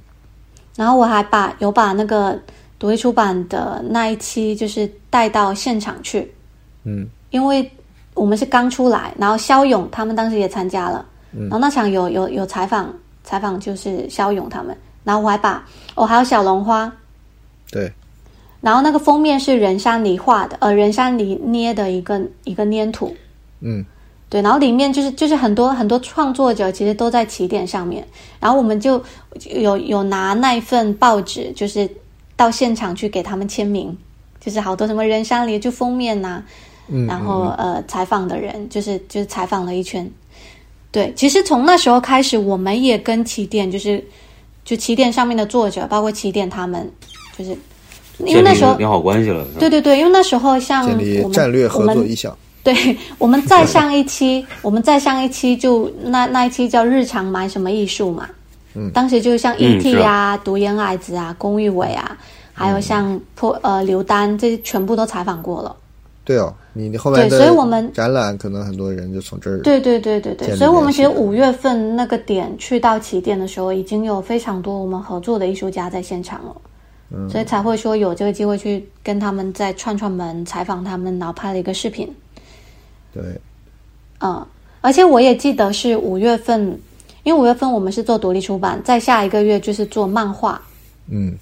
[SPEAKER 4] 然后我还把有把那个独立出版的那一期就是带到现场去，
[SPEAKER 2] 嗯
[SPEAKER 4] 因为我们是刚出来，然后肖勇他们当时也参加了，然后那场有有有采访采访就是肖勇他们，然后我还把哦还有小龙花，
[SPEAKER 2] 对，
[SPEAKER 4] 然后那个封面是任山梨画的，呃任山梨捏的一个一个粘土，
[SPEAKER 2] 嗯
[SPEAKER 4] 对，然后里面就是就是很多很多创作者其实都在起点上面，然后我们就有有拿那一份报纸，就是到现场去给他们签名，就是好多什么人山里就封面呐、
[SPEAKER 2] 嗯，
[SPEAKER 4] 然后呃采访的人就是就是采访了一圈，对，其实从那时候开始，我们也跟起点就是就起点上面的作者，包括起点他们，就是因为
[SPEAKER 1] 建
[SPEAKER 4] 那
[SPEAKER 1] 立
[SPEAKER 4] 时候
[SPEAKER 1] 良好关系了。
[SPEAKER 4] 对对对，因为那时候像
[SPEAKER 2] 嗯建立
[SPEAKER 4] 嗯我们
[SPEAKER 2] 战略
[SPEAKER 4] 我
[SPEAKER 2] 合
[SPEAKER 4] 们
[SPEAKER 2] 作意向，
[SPEAKER 4] 对，我们再上一期，我们再上一期就那那一期叫日常买什么艺术嘛，
[SPEAKER 2] 嗯
[SPEAKER 4] 当时就像 E.T.
[SPEAKER 1] 是
[SPEAKER 4] 啊、独眼矮子啊、龚玉伟啊，还有像破呃刘丹，这些全部都采访过了。
[SPEAKER 2] 对哦，你你后面
[SPEAKER 4] 对
[SPEAKER 2] 的
[SPEAKER 4] 所以我们
[SPEAKER 2] 展览可能很多人就从这儿
[SPEAKER 4] 对对对对
[SPEAKER 2] 建
[SPEAKER 4] 对，
[SPEAKER 2] 立
[SPEAKER 4] 所以我们
[SPEAKER 2] 联系
[SPEAKER 4] 其实
[SPEAKER 2] 的
[SPEAKER 4] 五月份那个点去到起点的时候，已经有非常多我们合作的艺术家在现场了。所以才会说有这个机会去跟他们再串串门，采访他们，然后拍了一个视频。
[SPEAKER 2] 对
[SPEAKER 4] 嗯，而且我也记得是五月份，因为五月份我们是做独立出版，再下一个月就是做漫画。
[SPEAKER 2] 嗯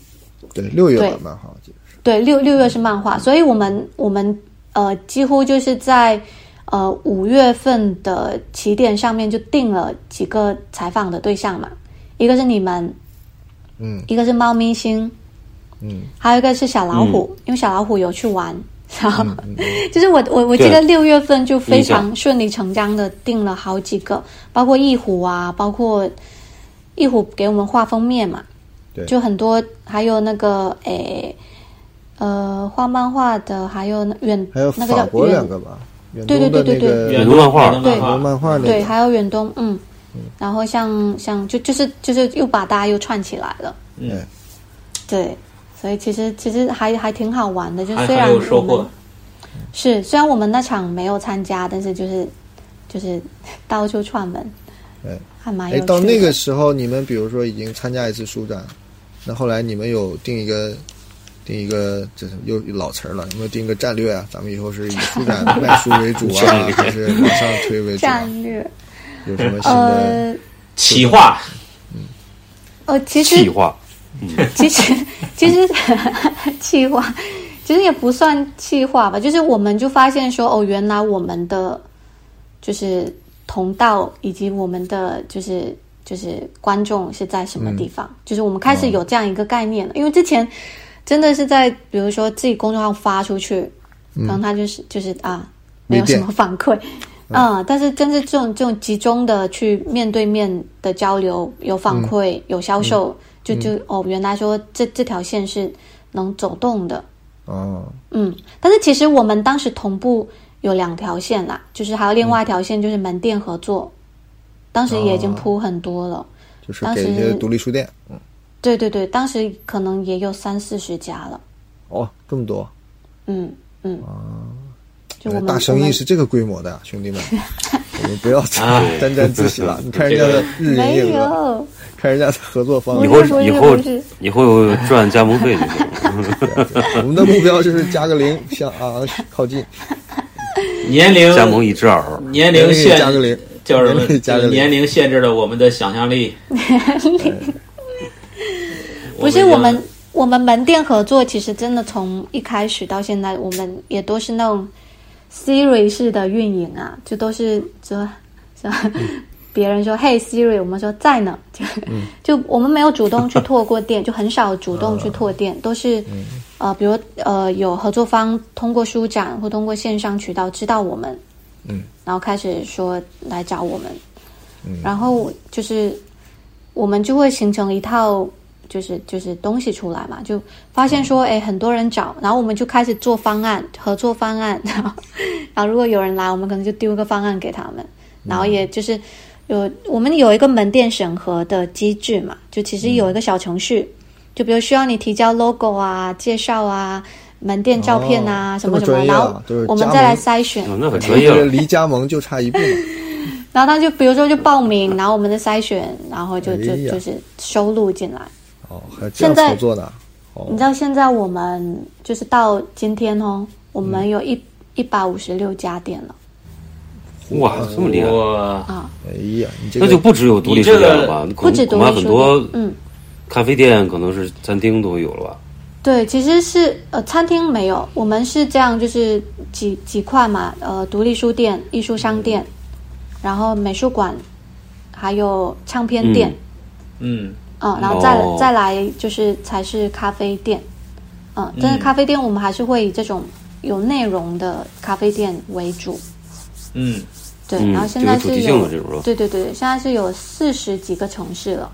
[SPEAKER 2] 对六月
[SPEAKER 4] 对
[SPEAKER 2] 吧蛮好，记得是
[SPEAKER 4] 对，六六月是漫画，所以我们我们呃几乎就是在呃五月份的起点上面就定了几个采访的对象嘛，一个是你们，
[SPEAKER 2] 嗯
[SPEAKER 4] 一个是猫咪星，
[SPEAKER 2] 嗯
[SPEAKER 4] 还有一个是小老虎，因为小老虎有去玩，然后、
[SPEAKER 2] 嗯
[SPEAKER 4] 就是我我我记得
[SPEAKER 1] 对
[SPEAKER 4] 六月份就非
[SPEAKER 1] 印
[SPEAKER 4] 常顺理成章的定了好几个，包括一虎啊，包括一虎给我们画封面嘛，
[SPEAKER 2] 对
[SPEAKER 4] 就很多，还有那个诶呃画漫画的，还有那远
[SPEAKER 2] 还有
[SPEAKER 4] 那个
[SPEAKER 2] 法
[SPEAKER 4] 叫
[SPEAKER 2] 国
[SPEAKER 4] 远
[SPEAKER 2] 两个吧，远
[SPEAKER 4] 对对
[SPEAKER 2] 东的
[SPEAKER 4] 对
[SPEAKER 2] 那
[SPEAKER 4] 对
[SPEAKER 2] 个
[SPEAKER 1] 远
[SPEAKER 2] 远
[SPEAKER 1] 东漫画
[SPEAKER 3] 远
[SPEAKER 4] 对
[SPEAKER 3] 东
[SPEAKER 2] 东漫画那
[SPEAKER 4] 对，
[SPEAKER 2] 个，
[SPEAKER 4] 还有远东嗯，然后像像就就是就是又把大家又串起来了，
[SPEAKER 3] 嗯，
[SPEAKER 4] 对。所以其实其实还还挺好玩的，就
[SPEAKER 3] 还
[SPEAKER 4] 嗯虽
[SPEAKER 3] 还
[SPEAKER 4] 然
[SPEAKER 3] 有
[SPEAKER 4] 我
[SPEAKER 3] 收
[SPEAKER 4] 们
[SPEAKER 3] 获。
[SPEAKER 4] 是，虽然我们那场没有参加，但是就是就是到处串门，
[SPEAKER 2] 对，
[SPEAKER 4] 还蛮有
[SPEAKER 2] 哎，
[SPEAKER 4] 趣的。
[SPEAKER 2] 到那个时候，你们比如说已经参加一次书展，那后来你们有定一个定一个，这是又老词儿了，有没有定一个战略啊？咱们以后是以书展卖书为主啊，还是往上推为主、啊？
[SPEAKER 4] 战略，
[SPEAKER 2] 有什么新的？
[SPEAKER 4] 呃
[SPEAKER 3] 企划
[SPEAKER 4] 呃，其实
[SPEAKER 1] 气话，
[SPEAKER 4] 其实其实 气话，其实也不算气话吧，就是我们就发现说，哦，原来我们的就是同道以及我们的就是就是观众是在什么地方，就是我们开始有这样一个概念了，因为之前真的是在比如说自己公众号发出去，然后他就是就是啊，没有
[SPEAKER 2] 没变
[SPEAKER 4] 什么反馈。啊、但是真是这种这种集中的去面对面的交流，有反馈，有销售，就就哦，原来说这这条线是能走动的，
[SPEAKER 2] 哦，
[SPEAKER 4] 嗯，但是其实我们当时同步有两条线啦，就是还有另外一条线就是门店合作，当时也已经铺很多了，
[SPEAKER 2] 啊就是给一
[SPEAKER 4] 当
[SPEAKER 2] 些
[SPEAKER 4] 时
[SPEAKER 2] 独立书店。嗯，
[SPEAKER 4] 对对对，当时可能也有三四十家了，
[SPEAKER 2] 哦，这么多，
[SPEAKER 4] 嗯嗯，就我
[SPEAKER 2] 呃
[SPEAKER 4] 们
[SPEAKER 2] 大生
[SPEAKER 4] 我
[SPEAKER 2] 意
[SPEAKER 4] 们
[SPEAKER 2] 是这个规模的啊，兄弟 们，我们不要沾沾自喜了。你看人家的日营
[SPEAKER 4] 没
[SPEAKER 2] 业额，
[SPEAKER 4] 有，
[SPEAKER 2] 看人家的合作方
[SPEAKER 4] 不
[SPEAKER 1] 以
[SPEAKER 2] 案
[SPEAKER 4] 是，
[SPEAKER 1] 后
[SPEAKER 4] 不是
[SPEAKER 1] 以后
[SPEAKER 4] 不是
[SPEAKER 1] 以后赚加盟费就 行了。
[SPEAKER 2] 我们的目标就是加个零，向啊靠近，
[SPEAKER 3] 年龄
[SPEAKER 1] 加盟一只耳，
[SPEAKER 3] 年
[SPEAKER 2] 年
[SPEAKER 3] 龄
[SPEAKER 2] 龄
[SPEAKER 3] 限
[SPEAKER 2] 加个零，
[SPEAKER 3] 叫什么
[SPEAKER 2] 年龄？加
[SPEAKER 3] 就
[SPEAKER 2] 个
[SPEAKER 3] 是
[SPEAKER 2] 零
[SPEAKER 3] 年龄限制了我们的想象力。
[SPEAKER 4] 不是我们
[SPEAKER 3] 就，
[SPEAKER 4] 我们门店合作，其实真的从一开始到现在，我们也都是那种 Siri 式的运营啊，就都是就就、 别人说 “Hey Siri”，我们说在呢，就、就我们没有主动去拓过店，就很少主动去拓 店，都是、呃，比如呃有合作方通过书展或通过线上渠道知道我们，
[SPEAKER 2] 嗯，
[SPEAKER 4] 然后开始说来找我们，嗯，然后就是我们就会形成一套就是就是东西出来嘛，就发
[SPEAKER 2] 嗯
[SPEAKER 4] 现说，哎，很多人找，然后我们就开始做方案，合作方案， 然后然后如果有人来，我们可能就丢一个方案给他们，
[SPEAKER 2] 嗯
[SPEAKER 4] 然后也就是有我们有一个门店审核的机制嘛，就其实有一个小程序，就比如需要你提交 logo 啊、介绍啊、门店照片啊、
[SPEAKER 2] 哦
[SPEAKER 4] 什么
[SPEAKER 2] 这
[SPEAKER 4] 什
[SPEAKER 2] 么专
[SPEAKER 4] 么，
[SPEAKER 2] 业
[SPEAKER 4] 然
[SPEAKER 2] 啊
[SPEAKER 4] 后
[SPEAKER 2] 就是
[SPEAKER 4] 我们
[SPEAKER 2] 加
[SPEAKER 4] 再来
[SPEAKER 2] 盟嗯
[SPEAKER 4] 筛选，
[SPEAKER 1] 哦那很
[SPEAKER 2] 就
[SPEAKER 1] 专业
[SPEAKER 2] 是
[SPEAKER 1] 了。
[SPEAKER 2] 离加盟就差一步嘛。
[SPEAKER 4] 然后他就比如说就报名，然后我们的筛选，然后就就
[SPEAKER 2] 哎呀
[SPEAKER 4] 就是收录进来。
[SPEAKER 2] 哦，还这样
[SPEAKER 4] 现在
[SPEAKER 2] 操作呢？哦
[SPEAKER 4] 你知道现在我们就是到今天哦，我们有一一百五十六家店了。啊
[SPEAKER 1] 哇，这么厉害！
[SPEAKER 3] 我
[SPEAKER 2] 哎呀，你这个
[SPEAKER 1] 那就不只有独立书店了吧？
[SPEAKER 4] 不止
[SPEAKER 1] 恐恐
[SPEAKER 4] 独
[SPEAKER 1] 怕
[SPEAKER 4] 立
[SPEAKER 1] 很
[SPEAKER 4] 书
[SPEAKER 1] 多
[SPEAKER 4] 店，嗯，
[SPEAKER 1] 咖啡店可能是餐厅都有了吧？
[SPEAKER 4] 对，其实是呃，餐厅没有，我们是这样，就是几几块嘛，呃，独立书店、艺术商店，然后美术馆，还有唱片店，
[SPEAKER 3] 嗯，
[SPEAKER 4] 嗯，然后再、
[SPEAKER 1] 哦
[SPEAKER 4] 再来就是才是咖啡店，嗯，但是
[SPEAKER 3] 嗯
[SPEAKER 4] 咖啡店我们还是会以这种有内容的咖啡店为主，
[SPEAKER 3] 嗯，
[SPEAKER 4] 对，
[SPEAKER 1] 嗯
[SPEAKER 4] 然后现在
[SPEAKER 1] 这个主
[SPEAKER 4] 是
[SPEAKER 1] 题
[SPEAKER 4] 有
[SPEAKER 1] 性的这种是吧
[SPEAKER 4] 对对对，现在是有四十几个城市了，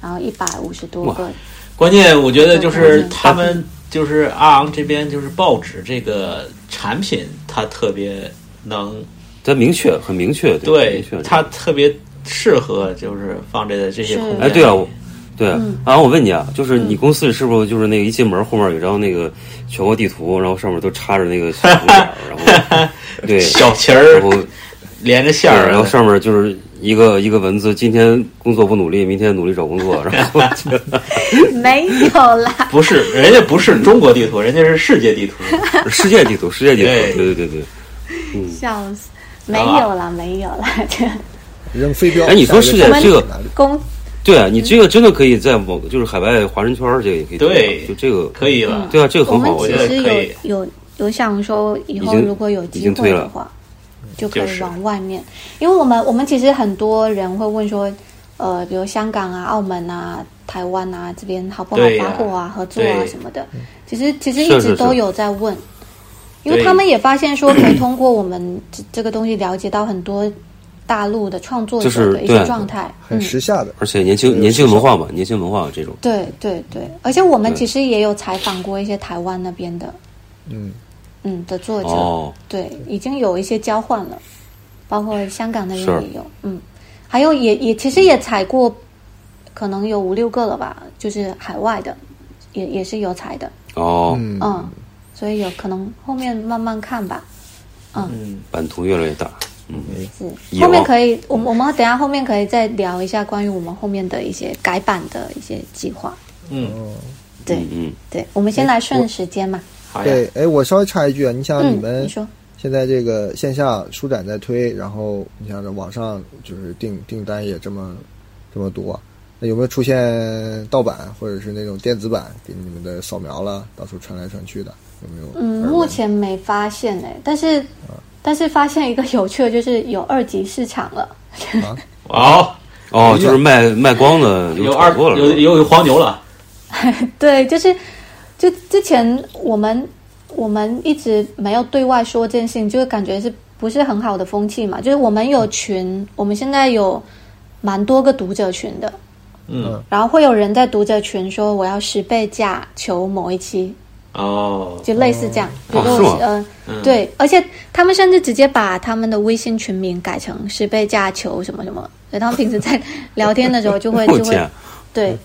[SPEAKER 4] 然后一百五十多个，
[SPEAKER 3] 关键我觉得就是他们就是阿昂这边就是报纸这个产品，它特别能
[SPEAKER 1] 咱明确，很明确，
[SPEAKER 3] 对
[SPEAKER 1] 明确。
[SPEAKER 3] 它特别适合就是放这个这些
[SPEAKER 4] 是
[SPEAKER 3] 空间。
[SPEAKER 1] 哎，对啊，我对啊，
[SPEAKER 4] 嗯
[SPEAKER 1] 啊，我问你啊，就是你公司是不是就是那个一进门后面有张那个全国地图，然后上面都插着那个小红点儿，
[SPEAKER 3] 啊
[SPEAKER 1] 然后对，
[SPEAKER 3] 小旗
[SPEAKER 1] 然
[SPEAKER 3] 儿
[SPEAKER 1] 后
[SPEAKER 3] 连着线
[SPEAKER 1] 对，
[SPEAKER 3] 儿，
[SPEAKER 1] 然后上面就是一个一个文字，今天工作不努力，明天努力找工作，然后
[SPEAKER 4] 没有啦。
[SPEAKER 3] 不是人家不是中国地图，人家是世界地图。
[SPEAKER 1] 世界地图，世界地图，对对
[SPEAKER 3] 对
[SPEAKER 1] 对对。嗯
[SPEAKER 4] 笑死，没有啦，没有啦，这
[SPEAKER 2] 扔飞镖。
[SPEAKER 1] 哎你说是
[SPEAKER 2] 世
[SPEAKER 1] 的
[SPEAKER 2] 界
[SPEAKER 4] 我们
[SPEAKER 1] 这个
[SPEAKER 4] 公
[SPEAKER 1] 对啊，你这个真的可以在某就是海外华人圈儿，这个也可以做
[SPEAKER 3] 对
[SPEAKER 1] 就这个
[SPEAKER 3] 可以了
[SPEAKER 1] 对啊，这个
[SPEAKER 4] 我
[SPEAKER 1] 很
[SPEAKER 4] 们
[SPEAKER 1] 好，我觉
[SPEAKER 4] 其
[SPEAKER 1] 得
[SPEAKER 4] 实
[SPEAKER 3] 我觉得可以
[SPEAKER 4] 有有有想说以后
[SPEAKER 1] 已经
[SPEAKER 4] 如果有
[SPEAKER 1] 已
[SPEAKER 4] 机
[SPEAKER 1] 经
[SPEAKER 4] 会
[SPEAKER 1] 退
[SPEAKER 4] 的
[SPEAKER 1] 了
[SPEAKER 4] 话，就可
[SPEAKER 3] 就
[SPEAKER 4] 以
[SPEAKER 3] 是
[SPEAKER 4] 往外面，因为我们我们其实很多人会问说，呃，比如香港啊、澳门啊、台湾啊这边好不好
[SPEAKER 3] 对呀
[SPEAKER 4] 发货啊、合作啊
[SPEAKER 3] 对
[SPEAKER 4] 什么的，其实其实
[SPEAKER 1] 是
[SPEAKER 4] 一
[SPEAKER 1] 是
[SPEAKER 4] 直都
[SPEAKER 1] 是
[SPEAKER 4] 有在问。因为
[SPEAKER 3] 对
[SPEAKER 4] 他们也发现说，可以通过我们这这个东西了解到很多大陆的创作
[SPEAKER 1] 就
[SPEAKER 4] 者
[SPEAKER 1] 是
[SPEAKER 4] 的一
[SPEAKER 1] 对啊
[SPEAKER 4] 些状态，
[SPEAKER 2] 很
[SPEAKER 4] 嗯
[SPEAKER 2] 时下的，
[SPEAKER 1] 而且年轻年轻文化嘛，年轻文化这种。
[SPEAKER 4] 对对对，而且我们
[SPEAKER 1] 对
[SPEAKER 4] 其实也有采访过一些台湾那边的，
[SPEAKER 2] 嗯，
[SPEAKER 4] 嗯的作者，
[SPEAKER 1] 哦
[SPEAKER 4] 对，已经有一些交换了，包括香港那边
[SPEAKER 1] 是
[SPEAKER 4] 也有，嗯，还有也也其实也采过，可能有五六个了吧，就是海外的，也也是有采的，
[SPEAKER 1] 哦，
[SPEAKER 2] 嗯
[SPEAKER 4] 嗯，所以有可能后面慢慢看吧，
[SPEAKER 3] 嗯，
[SPEAKER 1] 版图越来越大，嗯
[SPEAKER 4] 是
[SPEAKER 3] 哎
[SPEAKER 1] 有
[SPEAKER 4] 后面可以，我们我们等一下后面可以再聊一下关于我们后面的一些改版的一些计划。
[SPEAKER 3] 嗯，
[SPEAKER 4] 对、
[SPEAKER 1] 嗯嗯，
[SPEAKER 4] 对，我们先来顺时间嘛。
[SPEAKER 3] 好呀，
[SPEAKER 2] 对，哎，我稍微插一句啊，你想你
[SPEAKER 4] 嗯，
[SPEAKER 2] 们
[SPEAKER 4] 你说
[SPEAKER 2] 现在这个线下书展在推，然后你想着网上就是订订单也这么这么多，那有没有出现盗版或者是那种电子版给你们的扫描了，到处传来传去的，有没有耳
[SPEAKER 4] 嗯
[SPEAKER 2] 闻？，
[SPEAKER 4] 目前没发现哎、但是但是发现一个有趣的，就是有二级市场了。
[SPEAKER 2] 啊，
[SPEAKER 3] 哦，
[SPEAKER 1] 哦，就是卖卖光的
[SPEAKER 3] 有
[SPEAKER 1] 炒
[SPEAKER 3] 二
[SPEAKER 1] 作了，
[SPEAKER 3] 有
[SPEAKER 1] 是吧
[SPEAKER 3] 有有黄牛了，
[SPEAKER 4] 对，就是就之前我们我们一直没有对外说这件事情，就是感觉是不是很好的风气嘛？就是我们有群，我们现在有蛮多个读者群的，
[SPEAKER 3] 嗯，
[SPEAKER 4] 然后会有人在读者群说我要十倍价求某一期，
[SPEAKER 3] 哦，
[SPEAKER 4] 就类似这样。比如
[SPEAKER 1] 哦
[SPEAKER 4] 说我
[SPEAKER 1] 是吗
[SPEAKER 4] 呃
[SPEAKER 3] 嗯
[SPEAKER 4] 对，而且他们甚至直接把他们的微信群名改成十倍价求什么什么，所以他们平时在聊天的时候就 会
[SPEAKER 1] 我
[SPEAKER 4] 就会
[SPEAKER 1] 天，
[SPEAKER 4] 对。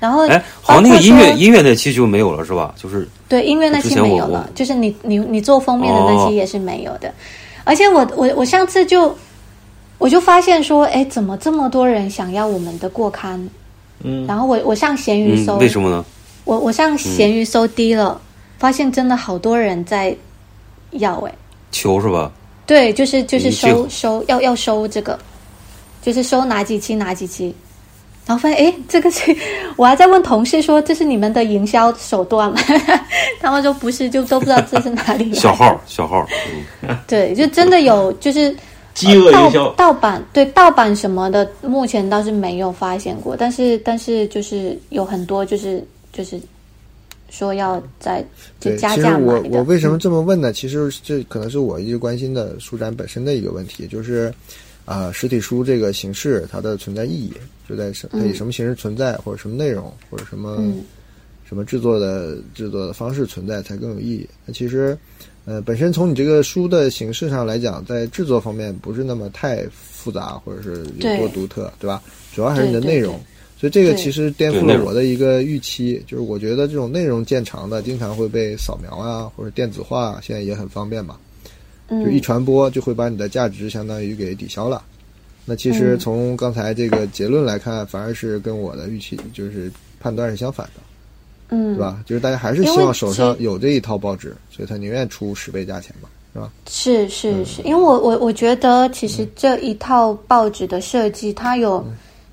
[SPEAKER 4] 然后
[SPEAKER 1] 啊嗯哎，好像那
[SPEAKER 4] 包
[SPEAKER 1] 个
[SPEAKER 4] 括
[SPEAKER 1] 音乐
[SPEAKER 4] 说
[SPEAKER 1] 音乐那期就没有了是吧？就是
[SPEAKER 4] 对，音乐那
[SPEAKER 1] 之
[SPEAKER 4] 期
[SPEAKER 1] 前
[SPEAKER 4] 没
[SPEAKER 1] 我
[SPEAKER 4] 有了，
[SPEAKER 1] 我
[SPEAKER 4] 就是你你你做封面的那
[SPEAKER 1] 哦
[SPEAKER 4] 期也是没有的。而且我我我上次就我就发现说，哎，怎么这么多人想要我们的过刊？
[SPEAKER 3] 嗯，
[SPEAKER 4] 然后我我上闲鱼
[SPEAKER 1] 嗯
[SPEAKER 4] 搜，，
[SPEAKER 1] 为什么呢？嗯
[SPEAKER 4] 我我上闲鱼搜低了，发现真的好多人在要哎、
[SPEAKER 1] 球是吧？
[SPEAKER 4] 对，就是就是
[SPEAKER 1] 嗯这
[SPEAKER 4] 收
[SPEAKER 1] 个
[SPEAKER 4] 收要要收这个，就是收哪几期哪几期，然后发现哎，这个是我还在问同事说这是你们的营销手段吗？ 他们说不是，就都不知道这是哪里来
[SPEAKER 1] 小号小号，嗯，
[SPEAKER 4] 对，就真的有就是
[SPEAKER 3] 饥饿营
[SPEAKER 4] 盗
[SPEAKER 3] 销，
[SPEAKER 4] 盗版，对盗版什么的，目前倒是没有发现过，但是但是就是有很多就是就是说要在就
[SPEAKER 2] 对，
[SPEAKER 4] 加
[SPEAKER 2] 其实
[SPEAKER 4] 价买
[SPEAKER 2] 我
[SPEAKER 4] 的。
[SPEAKER 2] 我为什么这么问呢？其实这可能是我一直关心的书展本身的一个问题，就是啊、实体书这个形式它的存在意义，就在什它以什么形式存在，或者什么内容，或者什么、
[SPEAKER 4] 嗯
[SPEAKER 2] 什么制作的制作的方式存在才更有意义。那其实。呃，本身从你这个书的形式上来讲，在制作方面不是那么太复杂，或者是有
[SPEAKER 4] 对
[SPEAKER 2] 多独特，对吧？主要还是你的
[SPEAKER 4] 对对
[SPEAKER 2] 内容。所以这个
[SPEAKER 4] 对
[SPEAKER 2] 其实颠
[SPEAKER 1] 对
[SPEAKER 2] 覆
[SPEAKER 1] 内
[SPEAKER 2] 了
[SPEAKER 1] 容
[SPEAKER 2] 我的一个预期，就是我觉得这种内容见长的经常会被扫描啊，或者电子化啊，现在也很方便嘛，就一
[SPEAKER 4] 嗯
[SPEAKER 2] 传播就会把你的价值相当于给抵消了。那其实
[SPEAKER 4] 嗯
[SPEAKER 2] 从刚才这个结论来看，反而是跟我的预期就是判断是相反的，
[SPEAKER 4] 嗯，
[SPEAKER 2] 对吧？就是大家还是
[SPEAKER 4] 因为
[SPEAKER 2] 希望手上
[SPEAKER 4] 其
[SPEAKER 2] 有这一套报纸，所以他宁愿出十倍价钱嘛，是吧？
[SPEAKER 4] 是是是，因为我我我觉得其实这一套报纸的设计，它有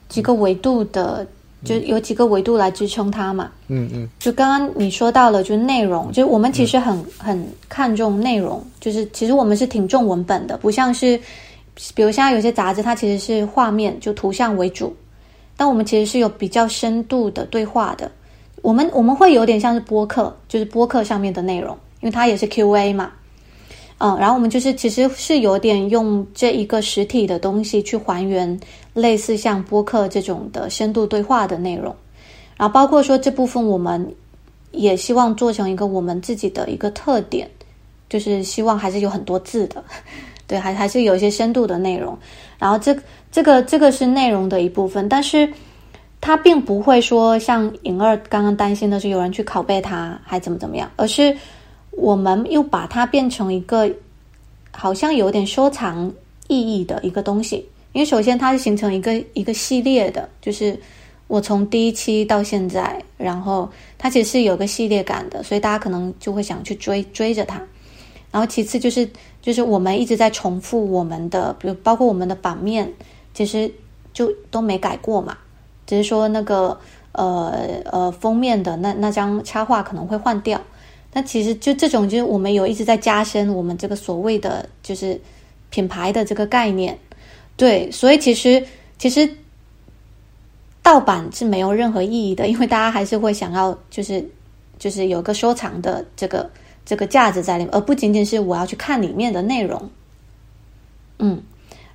[SPEAKER 4] 几个维度的，就有几个维度来支撑它嘛。
[SPEAKER 2] 嗯嗯，
[SPEAKER 4] 就刚刚你说到了，就是内容，就是我们其实很、很看重内容，就是其实我们是挺重文本的，不像是比如现在有些杂志，它其实是画面就图像为主，但我们其实是有比较深度的对话的。我们我们会有点像是播客，就是播客上面的内容，因为它也是 Q&A 嘛，嗯，然后我们就是其实是有点用这一个实体的东西去还原类似像播客这种的深度对话的内容。然后包括说这部分我们也希望做成一个我们自己的一个特点，就是希望还是有很多字的， 对，还还是有一些深度的内容。然后这这个这个是内容的一部分，但是它并不会说像颖儿刚刚担心的是有人去拷贝它还怎么怎么样，而是我们又把它变成一个好像有点收藏意义的一个东西。因为首先它是形成一个一个系列的，就是我从第一期到现在，然后它其实是有个系列感的，所以大家可能就会想去追追着它。然后其次就是就是我们一直在重复我们的，比如包括我们的版面，其实就都没改过嘛，只是说那个呃呃封面的那那张插画可能会换掉。那其实就这种，就是我们有一直在加深我们这个所谓的就是品牌的这个概念，对，所以其实其实盗版是没有任何意义的，因为大家还是会想要就是就是有个收藏的这个这个价值在里面，而不仅仅是我要去看里面的内容。嗯，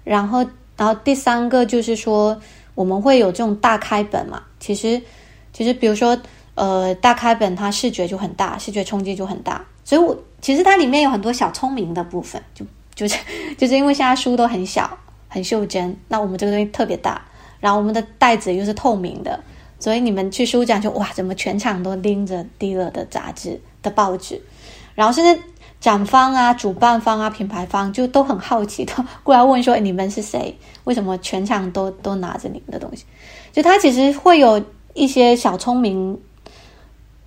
[SPEAKER 4] 然后然后第三个就是说我们会有这种大开本嘛，其实其实比如说呃大开本它视觉就很大，视觉冲击就很大，所以我其实它里面有很多小聪明的部分，就就是 就是因为现在书都很小很袖珍，那我们这个东西特别大，然后我们的袋子又是透明的，所以你们去书展就哇，怎么全场都拎着低了的杂志的报纸，然后甚至展方啊、主办方啊、品牌方就都很好奇，都过来问说：“哎，你们是谁？为什么全场都都拿着你们的东西？”就他其实会有一些小聪明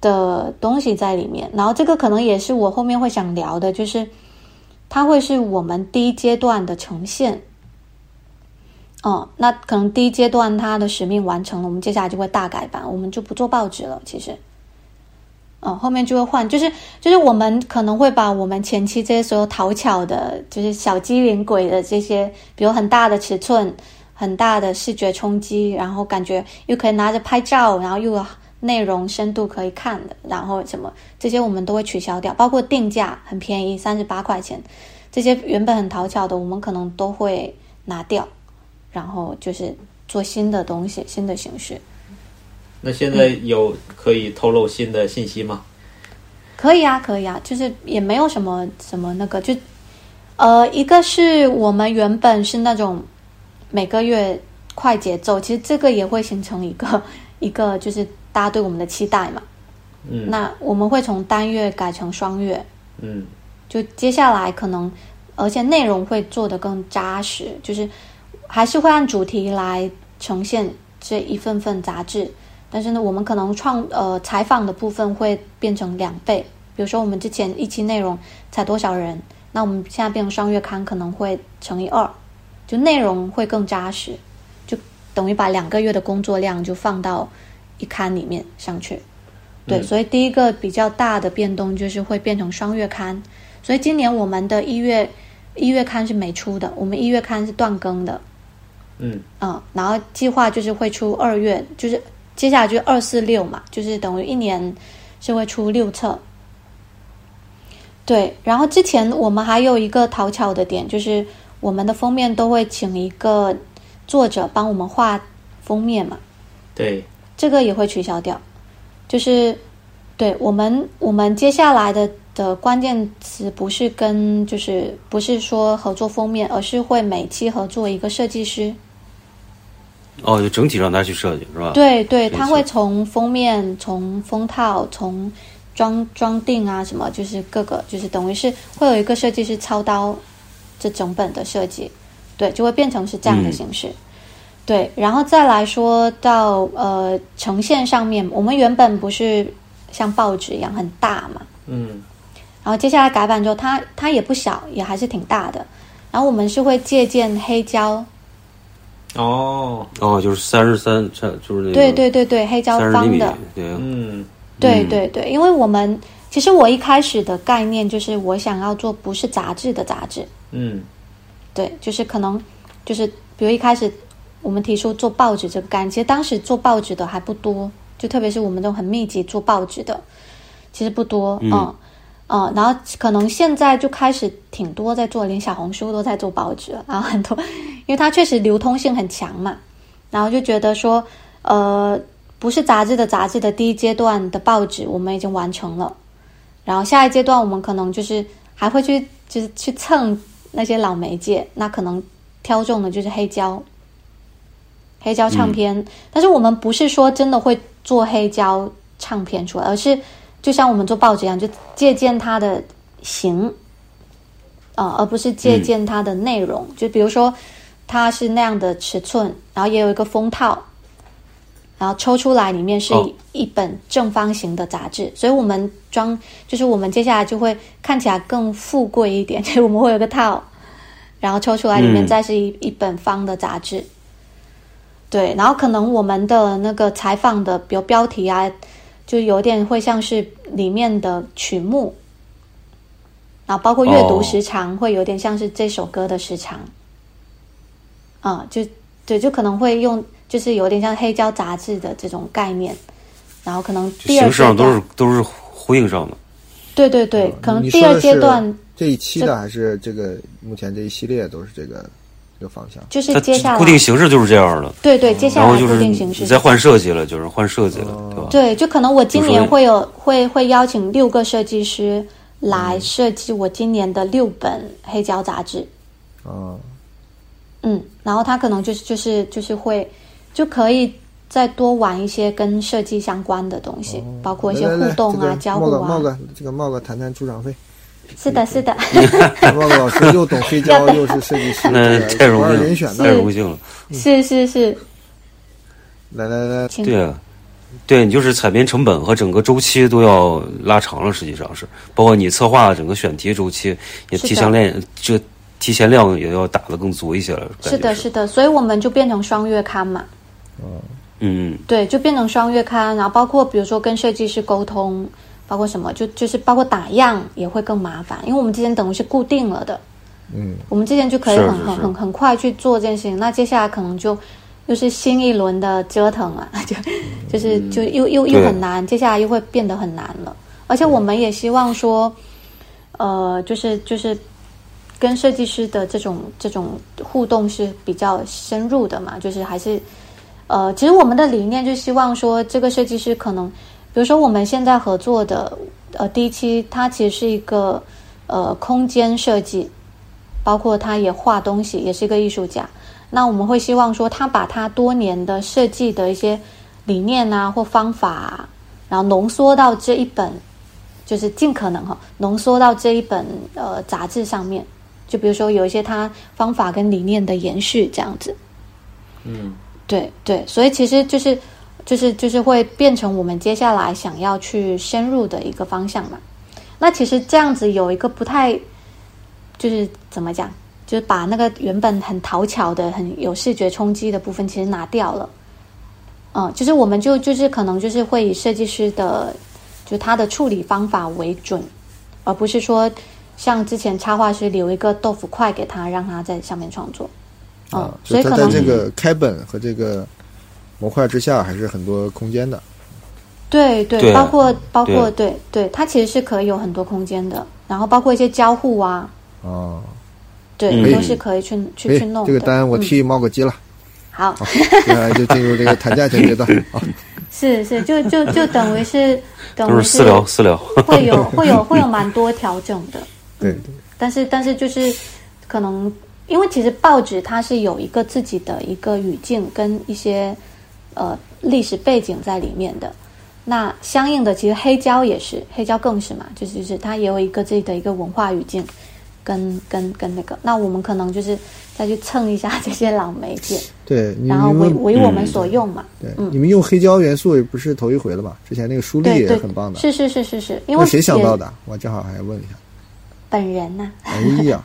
[SPEAKER 4] 的东西在里面，然后这个可能也是我后面会想聊的，就是它会是我们第一阶段的呈现。哦，那可能第一阶段它的使命完成了，我们接下来就会大改版，我们就不做报纸了。其实，哦，后面就会换，就是就是我们可能会把我们前期这些所有讨巧的，就是小机灵鬼的这些，比如很大的尺寸、很大的视觉冲击，然后感觉又可以拿着拍照，然后又有内容深度可以看的，然后什么这些我们都会取消掉，包括定价很便宜，三十八块钱，这些原本很讨巧的，我们可能都会拿掉，然后就是做新的东西、新的形式。
[SPEAKER 3] 那现在有可以透露新的信息吗？
[SPEAKER 4] 可以啊，可以啊，就是也没有什么什么那个，就呃，一个是我们原本是那种每个月快节奏，其实这个也会形成一个 一个就是大家对我们的期待嘛。
[SPEAKER 3] 嗯
[SPEAKER 4] 那我们会从单月改成双月，
[SPEAKER 3] 嗯
[SPEAKER 4] 就接下来可能，而且内容会做得更扎实，就是还是会按主题来呈现这一份份杂志，但是呢，我们可能创呃采访的部分会变成两倍，比如说我们之前一期内容才多少人，那我们现在变成双月刊可能会乘以二，就内容会更扎实，就等于把两个月的工作量就放到一刊里面上去。对，所以第一个比较大的变动就是会变成双月刊，所以今年我们的一月一月刊是没出的，我们一月刊是断更的，
[SPEAKER 3] 嗯
[SPEAKER 4] 嗯，然后计划就是会出二月，就是接下来就是二四六嘛，就是等于一年是会出六册。对，然后之前我们还有一个讨巧的点，就是我们的封面都会请一个作者帮我们画封面嘛，
[SPEAKER 3] 对，
[SPEAKER 4] 这个也会取消掉。就是对我们我们接下来的的关键词不是跟就是不是说合作封面，而是会每期合作一个设计师。
[SPEAKER 1] 哦，就整体让他去设计是吧？，
[SPEAKER 4] 对对，
[SPEAKER 1] 没
[SPEAKER 4] 他
[SPEAKER 1] 错
[SPEAKER 4] 会从封面、从封套、从装装订啊什么，就是各个就是等于是会有一个设计师操刀这整本的设计，对，就会变成是这样的
[SPEAKER 1] 嗯
[SPEAKER 4] 形式。对，然后再来说到呃呈现上面，我们原本不是像报纸一样很大嘛，
[SPEAKER 3] 嗯
[SPEAKER 4] 然后接下来改版之后，它它也不小，也还是挺大的。然后我们是会借鉴黑胶，
[SPEAKER 3] 哦
[SPEAKER 1] 哦，就是三十三，就是那个
[SPEAKER 4] 对对对对，黑胶
[SPEAKER 1] 三十厘
[SPEAKER 4] 方
[SPEAKER 1] 米
[SPEAKER 4] 的，，
[SPEAKER 1] 对，
[SPEAKER 3] 嗯
[SPEAKER 4] 对
[SPEAKER 1] 嗯
[SPEAKER 4] 对对，因为我们其实我一开始的概念就是我想要做不是杂志的杂志，
[SPEAKER 3] 嗯
[SPEAKER 4] 对，就是可能就是比如一开始我们提出做报纸这个概念，其实当时做报纸的还不多，就特别是我们这种很密集做报纸的，其实不多，
[SPEAKER 1] 嗯
[SPEAKER 4] 嗯嗯，然后可能现在就开始挺多在做，连小红书都在做报纸了，然后很多，因为它确实流通性很强嘛，然后就觉得说，呃，不是杂志的杂志的第一阶段的报纸我们已经完成了，然后下一阶段我们可能就是还会去就是去蹭那些老媒介，那可能挑中的就是黑胶，黑胶唱片，但是我们不是说真的会做黑胶唱片出来，而是就像我们做报纸一样，就借鉴它的形，呃，而不是借鉴它的内容。就比如说，它是那样的尺寸，然后也有一个封套，然后抽出来里面是
[SPEAKER 1] 哦
[SPEAKER 4] 一本正方形的杂志，所以我们装就是我们接下来就会看起来更富贵一点， 就是我们会有个套，然后抽出来里面
[SPEAKER 1] 嗯
[SPEAKER 4] 再是一、一本方的杂志。对，然后可能我们的那个采访的，比如标题啊，就有点会像是里面的曲目，然后包括阅读时
[SPEAKER 1] 哦
[SPEAKER 4] 长，会有点像是这首歌的时长。啊、就对，就可能会用，就是有点像黑胶杂志的这种概念，然后可能
[SPEAKER 1] 就
[SPEAKER 4] 第二
[SPEAKER 1] 形式上
[SPEAKER 4] 阶
[SPEAKER 1] 都是嗯
[SPEAKER 4] 段，
[SPEAKER 1] 都是呼应上的。
[SPEAKER 4] 对对对，可能
[SPEAKER 2] 你
[SPEAKER 4] 第
[SPEAKER 2] 说
[SPEAKER 4] 二
[SPEAKER 2] 的
[SPEAKER 4] 阶
[SPEAKER 2] 是
[SPEAKER 4] 段
[SPEAKER 2] 这一期
[SPEAKER 4] 这
[SPEAKER 2] 的还是这个目前这一系列都是这个这个方向。
[SPEAKER 4] 就是
[SPEAKER 1] 它
[SPEAKER 4] 接下来
[SPEAKER 1] 固定形式就是这样的，
[SPEAKER 4] 对对，接下
[SPEAKER 1] 然后
[SPEAKER 4] 来
[SPEAKER 1] 就
[SPEAKER 4] 固
[SPEAKER 1] 是
[SPEAKER 4] 定形
[SPEAKER 1] 你
[SPEAKER 4] 式
[SPEAKER 1] 再换设计了，就是换设计了，对
[SPEAKER 2] 啊
[SPEAKER 3] 哦
[SPEAKER 1] 吧？
[SPEAKER 4] 对，就可能我今
[SPEAKER 1] 就
[SPEAKER 4] 年
[SPEAKER 1] 是
[SPEAKER 4] 会有会会邀请六个设计师来设计我今年的六本黑胶杂志，
[SPEAKER 2] 啊，
[SPEAKER 4] 嗯，然后他可能就是就是就是会就可以再多玩一些跟设计相关的东西，包括一些
[SPEAKER 2] 来来
[SPEAKER 4] 互
[SPEAKER 2] 哦来
[SPEAKER 4] 动
[SPEAKER 2] 这
[SPEAKER 4] 啊、
[SPEAKER 2] 个
[SPEAKER 4] 交
[SPEAKER 2] 冒
[SPEAKER 4] 互
[SPEAKER 2] 个
[SPEAKER 4] 啊，
[SPEAKER 2] 冒个这个冒个谈谈出场费，嗯
[SPEAKER 4] 是的，是的，
[SPEAKER 2] 报告老师又懂黑胶，又是设计 师，
[SPEAKER 1] 那太荣
[SPEAKER 2] 不二人
[SPEAKER 1] 幸
[SPEAKER 2] 选
[SPEAKER 1] 了，
[SPEAKER 2] 的
[SPEAKER 1] 太。荣幸了。
[SPEAKER 4] 是是是，
[SPEAKER 2] 来来来，
[SPEAKER 4] 请
[SPEAKER 1] 对啊，对你就是采编成本和整个周期都要拉长了，实际上是包括你策划整个选题周期也
[SPEAKER 4] 是的
[SPEAKER 1] 提前练，这提前量也要打得更足一些了。感觉
[SPEAKER 4] 是的，是的，所以我们就变成双月刊嘛。
[SPEAKER 1] 嗯，
[SPEAKER 4] 对，就变成双月刊，然后包括比如说跟设计师沟通，包括什么，就就是包括打样也会更麻烦，因为我们之前等于是固定了的，
[SPEAKER 2] 嗯，
[SPEAKER 4] 我们之前就可以
[SPEAKER 1] 是
[SPEAKER 4] 很
[SPEAKER 1] 是
[SPEAKER 4] 很
[SPEAKER 1] 是
[SPEAKER 4] 很很快去做这件事情，那接下来可能就又是新一轮的折腾啊， 就就是就又又又
[SPEAKER 1] 对
[SPEAKER 4] 很难，接下来又会变得很难了，而且我们也希望说，呃，就是就是跟设计师的这种这种互动是比较深入的嘛，就是还是呃，其实我们的理念就是希望说，这个设计师可能，比如说我们现在合作的呃第一期，它其实是一个呃空间设计，包括他也画东西，也是一个艺术家。那我们会希望说，他把他多年的设计的一些理念啊或方法啊，然后浓缩到这一本，就是尽可能哈浓缩到这一本呃杂志上面。就比如说有一些他方法跟理念的延续这样子。
[SPEAKER 3] 嗯，
[SPEAKER 4] 对对，所以其实就是就是就是会变成我们接下来想要去深入的一个方向嘛。那其实这样子有一个不太，就是怎么讲，就是把那个原本很讨巧的、很有视觉冲击的部分，其实拿掉了。嗯，就是我们就就是可能就是会以设计师的，就他的处理方法为准，而不是说像之前插画师留一个豆腐块给他，让他在上面创作。嗯，
[SPEAKER 2] 啊，
[SPEAKER 4] 所
[SPEAKER 2] 就
[SPEAKER 4] 以
[SPEAKER 2] 它
[SPEAKER 4] 可
[SPEAKER 2] 在
[SPEAKER 4] 能
[SPEAKER 2] 这个开本和这个模块之下，还是很多空间的。
[SPEAKER 4] 对对，
[SPEAKER 1] 对嗯
[SPEAKER 4] 包括包括对对，它其实是可以有很多空间的，然后包括一些交互啊，
[SPEAKER 2] 啊，
[SPEAKER 4] 对，
[SPEAKER 1] 嗯
[SPEAKER 4] 都是可以去
[SPEAKER 2] 可
[SPEAKER 4] 去
[SPEAKER 2] 以
[SPEAKER 4] 去弄，的。
[SPEAKER 2] 这个单我
[SPEAKER 4] 嗯
[SPEAKER 2] 替猫哥接了，
[SPEAKER 4] 好，
[SPEAKER 2] 现在啊就进入这个谈价钱 阶段啊。
[SPEAKER 4] 是是，就就就等于是等
[SPEAKER 1] 都
[SPEAKER 4] 于
[SPEAKER 1] 是私聊私聊。
[SPEAKER 4] 会有会有会有蛮多调整的，
[SPEAKER 2] 对，
[SPEAKER 4] 但是但是就是可能因为其实报纸它是有一个自己的一个语境跟一些呃历史背景在里面的。那相应的，其实黑胶也是，黑胶更是嘛，就是就是它也有一个自己的一个文化语境，跟跟跟那个。那我们可能就是再去蹭一下这 些老媒介，
[SPEAKER 2] 对，你
[SPEAKER 4] 然后
[SPEAKER 2] 你
[SPEAKER 4] 为
[SPEAKER 2] 们
[SPEAKER 4] 为我们所用嘛。嗯
[SPEAKER 2] 对你们用黑胶元素也不是头一回了吧？之前那个书立
[SPEAKER 4] 对
[SPEAKER 2] 也
[SPEAKER 4] 对
[SPEAKER 2] 很棒，的，
[SPEAKER 4] 是是是是是，
[SPEAKER 2] 那
[SPEAKER 4] 因为
[SPEAKER 2] 谁想
[SPEAKER 4] 也
[SPEAKER 2] 到的？我正好还问一下。
[SPEAKER 4] 本人呐、
[SPEAKER 2] 哎呀，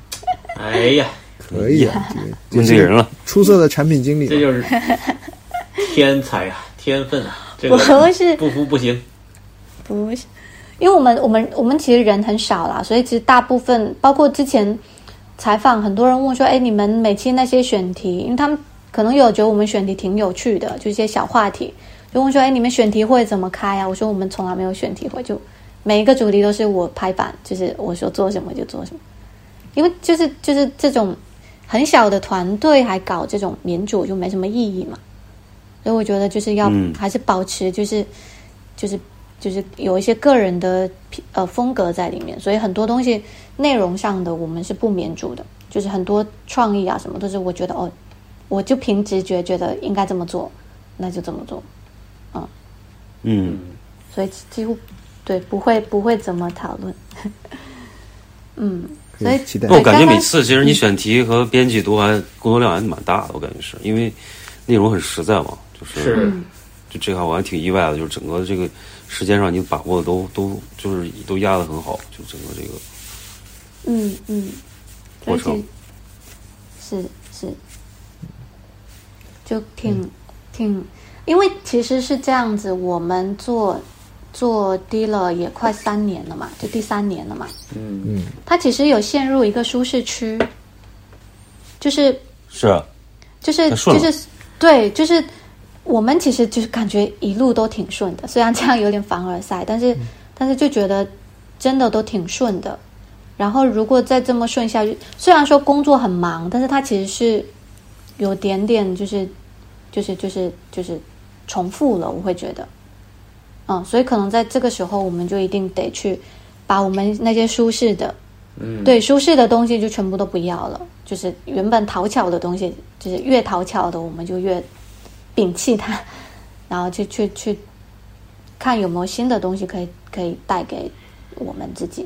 [SPEAKER 3] 哎呀，
[SPEAKER 2] 可以啊，这个
[SPEAKER 1] 问对人了，
[SPEAKER 2] 出色的产品经
[SPEAKER 3] 这
[SPEAKER 2] 理嘛，
[SPEAKER 3] 就是天才啊，天分啊，这
[SPEAKER 4] 我
[SPEAKER 3] 个
[SPEAKER 4] 是
[SPEAKER 3] 不服不行。
[SPEAKER 4] 不是，因为我们我们我们其实人很少啦，所以其实大部分包括之前采访，很多人问我说：“哎，你们每期那些选题，因为他们可能有觉得我们选题挺有趣的，就一些小话题，就问说：‘哎，你们选题会怎么开啊？’我说：‘我们从来没有选题会，就每一个主题都是我拍板，就是我说做什么就做什么，因为就是就是这种很小的团队还搞这种民主，就没什么意义嘛。所以我觉得就是要、
[SPEAKER 1] 嗯
[SPEAKER 4] 还是保持就是就是就是有一些个人的品呃风格在里面，所以很多东西内容上的我们是不免主的，就是很多创意啊什么都是我觉得哦，我就凭直觉觉得应该这么做，那就这么做，
[SPEAKER 1] 嗯，
[SPEAKER 4] 所以几乎对不会不会怎么讨论，嗯，所
[SPEAKER 2] 可
[SPEAKER 4] 以
[SPEAKER 2] 以期待
[SPEAKER 1] 那。我感觉
[SPEAKER 4] 刚刚嗯
[SPEAKER 1] 每次其实你选题和编辑都还工作量还蛮大的，我感觉是因为内容很实在嘛，就是
[SPEAKER 4] 嗯
[SPEAKER 3] 是，
[SPEAKER 1] 就这块我还挺意外的，就是整个这个时间上你把握的都都就是都压得很好，就整个这个
[SPEAKER 4] 嗯嗯，
[SPEAKER 1] 过
[SPEAKER 4] 所以
[SPEAKER 1] 程
[SPEAKER 4] 其实是是，就挺、
[SPEAKER 1] 嗯
[SPEAKER 4] 挺，因为其实是这样子，我们做做低了也快三年了嘛，就第三年了嘛，
[SPEAKER 3] 嗯，
[SPEAKER 2] 嗯，
[SPEAKER 4] 它其实有陷入一个舒适区，就是
[SPEAKER 1] 是啊
[SPEAKER 4] 就是
[SPEAKER 1] 那顺
[SPEAKER 4] 就
[SPEAKER 1] 了
[SPEAKER 4] 是对，就是我们其实就是感觉一路都挺顺的，虽然这样有点凡尔赛，但是、
[SPEAKER 1] 嗯
[SPEAKER 4] 但是就觉得真的都挺顺的。然后如果再这么顺下去，虽然说工作很忙，但是它其实是有点点就是就是就是就是重复了，我会觉得，嗯，所以可能在这个时候，我们就一定得去把我们那些舒适的，
[SPEAKER 3] 嗯，
[SPEAKER 4] 对舒适的东西就全部都不要了，就是原本讨巧的东西，就是越讨巧的我们就越摒弃它，然后去去去看有没有新的东西可以可以带给我们自己。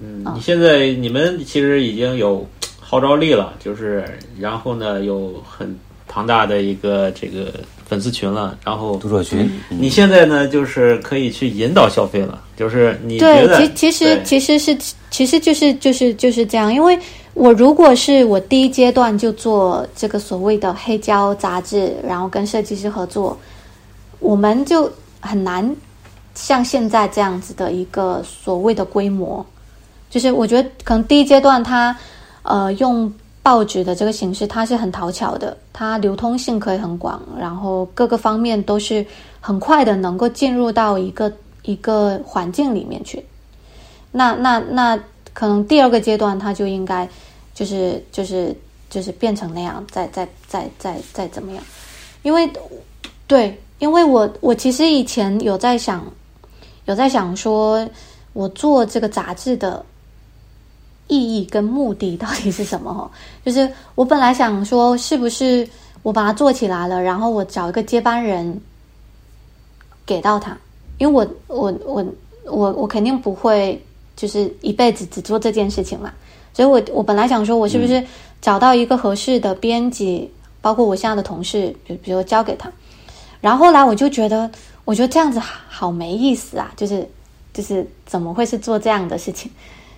[SPEAKER 3] 嗯
[SPEAKER 4] 啊，
[SPEAKER 3] 你现在你们其实已经有号召力了，就是然后呢有很庞大的一个这个粉丝群了，然后
[SPEAKER 1] 读者群，
[SPEAKER 3] 你现在呢就是可以去引导消费了，就是你觉得
[SPEAKER 4] 对，其其实
[SPEAKER 3] 对
[SPEAKER 4] 其实是其实就是就是就是这样，因为我如果是我第一阶段就做这个所谓的黑胶杂志，然后跟设计师合作，我们就很难像现在这样子的一个所谓的规模。就是我觉得可能第一阶段它呃用报纸的这个形式，它是很讨巧的，它流通性可以很广，然后各个方面都是很快的能够进入到一个一个环境里面去。那那那可能第二个阶段，它就应该就是就是就是变成那样，再再再再再怎么样？因为对，因为我我其实以前有在想，有在想说，我做这个杂志的意义跟目的到底是什么？ 哦，就是我本来想说，是不是我把它做起来了，然后我找一个接班人给到他，因为我我我我我肯定不会就是一辈子只做这件事情嘛，所以我我本来想说，我是不是找到一个合适的编辑，包括我现在的同事，比比如交给他，然后后来我就觉得，我觉得这样子好没意思啊，就是就是怎么会是做这样的事情？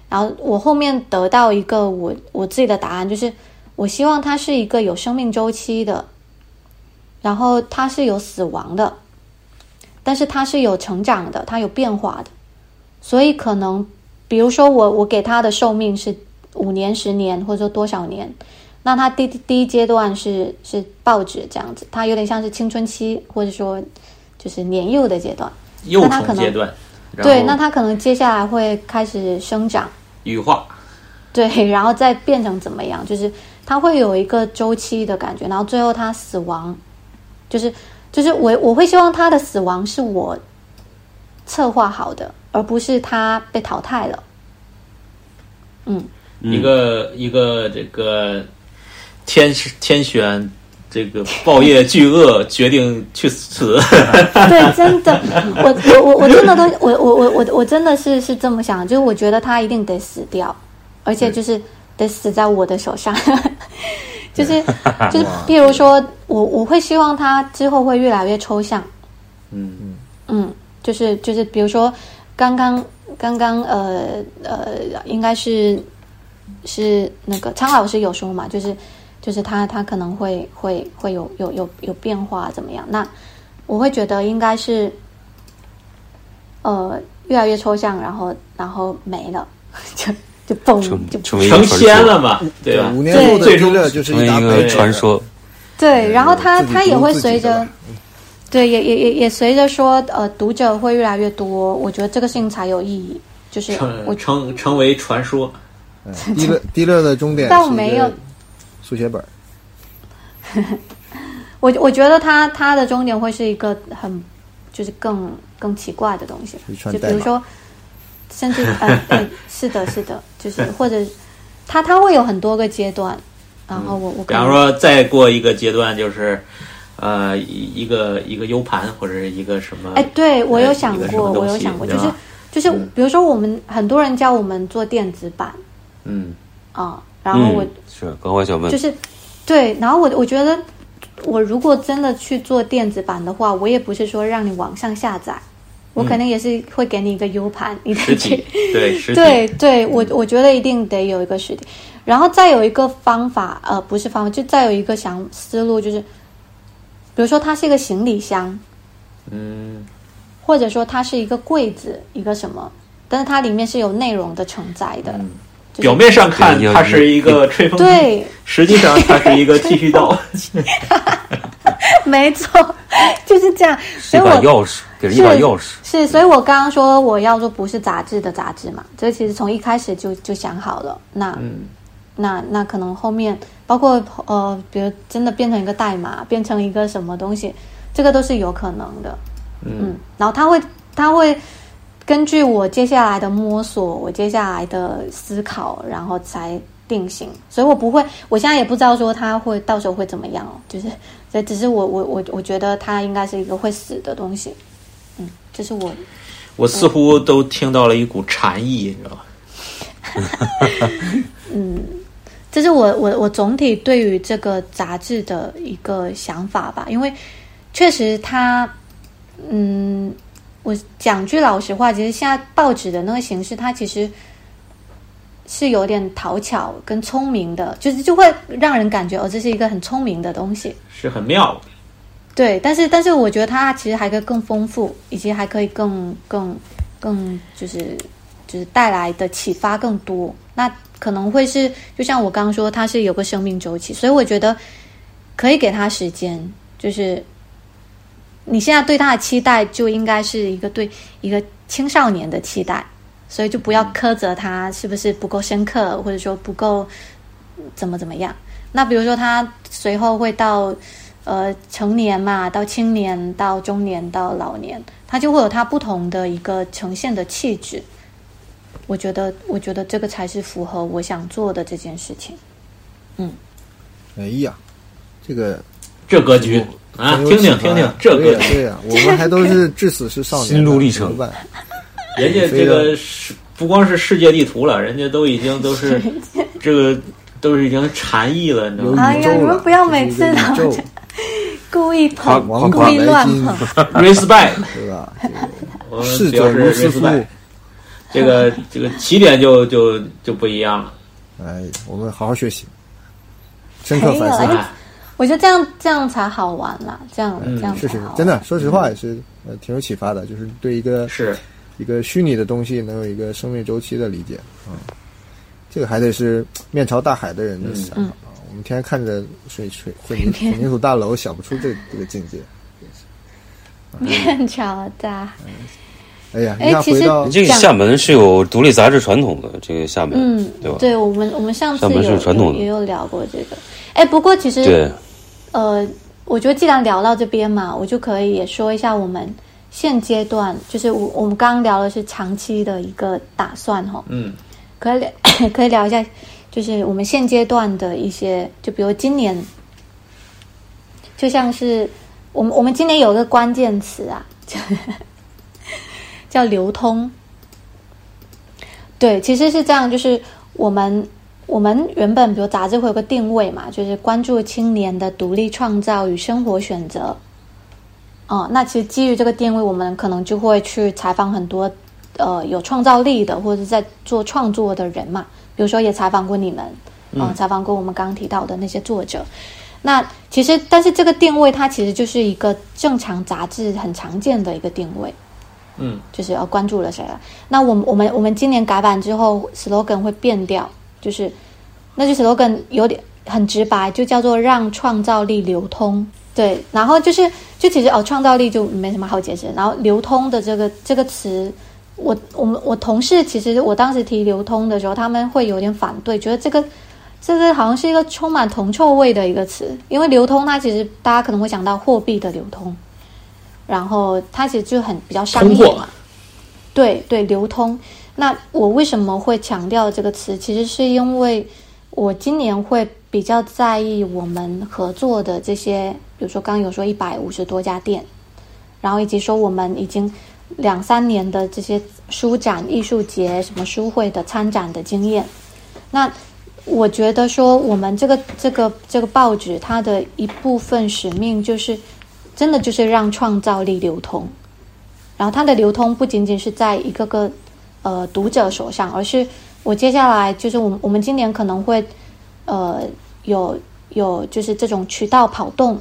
[SPEAKER 4] 然后我后面得到一个我我自己的答案，就是我希望它是一个有生命周期的，然后它是有死亡的，但是它是有成长的，它有变化的，所以可能比如说我我给它的寿命是五年、十年或者说多少年，那它第第一阶段是是报纸这样子，它有点像是青春期或者说就是年幼的阶段，
[SPEAKER 3] 幼
[SPEAKER 4] 那他可
[SPEAKER 3] 虫
[SPEAKER 4] 能
[SPEAKER 3] 阶段，然
[SPEAKER 4] 对，
[SPEAKER 3] 后
[SPEAKER 4] 那它可能接下来会开始生长。
[SPEAKER 3] 羽化，
[SPEAKER 4] 对，然后再变成怎么样，就是它会有一个周期的感觉，然后最后它死亡，就是就是我我会希望它的死亡是我策划好的，而不是它被淘汰了。 嗯，
[SPEAKER 3] 一个一个这个天天选这个报业巨鳄 决定去死，
[SPEAKER 4] 对，真的，我我我我真的都我我我我我真的是是这么想，就是我觉得它一定得死掉，而且就是得死在我的手上。就是就是，比如说我我会希望它之后会越来越抽象，
[SPEAKER 3] 嗯，
[SPEAKER 4] 嗯，就是就是，比如说刚刚刚刚呃呃，应该是是那个苍老师有说嘛，就是就是他他可能会会会有有有有变化怎么样？那我会觉得应该是呃越来越抽象，然后然后没了， 就就嘣
[SPEAKER 1] 成
[SPEAKER 4] 就
[SPEAKER 1] 成为一个
[SPEAKER 3] 成
[SPEAKER 1] 传
[SPEAKER 3] 仙
[SPEAKER 1] 说
[SPEAKER 3] 了嘛，对吧？
[SPEAKER 2] 啊五年后的
[SPEAKER 3] 最
[SPEAKER 2] 娱
[SPEAKER 3] 终
[SPEAKER 2] 乐就是
[SPEAKER 1] 成为
[SPEAKER 2] 大
[SPEAKER 1] 一
[SPEAKER 2] 杯
[SPEAKER 1] 个
[SPEAKER 2] 酒
[SPEAKER 1] 传说，
[SPEAKER 4] 对，然后他
[SPEAKER 2] 自己
[SPEAKER 4] 他
[SPEAKER 2] 读
[SPEAKER 4] 也会
[SPEAKER 2] 自己的
[SPEAKER 4] 随着
[SPEAKER 2] 吧，
[SPEAKER 4] 对，也也也也随着说，呃，读者会越来越多，我觉得这个事情才有意义。就是我
[SPEAKER 3] 成成成为传说，
[SPEAKER 2] 嗯滴乐滴乐的终点
[SPEAKER 4] 但我
[SPEAKER 2] 是一
[SPEAKER 4] 没
[SPEAKER 2] 个
[SPEAKER 4] 有
[SPEAKER 2] 速写本儿，
[SPEAKER 4] 我我觉得他他的终点会是一个很就是更更奇怪的东西
[SPEAKER 2] 遗，传
[SPEAKER 4] 就比
[SPEAKER 2] 代
[SPEAKER 4] 如
[SPEAKER 2] 码
[SPEAKER 4] 说，甚至呃对，是的，是的，就是或者他他会有很多个阶段，然后哦我我
[SPEAKER 3] 嗯
[SPEAKER 4] 可
[SPEAKER 3] 比方
[SPEAKER 4] 能
[SPEAKER 3] 说再过一个阶段就是。呃，一一个一个 U 盘或者是一个什么？
[SPEAKER 4] 哎，对我有
[SPEAKER 3] 呃
[SPEAKER 4] 想
[SPEAKER 3] 一个什么
[SPEAKER 4] 过，
[SPEAKER 3] 东
[SPEAKER 4] 我有
[SPEAKER 3] 西
[SPEAKER 4] 想过，
[SPEAKER 3] 对
[SPEAKER 4] 就
[SPEAKER 3] 吧
[SPEAKER 4] 是就是比如说我们很多人教我们做电子版
[SPEAKER 3] 嗯，
[SPEAKER 4] 啊，然后我
[SPEAKER 1] 嗯，是刚我想问
[SPEAKER 4] 就，是对，然后我我觉得，我如果真的去做电子版的话，我也不是说让你网上下载，我肯定也是会给你一个 U 盘，你得
[SPEAKER 3] 嗯实体
[SPEAKER 4] 去。
[SPEAKER 3] 对实体 嗯
[SPEAKER 4] 对对，我我觉得一定得有一个实体，然后再有一个方法，呃，不是方法，就再有一个想思路，就是比如说它是一个行李箱，
[SPEAKER 3] 嗯，
[SPEAKER 4] 或者说它是一个柜子，一个什么，但是它里面是有内容的承载的，就是
[SPEAKER 3] 嗯表面上看
[SPEAKER 1] 对要
[SPEAKER 3] 它是一个吹风机，
[SPEAKER 4] 对。
[SPEAKER 3] 实际上它是 一个剃须刀。
[SPEAKER 4] 没错， 就是这样。
[SPEAKER 1] 是
[SPEAKER 4] 所
[SPEAKER 1] 一
[SPEAKER 4] 以
[SPEAKER 1] 把
[SPEAKER 4] 我
[SPEAKER 1] 钥匙，给人一把钥匙，
[SPEAKER 4] 是，所以我刚刚说我要做不是杂志的杂志嘛，这其实从一开始就就想好了。那、
[SPEAKER 3] 嗯
[SPEAKER 4] 那那可能后面包括呃，比如真的变成一个代码，变成一个什么东西，这个都是有可能的。
[SPEAKER 3] 嗯
[SPEAKER 4] 嗯，然后他会他会根据我接下来的摸索，我接下来的思考，然后才定型。所以我不会，我现在也不知道说他会到时候会怎么样哦，就是这只是我我我我觉得它应该是一个会死的东西。嗯，这是我
[SPEAKER 3] 我似乎都听到了一股禅意，你知道吧？
[SPEAKER 4] 这是我我我总体对于这个杂志的一个想法吧，因为确实它，嗯，我讲句老实话，其实现在报纸的那个形式，它其实是有点讨巧跟聪明的，就是就会让人感觉哦，这是一个很聪明的东西。
[SPEAKER 3] 是很妙。
[SPEAKER 4] 对，但是但是我觉得它其实还可以更丰富，以及还可以更更更就是就是带来的启发更多。那可能会是就像我刚刚说，它是有个生命周期，所以我觉得可以给它时间，就是你现在对它的期待就应该是一个对一个青少年的期待，所以就不要苛责它是不是不够深刻，或者说不够怎么怎么样。那比如说他随后会到呃成年嘛，到青年，到中年，到老年，他就会有他不同的一个呈现的气质。我觉得，我觉得这个才是符合我想做的这件事情。
[SPEAKER 2] 哎呀，这个
[SPEAKER 3] 这格局啊，
[SPEAKER 2] 很有
[SPEAKER 3] 听听
[SPEAKER 2] 启发
[SPEAKER 3] 听
[SPEAKER 2] 呀
[SPEAKER 3] 听，这
[SPEAKER 2] 对
[SPEAKER 3] 格
[SPEAKER 2] 呀
[SPEAKER 3] 局，
[SPEAKER 2] 对呀，我们还都是至死是少年，
[SPEAKER 1] 心路历程
[SPEAKER 2] 怎么办
[SPEAKER 3] 人家这个是不光是世界地图了，人家都已经都 是这个都是已经禅意了，你
[SPEAKER 1] 嗯
[SPEAKER 3] 知道
[SPEAKER 2] 有宇宙了
[SPEAKER 3] 吗
[SPEAKER 4] 哎呀你们不要
[SPEAKER 2] 这是一个
[SPEAKER 4] 每次
[SPEAKER 2] 宇宙
[SPEAKER 4] 故意
[SPEAKER 1] 捧
[SPEAKER 4] 捧，
[SPEAKER 2] 王
[SPEAKER 4] 故
[SPEAKER 2] 冠
[SPEAKER 4] 意
[SPEAKER 2] 白
[SPEAKER 4] 嗯乱
[SPEAKER 2] 金，
[SPEAKER 4] 捧，
[SPEAKER 3] ？respect，
[SPEAKER 2] 对 吧？
[SPEAKER 1] 嗯
[SPEAKER 3] 我们
[SPEAKER 2] 逝
[SPEAKER 3] 表
[SPEAKER 2] 者如
[SPEAKER 3] 示
[SPEAKER 2] 是父。
[SPEAKER 3] respect，这个这个起点就就就不一样了。
[SPEAKER 2] 哎，我们好好学习，深刻反
[SPEAKER 4] 哎
[SPEAKER 2] 思
[SPEAKER 4] 呀。
[SPEAKER 3] 哎
[SPEAKER 4] 我觉得这样这样才好玩啦，这样、
[SPEAKER 3] 嗯
[SPEAKER 4] 这样才
[SPEAKER 2] 是是
[SPEAKER 4] 好，玩
[SPEAKER 2] 真的，说实话也是，呃，挺有启发的，就是对一个
[SPEAKER 3] 是
[SPEAKER 2] 一个虚拟的东西能有一个生命周期的理解啊、这个还得是面朝大海的人
[SPEAKER 1] 嗯
[SPEAKER 2] 的
[SPEAKER 4] 嗯
[SPEAKER 2] 想法啊、我们天天看着水水混凝混凝土大楼，想不出这这个境界。
[SPEAKER 4] 面朝大海。
[SPEAKER 2] 哎呀，
[SPEAKER 4] 哎
[SPEAKER 2] 一下
[SPEAKER 4] 其
[SPEAKER 2] 回
[SPEAKER 4] 实
[SPEAKER 2] 到
[SPEAKER 1] 这个厦门是有独立杂志传统的，这个厦门，
[SPEAKER 4] 嗯，
[SPEAKER 1] 对吧？
[SPEAKER 4] 我们我们上次
[SPEAKER 1] 上
[SPEAKER 4] 有
[SPEAKER 1] 半是传统的
[SPEAKER 4] 也有聊过这个。哎，不过其实
[SPEAKER 1] 对，
[SPEAKER 4] 呃，我觉得既然聊到这边嘛，我就可以也说一下我们现阶段，就是我我们刚刚聊的是长期的一个打算哈、
[SPEAKER 3] 嗯，
[SPEAKER 4] 可以聊 可以聊一下，就是我们现阶段的一些，就比如今年，就像是我们我们今年有一个关键词啊， 叫叫流通。对，其实是这样，就是我们我们原本比如杂志会有个定位嘛，就是关注青年的独立创造与生活选择。哦、那其实基于这个定位，我们可能就会去采访很多呃有创造力的或者是在做创作的人嘛，比如说也采访过你们，啊、采访过我们刚刚提到的那些作者。那其实，但是这个定位它其实就是一个正常杂志很常见的一个定位，
[SPEAKER 3] 嗯，
[SPEAKER 4] 就是要关注了谁了。啊那我们我们我们今年改版之后，slogan 会变掉，就是那就 slogan 有点很直白，就叫做让创造力流通。对，然后就是就其实哦，创造力就没什么好解释。然后流通的这个这个词，我我们我同事其实我当时提流通的时候，他们会有点反对，觉得这个这个好像是一个充满铜臭味的一个词，因为流通它其实大家可能会想到货币的流通，然后它其实就很比较商
[SPEAKER 3] 通
[SPEAKER 4] 业
[SPEAKER 3] 货
[SPEAKER 4] 嘛。对对，流通。那我为什么会强调这个词？其实是因为我今年会比较在意我们合作的这些，比如说刚刚有说一百五十多家店，然后以及说我们已经两三年的这些书展、艺术节、什么书会的参展的经验。那我觉得说，我们这个这个这个报纸，它的一部分使命就是，真的就是让创造力流通。然后它的流通不仅仅是在一个个呃读者手上，而是我接下来就是我们我们今年可能会呃有有就是这种渠道跑动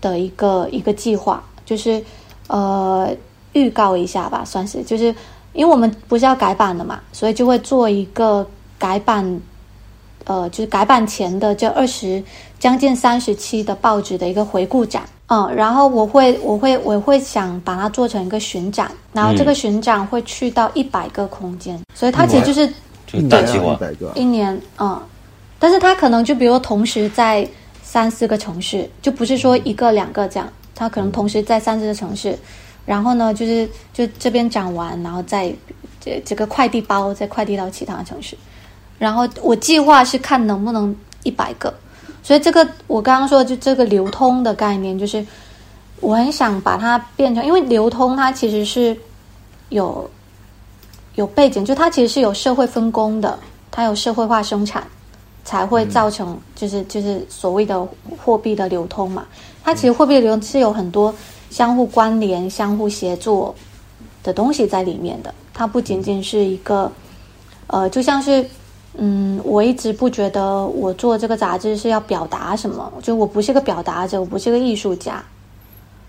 [SPEAKER 4] 的一个一个计划，就是呃预告一下吧，算是就是因为我们不是要改版的嘛，所以就会做一个改版。呃，就是改版前的这二十将近三十期的报纸的一个回顾展，嗯，然后我会我会我会想把它做成一个巡展，然后这个巡展会去到一百个空间，所以它其实就是
[SPEAKER 1] 这个大计
[SPEAKER 2] 一
[SPEAKER 1] 划，
[SPEAKER 2] 百个，
[SPEAKER 4] 一年，嗯，但是他可能就比如说同时在三四个城市，就不是说一个两个这样，他可能同时在三四个城市，然后呢，就是就这边讲完，然后再这这个快递包再快递到其他城市，然后我计划是看能不能一百个，所以这个我刚刚说就这个流通的概念，就是我很想把它变成，因为流通它其实是有有背景，就它其实是有社会分工的，它有社会化生产，才会造成就是就是所谓的货币的流通嘛。它其实货币的流通是有很多相互关联、相互协作的东西在里面的，它不仅仅是一个呃，就像是。嗯，我一直不觉得我做这个杂志是要表达什么，就我不是个表达者，我不是个艺术家，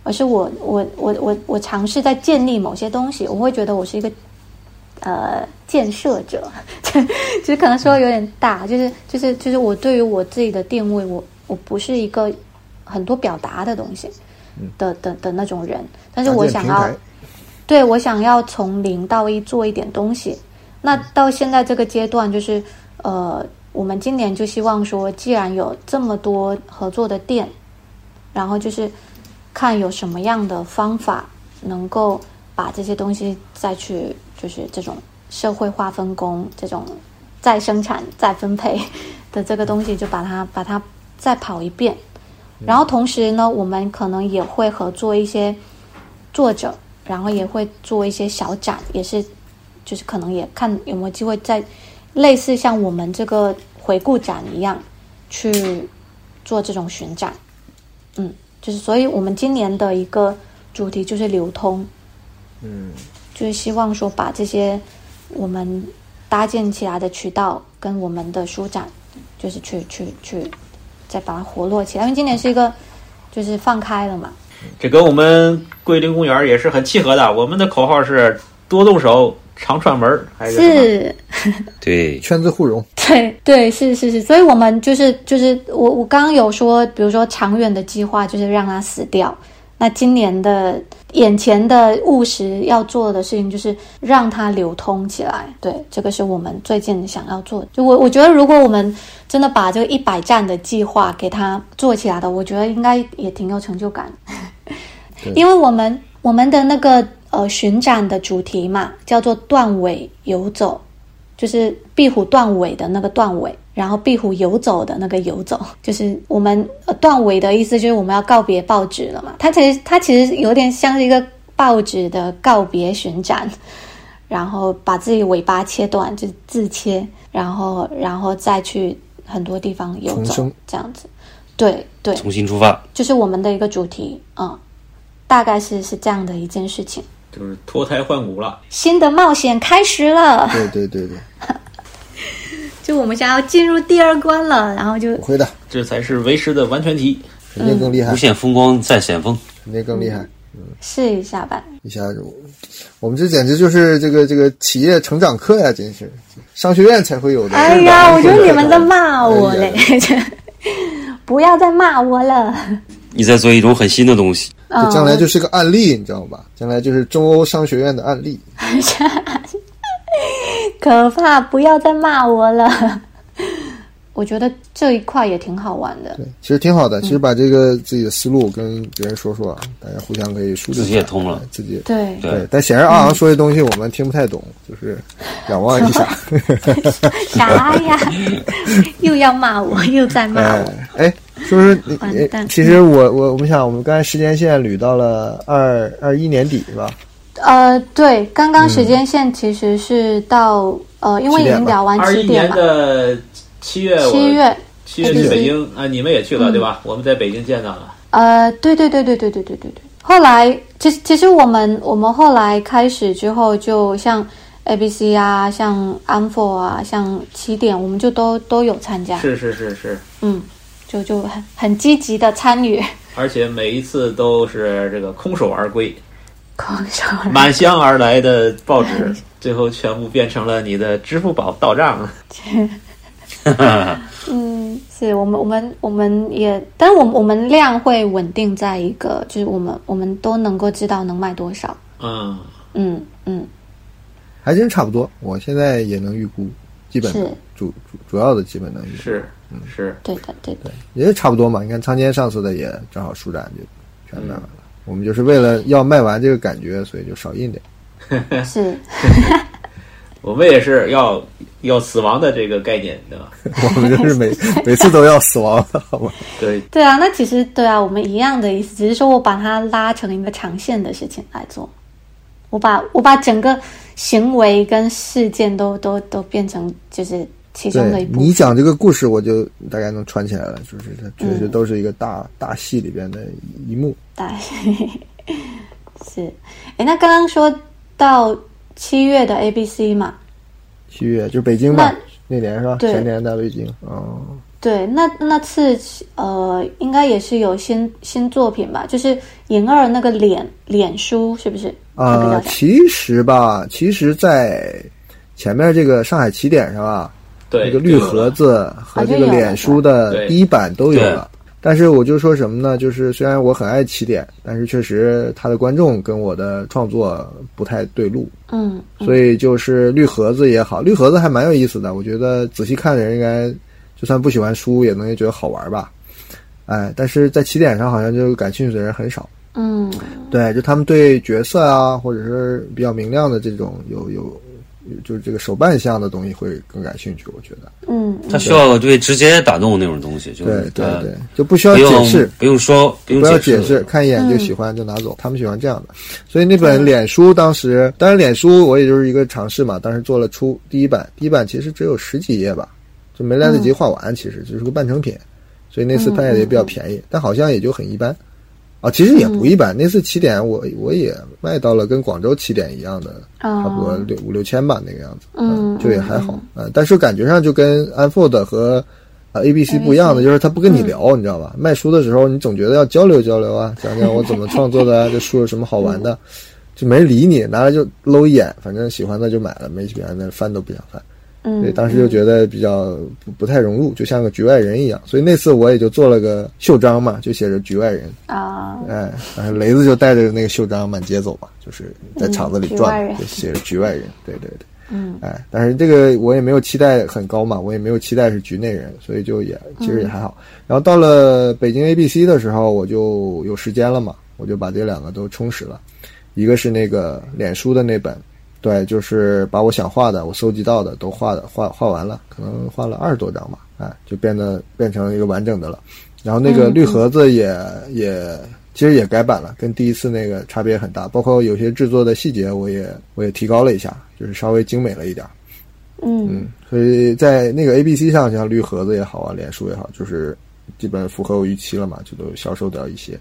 [SPEAKER 4] 而是我我我我我尝试在建立某些东西，我会觉得我是一个呃建设者， 其实可能说有点大，就是就是就是我对于我自己的定位，我我不是一个很多表达的东西的的的那种人，但是我
[SPEAKER 2] 搭建
[SPEAKER 4] 想
[SPEAKER 2] 平
[SPEAKER 4] 要
[SPEAKER 2] 台
[SPEAKER 4] 对我想要从零到一做一点东西。那到现在这个阶段，就是呃，我们今年就希望说，既然有这么多合作的店，然后就是看有什么样的方法能够把这些东西再去，就是这种社会化分工，这种再生产、再分配的这个东西，就把它 把它再跑一遍。然后同时呢，我们可能也会合作一些作者，然后也会做一些小展，也是就是可能也看有没有机会在类似像我们这个回顾展一样去做这种巡展。嗯，就是所以我们今年的一个主题就是流通，
[SPEAKER 2] 嗯，
[SPEAKER 4] 就是希望说把这些我们搭建起来的渠道跟我们的书展，就是去去去再把它活络起来，因为今年是一个就是放开了嘛，
[SPEAKER 3] 这跟我们桂林公园也是很契合的。我们的口号是多动手，常串门儿，还什么
[SPEAKER 4] 是。
[SPEAKER 1] 对，
[SPEAKER 2] 圈子互融，
[SPEAKER 4] 对对是是是，所以我们就是就是我我刚刚有说，比如说长远的计划就是让它死掉。那今年的眼前的务实要做的事情就是让它流通起来，对，这个是我们最近想要做的。就我我觉得，如果我们真的把这个一百站的计划给它做起来的，我觉得应该也挺有成就感。因为我们我们的那个呃巡展的主题嘛，叫做断尾游走，就是壁虎断尾的那个断尾，然后壁虎游走的那个游走， 就是我们呃断尾的意思，就是我们要告别报纸了嘛。它其实它其实有点像是一个报纸的告别巡展，然后把自己尾巴切断，就是自切，然后然后再去很多地方游
[SPEAKER 2] 重
[SPEAKER 4] 走
[SPEAKER 2] 生，
[SPEAKER 4] 这样子。对对，
[SPEAKER 1] 重新出发，
[SPEAKER 4] 就是我们的一个主题，嗯，大概是是这样的一件事情。
[SPEAKER 3] 就是脱胎换骨了。
[SPEAKER 4] 新的冒险开始了，
[SPEAKER 2] 对对对对，
[SPEAKER 4] 就我们想要进入第二关了，然后就
[SPEAKER 2] 我会的，
[SPEAKER 3] 这才是为师的完全体。
[SPEAKER 2] 肯
[SPEAKER 4] 嗯
[SPEAKER 2] 定更厉害
[SPEAKER 1] 无，限风光再险峰，
[SPEAKER 2] 肯定更厉害。
[SPEAKER 4] 试一下吧。
[SPEAKER 2] 一下就，我们这简直就是这个这个企业成长课呀，真是商学院才会有的。
[SPEAKER 4] 哎呀，我觉得你们在骂我嘞
[SPEAKER 2] 哎呀，
[SPEAKER 4] 不要再骂我了。
[SPEAKER 1] 你在做一种很新的东西，
[SPEAKER 2] 这
[SPEAKER 4] 哦
[SPEAKER 2] 将来 就是个案例，你知道吧？将来就是中欧商学院的案例。
[SPEAKER 4] 嗯可怕，不要再骂我了。 我觉得这一块也挺好玩的
[SPEAKER 2] 对，其实挺好的。其
[SPEAKER 4] 嗯
[SPEAKER 2] 实把这个自己的思路跟别人说说，大家互相可以梳理一下。
[SPEAKER 1] 自己也通了
[SPEAKER 2] 自己
[SPEAKER 4] 对，
[SPEAKER 2] 对。但显然阿
[SPEAKER 4] 嗯
[SPEAKER 2] 昂说的东西我们听不太懂，就是仰望一下。
[SPEAKER 4] 啥呀？ 又要骂我，又在骂我。
[SPEAKER 2] 哎哎，是不是你？
[SPEAKER 4] 完
[SPEAKER 2] 你哎
[SPEAKER 4] 蛋
[SPEAKER 2] 其实我我我们想，我们刚才时间线捋到了二二一年底是吧？
[SPEAKER 4] 呃，对，刚刚时间线其实是到、呃，因为已经聊完
[SPEAKER 3] 二
[SPEAKER 4] 七
[SPEAKER 3] 一
[SPEAKER 4] 点
[SPEAKER 3] 年
[SPEAKER 4] 嘛，
[SPEAKER 3] 的七月，我
[SPEAKER 4] 七月，
[SPEAKER 3] 七
[SPEAKER 4] 七
[SPEAKER 3] 月去
[SPEAKER 4] 月嗯
[SPEAKER 3] 北京啊，你们也去了对吧？我们在北京见到了。
[SPEAKER 4] 呃，对对对对对对对对对。后来，其实其实我们我们后来开始之后，就像 A B C 啊，像 Am f o 啊，像起点，我们就都都有参加，
[SPEAKER 3] 是是是是，
[SPEAKER 4] 嗯，就就很很积极的参与，
[SPEAKER 3] 而且每一次都是这个空手而归，
[SPEAKER 4] 空手而
[SPEAKER 3] 满箱而来的报纸，最后全部变成了你的支付宝到账。
[SPEAKER 4] 嗯，是我们我们我们也，但我们我们量会稳定在一个，就是我们我们都能够知道能卖多少，
[SPEAKER 3] 嗯，
[SPEAKER 4] 嗯嗯。
[SPEAKER 2] 还真差不多。我现在也能预估，基本的
[SPEAKER 4] 是
[SPEAKER 2] 主主主要的基本能预估，
[SPEAKER 3] 是是，
[SPEAKER 4] 对的，对的，
[SPEAKER 2] 也差不多嘛。你看仓坚上次的也正好舒展就全卖完了。我们就是为了要卖完这个感觉，所以就少印点。
[SPEAKER 4] 是，
[SPEAKER 3] 我们也是要要死亡的这个概念，对吧？
[SPEAKER 2] 我们就是 每每次都要死亡了，好吗？
[SPEAKER 3] 对，
[SPEAKER 4] 对啊，那其实对啊，我们一样的意思，只是说我把它拉成一个长线的事情来做，我把我把整个行为跟事件都都都变成就是其中的一
[SPEAKER 2] 对
[SPEAKER 4] 部
[SPEAKER 2] 你
[SPEAKER 4] 分。
[SPEAKER 2] 讲这个故事，我就大概能串起来了，就是它确实
[SPEAKER 4] 嗯
[SPEAKER 2] 都是一个大、大戏里边的一幕。
[SPEAKER 4] 大 是，哎，那刚刚说到七月的 A B C 嘛，
[SPEAKER 2] 七月就是北京吧，那年是吧？
[SPEAKER 4] 对
[SPEAKER 2] 前年在北京，哦，
[SPEAKER 4] 对，那那次呃，应该也是有新新作品吧，就是尹二那个脸脸书是不是？那个
[SPEAKER 2] 啊，
[SPEAKER 4] 叫啥
[SPEAKER 2] 其实吧，其实，在前面这个上海起点上啊，
[SPEAKER 3] 对，
[SPEAKER 2] 那个绿盒子和这个脸书的第一版都有了。但是我就说什么呢？就是虽然我很爱起点，但是确实他的观众跟我的创作不太对路，
[SPEAKER 4] 嗯，嗯
[SPEAKER 2] 所以就是绿盒子也好，绿盒子还蛮有意思的。我觉得仔细看的人应该，就算不喜欢书也能觉得好玩吧。哎，但是在起点上好像就感兴趣的人很少。
[SPEAKER 4] 嗯
[SPEAKER 2] 对，就他们对角色啊，或者是比较明亮的这种有有，就是这个手办项的东西会更感兴趣。我觉得，
[SPEAKER 4] 嗯
[SPEAKER 1] 他需要对直接打动那种东西，就
[SPEAKER 2] 对
[SPEAKER 1] 是
[SPEAKER 2] 对
[SPEAKER 1] 呃
[SPEAKER 2] 对，就不需要
[SPEAKER 1] 不
[SPEAKER 2] 解
[SPEAKER 1] 用
[SPEAKER 2] 释，
[SPEAKER 1] 不用说，不用
[SPEAKER 2] 不要
[SPEAKER 1] 解
[SPEAKER 2] 解释，看一眼就喜欢就拿走。他们喜欢这样的，所以那本脸书当时，当然脸书我也就是一个尝试嘛，当时做了出第一版，第一版其实只有十几页吧，就没来得及画完，其实就是个半成品，所以那次卖的也比较便宜，但好像也就很一般。啊，其实也不一般。那次起点我我也卖到了跟广州起点一样的
[SPEAKER 4] 啊，
[SPEAKER 2] 差不多六五六千吧，那个样子，
[SPEAKER 4] 嗯
[SPEAKER 2] 就也还好，嗯，但是感觉上就跟 Unfold 和呃 ABC 不一样的，就是他不跟
[SPEAKER 4] 嗯
[SPEAKER 2] 你聊，你知道吧？卖书的时候，你总觉得要交流交流啊，讲讲我怎么创作的啊，这书有什么好玩
[SPEAKER 4] 嗯
[SPEAKER 2] 的，就没人理你，拿来就搂一眼，反正喜欢的就买了，没喜欢的翻都不想翻。
[SPEAKER 4] 嗯，
[SPEAKER 2] 对，当时就觉得比较不不太融入，就像个局外人一样，所以那次我也就做了个袖章嘛，就写着局外人，
[SPEAKER 4] 啊，
[SPEAKER 2] 哎，反正雷子就带着那个袖章满街走嘛，就是在厂子里
[SPEAKER 4] 嗯局外
[SPEAKER 2] 转，
[SPEAKER 4] 人
[SPEAKER 2] 就写着局外人，对对对，
[SPEAKER 4] 嗯
[SPEAKER 2] 哎，但是这个我也没有期待很高嘛，我也没有期待是局内人，所以就也其
[SPEAKER 4] 嗯
[SPEAKER 2] 实也还好。然后到了北京 ABC 的时候，我就有时间了嘛，我就把这两个都充实了，一个是那个脸书的那本，对，就是把我想画的、我搜集到的都画的画画完了，可能画了二十多张吧，哎，就变得变成一个完整的了。然后那
[SPEAKER 4] 嗯
[SPEAKER 2] 个绿盒子也、也其实也改版了，跟第一次那个差别很大，包括有些制作的细节我也我也提高了一下，就是稍微精美了一点儿。
[SPEAKER 4] 嗯
[SPEAKER 2] 嗯，所以在那个 A B C 上，像绿盒子也好啊，脸书也好，就是基本符合我预期了嘛，就都销售掉一些。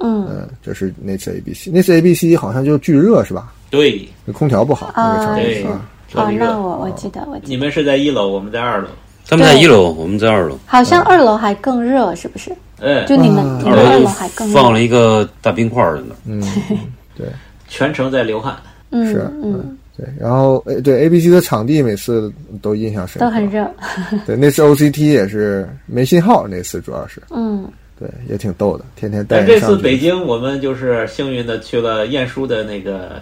[SPEAKER 4] 嗯
[SPEAKER 2] 嗯，这是那次 A B C，那次 A B C 好像就巨热是吧？
[SPEAKER 3] 对
[SPEAKER 2] 那空调不好，那个场
[SPEAKER 4] 啊
[SPEAKER 2] 地
[SPEAKER 3] 对
[SPEAKER 2] 是吧？，
[SPEAKER 3] 特
[SPEAKER 4] 哦，
[SPEAKER 3] 别
[SPEAKER 4] 那
[SPEAKER 3] 热。
[SPEAKER 4] 我我记得我记得，
[SPEAKER 3] 你们是在一楼，我们在二楼。
[SPEAKER 1] 他们在
[SPEAKER 4] 对
[SPEAKER 1] 一楼，我们在二楼，
[SPEAKER 4] 好像二楼还更热，是不是？
[SPEAKER 3] 哎，
[SPEAKER 4] 就你们
[SPEAKER 2] 啊
[SPEAKER 4] 你
[SPEAKER 1] 二
[SPEAKER 4] 们二
[SPEAKER 1] 就
[SPEAKER 4] 楼还更热，
[SPEAKER 1] 放了一个大冰块儿在那儿。
[SPEAKER 2] 嗯，对。
[SPEAKER 3] 全程在流汗。
[SPEAKER 4] 嗯
[SPEAKER 2] 是啊
[SPEAKER 4] 嗯，
[SPEAKER 2] 对，然后诶，对 A B C 的场地每次都印象深刻，
[SPEAKER 4] 都很热，
[SPEAKER 2] 对，那次 O C T 也是没信号，那次主要是
[SPEAKER 4] 嗯
[SPEAKER 2] 对，也挺逗的，天天带
[SPEAKER 3] 但
[SPEAKER 2] 人
[SPEAKER 3] 这
[SPEAKER 2] 上
[SPEAKER 3] 次
[SPEAKER 2] 去
[SPEAKER 3] 北京，我们就是幸运的去了晏殊的那个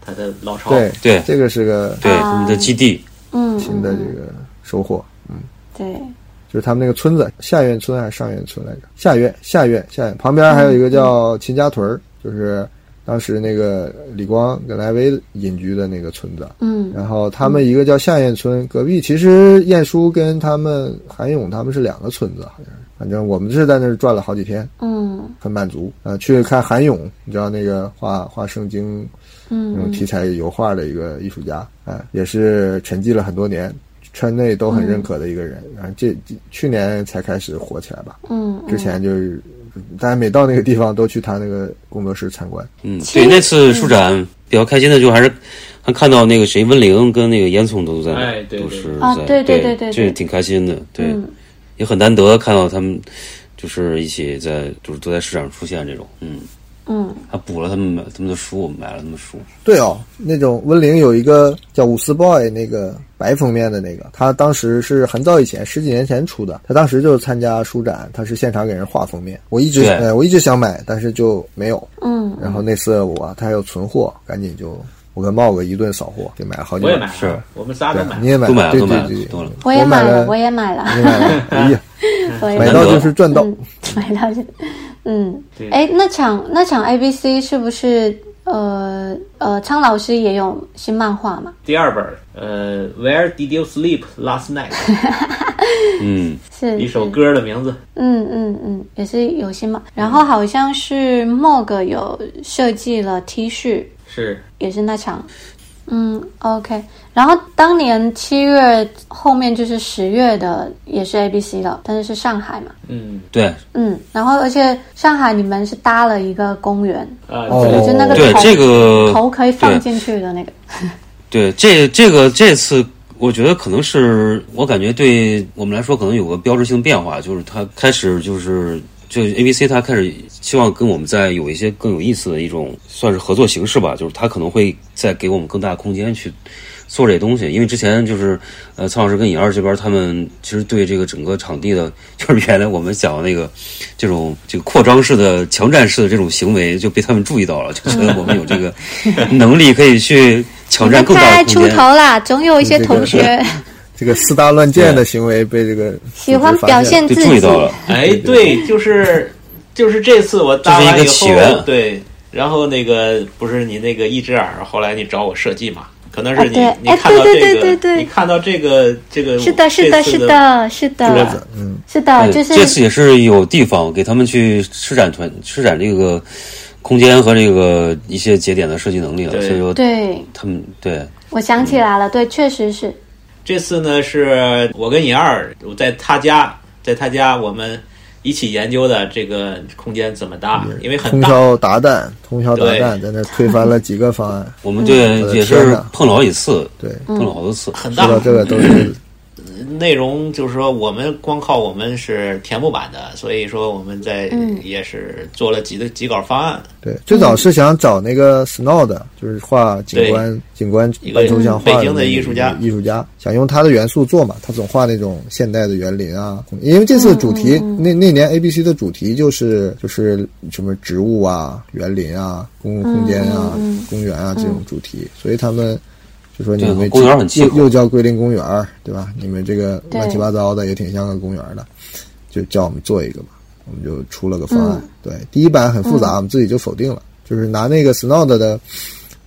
[SPEAKER 3] 他的老巢。
[SPEAKER 2] 对
[SPEAKER 1] 对
[SPEAKER 2] 这个是个
[SPEAKER 1] 对，
[SPEAKER 4] 啊
[SPEAKER 1] 他们的基地，
[SPEAKER 4] 嗯，
[SPEAKER 2] 新的
[SPEAKER 4] 嗯
[SPEAKER 2] 这个收获，嗯，
[SPEAKER 4] 对，
[SPEAKER 2] 就是他们那个村子，下院村还是上院村来着？下院，下院，下院旁边还有一
[SPEAKER 3] 嗯
[SPEAKER 2] 个叫秦家屯儿，就是当时那个李光跟莱威隐居的那个村子，
[SPEAKER 4] 嗯
[SPEAKER 2] 然后他们一个叫下堰村，隔壁其实晏殊跟他们韩勇他们是两个村子，好像是。反正我们是在那儿转了好几天，
[SPEAKER 4] 嗯
[SPEAKER 2] 很满足啊、呃去看韩勇，你知道那个画画圣经那种
[SPEAKER 4] 嗯
[SPEAKER 2] 题材油画的一个艺术家，啊、也是沉寂了很多年，圈内都很认可的一个人。然后这这去年才开始火起来吧，
[SPEAKER 4] 嗯，
[SPEAKER 2] 之前就是呃大家每到那个地方都去他那个工作室参观。
[SPEAKER 1] 嗯，
[SPEAKER 4] 其
[SPEAKER 1] 对，
[SPEAKER 4] 实
[SPEAKER 1] 那次书展比较开心的就还是还看到那个谁温玲跟那个烟囱都在那儿，
[SPEAKER 3] 哎对
[SPEAKER 1] 都
[SPEAKER 3] 对
[SPEAKER 1] 是在
[SPEAKER 4] 啊对对对对
[SPEAKER 1] 这
[SPEAKER 4] 对
[SPEAKER 1] 挺开心的，对，
[SPEAKER 4] 嗯
[SPEAKER 1] 也很难得看到他们就是一起在就是都在市场出现这种，嗯，
[SPEAKER 4] 嗯
[SPEAKER 1] 还补了他们买他们的书，我们买了他们的书，
[SPEAKER 2] 对哦，那种温岭有一个叫伍思 boy 那个白封面的那个，他当时是很早以前十几年前出的，他当时就是参加书展，他是现场给人画封面。我一直
[SPEAKER 1] 对
[SPEAKER 2] 呃我一直想买，但是就没有。
[SPEAKER 4] 嗯
[SPEAKER 2] 然后那次我他还有存货，赶紧就我跟茂哥一顿扫货，给买了好几
[SPEAKER 3] 我
[SPEAKER 2] 本。
[SPEAKER 3] 也买
[SPEAKER 1] 是
[SPEAKER 3] 了，我们仨都
[SPEAKER 2] 对
[SPEAKER 3] 买，
[SPEAKER 2] 你也买
[SPEAKER 1] 都买了
[SPEAKER 2] 对
[SPEAKER 1] 都买
[SPEAKER 2] 对
[SPEAKER 1] 了
[SPEAKER 2] 对，
[SPEAKER 1] 都买了
[SPEAKER 4] 我也买
[SPEAKER 2] 了，
[SPEAKER 4] 我也买了，
[SPEAKER 2] 你买 了，哎呀，
[SPEAKER 4] 我也
[SPEAKER 2] 买
[SPEAKER 4] 买
[SPEAKER 2] 到
[SPEAKER 4] 了，
[SPEAKER 2] 就是赚到。
[SPEAKER 4] 嗯， 买到就嗯
[SPEAKER 3] 对，
[SPEAKER 4] 哎，那场那场 A B C 是不是呃呃，苍老师也有新漫画嘛？
[SPEAKER 3] 第二本，呃，Where did you sleep last night？
[SPEAKER 1] 嗯，
[SPEAKER 4] 是
[SPEAKER 3] 一首歌的名字。
[SPEAKER 4] 嗯嗯嗯，也是有新嘛。然后好像是 Mog 有设计了 T 恤，
[SPEAKER 3] 是
[SPEAKER 4] 也是那场。嗯，OK。然后当年七月后面就是十月的，也是 ABC 了，但是是上海嘛。
[SPEAKER 3] 嗯
[SPEAKER 1] 对
[SPEAKER 4] 嗯，然后而且上海你们是搭了一个公园，
[SPEAKER 3] 啊，
[SPEAKER 2] 哦
[SPEAKER 3] 对
[SPEAKER 4] 就那个
[SPEAKER 1] 对
[SPEAKER 4] 头，
[SPEAKER 1] 这个
[SPEAKER 4] 头可以放
[SPEAKER 1] 对
[SPEAKER 4] 进去的那个。
[SPEAKER 1] 对，这这个这次，我觉得可能是我感觉对我们来说可能有个标志性变化，就是它开始就是就 A B C 它开始希望跟我们在有一些更有意思的一种算是合作形式吧，就是它可能会再给我们更大的空间去做这东西，因为之前就是呃，曹老师跟尹二这边他们其实对这个整个场地的， 就是原来我们讲的那个这种这个扩张式的强占式的这种行为，就被他们注意到了，就觉得我们有这个能力可以 去抢
[SPEAKER 4] 嗯你
[SPEAKER 1] 占
[SPEAKER 4] 们
[SPEAKER 1] 更大
[SPEAKER 4] 太
[SPEAKER 1] 的空
[SPEAKER 4] 出
[SPEAKER 1] 间
[SPEAKER 4] 头。啦，总有一些
[SPEAKER 2] 这个
[SPEAKER 4] 同 学
[SPEAKER 2] 这个四大乱箭的行为被这个
[SPEAKER 4] 喜欢表现
[SPEAKER 1] 就
[SPEAKER 4] 自
[SPEAKER 1] 注意
[SPEAKER 4] 己。
[SPEAKER 1] 到了，
[SPEAKER 3] 哎，对，就是就是这次我搭完
[SPEAKER 1] 这是一个
[SPEAKER 3] 以
[SPEAKER 1] 起源
[SPEAKER 3] 后，对，然后那个不是你那个一只耳，后来你找我设计嘛，可能是你、
[SPEAKER 4] 啊对
[SPEAKER 3] 你看到
[SPEAKER 4] 哎对对
[SPEAKER 3] 这
[SPEAKER 4] 对
[SPEAKER 3] 个，
[SPEAKER 4] 对对
[SPEAKER 3] 你看到这个这个
[SPEAKER 4] 是的，是的，
[SPEAKER 3] 这
[SPEAKER 4] 是
[SPEAKER 3] 次的，
[SPEAKER 4] 的，是
[SPEAKER 3] 桌
[SPEAKER 4] 的
[SPEAKER 3] 子，
[SPEAKER 4] 是的，
[SPEAKER 1] 嗯
[SPEAKER 4] 啊就
[SPEAKER 1] 这
[SPEAKER 4] 是
[SPEAKER 1] 次也是有地方给他们去施展团施展这个空间和这个一些节点的设计能力了，
[SPEAKER 3] 对
[SPEAKER 1] 所以说
[SPEAKER 4] 对，
[SPEAKER 1] 他们对
[SPEAKER 4] 我想起来了，对，确实是，
[SPEAKER 3] 这次呢是我跟尹二我在他家，在他家我们一起研究的这个空间怎么搭，因为很
[SPEAKER 2] 通
[SPEAKER 3] 大，
[SPEAKER 2] 宵达旦，通宵达旦在那推翻了几个方案。
[SPEAKER 4] 嗯
[SPEAKER 1] 我们对
[SPEAKER 2] 我的
[SPEAKER 1] 也
[SPEAKER 2] 天
[SPEAKER 1] 是
[SPEAKER 2] 哪
[SPEAKER 1] 碰了好几次，
[SPEAKER 2] 对，
[SPEAKER 3] 嗯
[SPEAKER 1] 碰了好多次，
[SPEAKER 3] 很
[SPEAKER 2] 说
[SPEAKER 3] 大
[SPEAKER 2] 到这个都是
[SPEAKER 3] 内容就是说，我们光靠我们是填不满的，所以说我们在
[SPEAKER 4] 嗯
[SPEAKER 3] 也是做了几个几稿方案，
[SPEAKER 2] 对，最早是想找那个 Snow 的，就是画景观景观
[SPEAKER 3] 一个
[SPEAKER 2] 半抽象画
[SPEAKER 3] 北京的
[SPEAKER 2] 那个
[SPEAKER 3] 艺术家
[SPEAKER 2] 艺术家想用他的元素做嘛，他总画那种现代的园林啊，因为这次主题、
[SPEAKER 4] 哦
[SPEAKER 2] 那那年 A B C 的主题就是就是什么植物啊、园林啊、公共空间啊、
[SPEAKER 4] 嗯嗯嗯
[SPEAKER 2] 公园啊这种主题，所以他们。就说你
[SPEAKER 1] 对
[SPEAKER 2] 们
[SPEAKER 1] 公园很契
[SPEAKER 2] 又
[SPEAKER 1] 合
[SPEAKER 2] 又叫桂林公园儿，对吧？你们这个
[SPEAKER 4] 对
[SPEAKER 2] 乱七八糟的也挺像个公园儿的，就叫我们做一个嘛，我们就出了个方案。对，第一版很复杂，我们自己就否定了，就是拿那个 Snod 的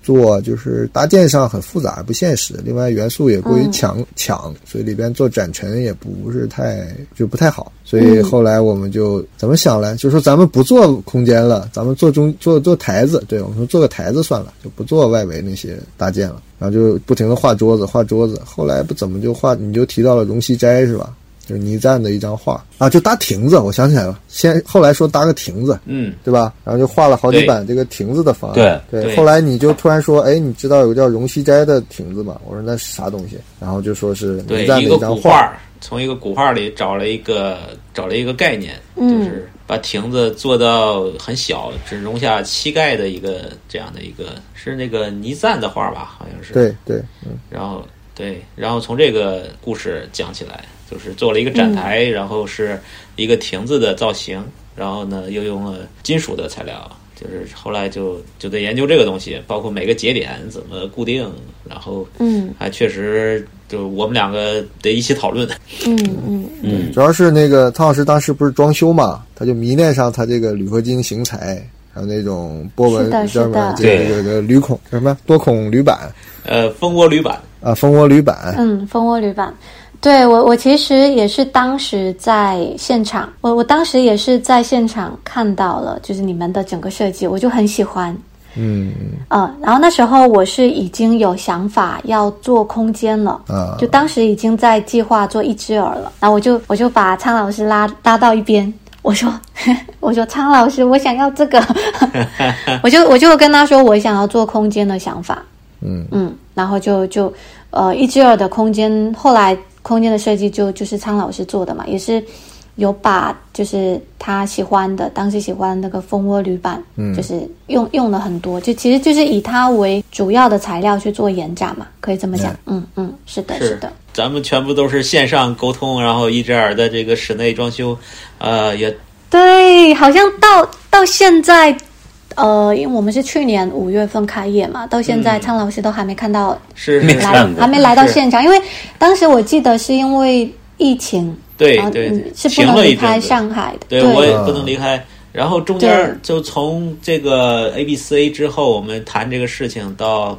[SPEAKER 2] 做，就是搭建上很复杂，不现实。另外元素也过于强、抢，所以里边做展陈也不是太就不太好。所以后来我们就怎么想呢？就说咱们不做空间了，咱们做中做做台子。对我们说做个台子算了，就不做外围那些搭建了。然后就不停的画桌子，画桌子。后来不怎么就画，你就提到了荣西斋是吧？就是倪瓒的一张画啊，就搭亭子，我想起来了，先后来说搭个亭子，
[SPEAKER 3] 嗯，
[SPEAKER 2] 对吧？然后就画了好几
[SPEAKER 3] 对
[SPEAKER 2] 版这个亭子的方案。
[SPEAKER 1] 对
[SPEAKER 2] 对，
[SPEAKER 3] 对
[SPEAKER 2] 后来你就突然说，哎，你知道有个叫荣西斋的亭子吗？我说那是啥东西？然后就说是
[SPEAKER 3] 对
[SPEAKER 2] 倪瓒的
[SPEAKER 3] 一个
[SPEAKER 2] 张
[SPEAKER 3] 古画，儿，从一个古画儿里找了一个找了一个概念，就
[SPEAKER 4] 嗯
[SPEAKER 3] 是把亭子做到很小，只容下膝盖的一个这样的一个，是那个倪瓒的画儿吧，好像是，
[SPEAKER 2] 对对，
[SPEAKER 3] 然后对，然后从这个故事讲起来，就是做了一个展
[SPEAKER 4] 嗯
[SPEAKER 3] 台，然后是一个亭子的造型，然后呢又用了金属的材料，就是后来就就在研究这个东西，包括每个节点怎么固定，然后
[SPEAKER 4] 嗯
[SPEAKER 3] 还确实就我们两个得一起讨论。
[SPEAKER 4] 嗯嗯
[SPEAKER 1] 嗯，
[SPEAKER 2] 主要是那个汤老师当时不是装修嘛，他就迷恋上他这个铝合金型材。还有那种波纹
[SPEAKER 4] 是的是
[SPEAKER 2] 专
[SPEAKER 4] 的
[SPEAKER 2] 门这个
[SPEAKER 1] 对
[SPEAKER 2] 这个这个铝孔叫什么多孔铝板
[SPEAKER 3] 呃，蜂窝铝板，
[SPEAKER 2] 啊，蜂窝铝板，
[SPEAKER 4] 嗯，蜂窝旅板。对我，我其实也是当时在现场，我我当时也是在现场看到了，就是你们的整个设计，我就很喜欢。
[SPEAKER 2] 嗯
[SPEAKER 4] 嗯，然后那时候我是已经有想法要做空间了，
[SPEAKER 2] 啊
[SPEAKER 4] 就当时已经在计划做一只耳了，然后我就我就把苍老师拉拉到一边，我说 我说苍老师，我想要这个， 我就我就跟他说我想要做空间的想法，
[SPEAKER 2] 嗯
[SPEAKER 4] 嗯，然后就就呃一只耳的空间，后来空间的设计就就是苍老师做的嘛，也是。有把就是他喜欢的，当时喜欢那个蜂窝铝板，
[SPEAKER 2] 嗯
[SPEAKER 4] 就是用用了很多，就其实就是以它为主要的材料去做延展嘛，可以这么讲。嗯嗯，是的，是的，
[SPEAKER 3] 咱们全部都是线上沟通，然后一只耳的这个室内装修，呃，也
[SPEAKER 4] 对，好像到到现在，呃，因为我们是去年五月份开业嘛，到现在苍老师都还没看到
[SPEAKER 3] 是
[SPEAKER 1] 没
[SPEAKER 3] 是
[SPEAKER 1] 看
[SPEAKER 4] 来
[SPEAKER 1] 过，
[SPEAKER 4] 还没来到
[SPEAKER 3] 是
[SPEAKER 4] 现场，因为当时我记得是因为疫情，
[SPEAKER 3] 对
[SPEAKER 4] 然后
[SPEAKER 3] 对
[SPEAKER 4] 嗯
[SPEAKER 3] 对
[SPEAKER 4] 是不
[SPEAKER 3] 停
[SPEAKER 4] 能
[SPEAKER 3] 了一
[SPEAKER 4] 离开
[SPEAKER 3] 阵子
[SPEAKER 4] 上海的，
[SPEAKER 3] 对我也
[SPEAKER 2] 啊
[SPEAKER 3] 不能离开。然后中间
[SPEAKER 4] 对
[SPEAKER 3] 儿就从这个 A B C 之后，我们谈这个事情到，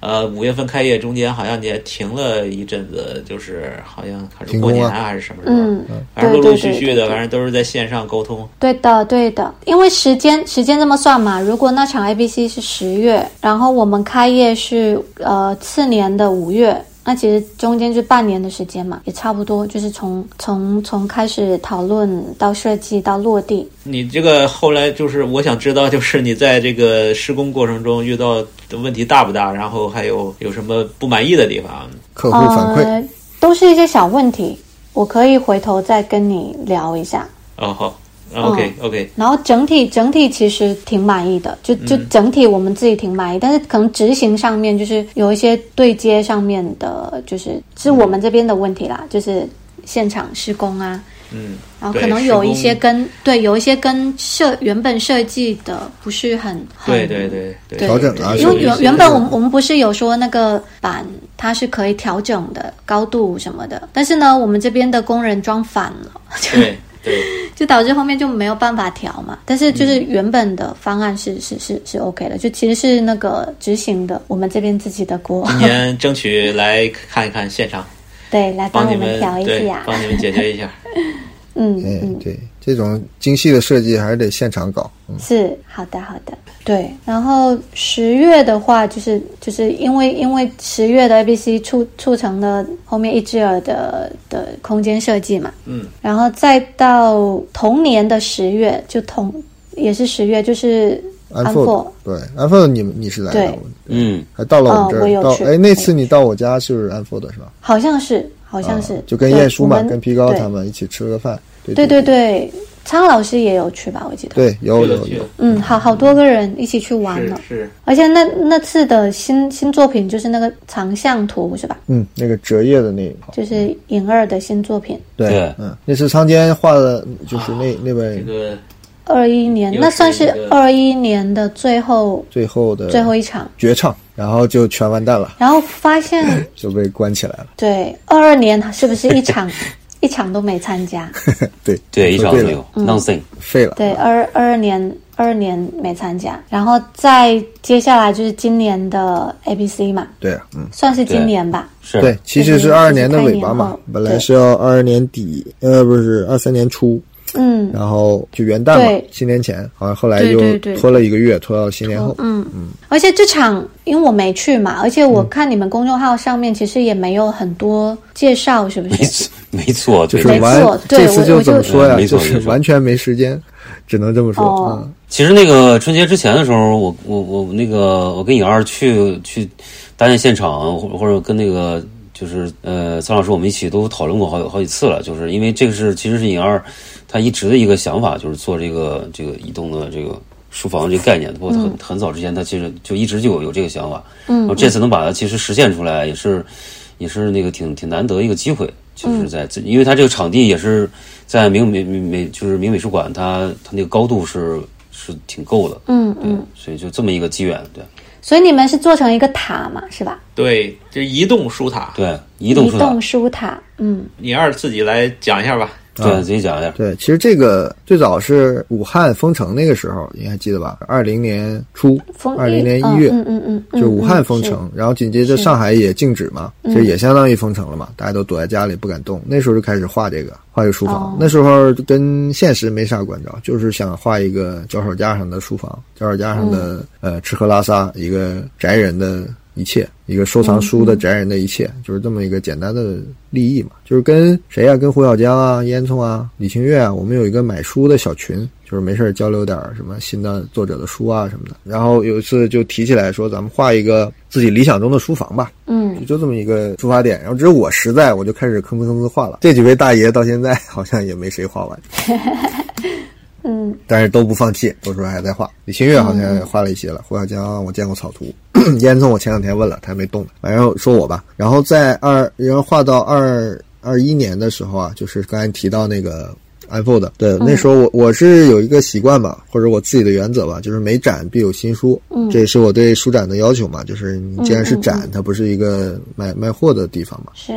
[SPEAKER 3] 呃，五月份开业中间好像也停了一阵子，就是好像还是
[SPEAKER 2] 停
[SPEAKER 3] 过
[SPEAKER 2] 工
[SPEAKER 3] 年
[SPEAKER 2] 了
[SPEAKER 3] 啊还是什么时候，
[SPEAKER 4] 嗯，
[SPEAKER 3] 反正陆陆
[SPEAKER 4] 对
[SPEAKER 3] 续
[SPEAKER 4] 对
[SPEAKER 3] 续
[SPEAKER 4] 对
[SPEAKER 3] 的，
[SPEAKER 4] 对
[SPEAKER 3] 反正都是在线上沟通。
[SPEAKER 4] 对的，对的，因为时间时间这么算嘛，如果那场 ABC 是十月，然后我们开业是呃次年的五月，那其实中间就半年的时间嘛，也差不多，就是从从从开始讨论到设计到落地，
[SPEAKER 3] 你这个后来就是我想知道，就是你在这个施工过程中遇到的问题大不大，然后还有有什么不满意的地方？
[SPEAKER 2] 客户反馈，
[SPEAKER 4] 呃，都是一些小问题，我可以回头再跟你聊一下。
[SPEAKER 3] 哦，好，OK OK，
[SPEAKER 4] 然后整体整体其实挺满意的，
[SPEAKER 3] 嗯
[SPEAKER 4] 就就整体我们自己挺满意，但是可能执行上面就是有一些对接上面的，就是是我们这边的问题啦，就是现场施工啊，
[SPEAKER 3] 嗯，
[SPEAKER 4] 然后
[SPEAKER 3] 对
[SPEAKER 4] 可能有
[SPEAKER 3] 施工
[SPEAKER 4] 一些跟对有一些跟设原本设计的不是很很
[SPEAKER 3] 对对对对，
[SPEAKER 4] 对
[SPEAKER 2] 调整啊
[SPEAKER 4] 因为
[SPEAKER 2] 有一
[SPEAKER 4] 原
[SPEAKER 2] 些
[SPEAKER 4] 原本我们我们不是有说那个板它是可以调整的高度什么的，但是呢，我们这边的工人装反了，就
[SPEAKER 3] 对对
[SPEAKER 4] 就导致后面就没有办法调嘛。但是就是
[SPEAKER 3] 嗯
[SPEAKER 4] 原本的方案是、是是是 OK 的，就其实是那个执行的我们这边自己的 锅，
[SPEAKER 3] 今年争取来看一看现场，
[SPEAKER 4] 对，来帮
[SPEAKER 3] 你
[SPEAKER 4] 我们
[SPEAKER 3] 们
[SPEAKER 4] 调一
[SPEAKER 3] 对
[SPEAKER 4] 下，，
[SPEAKER 3] 帮你们解决一下。
[SPEAKER 4] 嗯
[SPEAKER 2] 哎
[SPEAKER 4] 嗯，，
[SPEAKER 2] 对，这种精细的设计还是得现场搞。嗯，
[SPEAKER 4] 是好的好的，对。然后十月的话，就是就是因为因为十月的 ABC 促促成了后面一只耳的的空间设计嘛，
[SPEAKER 3] 嗯，
[SPEAKER 4] 然后再到同年的十月，就同也是十月，就是
[SPEAKER 2] 安
[SPEAKER 4] 安
[SPEAKER 2] 富
[SPEAKER 4] 富。
[SPEAKER 2] 对，安富你你是来的，
[SPEAKER 4] 对
[SPEAKER 2] 我
[SPEAKER 1] 嗯，
[SPEAKER 2] 还到了我们
[SPEAKER 4] 哦
[SPEAKER 2] 这
[SPEAKER 4] 我有
[SPEAKER 2] 儿，到
[SPEAKER 4] 去
[SPEAKER 2] 哎那次你到我家就是安富的是吧？
[SPEAKER 4] 好像是好像
[SPEAKER 2] 啊
[SPEAKER 4] 是，
[SPEAKER 2] 就跟
[SPEAKER 4] 对
[SPEAKER 2] 晏殊嘛
[SPEAKER 4] 我，们
[SPEAKER 2] 跟皮高
[SPEAKER 4] 对
[SPEAKER 2] 他们一起吃了个饭。对
[SPEAKER 4] 对
[SPEAKER 2] 对
[SPEAKER 4] 对对，苍老师也有去吧？我记得。
[SPEAKER 2] 对， 有
[SPEAKER 3] 去了
[SPEAKER 2] 有
[SPEAKER 3] 去了
[SPEAKER 2] 有，
[SPEAKER 4] 嗯，好好多个人一起去玩了
[SPEAKER 3] 是，是，
[SPEAKER 4] 而且那那次的新新作品就是那个长相图是吧？
[SPEAKER 2] 嗯，那个折页的那一套，
[SPEAKER 4] 就是尹二的新作品，
[SPEAKER 1] 对
[SPEAKER 2] 嗯，那是仓间画的，就是那那
[SPEAKER 3] 啊这
[SPEAKER 2] 本
[SPEAKER 3] 个
[SPEAKER 4] 二一年
[SPEAKER 3] 又
[SPEAKER 4] 那
[SPEAKER 3] 是
[SPEAKER 4] 算
[SPEAKER 3] 一
[SPEAKER 4] 是
[SPEAKER 3] 个
[SPEAKER 4] 二一年的最后
[SPEAKER 2] 最后的
[SPEAKER 4] 最后一场，
[SPEAKER 2] 绝唱，然后就全完蛋了，
[SPEAKER 4] 然后 发现
[SPEAKER 2] 就被关起来了。
[SPEAKER 4] 对二二年是不是一场 一场都没参加？
[SPEAKER 2] 对
[SPEAKER 1] 对，一
[SPEAKER 2] 说
[SPEAKER 1] 场
[SPEAKER 2] 对
[SPEAKER 1] 没有
[SPEAKER 2] 了，
[SPEAKER 1] ，nothing，
[SPEAKER 2] 废了。
[SPEAKER 4] 对，二二二年二二年没参加，然后再接下来就是今年的 ABC 嘛，
[SPEAKER 2] 对啊，嗯。
[SPEAKER 4] 算是今
[SPEAKER 1] 对
[SPEAKER 4] 年吧。
[SPEAKER 1] 是
[SPEAKER 2] 对，其实是
[SPEAKER 4] 就是
[SPEAKER 2] 二二年的尾
[SPEAKER 4] 就是开
[SPEAKER 2] 巴
[SPEAKER 4] 年
[SPEAKER 2] 嘛
[SPEAKER 4] 后，
[SPEAKER 2] 本来
[SPEAKER 4] 对
[SPEAKER 2] 是要二二年底，呃，不是二三年初，
[SPEAKER 4] 嗯，
[SPEAKER 2] 然后就元旦嘛
[SPEAKER 4] 对，
[SPEAKER 2] 新年前，好像后来
[SPEAKER 4] 对
[SPEAKER 2] 又
[SPEAKER 4] 对对
[SPEAKER 2] 拖了一个月，拖到新年后。
[SPEAKER 4] 嗯，而且这场因为我没去嘛，而且我看你们公众号上面其实也没有很多介绍，是 不
[SPEAKER 1] 没
[SPEAKER 4] 是？
[SPEAKER 1] 错，没错，
[SPEAKER 2] 就
[SPEAKER 1] 对
[SPEAKER 2] 是
[SPEAKER 4] 没错
[SPEAKER 2] 完，
[SPEAKER 4] 对
[SPEAKER 2] 这次
[SPEAKER 4] 我
[SPEAKER 2] 就
[SPEAKER 4] 我
[SPEAKER 2] 怎么
[SPEAKER 4] 就
[SPEAKER 2] 说呀？
[SPEAKER 1] 嗯没
[SPEAKER 2] 就
[SPEAKER 1] 错
[SPEAKER 2] 是
[SPEAKER 1] 没错
[SPEAKER 2] 完全没时间，只能这么说。
[SPEAKER 4] 哦
[SPEAKER 2] 嗯，
[SPEAKER 1] 其实那个春节之前的时候，我我我那个我跟颖儿去去搭建现场，或或者跟那个就是呃苍老师我们一起都讨论过好几好几次了，就是因为这个是其实是颖儿她一直的一个想法，就是做这个这个移动的这个书房这个概念，包括她很很早之前她其实就一直就有有这个想法，然后这次能把它其实实现出来，也是也是那个挺挺难得一个机会，就是在这、因为它这个场地也是在明美美美就是明美术馆，它它那个高度是是挺够的，
[SPEAKER 4] 嗯
[SPEAKER 1] 对，
[SPEAKER 4] 嗯，
[SPEAKER 1] 所以就这么一个机缘，对
[SPEAKER 4] 所以你们是做成一个塔嘛，是吧？
[SPEAKER 3] 对，就是移动书塔，
[SPEAKER 1] 对，移动
[SPEAKER 4] 移
[SPEAKER 1] 书塔
[SPEAKER 4] 动，书塔，嗯
[SPEAKER 3] 你二自己来讲一下吧。
[SPEAKER 1] 对，自己讲一下，
[SPEAKER 2] 对，其实这个最早是武汉封城那个时候，你还记得吧？二零年初
[SPEAKER 4] 封，
[SPEAKER 2] 二零年
[SPEAKER 4] 嗯
[SPEAKER 2] 一月，
[SPEAKER 4] 嗯嗯嗯嗯，
[SPEAKER 2] 就武汉
[SPEAKER 4] 嗯
[SPEAKER 2] 封，
[SPEAKER 4] 是嗯
[SPEAKER 2] 城，然后紧接着上海也禁止嘛，其实也相当于封城了嘛，大家都躲在家里不敢动。那时候就开始画这个，画这个书房。
[SPEAKER 4] 哦
[SPEAKER 2] 那时候就跟现实没啥关照，就是想画一个脚手架上的书房，脚手架上的、
[SPEAKER 4] 嗯
[SPEAKER 2] 呃吃喝拉撒，一个宅人的一切，一个收藏书的宅人的一切，就是这么一个简单的立意嘛。就是跟谁啊，跟胡小江啊、烟囱啊、李清月啊，我们有一个买书的小群，就是没事儿交流点儿什么新的作者的书啊什么的。然后有一次就提起来说，咱们画一个自己理想中的书房吧，
[SPEAKER 4] 嗯，
[SPEAKER 2] 就这么一个出发点。然后只有我实在，我就开始吭哧吭哧画了。这几位大爷到现在 好像也没谁画完，
[SPEAKER 4] 嗯，
[SPEAKER 2] 但是都不放弃，都说还在画。李清月好像也画了一些了，胡小江我见过草图， 烟囱我前两天问了，他还没动呢。反正说我吧，然后在二，然后画到二二一年的时候啊，就是刚才提到那个 unfold。对，那时候
[SPEAKER 4] 嗯
[SPEAKER 2] 我我是有一个习惯吧，或者我自己的原则吧，就是每展必有新书，
[SPEAKER 4] 嗯
[SPEAKER 2] 这也是我对书展的要求嘛。就是你既然是展，
[SPEAKER 4] 嗯
[SPEAKER 2] 它不是一个卖卖货的地方嘛，
[SPEAKER 4] 是，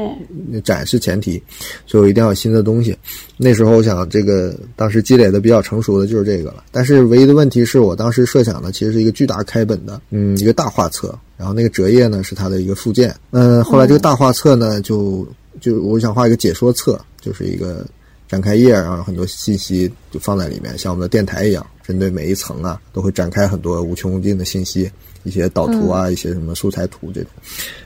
[SPEAKER 2] 展示前提，所以我一定要有新的东西。那时候我想，这个当时积累的比较成熟的就是这个了。但是唯一的问题是我当时设想的其实是一个巨大开本的，嗯，一个大画册。然后那个折页呢是它的一个附件，嗯，后来这个大画册呢就就我想画一个解说册，就是一个展开页，然后很多信息就放在里面，像我们的电台一样，针对每一层啊都会展开很多无穷无尽的信息，一些导图啊，一些什么素材图这种，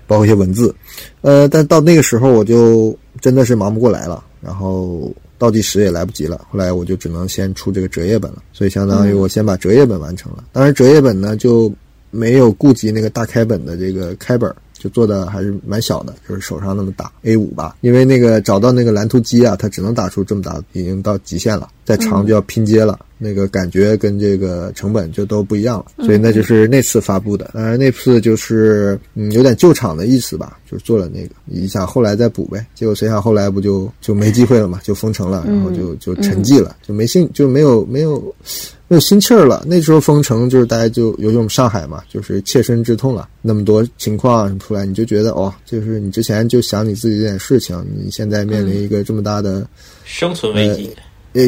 [SPEAKER 2] 包括一些文字。呃，但到那个时候我就真的是忙不过来了，然后倒计时也来不及了，后来我就只能先出这个折页本了，所以相当于我先把折页本完成了。当然，折页本呢就没有顾及那个大开本的这个开本儿。就做的还是蛮小的，就是手上那么大 A 五吧，因为那个找到那个蓝图机啊，它只能打出这么大，已经到极限了，再长就要拼接了，那个感觉跟这个成本就都不一样了，所以那就是那次发布的。当然那次就是嗯有点救场的意思吧，就是做了那个，你想后来再补呗，结果谁想后来不就就没机会了嘛，就封城了，然后就就沉寂了，就没兴就没有没有没有心气儿了。那时候封城就是大家就，尤其我们上海嘛，就是切身之痛了。那么多情况出来，你就觉得哦，就是你之前就想你自己这点事情，你现在面临一个这么大的、
[SPEAKER 3] 生存危机，
[SPEAKER 2] 呃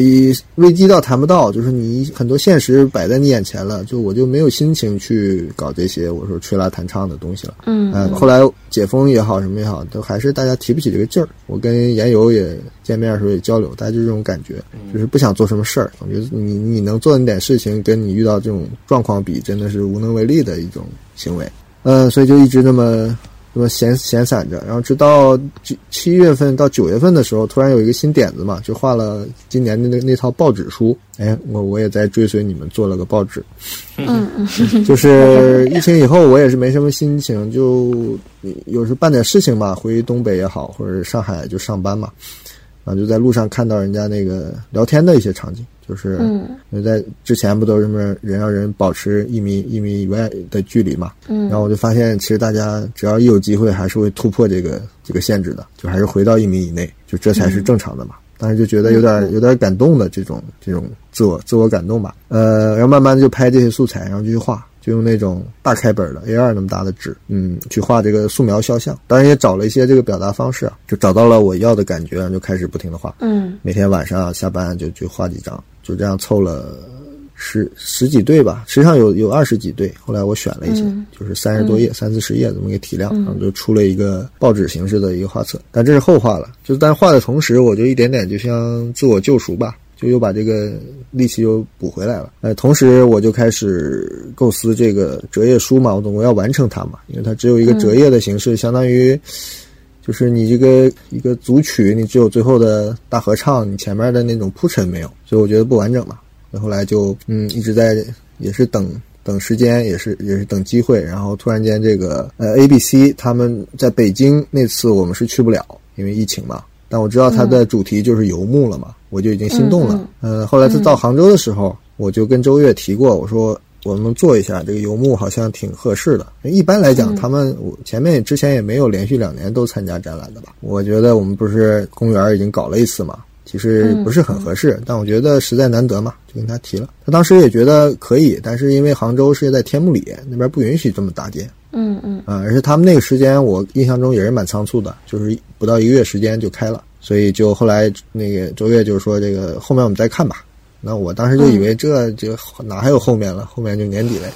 [SPEAKER 2] 危机到谈不到，就是你很多现实摆在你眼前了，就我就没有心情去搞这些我说吹拉弹唱的东西了。
[SPEAKER 4] 嗯
[SPEAKER 2] 嗯，后来解封也好，什么也好，都还是大家提不起这个劲儿。我跟研友也见面的时候也交流，大家就这种感觉，就是不想做什么事儿，感觉你你能做的那点事情，跟你遇到这种状况比，真的是无能为力的一种行为。嗯，所以就一直那么那么闲闲散着，然后直到七七月份到九月份的时候，突然有一个新点子嘛，就画了今年的那那套报纸书。哎，我我也在追随你们做了个报纸，
[SPEAKER 4] 嗯 嗯
[SPEAKER 2] 就是疫情以后，我也是没什么心情，就有时办点事情吧，回东北也好，或者上海就上班嘛，然后就在路上看到人家那个聊天的一些场景，就是
[SPEAKER 4] 嗯
[SPEAKER 2] 因为在之前不都是什么人要人保持一米一米以外的距离嘛，
[SPEAKER 4] 嗯
[SPEAKER 2] 然后我就发现，其实大家只要一有机会，还是会突破这个这个限制的，就还是回到一米以内，就这才是正常的嘛。当时就觉得有点有点感动的这种这种自我自我感动吧，呃，然后慢慢就拍这些素材，然后就去画，就用那种大开本的 A 二那么大的纸，嗯，去画这个素描肖像。当然也找了一些这个表达方式啊，就找到了我要的感觉，然后就开始不停的画。
[SPEAKER 4] 嗯
[SPEAKER 2] 每天晚上下班就去画几张，就这样凑了十十几对吧，实际上有有二十几对。后来我选了一些，
[SPEAKER 4] 嗯
[SPEAKER 2] 就是三十多页、三四十页这么一个体量，然后就出了一个报纸形式的一个画册。但这是后话了，就是但画的同时，我就一点点就像自我救赎吧。就又把这个力气又补回来了，呃，同时我就开始构思这个折页书嘛，我总共要完成它嘛，因为它只有一
[SPEAKER 4] 嗯
[SPEAKER 2] 个折页的形式，相当于就是你这个一个组曲，你只有最后的大合唱，你前面的那种铺陈没有，所以我觉得不完整嘛。那后来就嗯一直在也是等等时间，也是也是等机会，然后突然间这个呃 A B C 他们在北京那次我们是去不了，因为疫情嘛。但我知道它的主题就是游牧了嘛，我就已经心动了。呃，后来他到杭州的时候，我就跟周越提过，我说我们做一下这个游牧，好像挺合适的。一般来讲，他们我前面之前也没有连续两年都参加展览的吧？我觉得我们不是公园已经搞了一次嘛，其实不是很合适，但我觉得实在难得嘛，就跟他提了。他当时也觉得可以，但是因为杭州是在天目里那边不允许这么搭建，
[SPEAKER 4] 嗯嗯
[SPEAKER 2] 啊、而且他们那个时间我印象中也是蛮仓促的，就是不到一个月时间就开了，所以就后来那个周越就说这个后面我们再看吧。那我当时就以为这这哪还有后面了，后面就年底了。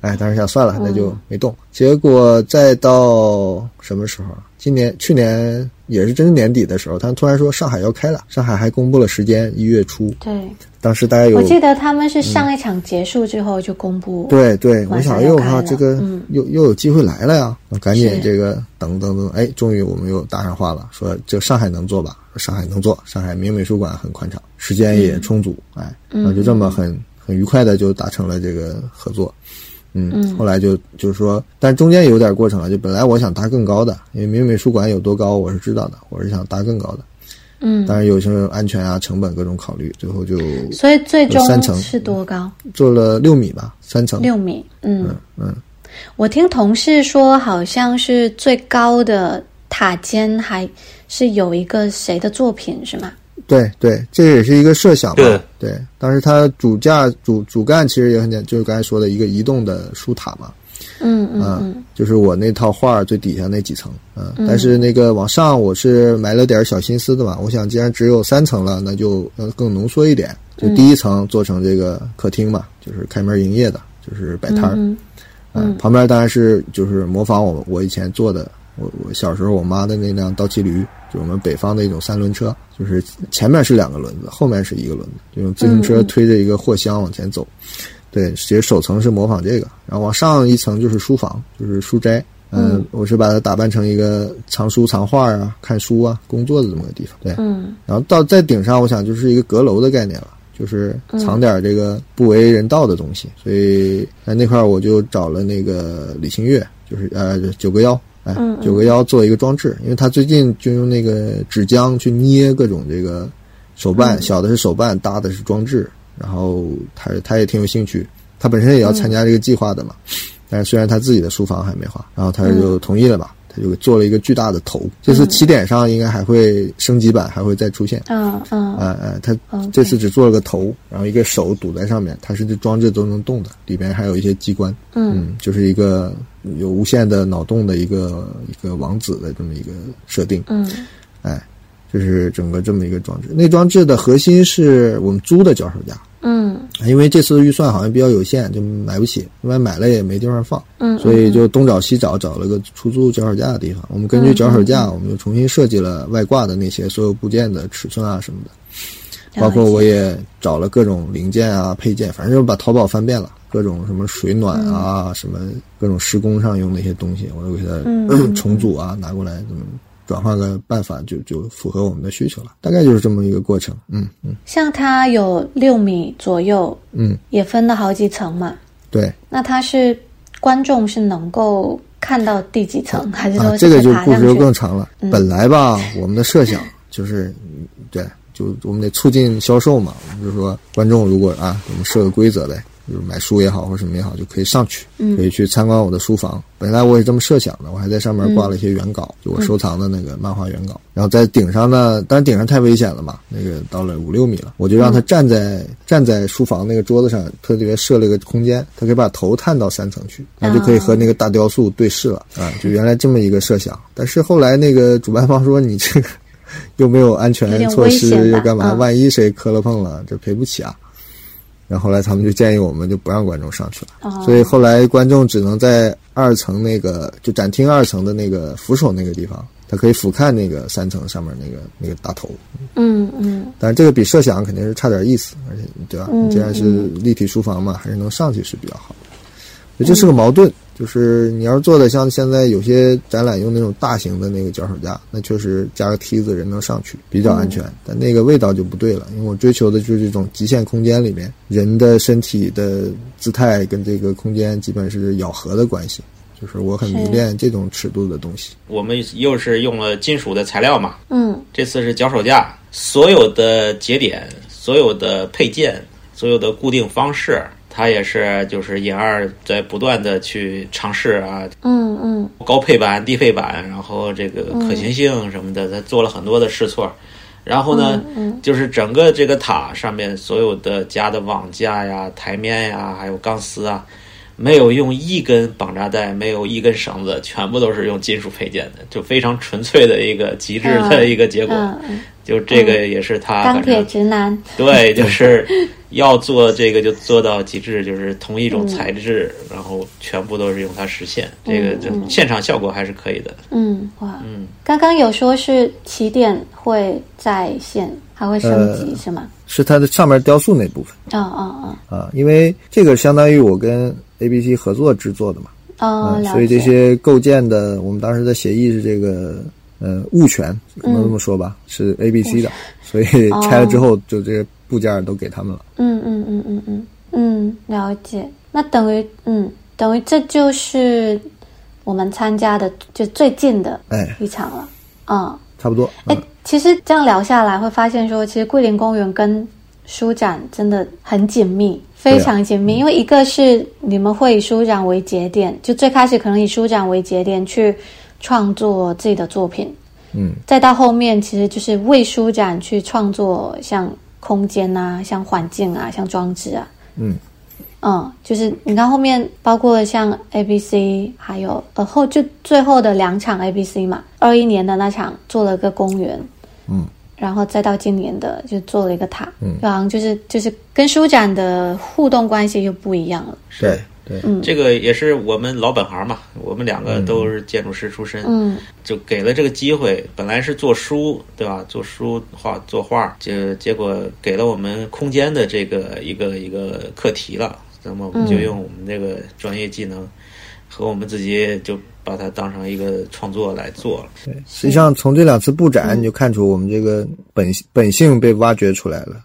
[SPEAKER 2] 哎，当时想算了，那就没动。结果再到什么时候啊？今年、去年也是真是年底的时候，他们突然说上海要开了，上海还公布了时间，一月初。
[SPEAKER 4] 对，
[SPEAKER 2] 当时大家有
[SPEAKER 4] 我记得他们是上一场结束之后就公布，
[SPEAKER 2] 嗯对对，我
[SPEAKER 4] 晚上
[SPEAKER 2] 想，哎
[SPEAKER 4] 又
[SPEAKER 2] 呦
[SPEAKER 4] 开
[SPEAKER 2] 哈，
[SPEAKER 4] 了
[SPEAKER 2] 这个
[SPEAKER 4] 嗯
[SPEAKER 2] 又又有机会来了呀！那赶
[SPEAKER 4] 是
[SPEAKER 2] 紧这个等等等，哎，终于我们又搭上话了，说这上海能做吧？上海能做，上海明美术馆很宽敞，时间
[SPEAKER 4] 嗯
[SPEAKER 2] 也充足，哎，然后就这么很很愉快的就达成了这个合作。嗯，后来就就是说，但中间有点过程了，就本来我想搭更高的，因为明美术馆有多高我是知道的，我是想搭更高的，
[SPEAKER 4] 嗯，
[SPEAKER 2] 当然有些安全啊、成本各种考虑，最后就
[SPEAKER 4] 所以最终
[SPEAKER 2] 有三层
[SPEAKER 4] 是多高？
[SPEAKER 2] 做了六米吧，三层。
[SPEAKER 4] 六米，嗯
[SPEAKER 2] 嗯，
[SPEAKER 4] 我听同事说，好像是最高的塔尖还是有一个谁的作品是吗？
[SPEAKER 2] 对对，这也是一个设想嘛
[SPEAKER 1] 对。
[SPEAKER 2] 对，当时它主架主主干其实也很简，就是刚才说的一个移动的书塔嘛，
[SPEAKER 4] 嗯嗯
[SPEAKER 2] 啊
[SPEAKER 4] 嗯
[SPEAKER 2] 就是我那套画儿最底下那几层，嗯，但是那个往上我是埋了点小心思的嘛。我想，既然只有三层了，那就呃更浓缩一点，就
[SPEAKER 4] 嗯
[SPEAKER 2] 第一层做成这个客厅嘛，就是开门营业的，就是摆摊儿，
[SPEAKER 4] 嗯
[SPEAKER 2] 嗯，旁边当然是就是模仿我我以前做的，我我小时候我妈的那辆倒骑驴，就我们北方的一种三轮车，就是前面是两个轮子，后面是一个轮子，就用自行车推着一个货箱往前走。对，其实首层是模仿这个，然后往上一层就是书房，就是书斋。嗯，我是把它打扮成一个藏书藏画啊、看书啊、工作的这么个地方。对，
[SPEAKER 4] 嗯
[SPEAKER 2] 然后到在顶上，我想就是一个阁楼的概念了，就是
[SPEAKER 4] 嗯
[SPEAKER 2] 藏点这个不为人道的东西。所以在那块儿我就找了那个李清月，就是呃九个妖，哎
[SPEAKER 4] 嗯嗯
[SPEAKER 2] 九个妖做一个装置，因为他最近就用那个纸浆去捏各种这个手
[SPEAKER 4] 嗯
[SPEAKER 2] 办，小的是手办，大的是装置。然后他他也挺有兴趣，他本身也要参加这个计划的嘛。但是虽然他自己的书房还没画，然后他
[SPEAKER 4] 嗯
[SPEAKER 2] 就同意了吧，他就做了一个巨大的头。这次起点上应该还会升级版，还会再出现。
[SPEAKER 4] 嗯嗯
[SPEAKER 2] 呃呃，他
[SPEAKER 4] OK
[SPEAKER 2] 这次只做了个头，然后一个手堵在上面，它是这装置都能动的，里边还有一些机关。
[SPEAKER 4] 嗯
[SPEAKER 2] 嗯，就是一个有无限的脑洞的一个一个王子的这么一个设定。
[SPEAKER 4] 嗯
[SPEAKER 2] 哎，就是整个这么一个装置。那装置的核心是我们租的脚手架。
[SPEAKER 4] 嗯
[SPEAKER 2] 因为这次预算好像比较有限，就买不起，另外买了也没地方放，
[SPEAKER 4] 嗯，
[SPEAKER 2] 所以就东找西找，找了个出租脚手架的地方。我们根据脚手
[SPEAKER 4] 嗯
[SPEAKER 2] 架，我们就重新设计了外挂的那些所有部件的尺寸啊什么的，包括我也找了各种零件啊配件，反正就把淘宝翻遍了，各种什么水暖啊，什么各种施工上用的一些东西，我又给它、
[SPEAKER 4] 嗯
[SPEAKER 2] 重组啊，拿过来怎么转换个办法，就就符合我们的需求了。大概就是这么一个过程。嗯嗯
[SPEAKER 4] 像它有六米左右，
[SPEAKER 2] 嗯，
[SPEAKER 4] 也分了好几层嘛。
[SPEAKER 2] 对。
[SPEAKER 4] 那它是观众是能够看到第几层，还是
[SPEAKER 2] 啊
[SPEAKER 4] 说，
[SPEAKER 2] 这个就
[SPEAKER 4] 爬
[SPEAKER 2] 故
[SPEAKER 4] 上
[SPEAKER 2] 事就
[SPEAKER 4] 去？嗯
[SPEAKER 2] 更长了。本来吧，我们的设想就是，嗯对，就我们得促进销售嘛。我们就说，观众如果啊，我们设个规则呗，就是买书也好或什么也好，就可以上去，
[SPEAKER 4] 嗯
[SPEAKER 2] 可以去参观我的书房。本来我也这么设想的，我还在上面挂了一些原稿，就我收藏的那个漫画原稿。然后在顶上呢，但是顶上太危险了嘛，那个到了五六米了，我就让他站在站在书房那个桌子上，特别设了一个空间，他可以把头探到三层去，然后就可以和那个大雕塑对视了啊，就原来这么一个设想。但是后来那个主办方说你这个 又没有安
[SPEAKER 4] 有
[SPEAKER 2] 全
[SPEAKER 4] 点
[SPEAKER 2] 措
[SPEAKER 4] 危险
[SPEAKER 2] 施，
[SPEAKER 4] 吧
[SPEAKER 2] 又干嘛？
[SPEAKER 4] 嗯
[SPEAKER 2] 万一谁磕了碰了，这赔不起啊。然后后来他们就建议我们就不让观众上去了，
[SPEAKER 4] 哦
[SPEAKER 2] 所以后来观众只能在二层那个就展厅二层的那个扶手那个地方，他可以俯瞰那个三层上面那个那个大头。
[SPEAKER 4] 嗯嗯
[SPEAKER 2] 但是这个比设想肯定是差点意思，而且对吧？
[SPEAKER 4] 嗯
[SPEAKER 2] 你既然是立体书房嘛，还是能上去是比较好的。这是个矛盾，就是你要是做的像现在有些展览用那种大型的那个脚手架，那确实加个梯子人能上去，比较安全，
[SPEAKER 4] 嗯
[SPEAKER 2] 但那个味道就不对了。因为我追求的就是这种极限空间里面人的身体的姿态跟这个空间基本是咬合的关系，就是我很迷
[SPEAKER 4] 是
[SPEAKER 2] 恋这种尺度的东西。
[SPEAKER 3] 我们又是用了金属的材料嘛，
[SPEAKER 4] 嗯
[SPEAKER 3] 这次是脚手架，所有的节点、所有的配件、所有的固定方式，它也是就是尹二在不断的去尝试啊，
[SPEAKER 4] 嗯嗯
[SPEAKER 3] 高配版、低配版，然后这个可行性什么的，他做了很多的试错。然后呢，
[SPEAKER 4] 嗯
[SPEAKER 3] 就是整个这个塔上面所有的加的网架呀、台面呀，还有钢丝啊，没有用一根绑扎带，没有一根绳子，全部都是用金属配件的，就非常纯粹的一个极致的一个结果。
[SPEAKER 4] 嗯嗯，
[SPEAKER 3] 就这个也是他
[SPEAKER 4] 钢
[SPEAKER 3] 反正
[SPEAKER 4] 铁直男，
[SPEAKER 3] 对，就是要做这个就做到极致，就是同一种材质，然后全部都是用它实现，这个就现场效果还是可以的。
[SPEAKER 4] 嗯哇，
[SPEAKER 3] 嗯，
[SPEAKER 4] 刚刚有说是起点会在线，还会升级、
[SPEAKER 2] 呃
[SPEAKER 4] 是吗？
[SPEAKER 2] 是它的上面雕塑那部分
[SPEAKER 4] 哦哦
[SPEAKER 2] 啊，因为这个相当于我跟 ABC 合作制作的嘛。
[SPEAKER 4] 哦哦，
[SPEAKER 2] 嗯，
[SPEAKER 4] 了解。
[SPEAKER 2] 所以这些构建的，我们当时的协议是这个呃物权，能这
[SPEAKER 4] 嗯
[SPEAKER 2] 么说吧，是 A、B、C 的，所以
[SPEAKER 4] 哦
[SPEAKER 2] 拆了之后就这些部件都给他们了。
[SPEAKER 4] 嗯嗯嗯嗯嗯嗯，了解。那等于嗯，等于这就是我们参加的就最近的
[SPEAKER 2] 哎，
[SPEAKER 4] 一场了。嗯，
[SPEAKER 2] 差不多。
[SPEAKER 4] 哎、
[SPEAKER 2] 嗯，
[SPEAKER 4] 其实这样聊下来，会发现说，其实桂林公园跟书展真的很紧密，非常紧密。因为一个是你们会以书展为节点，就最开始可能以书展为节点去创作自己的作品，
[SPEAKER 2] 嗯，
[SPEAKER 4] 再到后面其实就是为书展去创作，像空间啊，像环境啊，像装置啊，
[SPEAKER 2] 嗯
[SPEAKER 4] 嗯，就是你看后面包括像 A B C，还有呃后就最后的两场 A B C 嘛，二一年的那场做了个公园，
[SPEAKER 2] 嗯，
[SPEAKER 4] 然后再到今年的就做了一个塔，
[SPEAKER 2] 嗯
[SPEAKER 4] 就好像就是就是跟书展的互动关系又不一样了，
[SPEAKER 2] 对对，
[SPEAKER 4] 嗯
[SPEAKER 3] 这个也是我们老本行嘛，我们两个都是建筑师出身，
[SPEAKER 4] 嗯
[SPEAKER 3] 就给了这个机会。本来是做书，对吧？做书画作画，结结果给了我们空间的这个一个一个课题了。那么我们就用我们这个专业技能和我们自己就把它当成一个创作来做了。
[SPEAKER 2] 实际上从这两次布
[SPEAKER 4] 嗯
[SPEAKER 2] 展你就看出我们这个本本性被挖掘出来了。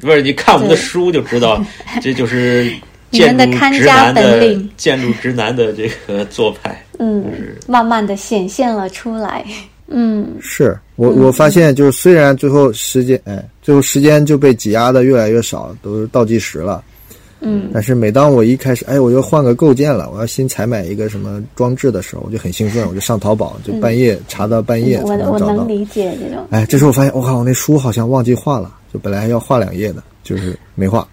[SPEAKER 3] 不是，你看我们的
[SPEAKER 4] 对
[SPEAKER 3] 书就知道，这就是
[SPEAKER 4] 你们
[SPEAKER 3] 建
[SPEAKER 4] 的
[SPEAKER 3] 筑
[SPEAKER 4] 看
[SPEAKER 3] 直
[SPEAKER 4] 家
[SPEAKER 3] 男
[SPEAKER 4] 本
[SPEAKER 3] 的
[SPEAKER 4] 领
[SPEAKER 3] 建筑直男的这个做派。
[SPEAKER 4] 嗯，慢慢的显现了出来，嗯。
[SPEAKER 2] 是我我发现就是虽然最后时间哎，最后时间就被挤压的越来越少，都是倒计时了。
[SPEAKER 4] 嗯，
[SPEAKER 2] 但是每当我一开始，哎，我要换个构件了，我要新采买一个什么装置的时候，我就很兴奋，我就上淘宝，就半夜查到半夜才
[SPEAKER 4] 嗯我我
[SPEAKER 2] 能找到
[SPEAKER 4] 能。理解这种，
[SPEAKER 2] 哎，这时候我发现，我靠，我那书好像忘记画了，就本来还要画两页的，就是没画，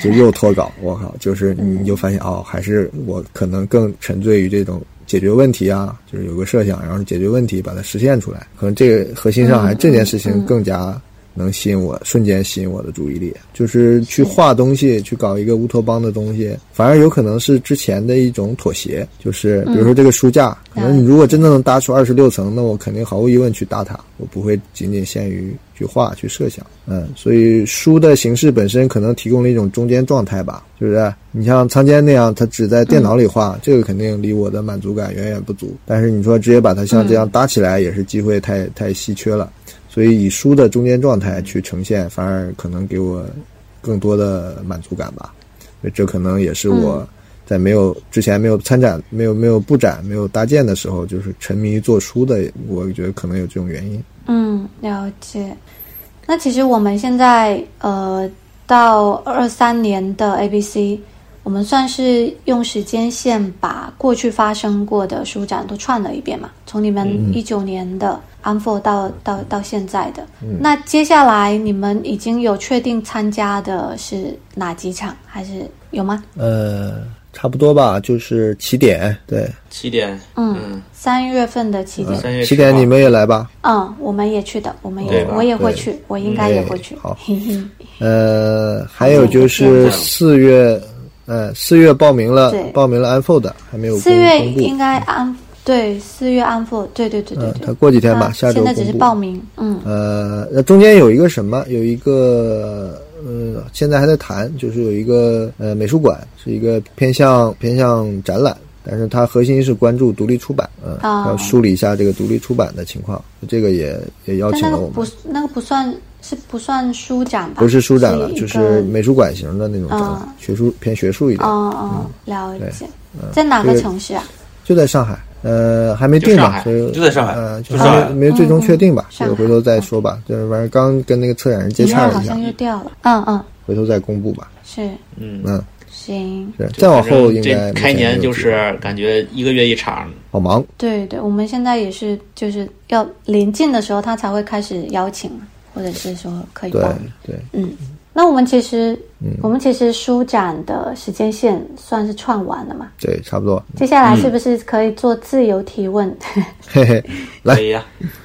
[SPEAKER 2] 就又脱稿。我靠，就是你就发现哦，还是我可能更沉醉于这种解决问题啊，就是有个设想，然后解决问题，把它实现出来。可能这个核心上还这件事情更加能吸引我，瞬间吸引我的注意力，就是去画东西，去搞一个乌托邦的东西，反而有可能是之前的一种妥协，就是比如说这个书架，可能你如果真的能搭出二十六层，那我肯定毫无疑问去搭它，我不会仅仅限于去画去设想，嗯，所以书的形式本身可能提供了一种中间状态吧，是不是？你像仓坚那样，他只在电脑里画，这个肯定离我的满足感远远不足，但是你说直接把它像这样搭起来，也是机会太太稀缺了。所以以书的中间状态去呈现，反而可能给我更多的满足感吧。这可能也是我在没有之前没有参展、没有没有布展、没有搭建的时候，就是沉迷于做书的，我觉得可能有这种原因。
[SPEAKER 4] 嗯，了解。那其实我们现在呃，到二三年的 ABC，我们算是用时间线把过去发生过的书展都串了一遍嘛，从你们一九年的 a n f o 到到到现在的。那接下来你们已经有确定参加的是哪几场，还是有吗？
[SPEAKER 2] 呃，差不多吧，就是起点，对，
[SPEAKER 3] 起点，
[SPEAKER 4] 嗯，三月份的起点，
[SPEAKER 3] 嗯三月
[SPEAKER 2] 起
[SPEAKER 3] 10
[SPEAKER 2] 点
[SPEAKER 3] 号
[SPEAKER 2] 你们也来吧。
[SPEAKER 4] 嗯，我们也去的，我们
[SPEAKER 3] 对
[SPEAKER 4] 也
[SPEAKER 3] 吧
[SPEAKER 4] 我也会
[SPEAKER 2] 对
[SPEAKER 4] 去，我应该也会去。
[SPEAKER 2] 哎 好
[SPEAKER 4] 嘿嘿。
[SPEAKER 2] 呃，还有就是四月，呃，四月报名了
[SPEAKER 4] 对，
[SPEAKER 2] 报名了 Unfold，还没有公
[SPEAKER 4] 四月
[SPEAKER 2] 公布
[SPEAKER 4] 应该安对，四月安抚，对对对对
[SPEAKER 2] 嗯
[SPEAKER 4] 对。
[SPEAKER 2] 他过几天吧
[SPEAKER 4] 他
[SPEAKER 2] 下周
[SPEAKER 4] 现在只
[SPEAKER 2] 公
[SPEAKER 4] 是
[SPEAKER 2] 布
[SPEAKER 4] 报名，嗯
[SPEAKER 2] 呃，那中间有一个什么，有一个呃，现在还在谈，就是有一个呃美术馆，是一个偏向偏向展览，但是它核心是关注独立出版，嗯、
[SPEAKER 4] 啊
[SPEAKER 2] 要梳理一下这个独立出版的情况，这个也也邀
[SPEAKER 4] 但
[SPEAKER 2] 请
[SPEAKER 4] 那
[SPEAKER 2] 了
[SPEAKER 4] 个
[SPEAKER 2] 我
[SPEAKER 4] 不
[SPEAKER 2] 们，
[SPEAKER 4] 那个不算是不算书展吧？
[SPEAKER 2] 不是书展了，
[SPEAKER 4] 一
[SPEAKER 2] 就是
[SPEAKER 4] 个
[SPEAKER 2] 美术馆型的那种展览，
[SPEAKER 4] 啊
[SPEAKER 2] 学术偏学术一点，
[SPEAKER 4] 哦哦，了
[SPEAKER 2] 嗯对嗯
[SPEAKER 4] 解，在哪个
[SPEAKER 2] 这个
[SPEAKER 4] 城市啊？
[SPEAKER 2] 就在上海，呃，还没
[SPEAKER 3] 就
[SPEAKER 2] 定
[SPEAKER 3] 上
[SPEAKER 2] 吧，
[SPEAKER 3] 海
[SPEAKER 2] 所以
[SPEAKER 1] 就在上海
[SPEAKER 2] 呃，
[SPEAKER 1] 就
[SPEAKER 2] 就是
[SPEAKER 1] 上
[SPEAKER 2] 还
[SPEAKER 1] 海
[SPEAKER 2] 没没最终确定吧，
[SPEAKER 4] 嗯上
[SPEAKER 2] 这个回头再说吧，就是反正刚跟那个策展人接
[SPEAKER 4] 你那
[SPEAKER 2] 洽
[SPEAKER 4] 儿
[SPEAKER 2] 了
[SPEAKER 4] 好
[SPEAKER 2] 一下
[SPEAKER 4] 像，又掉了，嗯嗯，
[SPEAKER 2] 回头再公布吧，
[SPEAKER 4] 是
[SPEAKER 3] 嗯
[SPEAKER 2] 嗯。
[SPEAKER 4] 行，
[SPEAKER 2] 是，再往后应该
[SPEAKER 3] 这开年就是感觉一个月一场，
[SPEAKER 2] 好忙，
[SPEAKER 4] 对对，我们现在也是就是要临近的时候，他才会开始邀请嘛，或者是说可以
[SPEAKER 2] 对嗯
[SPEAKER 4] 报名。
[SPEAKER 2] 对，
[SPEAKER 3] 嗯
[SPEAKER 4] 那我们其实，我们其实书展的时间线算是串完了嘛？
[SPEAKER 2] 对，差不多，
[SPEAKER 4] 接下
[SPEAKER 2] 嗯
[SPEAKER 4] 来是不是可以做自由提问？
[SPEAKER 2] 嘿嘿，来
[SPEAKER 3] 可，以呀、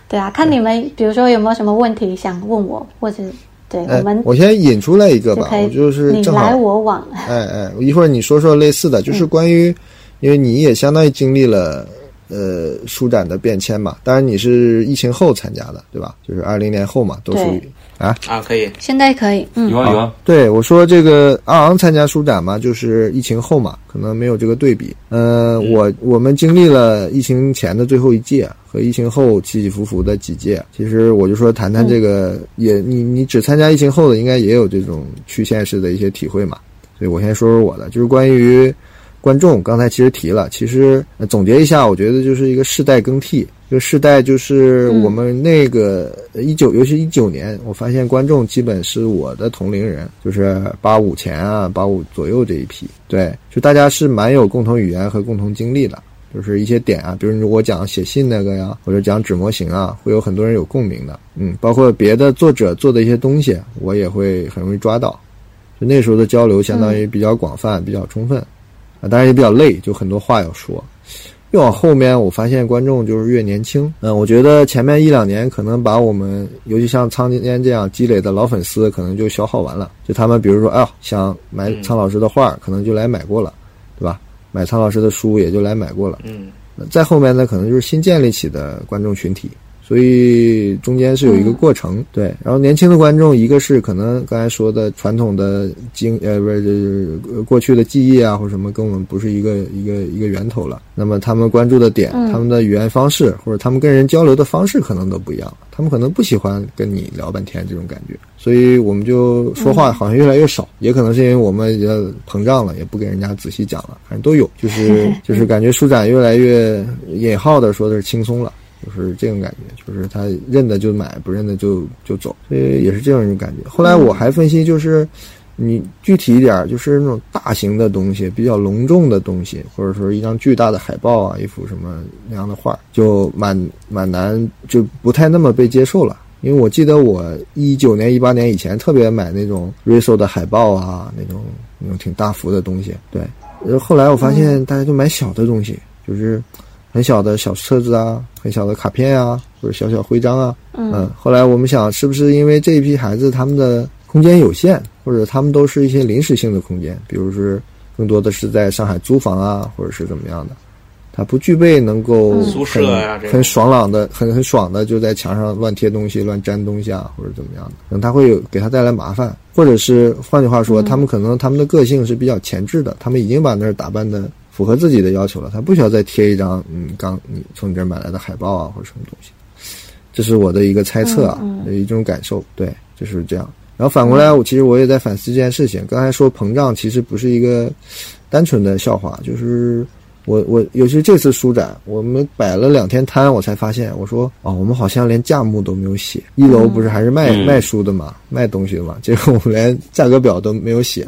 [SPEAKER 4] 对啊，看你们，比如说有没有什么问题想问我，或者对、
[SPEAKER 2] 哎
[SPEAKER 4] 我们，
[SPEAKER 2] 我先引出来一个
[SPEAKER 4] 就
[SPEAKER 2] 吧，
[SPEAKER 4] 可以
[SPEAKER 2] 我就是
[SPEAKER 4] 你
[SPEAKER 2] 正好
[SPEAKER 4] 来，我嗯往，
[SPEAKER 2] 哎哎，一会儿你说说类似的，就是关于，因为你也相当于经历了。呃，书展的变迁嘛，当然你是疫情后参加的，对吧？就是二零年后嘛，都属于啊，
[SPEAKER 3] 啊，可以。
[SPEAKER 4] 现在可以，嗯
[SPEAKER 1] 有啊有啊，
[SPEAKER 2] 对，我说这个阿昂参加书展嘛，就是疫情后嘛，可能没有这个对比。呃，我我们经历了疫情前的最后一届和疫情后起起伏伏的几届，其实我就说谈谈这个，也你你只参加疫情后的，应该也有这种区县式的一些体会嘛。所以我先说说我的，就是关于观众，刚才其实提了，其实、呃总结一下，我觉得就是一个世代更替。这个世代就是我们那个一九、尤其一九年，我发现观众基本是我的同龄人，就是八五前啊，八五左右这一批。对，就大家是蛮有共同语言和共同经历的。就是一些点啊，比如我讲写信那个呀，或者讲纸模型啊，会有很多人有共鸣的。嗯，包括别的作者做的一些东西，我也会很容易抓到。就那时候的交流，相当于比较广泛、比较充分啊，当然也比较累，就很多话要说。越往后面，我发现观众就是越年轻。嗯，我觉得前面一两年可能把我们，尤其像苍天这样积累的老粉丝，可能就消耗完了。就他们比如说，哎呦，想买苍老师的画，可能就来买过了，对吧？买苍老师的书也就来买过了。
[SPEAKER 3] 嗯，
[SPEAKER 2] 再后面呢，可能就是新建立起的观众群体，所以中间是有一个过程。对，然后年轻的观众，一个是可能刚才说的传统的经呃不是就是呃过去的记忆啊或者什么，跟我们不是一个一个一个源头了。那么他们关注的点、
[SPEAKER 4] 嗯
[SPEAKER 2] 他们的语言方式或者他们跟人交流的方式可能都不一样，他们可能不喜欢跟你聊半天这种感觉，所以我们就说话好像越来越少，也可能是因为我们也膨胀了，也不给人家仔细讲了，反正都有，就是就是感觉舒展越来越引号的说的是轻松了。就是这种感觉，就是他认得就买，不认得就就走，所以也是这样一种感觉。后来我还分析，就是你具体一点儿，就是那种大型的东西，比较隆重的东西，或者说一张巨大的海报啊，一幅什么那样的画儿，就蛮蛮难，就不太那么被接受了。因为我记得我一九年、一八年以前特别买那种 Riso 的海报啊，那种那种挺大幅的东西。对，然后后来我发现大家都买小的东西，就是很小的小册子啊，很小的卡片啊，或者小小徽章啊，嗯，后来我们想，是不是因为这一批孩子他们的空间有限，或者他们都是一些临时性的空间，比如是更多的是在上海租房啊，或者是怎么样的，他不具备能够
[SPEAKER 4] 嗯
[SPEAKER 2] 很
[SPEAKER 3] 宿舍啊这种
[SPEAKER 2] 很爽朗的、很很爽的就在墙上乱贴东西、乱粘东西啊，或者怎么样的，可能他会有给他带来麻烦，或者是换句话说，他们可能他们的个性是比较前置的，他们已经把那儿打扮的。符合自己的要求了，他不需要再贴一张嗯刚你从你这儿买来的海报啊或者什么东西。这是我的一个猜测啊，有一种感受，对，就是这样。然后反过来，我其实我也在反思这件事情。刚才说膨胀其实不是一个单纯的笑话，就是我我尤其是这次书展，我们摆了两天摊，我才发现，我说哦，我们好像连价目都没有写。一楼不是还是卖、
[SPEAKER 1] 嗯
[SPEAKER 2] 卖书的嘛，卖东西的嘛，结果我们连价格表都没有写，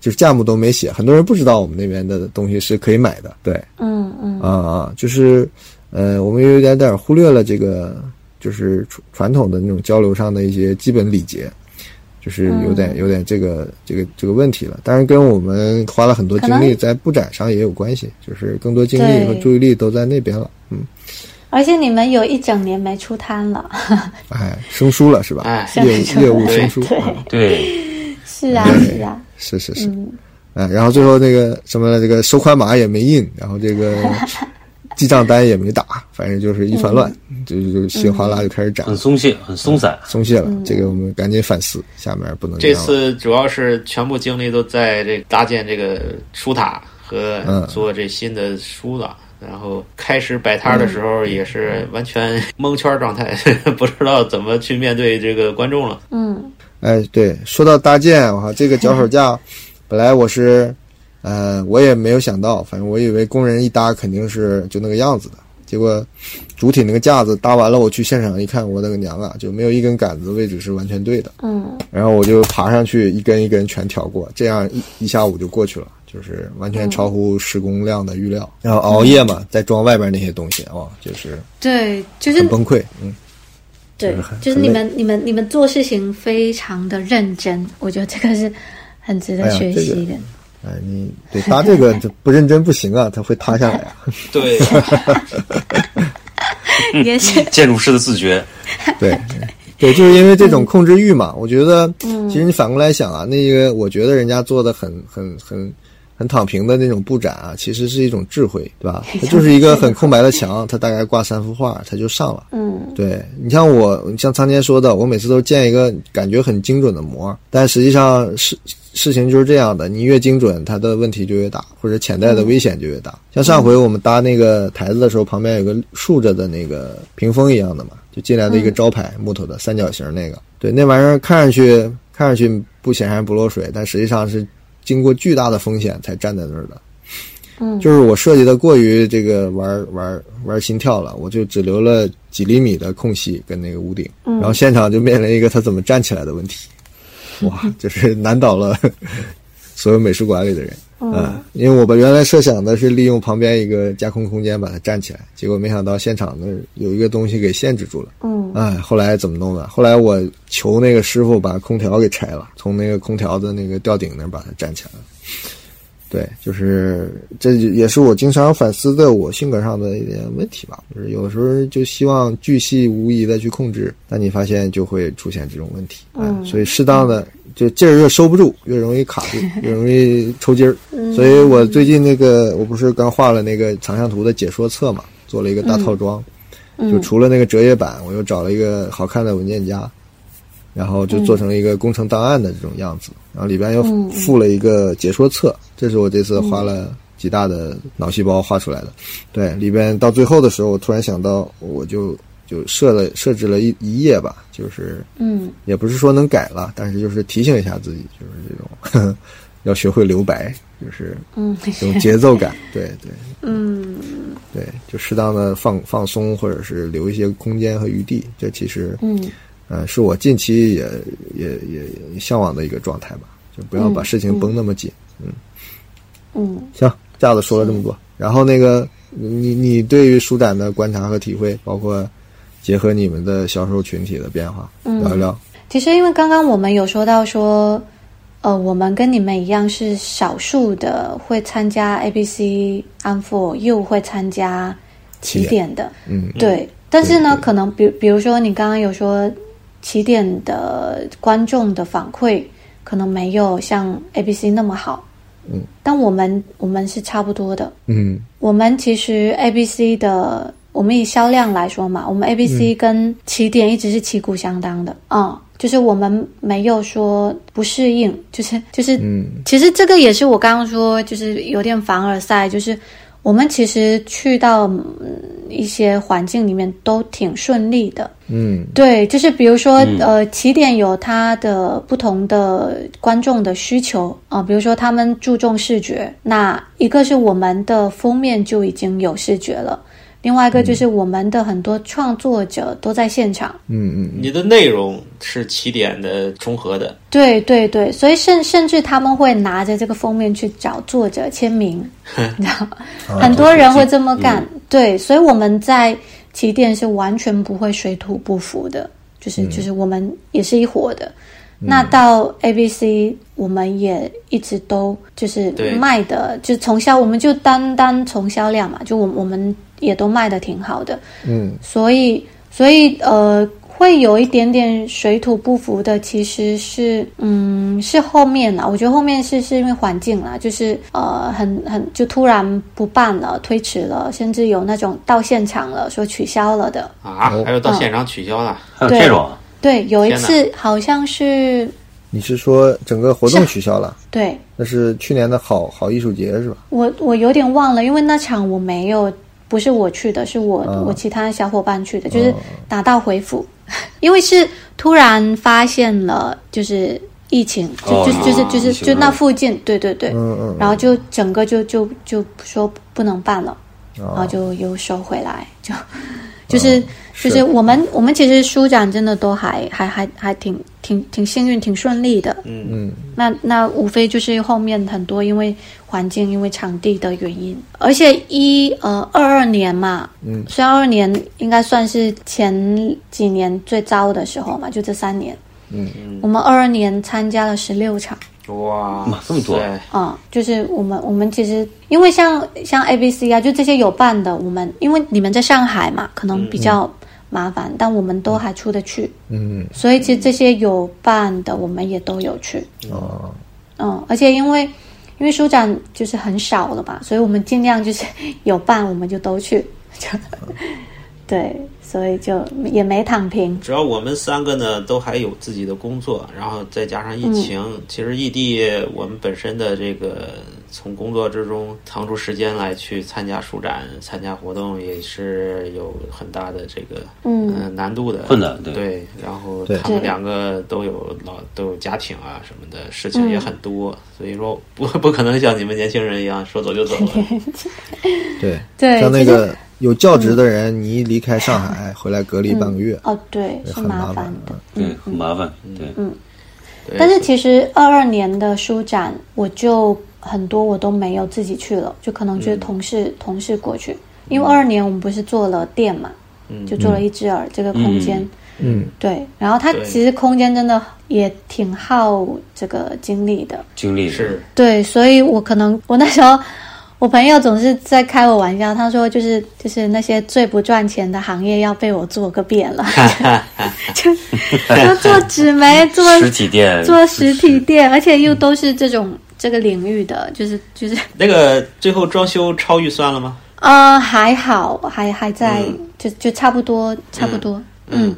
[SPEAKER 2] 就是价目都没写，很多人不知道我们那边的东西是可以买的，对。
[SPEAKER 4] 嗯嗯
[SPEAKER 2] 啊啊，就是呃，我们有点点忽略了这个，就是传传统的那种交流上的一些基本礼节，就是有点
[SPEAKER 4] 嗯
[SPEAKER 2] 有点这个这个这个问题了。当然，跟我们花了很多精
[SPEAKER 4] 可
[SPEAKER 2] 力
[SPEAKER 4] 能
[SPEAKER 2] 在布展上也有关系，就是更多精力和
[SPEAKER 4] 对
[SPEAKER 2] 注意力都在那边了。嗯，
[SPEAKER 4] 而且你们有一整年没出摊了，
[SPEAKER 2] 哎，生疏了是吧？
[SPEAKER 3] 哎
[SPEAKER 2] 业
[SPEAKER 4] 生疏
[SPEAKER 2] 业务
[SPEAKER 3] 了
[SPEAKER 2] 生疏，
[SPEAKER 4] 对
[SPEAKER 2] 嗯
[SPEAKER 1] 对，
[SPEAKER 4] 是啊是啊，
[SPEAKER 2] 是是是。
[SPEAKER 4] 嗯，
[SPEAKER 2] 嗯，然后最后那个什么这个收款码也没印，然后这 个记账单也没打，反正就是一团乱，
[SPEAKER 4] 嗯
[SPEAKER 2] 就就就稀里哗啦就开始涨
[SPEAKER 1] 很，松懈，很松 散。
[SPEAKER 2] 松懈了。这个我们赶紧反思，下面不能
[SPEAKER 3] 这
[SPEAKER 2] 样了。
[SPEAKER 3] 次主要是全部精力都在这搭建这个书塔和
[SPEAKER 2] 嗯
[SPEAKER 3] 做这新的书了。然后开始摆摊儿的时候，也
[SPEAKER 2] 嗯
[SPEAKER 3] 是完全蒙圈状态， 不知道怎么去面对这个观众了。
[SPEAKER 4] 嗯，
[SPEAKER 2] 哎，对，说到搭建，我靠，这个脚手架，本来我是，呃，我也没有想到，反正我以为工人一搭肯定是就那个样子的，结果主体那个架子搭完了，我去现场一看，我的个娘啊，就没有一根杆子位置是完全对的。
[SPEAKER 4] 嗯，
[SPEAKER 2] 然后我就爬上去，一根一根全挑过，这样一一下午就过去了，就是完全超乎施工量的预料。然后熬夜嘛，再装外边那些东西啊、哇就是
[SPEAKER 4] 对，就是
[SPEAKER 2] 很崩溃。嗯，
[SPEAKER 4] 对
[SPEAKER 2] 就是很，
[SPEAKER 4] 就是你们你们你们做事情非常的认真，我觉得这个是很值
[SPEAKER 2] 哎呀
[SPEAKER 4] 得学习的。
[SPEAKER 2] 哎，你对搭这个这不认真不行啊，它会塌下来啊。
[SPEAKER 3] 对，
[SPEAKER 4] 也是，
[SPEAKER 1] 建筑师的自觉，
[SPEAKER 2] 对，对，就是因为这种控制欲嘛。我觉得，其实你反过来想啊，那个我觉得人家做的很很很很躺平的那种布展啊，其实是一种智慧，对吧？它就是一个很空白的墙，它大概挂三幅画，它就上了。
[SPEAKER 4] 嗯
[SPEAKER 2] 对你像我，你像苍天说的，我每次都建一个感觉很精准的模，但实际上事事情就是这样的，你越精准，它的问题就越大，或者潜在的危险就越大。像上回我们搭那个台子的时候，旁边有个竖着的那个屏风一样的嘛，就进来的一个招牌，木头的三角形那个，对，那玩意儿看上去看上去不显山不漏水，但实际上是经过巨大的风险才站在那儿的。
[SPEAKER 4] 嗯
[SPEAKER 2] 就是我设计的过于这个玩玩玩心跳了，我就只留了几厘米的空隙跟那个屋顶，
[SPEAKER 4] 嗯
[SPEAKER 2] 然后 现场就面临一个他怎么站起来的问题，哇，就是难倒了 所有美术馆里的人
[SPEAKER 4] 嗯
[SPEAKER 2] 啊、因为我本原来设想的是利用旁边一个架空空间把它站起来，结果没想到现场的有一个东西给限制住了。
[SPEAKER 4] 嗯
[SPEAKER 2] 哎，后来怎么弄的？后来我求那个师傅把空调给拆了，从那个空调的那个吊顶那儿把它粘起来了。对，就是这也是我经常反思的我性格上的一点问题吧。就是有时候就希望巨细无遗的去控制，但你发现就会出现这种问题。哎
[SPEAKER 4] 嗯
[SPEAKER 2] 所以适当的就劲儿越收不住，越容易卡住，越容易抽筋儿。
[SPEAKER 4] 嗯
[SPEAKER 2] 所以我最近那个我不是刚画了那个藏象图的解说册嘛，做了一个大套装。就
[SPEAKER 4] 嗯
[SPEAKER 2] 除了那个折页版，我又找了一个好看的文件夹，然后
[SPEAKER 4] 嗯
[SPEAKER 2] 就做成了一个工程档案的这种样子。然后里边又
[SPEAKER 4] 嗯嗯嗯
[SPEAKER 2] 附了一个解说册，这是我这次花了极大的脑细胞画出来的。对，里边到最后的时候，我突然想到，我就就设了设置了一一页吧，就是
[SPEAKER 4] 嗯
[SPEAKER 2] 也不是说能改了，但是就是提醒一下自己，就是这种 呵呵要学会留白，就是
[SPEAKER 4] 嗯
[SPEAKER 2] 这种节奏 感。对对。
[SPEAKER 4] 嗯
[SPEAKER 2] 对，就适当的放放松，或者是留一些空间和余地，这其实，
[SPEAKER 4] 嗯
[SPEAKER 2] 呃，是我近期也也也也向往的一个状态吧，就不要把事情绷那么紧。嗯
[SPEAKER 4] 嗯
[SPEAKER 2] 行，架子说了这么多，然后那个你你对于书展的观察和体会，包括结合你们的销售群体的变化，
[SPEAKER 4] 嗯
[SPEAKER 2] 聊一聊。
[SPEAKER 4] 其实，因为刚刚我们有说到说，呃，我们跟你们一样是少数的会参加 ABC 安 for 又会参加起点的，
[SPEAKER 2] 嗯
[SPEAKER 4] 对。但是呢
[SPEAKER 2] 对，对
[SPEAKER 4] 可能比比如说你刚刚有说起点的观众的反馈可能没有像 ABC 那么好，
[SPEAKER 2] 嗯，
[SPEAKER 4] 但我们我们是差不多的，
[SPEAKER 2] 嗯
[SPEAKER 4] 我们其实 A B C 的，我们以销量来说嘛，我们 A B C 跟起点一直是旗鼓相当的啊、嗯就是我们没有说不适应，就是就是，
[SPEAKER 2] 嗯
[SPEAKER 4] 其实这个也是我刚刚说，就是有点凡尔赛，就是我们其实去到、嗯一些环境里面都挺顺利的，
[SPEAKER 2] 嗯
[SPEAKER 4] 对，就是比如说，呃，起点有它的不同的观众的需求啊、比如说他们注重视觉，那一个是我们的封面就已经有视觉了，另外一个就是我们的很多创作者都在现场，
[SPEAKER 2] 嗯嗯
[SPEAKER 3] 你的内容是起点的重合的，
[SPEAKER 4] 对对对，所以甚甚至他们会拿着这个封面去找作者签名，你知道，很多人会这么干。对，所以我们在起点是完全不会水土不服的，就是、就是我们也是一伙的。那到 A B C，我们也一直都就是
[SPEAKER 3] 对
[SPEAKER 4] 卖的，就从销，我们就单单从销量嘛，就我我们也都卖的挺好的。
[SPEAKER 2] 嗯
[SPEAKER 4] 所以，所以呃，会有一点点水土不服的，其实是嗯，是后面啦。我觉得后面是是因为环境啦，就是呃，很很就突然不办了，推迟了，甚至有那种到现场了说取消了的。
[SPEAKER 3] 啊
[SPEAKER 2] 哦，
[SPEAKER 3] 还
[SPEAKER 1] 嗯
[SPEAKER 3] 有到现场取消了，
[SPEAKER 1] 还有这种啊，
[SPEAKER 4] 对，有一
[SPEAKER 3] 天哪
[SPEAKER 4] 次好像是
[SPEAKER 2] 你是说整个活动取消了？
[SPEAKER 4] 对
[SPEAKER 2] 那是去年的好好艺术节是吧？
[SPEAKER 4] 我我有点忘了，因为那场我没有。不是我去的，是我、
[SPEAKER 2] 嗯
[SPEAKER 4] 我其他小伙伴去的，就是
[SPEAKER 2] 嗯
[SPEAKER 4] 打道回府， 因为是突然发现了就是疫情，就、
[SPEAKER 1] 哦
[SPEAKER 4] 就就是
[SPEAKER 3] 啊
[SPEAKER 4] 就是
[SPEAKER 1] 疫情
[SPEAKER 4] 就那
[SPEAKER 1] 啊
[SPEAKER 4] 附近，对对对，
[SPEAKER 2] 嗯嗯，
[SPEAKER 4] 然后就整个就就就说不能办了，
[SPEAKER 2] 然
[SPEAKER 4] 然后哦就又收回来，就就是、
[SPEAKER 2] 嗯是
[SPEAKER 4] 就是我们我们其实舒展真的都还还还还挺挺挺幸运挺顺利的，
[SPEAKER 3] 嗯，
[SPEAKER 2] 嗯
[SPEAKER 4] 那那无非就是后面很多因为环境、因为场地的原因，而且一呃二二年嘛，
[SPEAKER 2] 嗯，
[SPEAKER 4] 虽然二二年应该算是前几年最糟的时候嘛，就这三年，
[SPEAKER 2] 嗯
[SPEAKER 4] 我们二二年参加了十六场，
[SPEAKER 3] 哇
[SPEAKER 1] 哇，这么多
[SPEAKER 3] 对
[SPEAKER 4] 啊、就是我们我们其实因为像像 A B C 啊，就这些有办的，我们因为你们在上海嘛，可能比较麻烦，但我们都还出得去，
[SPEAKER 2] 嗯
[SPEAKER 4] 所以其实这些有办的我们也都有去，
[SPEAKER 2] 哦。
[SPEAKER 4] 嗯，而且因为因为书展就是很少了嘛，所以我们尽量就是有办我们就都去，就 对，所以就也没躺平。
[SPEAKER 3] 主要我们三个呢都还有自己的工作，然后再加上疫情，
[SPEAKER 4] 嗯
[SPEAKER 3] 其实异地我们本身的这个从工作之中腾出时间来去参加书展、参加活动，也是有很大的这个
[SPEAKER 4] 嗯
[SPEAKER 3] 呃难度的
[SPEAKER 1] 困难对
[SPEAKER 3] 对然后
[SPEAKER 2] 对
[SPEAKER 3] 他们两个都有老都有家庭啊什么的事
[SPEAKER 4] 嗯
[SPEAKER 3] 情也很多，所以说不不可能像你们年轻人一样说走就 走了。
[SPEAKER 2] 对，
[SPEAKER 4] 对
[SPEAKER 2] 像那
[SPEAKER 4] 其实嗯
[SPEAKER 2] 个有教职的人，你一离开上海回来隔离半个月，
[SPEAKER 4] 哦，对，
[SPEAKER 2] 对
[SPEAKER 4] 是
[SPEAKER 2] 很麻
[SPEAKER 4] 烦
[SPEAKER 2] 烦啊嗯
[SPEAKER 4] 的。嗯
[SPEAKER 1] 对，很麻烦，对，
[SPEAKER 3] 对
[SPEAKER 4] 但是其实二二年的书展，我就很多我都没有自己去了，就可能就是同事、同事过去，因为二二年我们不是做了店嘛，就做了一只耳这个空间，
[SPEAKER 2] 嗯，
[SPEAKER 4] 对，然后它
[SPEAKER 3] 对
[SPEAKER 4] 其实空间真的也挺耗这个精力的，
[SPEAKER 1] 经历的
[SPEAKER 3] 是
[SPEAKER 4] 对，所以我可能我那时候，我朋友总是在开我玩笑，他说就是就是那些最不赚钱的行业要被我做个遍了， 就就做纸媒，做
[SPEAKER 1] 实体店，
[SPEAKER 4] 做实体店，而且又都是这种这个领域的，就是就是
[SPEAKER 3] 那个最后装修超预算了吗？
[SPEAKER 4] 呃还好，还还在、
[SPEAKER 3] 嗯
[SPEAKER 4] 就就差不多差不多，嗯，
[SPEAKER 3] 嗯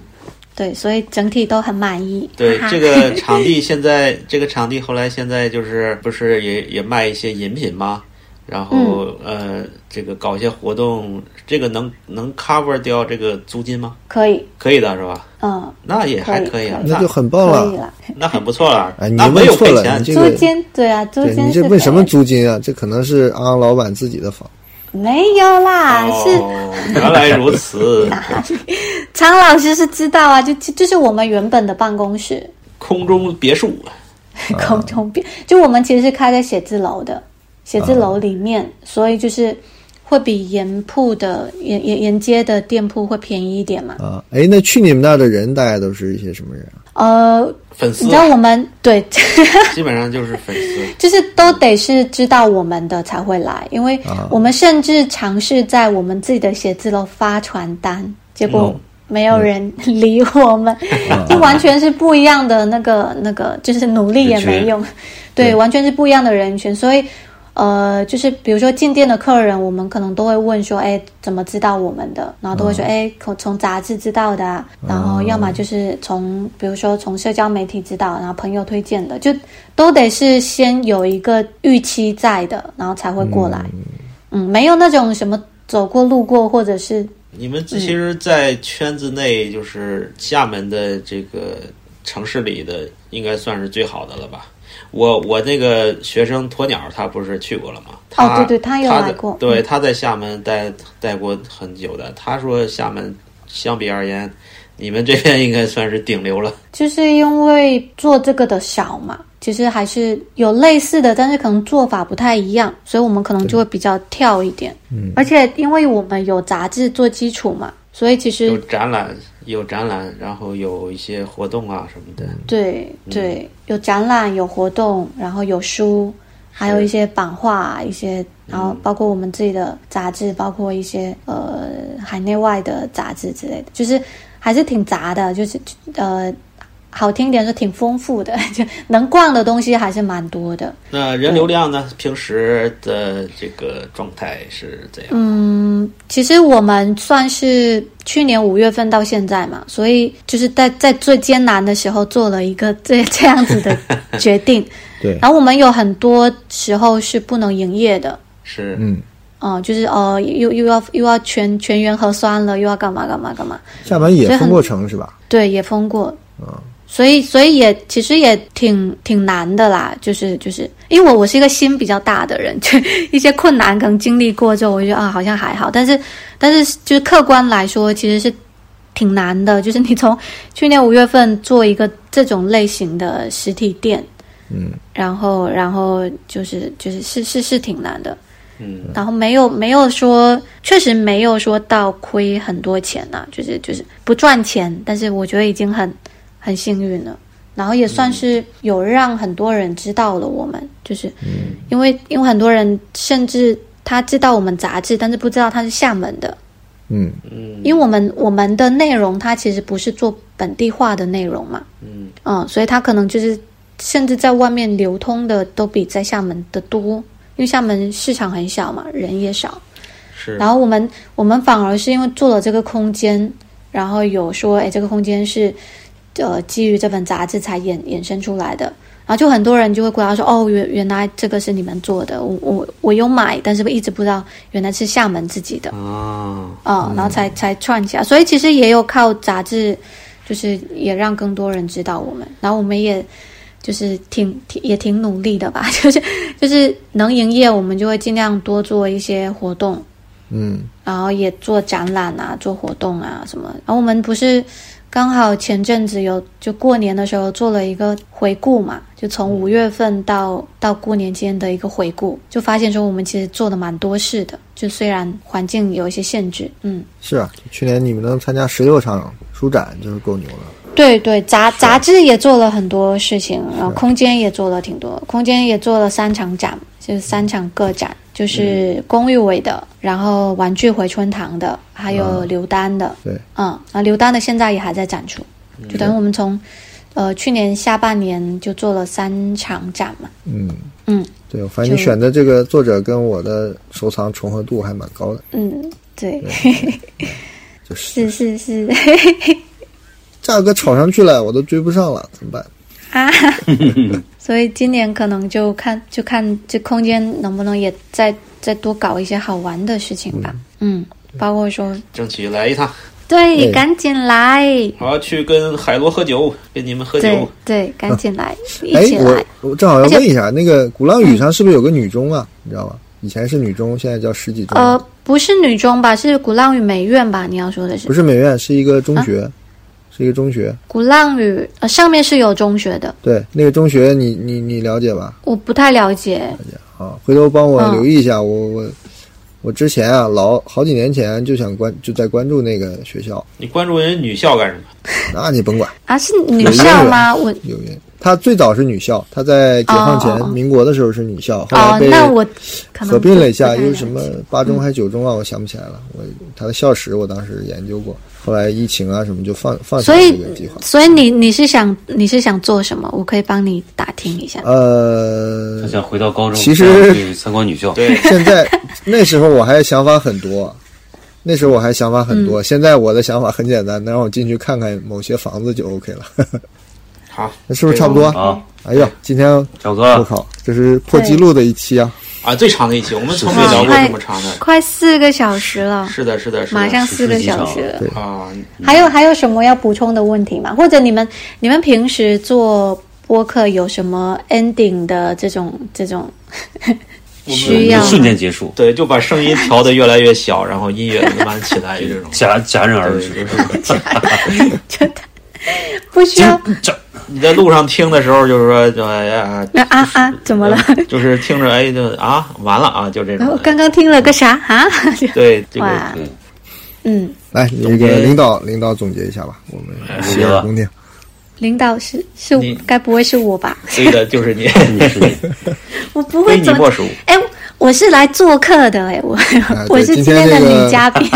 [SPEAKER 4] 对，所以整体都很满意。
[SPEAKER 3] 对
[SPEAKER 4] 啊哈，哈
[SPEAKER 3] 这个场地现在，这个场地后来现在就是不是也也卖一些饮品吗？然后、
[SPEAKER 4] 嗯
[SPEAKER 3] 呃，这个搞一些活动，这个能能 cover 掉这个租金吗？
[SPEAKER 4] 可以，
[SPEAKER 3] 可以的是吧？
[SPEAKER 4] 嗯，
[SPEAKER 3] 那也还
[SPEAKER 4] 可以
[SPEAKER 3] 以啊，
[SPEAKER 4] 可以
[SPEAKER 2] 那
[SPEAKER 3] 那
[SPEAKER 2] 就很棒
[SPEAKER 4] 可以
[SPEAKER 2] 了。
[SPEAKER 4] 了。
[SPEAKER 3] 那很不错了。
[SPEAKER 2] 哎你
[SPEAKER 3] 那没有
[SPEAKER 2] 问错
[SPEAKER 3] 赔
[SPEAKER 2] 了
[SPEAKER 3] 钱
[SPEAKER 2] 你，这
[SPEAKER 4] 租
[SPEAKER 2] 个
[SPEAKER 4] 金对啊，租
[SPEAKER 2] 对
[SPEAKER 4] 金
[SPEAKER 2] 你这
[SPEAKER 4] 是
[SPEAKER 2] 问什么
[SPEAKER 4] 赔
[SPEAKER 2] 租金啊？这可能是阿昂老板自己的房。
[SPEAKER 4] 没有啦，啊是
[SPEAKER 3] 哦，原来如 此，
[SPEAKER 4] 常老师是知道啊，就就就是我们原本的办公室
[SPEAKER 3] 空中别墅，
[SPEAKER 4] 空中变，就我们其实是开在写字楼的，写字楼里面，所以就是会比沿铺的沿沿沿街的店铺会便宜一点嘛。
[SPEAKER 2] 啊，哎，那去你们那儿的人大概都是一些什么人啊？
[SPEAKER 4] 呃，
[SPEAKER 3] 粉丝
[SPEAKER 4] 你知道我们对，
[SPEAKER 3] 基本上就是粉丝。
[SPEAKER 4] 就是都得是知道我们的才会来，因为我们甚至尝试在我们自己的写字楼发传单，结果没有人理我们， 就完全是不一样的那个那个，就是努力也没用，对，完全是不一样的人群，所以。呃，就是比如说进店的客人，我们可能都会问说，哎，怎么知道我们的？然后都会说，哎、从从杂志知道的、啊，然后要么就是从，比如说从社交媒体知道，然后朋友推荐的，就都得是先有一个预期在的，然后才会过来。嗯，没有那种什么走过路过或者是
[SPEAKER 3] 你们其
[SPEAKER 4] 嗯
[SPEAKER 3] 实，在圈子内，就是厦门的这个城市里的，应该算是最好的了吧？我我那个学生鸵鸟，他不是去过了吗？他
[SPEAKER 4] 哦对对他有
[SPEAKER 3] 在
[SPEAKER 4] 来过嗯
[SPEAKER 3] 对，他在厦门待待过很久的。他说，厦门相比而言，你们这边应该算是顶流了。
[SPEAKER 4] 就是因为做这个的少嘛，其实还是有类似的，但是可能做法不太一样，所以我们可能就会比较跳一点。嗯，而且因为我们有杂志做基础嘛，所以其
[SPEAKER 3] 有
[SPEAKER 4] 实
[SPEAKER 3] 展览，有展览，然后有一些活动啊什么的。
[SPEAKER 4] 嗯对对，有展览、有活动，然后有书，还有一些版画，一些然后包括我们自己的杂志，包括一些呃海内外的杂志之类的，就是还是挺杂的，就是呃。好听点说挺丰富的， 就能逛的东西还是蛮多的。
[SPEAKER 3] 那人流量呢？平时的这个状态是怎样？
[SPEAKER 4] 嗯，其实我们算是去年五月份到现在嘛，所以就是在在最艰难的时候做了一个这这样子的决定。
[SPEAKER 2] 对，
[SPEAKER 4] 然后我们有很多时候是不能营业的，
[SPEAKER 3] 是
[SPEAKER 2] 嗯，
[SPEAKER 4] 嗯、就是呃又又要又要全全员核酸了，又要干嘛干嘛干嘛，
[SPEAKER 2] 厦门也
[SPEAKER 4] 所以
[SPEAKER 2] 封
[SPEAKER 4] 很
[SPEAKER 2] 过城是吧？啊
[SPEAKER 4] 对，也封过。所以，所以也其实也挺挺难的啦，就是就是，因为我我是一个心比较大的人， 就一些困难可能经历过之后，我就觉得啊好像还好，但是但是就是客观来说，其实是挺难的，就是你从 去年五月份做一个这种类型的实体店，
[SPEAKER 2] 嗯，
[SPEAKER 4] 然后然后就是就是是是是挺难的，
[SPEAKER 3] 嗯。
[SPEAKER 4] 然后没有没有说，确实没有说到亏很多钱呐、就是就是不赚钱，但是我觉得已经很很幸运了。然后也算是有让很多人知道了我们，就是因为因为很多人甚至他知道我们杂志，但是不知道他是厦门的，
[SPEAKER 2] 嗯，
[SPEAKER 4] 因为我们我们的内容它其实不是做本地化的内容嘛，
[SPEAKER 3] 嗯
[SPEAKER 4] 嗯，所以它可能就是甚至在外面流通的都比在厦门的多，因为厦门市场很小嘛，人也少，
[SPEAKER 3] 是，
[SPEAKER 4] 然后我们我们反而是因为做了这个空间，然后有说，哎，这个空间是呃基于这本杂志才衍衍生出来的，然后就很多人就会过来说，哦，原原来这个是你们做的，我我我有买，但是一直不知道原来是厦门自己的，
[SPEAKER 3] 啊，
[SPEAKER 4] 啊、然后才才串起来，所以其实也有靠杂志，就是也让更多人知道我们，然后我们也就是挺挺也挺努力的吧， 就是就是能营业，我们就会尽量多做一些活动，
[SPEAKER 2] 嗯，
[SPEAKER 4] 然后也做展览啊，做活动啊什么。然后我们不是刚好前阵子有就过年的时候做了一个回顾嘛，就从五月份到到过年间的一个回顾，就发现说我们其实做的蛮多事的，就虽然环境有一些限制，嗯，
[SPEAKER 2] 是啊，去年你们能参加十六场书展，就是够牛了。
[SPEAKER 4] 对对，杂杂志也做了很多事情，然后空间也做了挺多，空间也做了三场展，就是三场个展，就是龚玉伟的，然后玩具回春堂的，还有刘丹的，
[SPEAKER 2] 对，
[SPEAKER 4] 嗯，啊，刘丹的现在也还在展出，就等于我们从，呃，去年下半年就做了三场展嘛，
[SPEAKER 2] 嗯
[SPEAKER 4] 嗯
[SPEAKER 2] 对，反正你
[SPEAKER 4] 就
[SPEAKER 2] 选的这个作者跟我的收藏重合度还蛮高的，
[SPEAKER 4] 嗯，对，
[SPEAKER 2] 就是
[SPEAKER 4] 是是是
[SPEAKER 2] 价格炒上去了，我都追不上了，怎么办？
[SPEAKER 4] 啊，所以今年可能就看就看这空间能不能也再再多搞一些好玩的事情吧，嗯，包括说
[SPEAKER 3] 争取来一趟，
[SPEAKER 4] 对，
[SPEAKER 2] 哎
[SPEAKER 4] 赶紧来，
[SPEAKER 3] 我要去跟海螺喝酒，跟你们喝
[SPEAKER 4] 对
[SPEAKER 3] 酒。
[SPEAKER 4] 对，赶紧来，一
[SPEAKER 2] 哎
[SPEAKER 4] 起，来，
[SPEAKER 2] 我我正好要
[SPEAKER 4] 而且
[SPEAKER 2] 问一下，那个鼓浪屿上是不是有个女中啊？你知道吗？以前是女中，现在叫十几中，
[SPEAKER 4] 呃，不是女中吧，是鼓浪屿美院吧？你要说的是
[SPEAKER 2] 不是美院，是一个中
[SPEAKER 4] 嗯
[SPEAKER 2] 学，是一个中学。
[SPEAKER 4] 鼓浪屿，呃，上面是有中学的，
[SPEAKER 2] 对，那个中学你你你了解吧？
[SPEAKER 4] 我不太了解，
[SPEAKER 2] 啊，回头帮我
[SPEAKER 4] 嗯
[SPEAKER 2] 留意一下，我我我之前啊，老好几年前就想关就在关注那个学校，
[SPEAKER 3] 你关注人女校干什么？
[SPEAKER 2] 那你甭管。
[SPEAKER 4] 啊，是女校吗？我
[SPEAKER 2] 有人，她最早是女校，她在解放前、
[SPEAKER 4] 哦哦哦
[SPEAKER 2] 民国的时候是女校，后
[SPEAKER 4] 哦
[SPEAKER 2] 来，被
[SPEAKER 4] 那我可能
[SPEAKER 2] 合并了一下，
[SPEAKER 4] 不太
[SPEAKER 2] 又
[SPEAKER 4] 了
[SPEAKER 2] 什么
[SPEAKER 4] 解嗯
[SPEAKER 2] 八中还九中啊，我想不起来了。我她的校史我当时研究过，后来疫情啊什么就放放下
[SPEAKER 4] 所
[SPEAKER 2] 了
[SPEAKER 4] 以
[SPEAKER 2] 这个计划。
[SPEAKER 4] 所以你你是想你是想做什么？我可以帮你打听一下。
[SPEAKER 2] 啊
[SPEAKER 1] 他
[SPEAKER 2] 呃，
[SPEAKER 1] 想回到高中，
[SPEAKER 2] 其实，
[SPEAKER 1] 想去参观女校，
[SPEAKER 3] 对
[SPEAKER 2] 现在那时候我还想法很多，那时候我还想法很
[SPEAKER 4] 嗯
[SPEAKER 2] 多。现在我的想法很简单，能让我进去看看某些房子就 OK 了，
[SPEAKER 3] 好
[SPEAKER 2] 那是不是差不多？
[SPEAKER 1] 啊，
[SPEAKER 2] 哎呀，今天
[SPEAKER 1] 差不多
[SPEAKER 2] 我
[SPEAKER 1] 了。
[SPEAKER 2] 靠，这是破纪录的一期啊！
[SPEAKER 3] 啊，最长的一期，我们从没聊过这么长的。
[SPEAKER 4] 快四个小时了，
[SPEAKER 2] 啊
[SPEAKER 3] 是的，是的，是的。
[SPEAKER 4] 哎马上
[SPEAKER 1] 是
[SPEAKER 4] 四个小
[SPEAKER 1] 是
[SPEAKER 4] 时
[SPEAKER 1] 机
[SPEAKER 4] 了。
[SPEAKER 3] 啊，
[SPEAKER 4] 还有还有什么要补充的问题吗？或者你们你们平时做播客有什么 ending 的这种这种 需
[SPEAKER 1] 我
[SPEAKER 4] 要
[SPEAKER 1] 们
[SPEAKER 4] 吗？
[SPEAKER 1] 就瞬间结束，
[SPEAKER 3] 对，就把声音调得越来越小，然后音乐慢慢起来，这 种。
[SPEAKER 1] 戛戛然而
[SPEAKER 3] 对，
[SPEAKER 1] 止
[SPEAKER 3] 就。是
[SPEAKER 4] 真的不需要
[SPEAKER 3] 你在路上听的时候，就是说，就哎呀，
[SPEAKER 4] 那啊啊怎么了？
[SPEAKER 3] 就是听着，哎，就啊，完了啊，就这
[SPEAKER 4] 我
[SPEAKER 3] 种。
[SPEAKER 4] 刚刚听了个啥啊？
[SPEAKER 3] 对，这个
[SPEAKER 4] 哇，
[SPEAKER 1] 对，
[SPEAKER 4] 嗯，
[SPEAKER 2] 来，你这个
[SPEAKER 3] 总结啊
[SPEAKER 2] 领导领导总结一下吧，我们
[SPEAKER 1] 总
[SPEAKER 2] 洗
[SPEAKER 1] 结
[SPEAKER 2] 耳
[SPEAKER 1] 吧
[SPEAKER 2] 恭听。
[SPEAKER 4] 领导是是
[SPEAKER 3] 你，
[SPEAKER 4] 该不会是我 吧？
[SPEAKER 3] 对的，就 是你，
[SPEAKER 1] 你是你
[SPEAKER 4] 我不
[SPEAKER 3] 非
[SPEAKER 4] 会
[SPEAKER 3] 你
[SPEAKER 4] 怎
[SPEAKER 3] 莫
[SPEAKER 4] 么
[SPEAKER 3] 属。
[SPEAKER 4] 哎，我是来做客的哎，我、
[SPEAKER 2] 啊对
[SPEAKER 4] 我是
[SPEAKER 2] 今天
[SPEAKER 4] 天的
[SPEAKER 2] 这个
[SPEAKER 4] 女 嘉宾，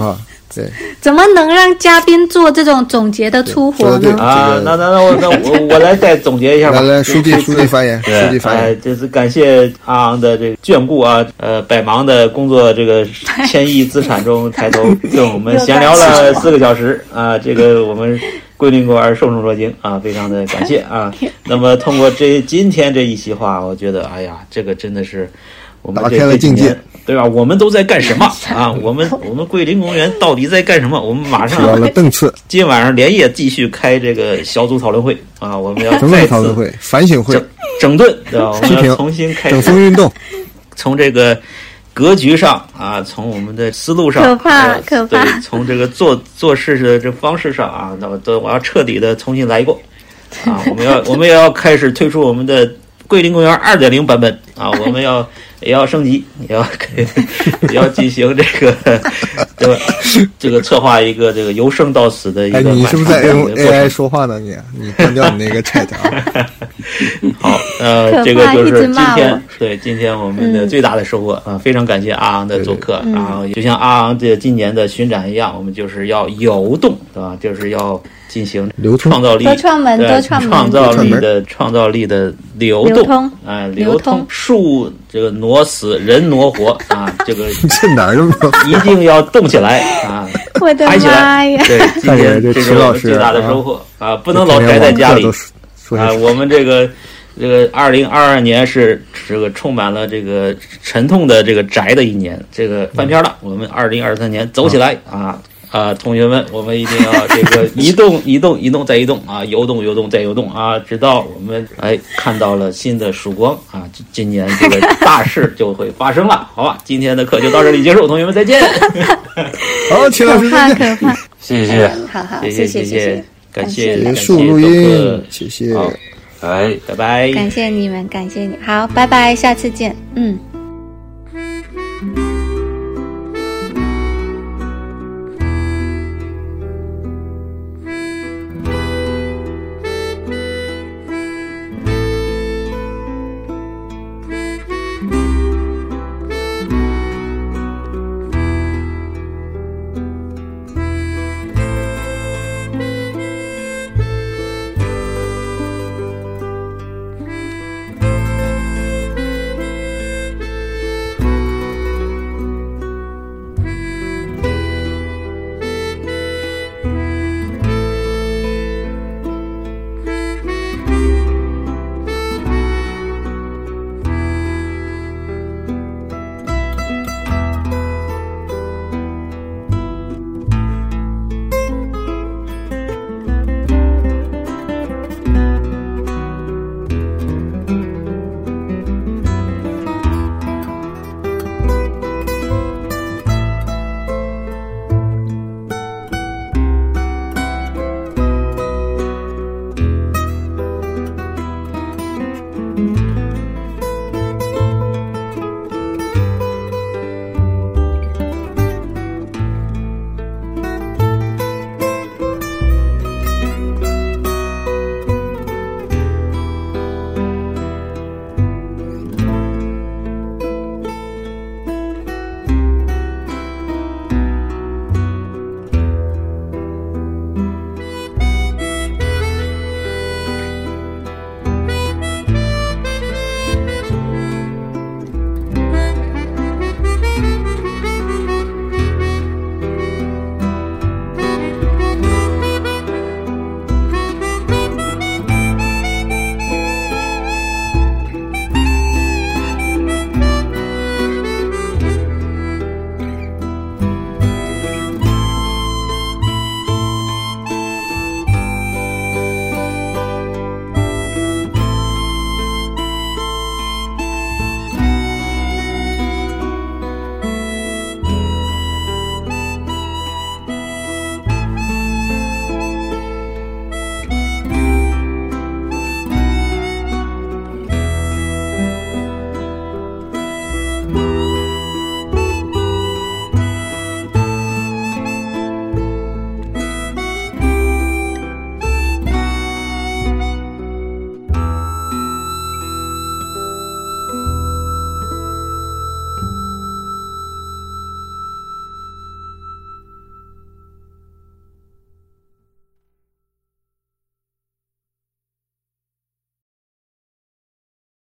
[SPEAKER 2] 啊，对，
[SPEAKER 4] 怎么能让嘉宾做这种总结的粗
[SPEAKER 2] 说得
[SPEAKER 4] 活
[SPEAKER 2] 对
[SPEAKER 4] 呢？
[SPEAKER 3] 啊，那那那我那我我来再总结一下吧
[SPEAKER 2] 来。 来，书记书记发言，
[SPEAKER 1] 对
[SPEAKER 2] 书记发
[SPEAKER 3] 哎，
[SPEAKER 2] 言，
[SPEAKER 3] 这是感谢阿昂的这个眷顾啊，呃，百忙的工作这个千亿资产中抬头，跟我们闲聊了四个小时啊，这个我们归零果儿受宠若惊啊，非常的感谢啊。那么通过这今天这一席话，我觉得哎呀，这个真的是我们
[SPEAKER 2] 打
[SPEAKER 3] 这
[SPEAKER 2] 开了
[SPEAKER 3] 这几
[SPEAKER 2] 境界
[SPEAKER 3] 年。对吧？我们都在干什么啊？我们我们桂林公园到底在干什么？我们马
[SPEAKER 2] 提到
[SPEAKER 3] 上
[SPEAKER 2] 了邓次
[SPEAKER 3] 今晚上连夜继续开这个小组讨论会啊！我们要
[SPEAKER 2] 整
[SPEAKER 3] 再
[SPEAKER 2] 个
[SPEAKER 3] 次
[SPEAKER 2] 讨论会、反省会、
[SPEAKER 3] 整整顿，对吧？我
[SPEAKER 2] 批
[SPEAKER 3] 们
[SPEAKER 2] 评
[SPEAKER 3] 要重新开
[SPEAKER 2] 整
[SPEAKER 3] 始，
[SPEAKER 2] 风运动，
[SPEAKER 3] 从这个格局上啊，从我们的思路上，
[SPEAKER 4] 可怕
[SPEAKER 3] 还有
[SPEAKER 4] 可怕
[SPEAKER 3] 对，从这个做做事的这方式上啊，那么都我要彻底的重新来过 啊！我们要我们也要开始推出我们的。桂林公园二点零版本 啊，我们要也要升级，也要 也要进行这个， 对吧？这个策划一个这个由生到死 的一个
[SPEAKER 2] 哎，
[SPEAKER 3] 漫长的一
[SPEAKER 2] 你是不
[SPEAKER 3] 个过程。
[SPEAKER 2] 是在用 AI 说话呢？你你关掉你那个 chat 啊！
[SPEAKER 3] 好， 呃，
[SPEAKER 4] 可
[SPEAKER 3] 这个
[SPEAKER 4] 怕
[SPEAKER 3] 就
[SPEAKER 4] 一
[SPEAKER 3] 是
[SPEAKER 4] 直
[SPEAKER 3] 今
[SPEAKER 4] 骂
[SPEAKER 3] 天
[SPEAKER 4] 我
[SPEAKER 3] 对今天我们的
[SPEAKER 4] 嗯
[SPEAKER 3] 最大的收获啊、非常感谢阿昂的做客，然后就像阿昂这今年的巡展一样，我们就是要游动，对吧？就是要进行
[SPEAKER 2] 流通
[SPEAKER 3] 创造力、
[SPEAKER 4] 多串门
[SPEAKER 3] 对
[SPEAKER 4] 多串门
[SPEAKER 3] 造
[SPEAKER 2] 多
[SPEAKER 3] 力
[SPEAKER 2] 串
[SPEAKER 3] 的创造力的流
[SPEAKER 4] 流通
[SPEAKER 3] 动，哎，流
[SPEAKER 4] 流通
[SPEAKER 3] 树这个挪死，人挪活啊，这个
[SPEAKER 2] 这哪儿那么多？
[SPEAKER 3] 一定要动起来 啊！
[SPEAKER 4] 我的
[SPEAKER 3] 嗨起
[SPEAKER 4] 妈
[SPEAKER 3] 来！
[SPEAKER 4] 呀！
[SPEAKER 3] 对，今
[SPEAKER 2] 看起来
[SPEAKER 3] 天
[SPEAKER 2] 这
[SPEAKER 3] 这
[SPEAKER 2] 池
[SPEAKER 3] 是我
[SPEAKER 2] 老
[SPEAKER 3] 们
[SPEAKER 2] 师
[SPEAKER 3] 最大的
[SPEAKER 2] 啊
[SPEAKER 3] 收获啊！不能老
[SPEAKER 2] 天
[SPEAKER 3] 宅
[SPEAKER 2] 天
[SPEAKER 3] 在
[SPEAKER 2] 网
[SPEAKER 3] 家
[SPEAKER 2] 课
[SPEAKER 3] 里
[SPEAKER 2] 都，说说
[SPEAKER 3] 啊，
[SPEAKER 2] 些
[SPEAKER 3] 我们这个这个二零二二年是这个充满了这个沉痛的这个宅的一年，这个翻篇了。我们二零二三年走起来啊！啊，同学们，我们一定要这个移动、移动、移动再移动啊，游动、游动再游动啊，直到我们哎看到了新的曙光啊！今今年这个大事就会发生了，好吧？今天的课就到这里结束，同学们再见。
[SPEAKER 2] 好，秦老
[SPEAKER 4] 可
[SPEAKER 2] 师
[SPEAKER 4] 怕
[SPEAKER 2] 再见。
[SPEAKER 4] 可怕！
[SPEAKER 1] 谢谢，
[SPEAKER 4] 好好，
[SPEAKER 3] 谢
[SPEAKER 4] 谢
[SPEAKER 3] 谢
[SPEAKER 4] 谢
[SPEAKER 3] 谢，感
[SPEAKER 4] 感谢
[SPEAKER 2] 结
[SPEAKER 3] 感谢
[SPEAKER 2] 束录
[SPEAKER 3] 豆
[SPEAKER 2] 音
[SPEAKER 3] 哥，
[SPEAKER 2] 谢谢。
[SPEAKER 3] 好
[SPEAKER 1] 哎。
[SPEAKER 3] 拜拜。
[SPEAKER 4] 感谢你们，感谢你，好，拜拜，下次见，嗯，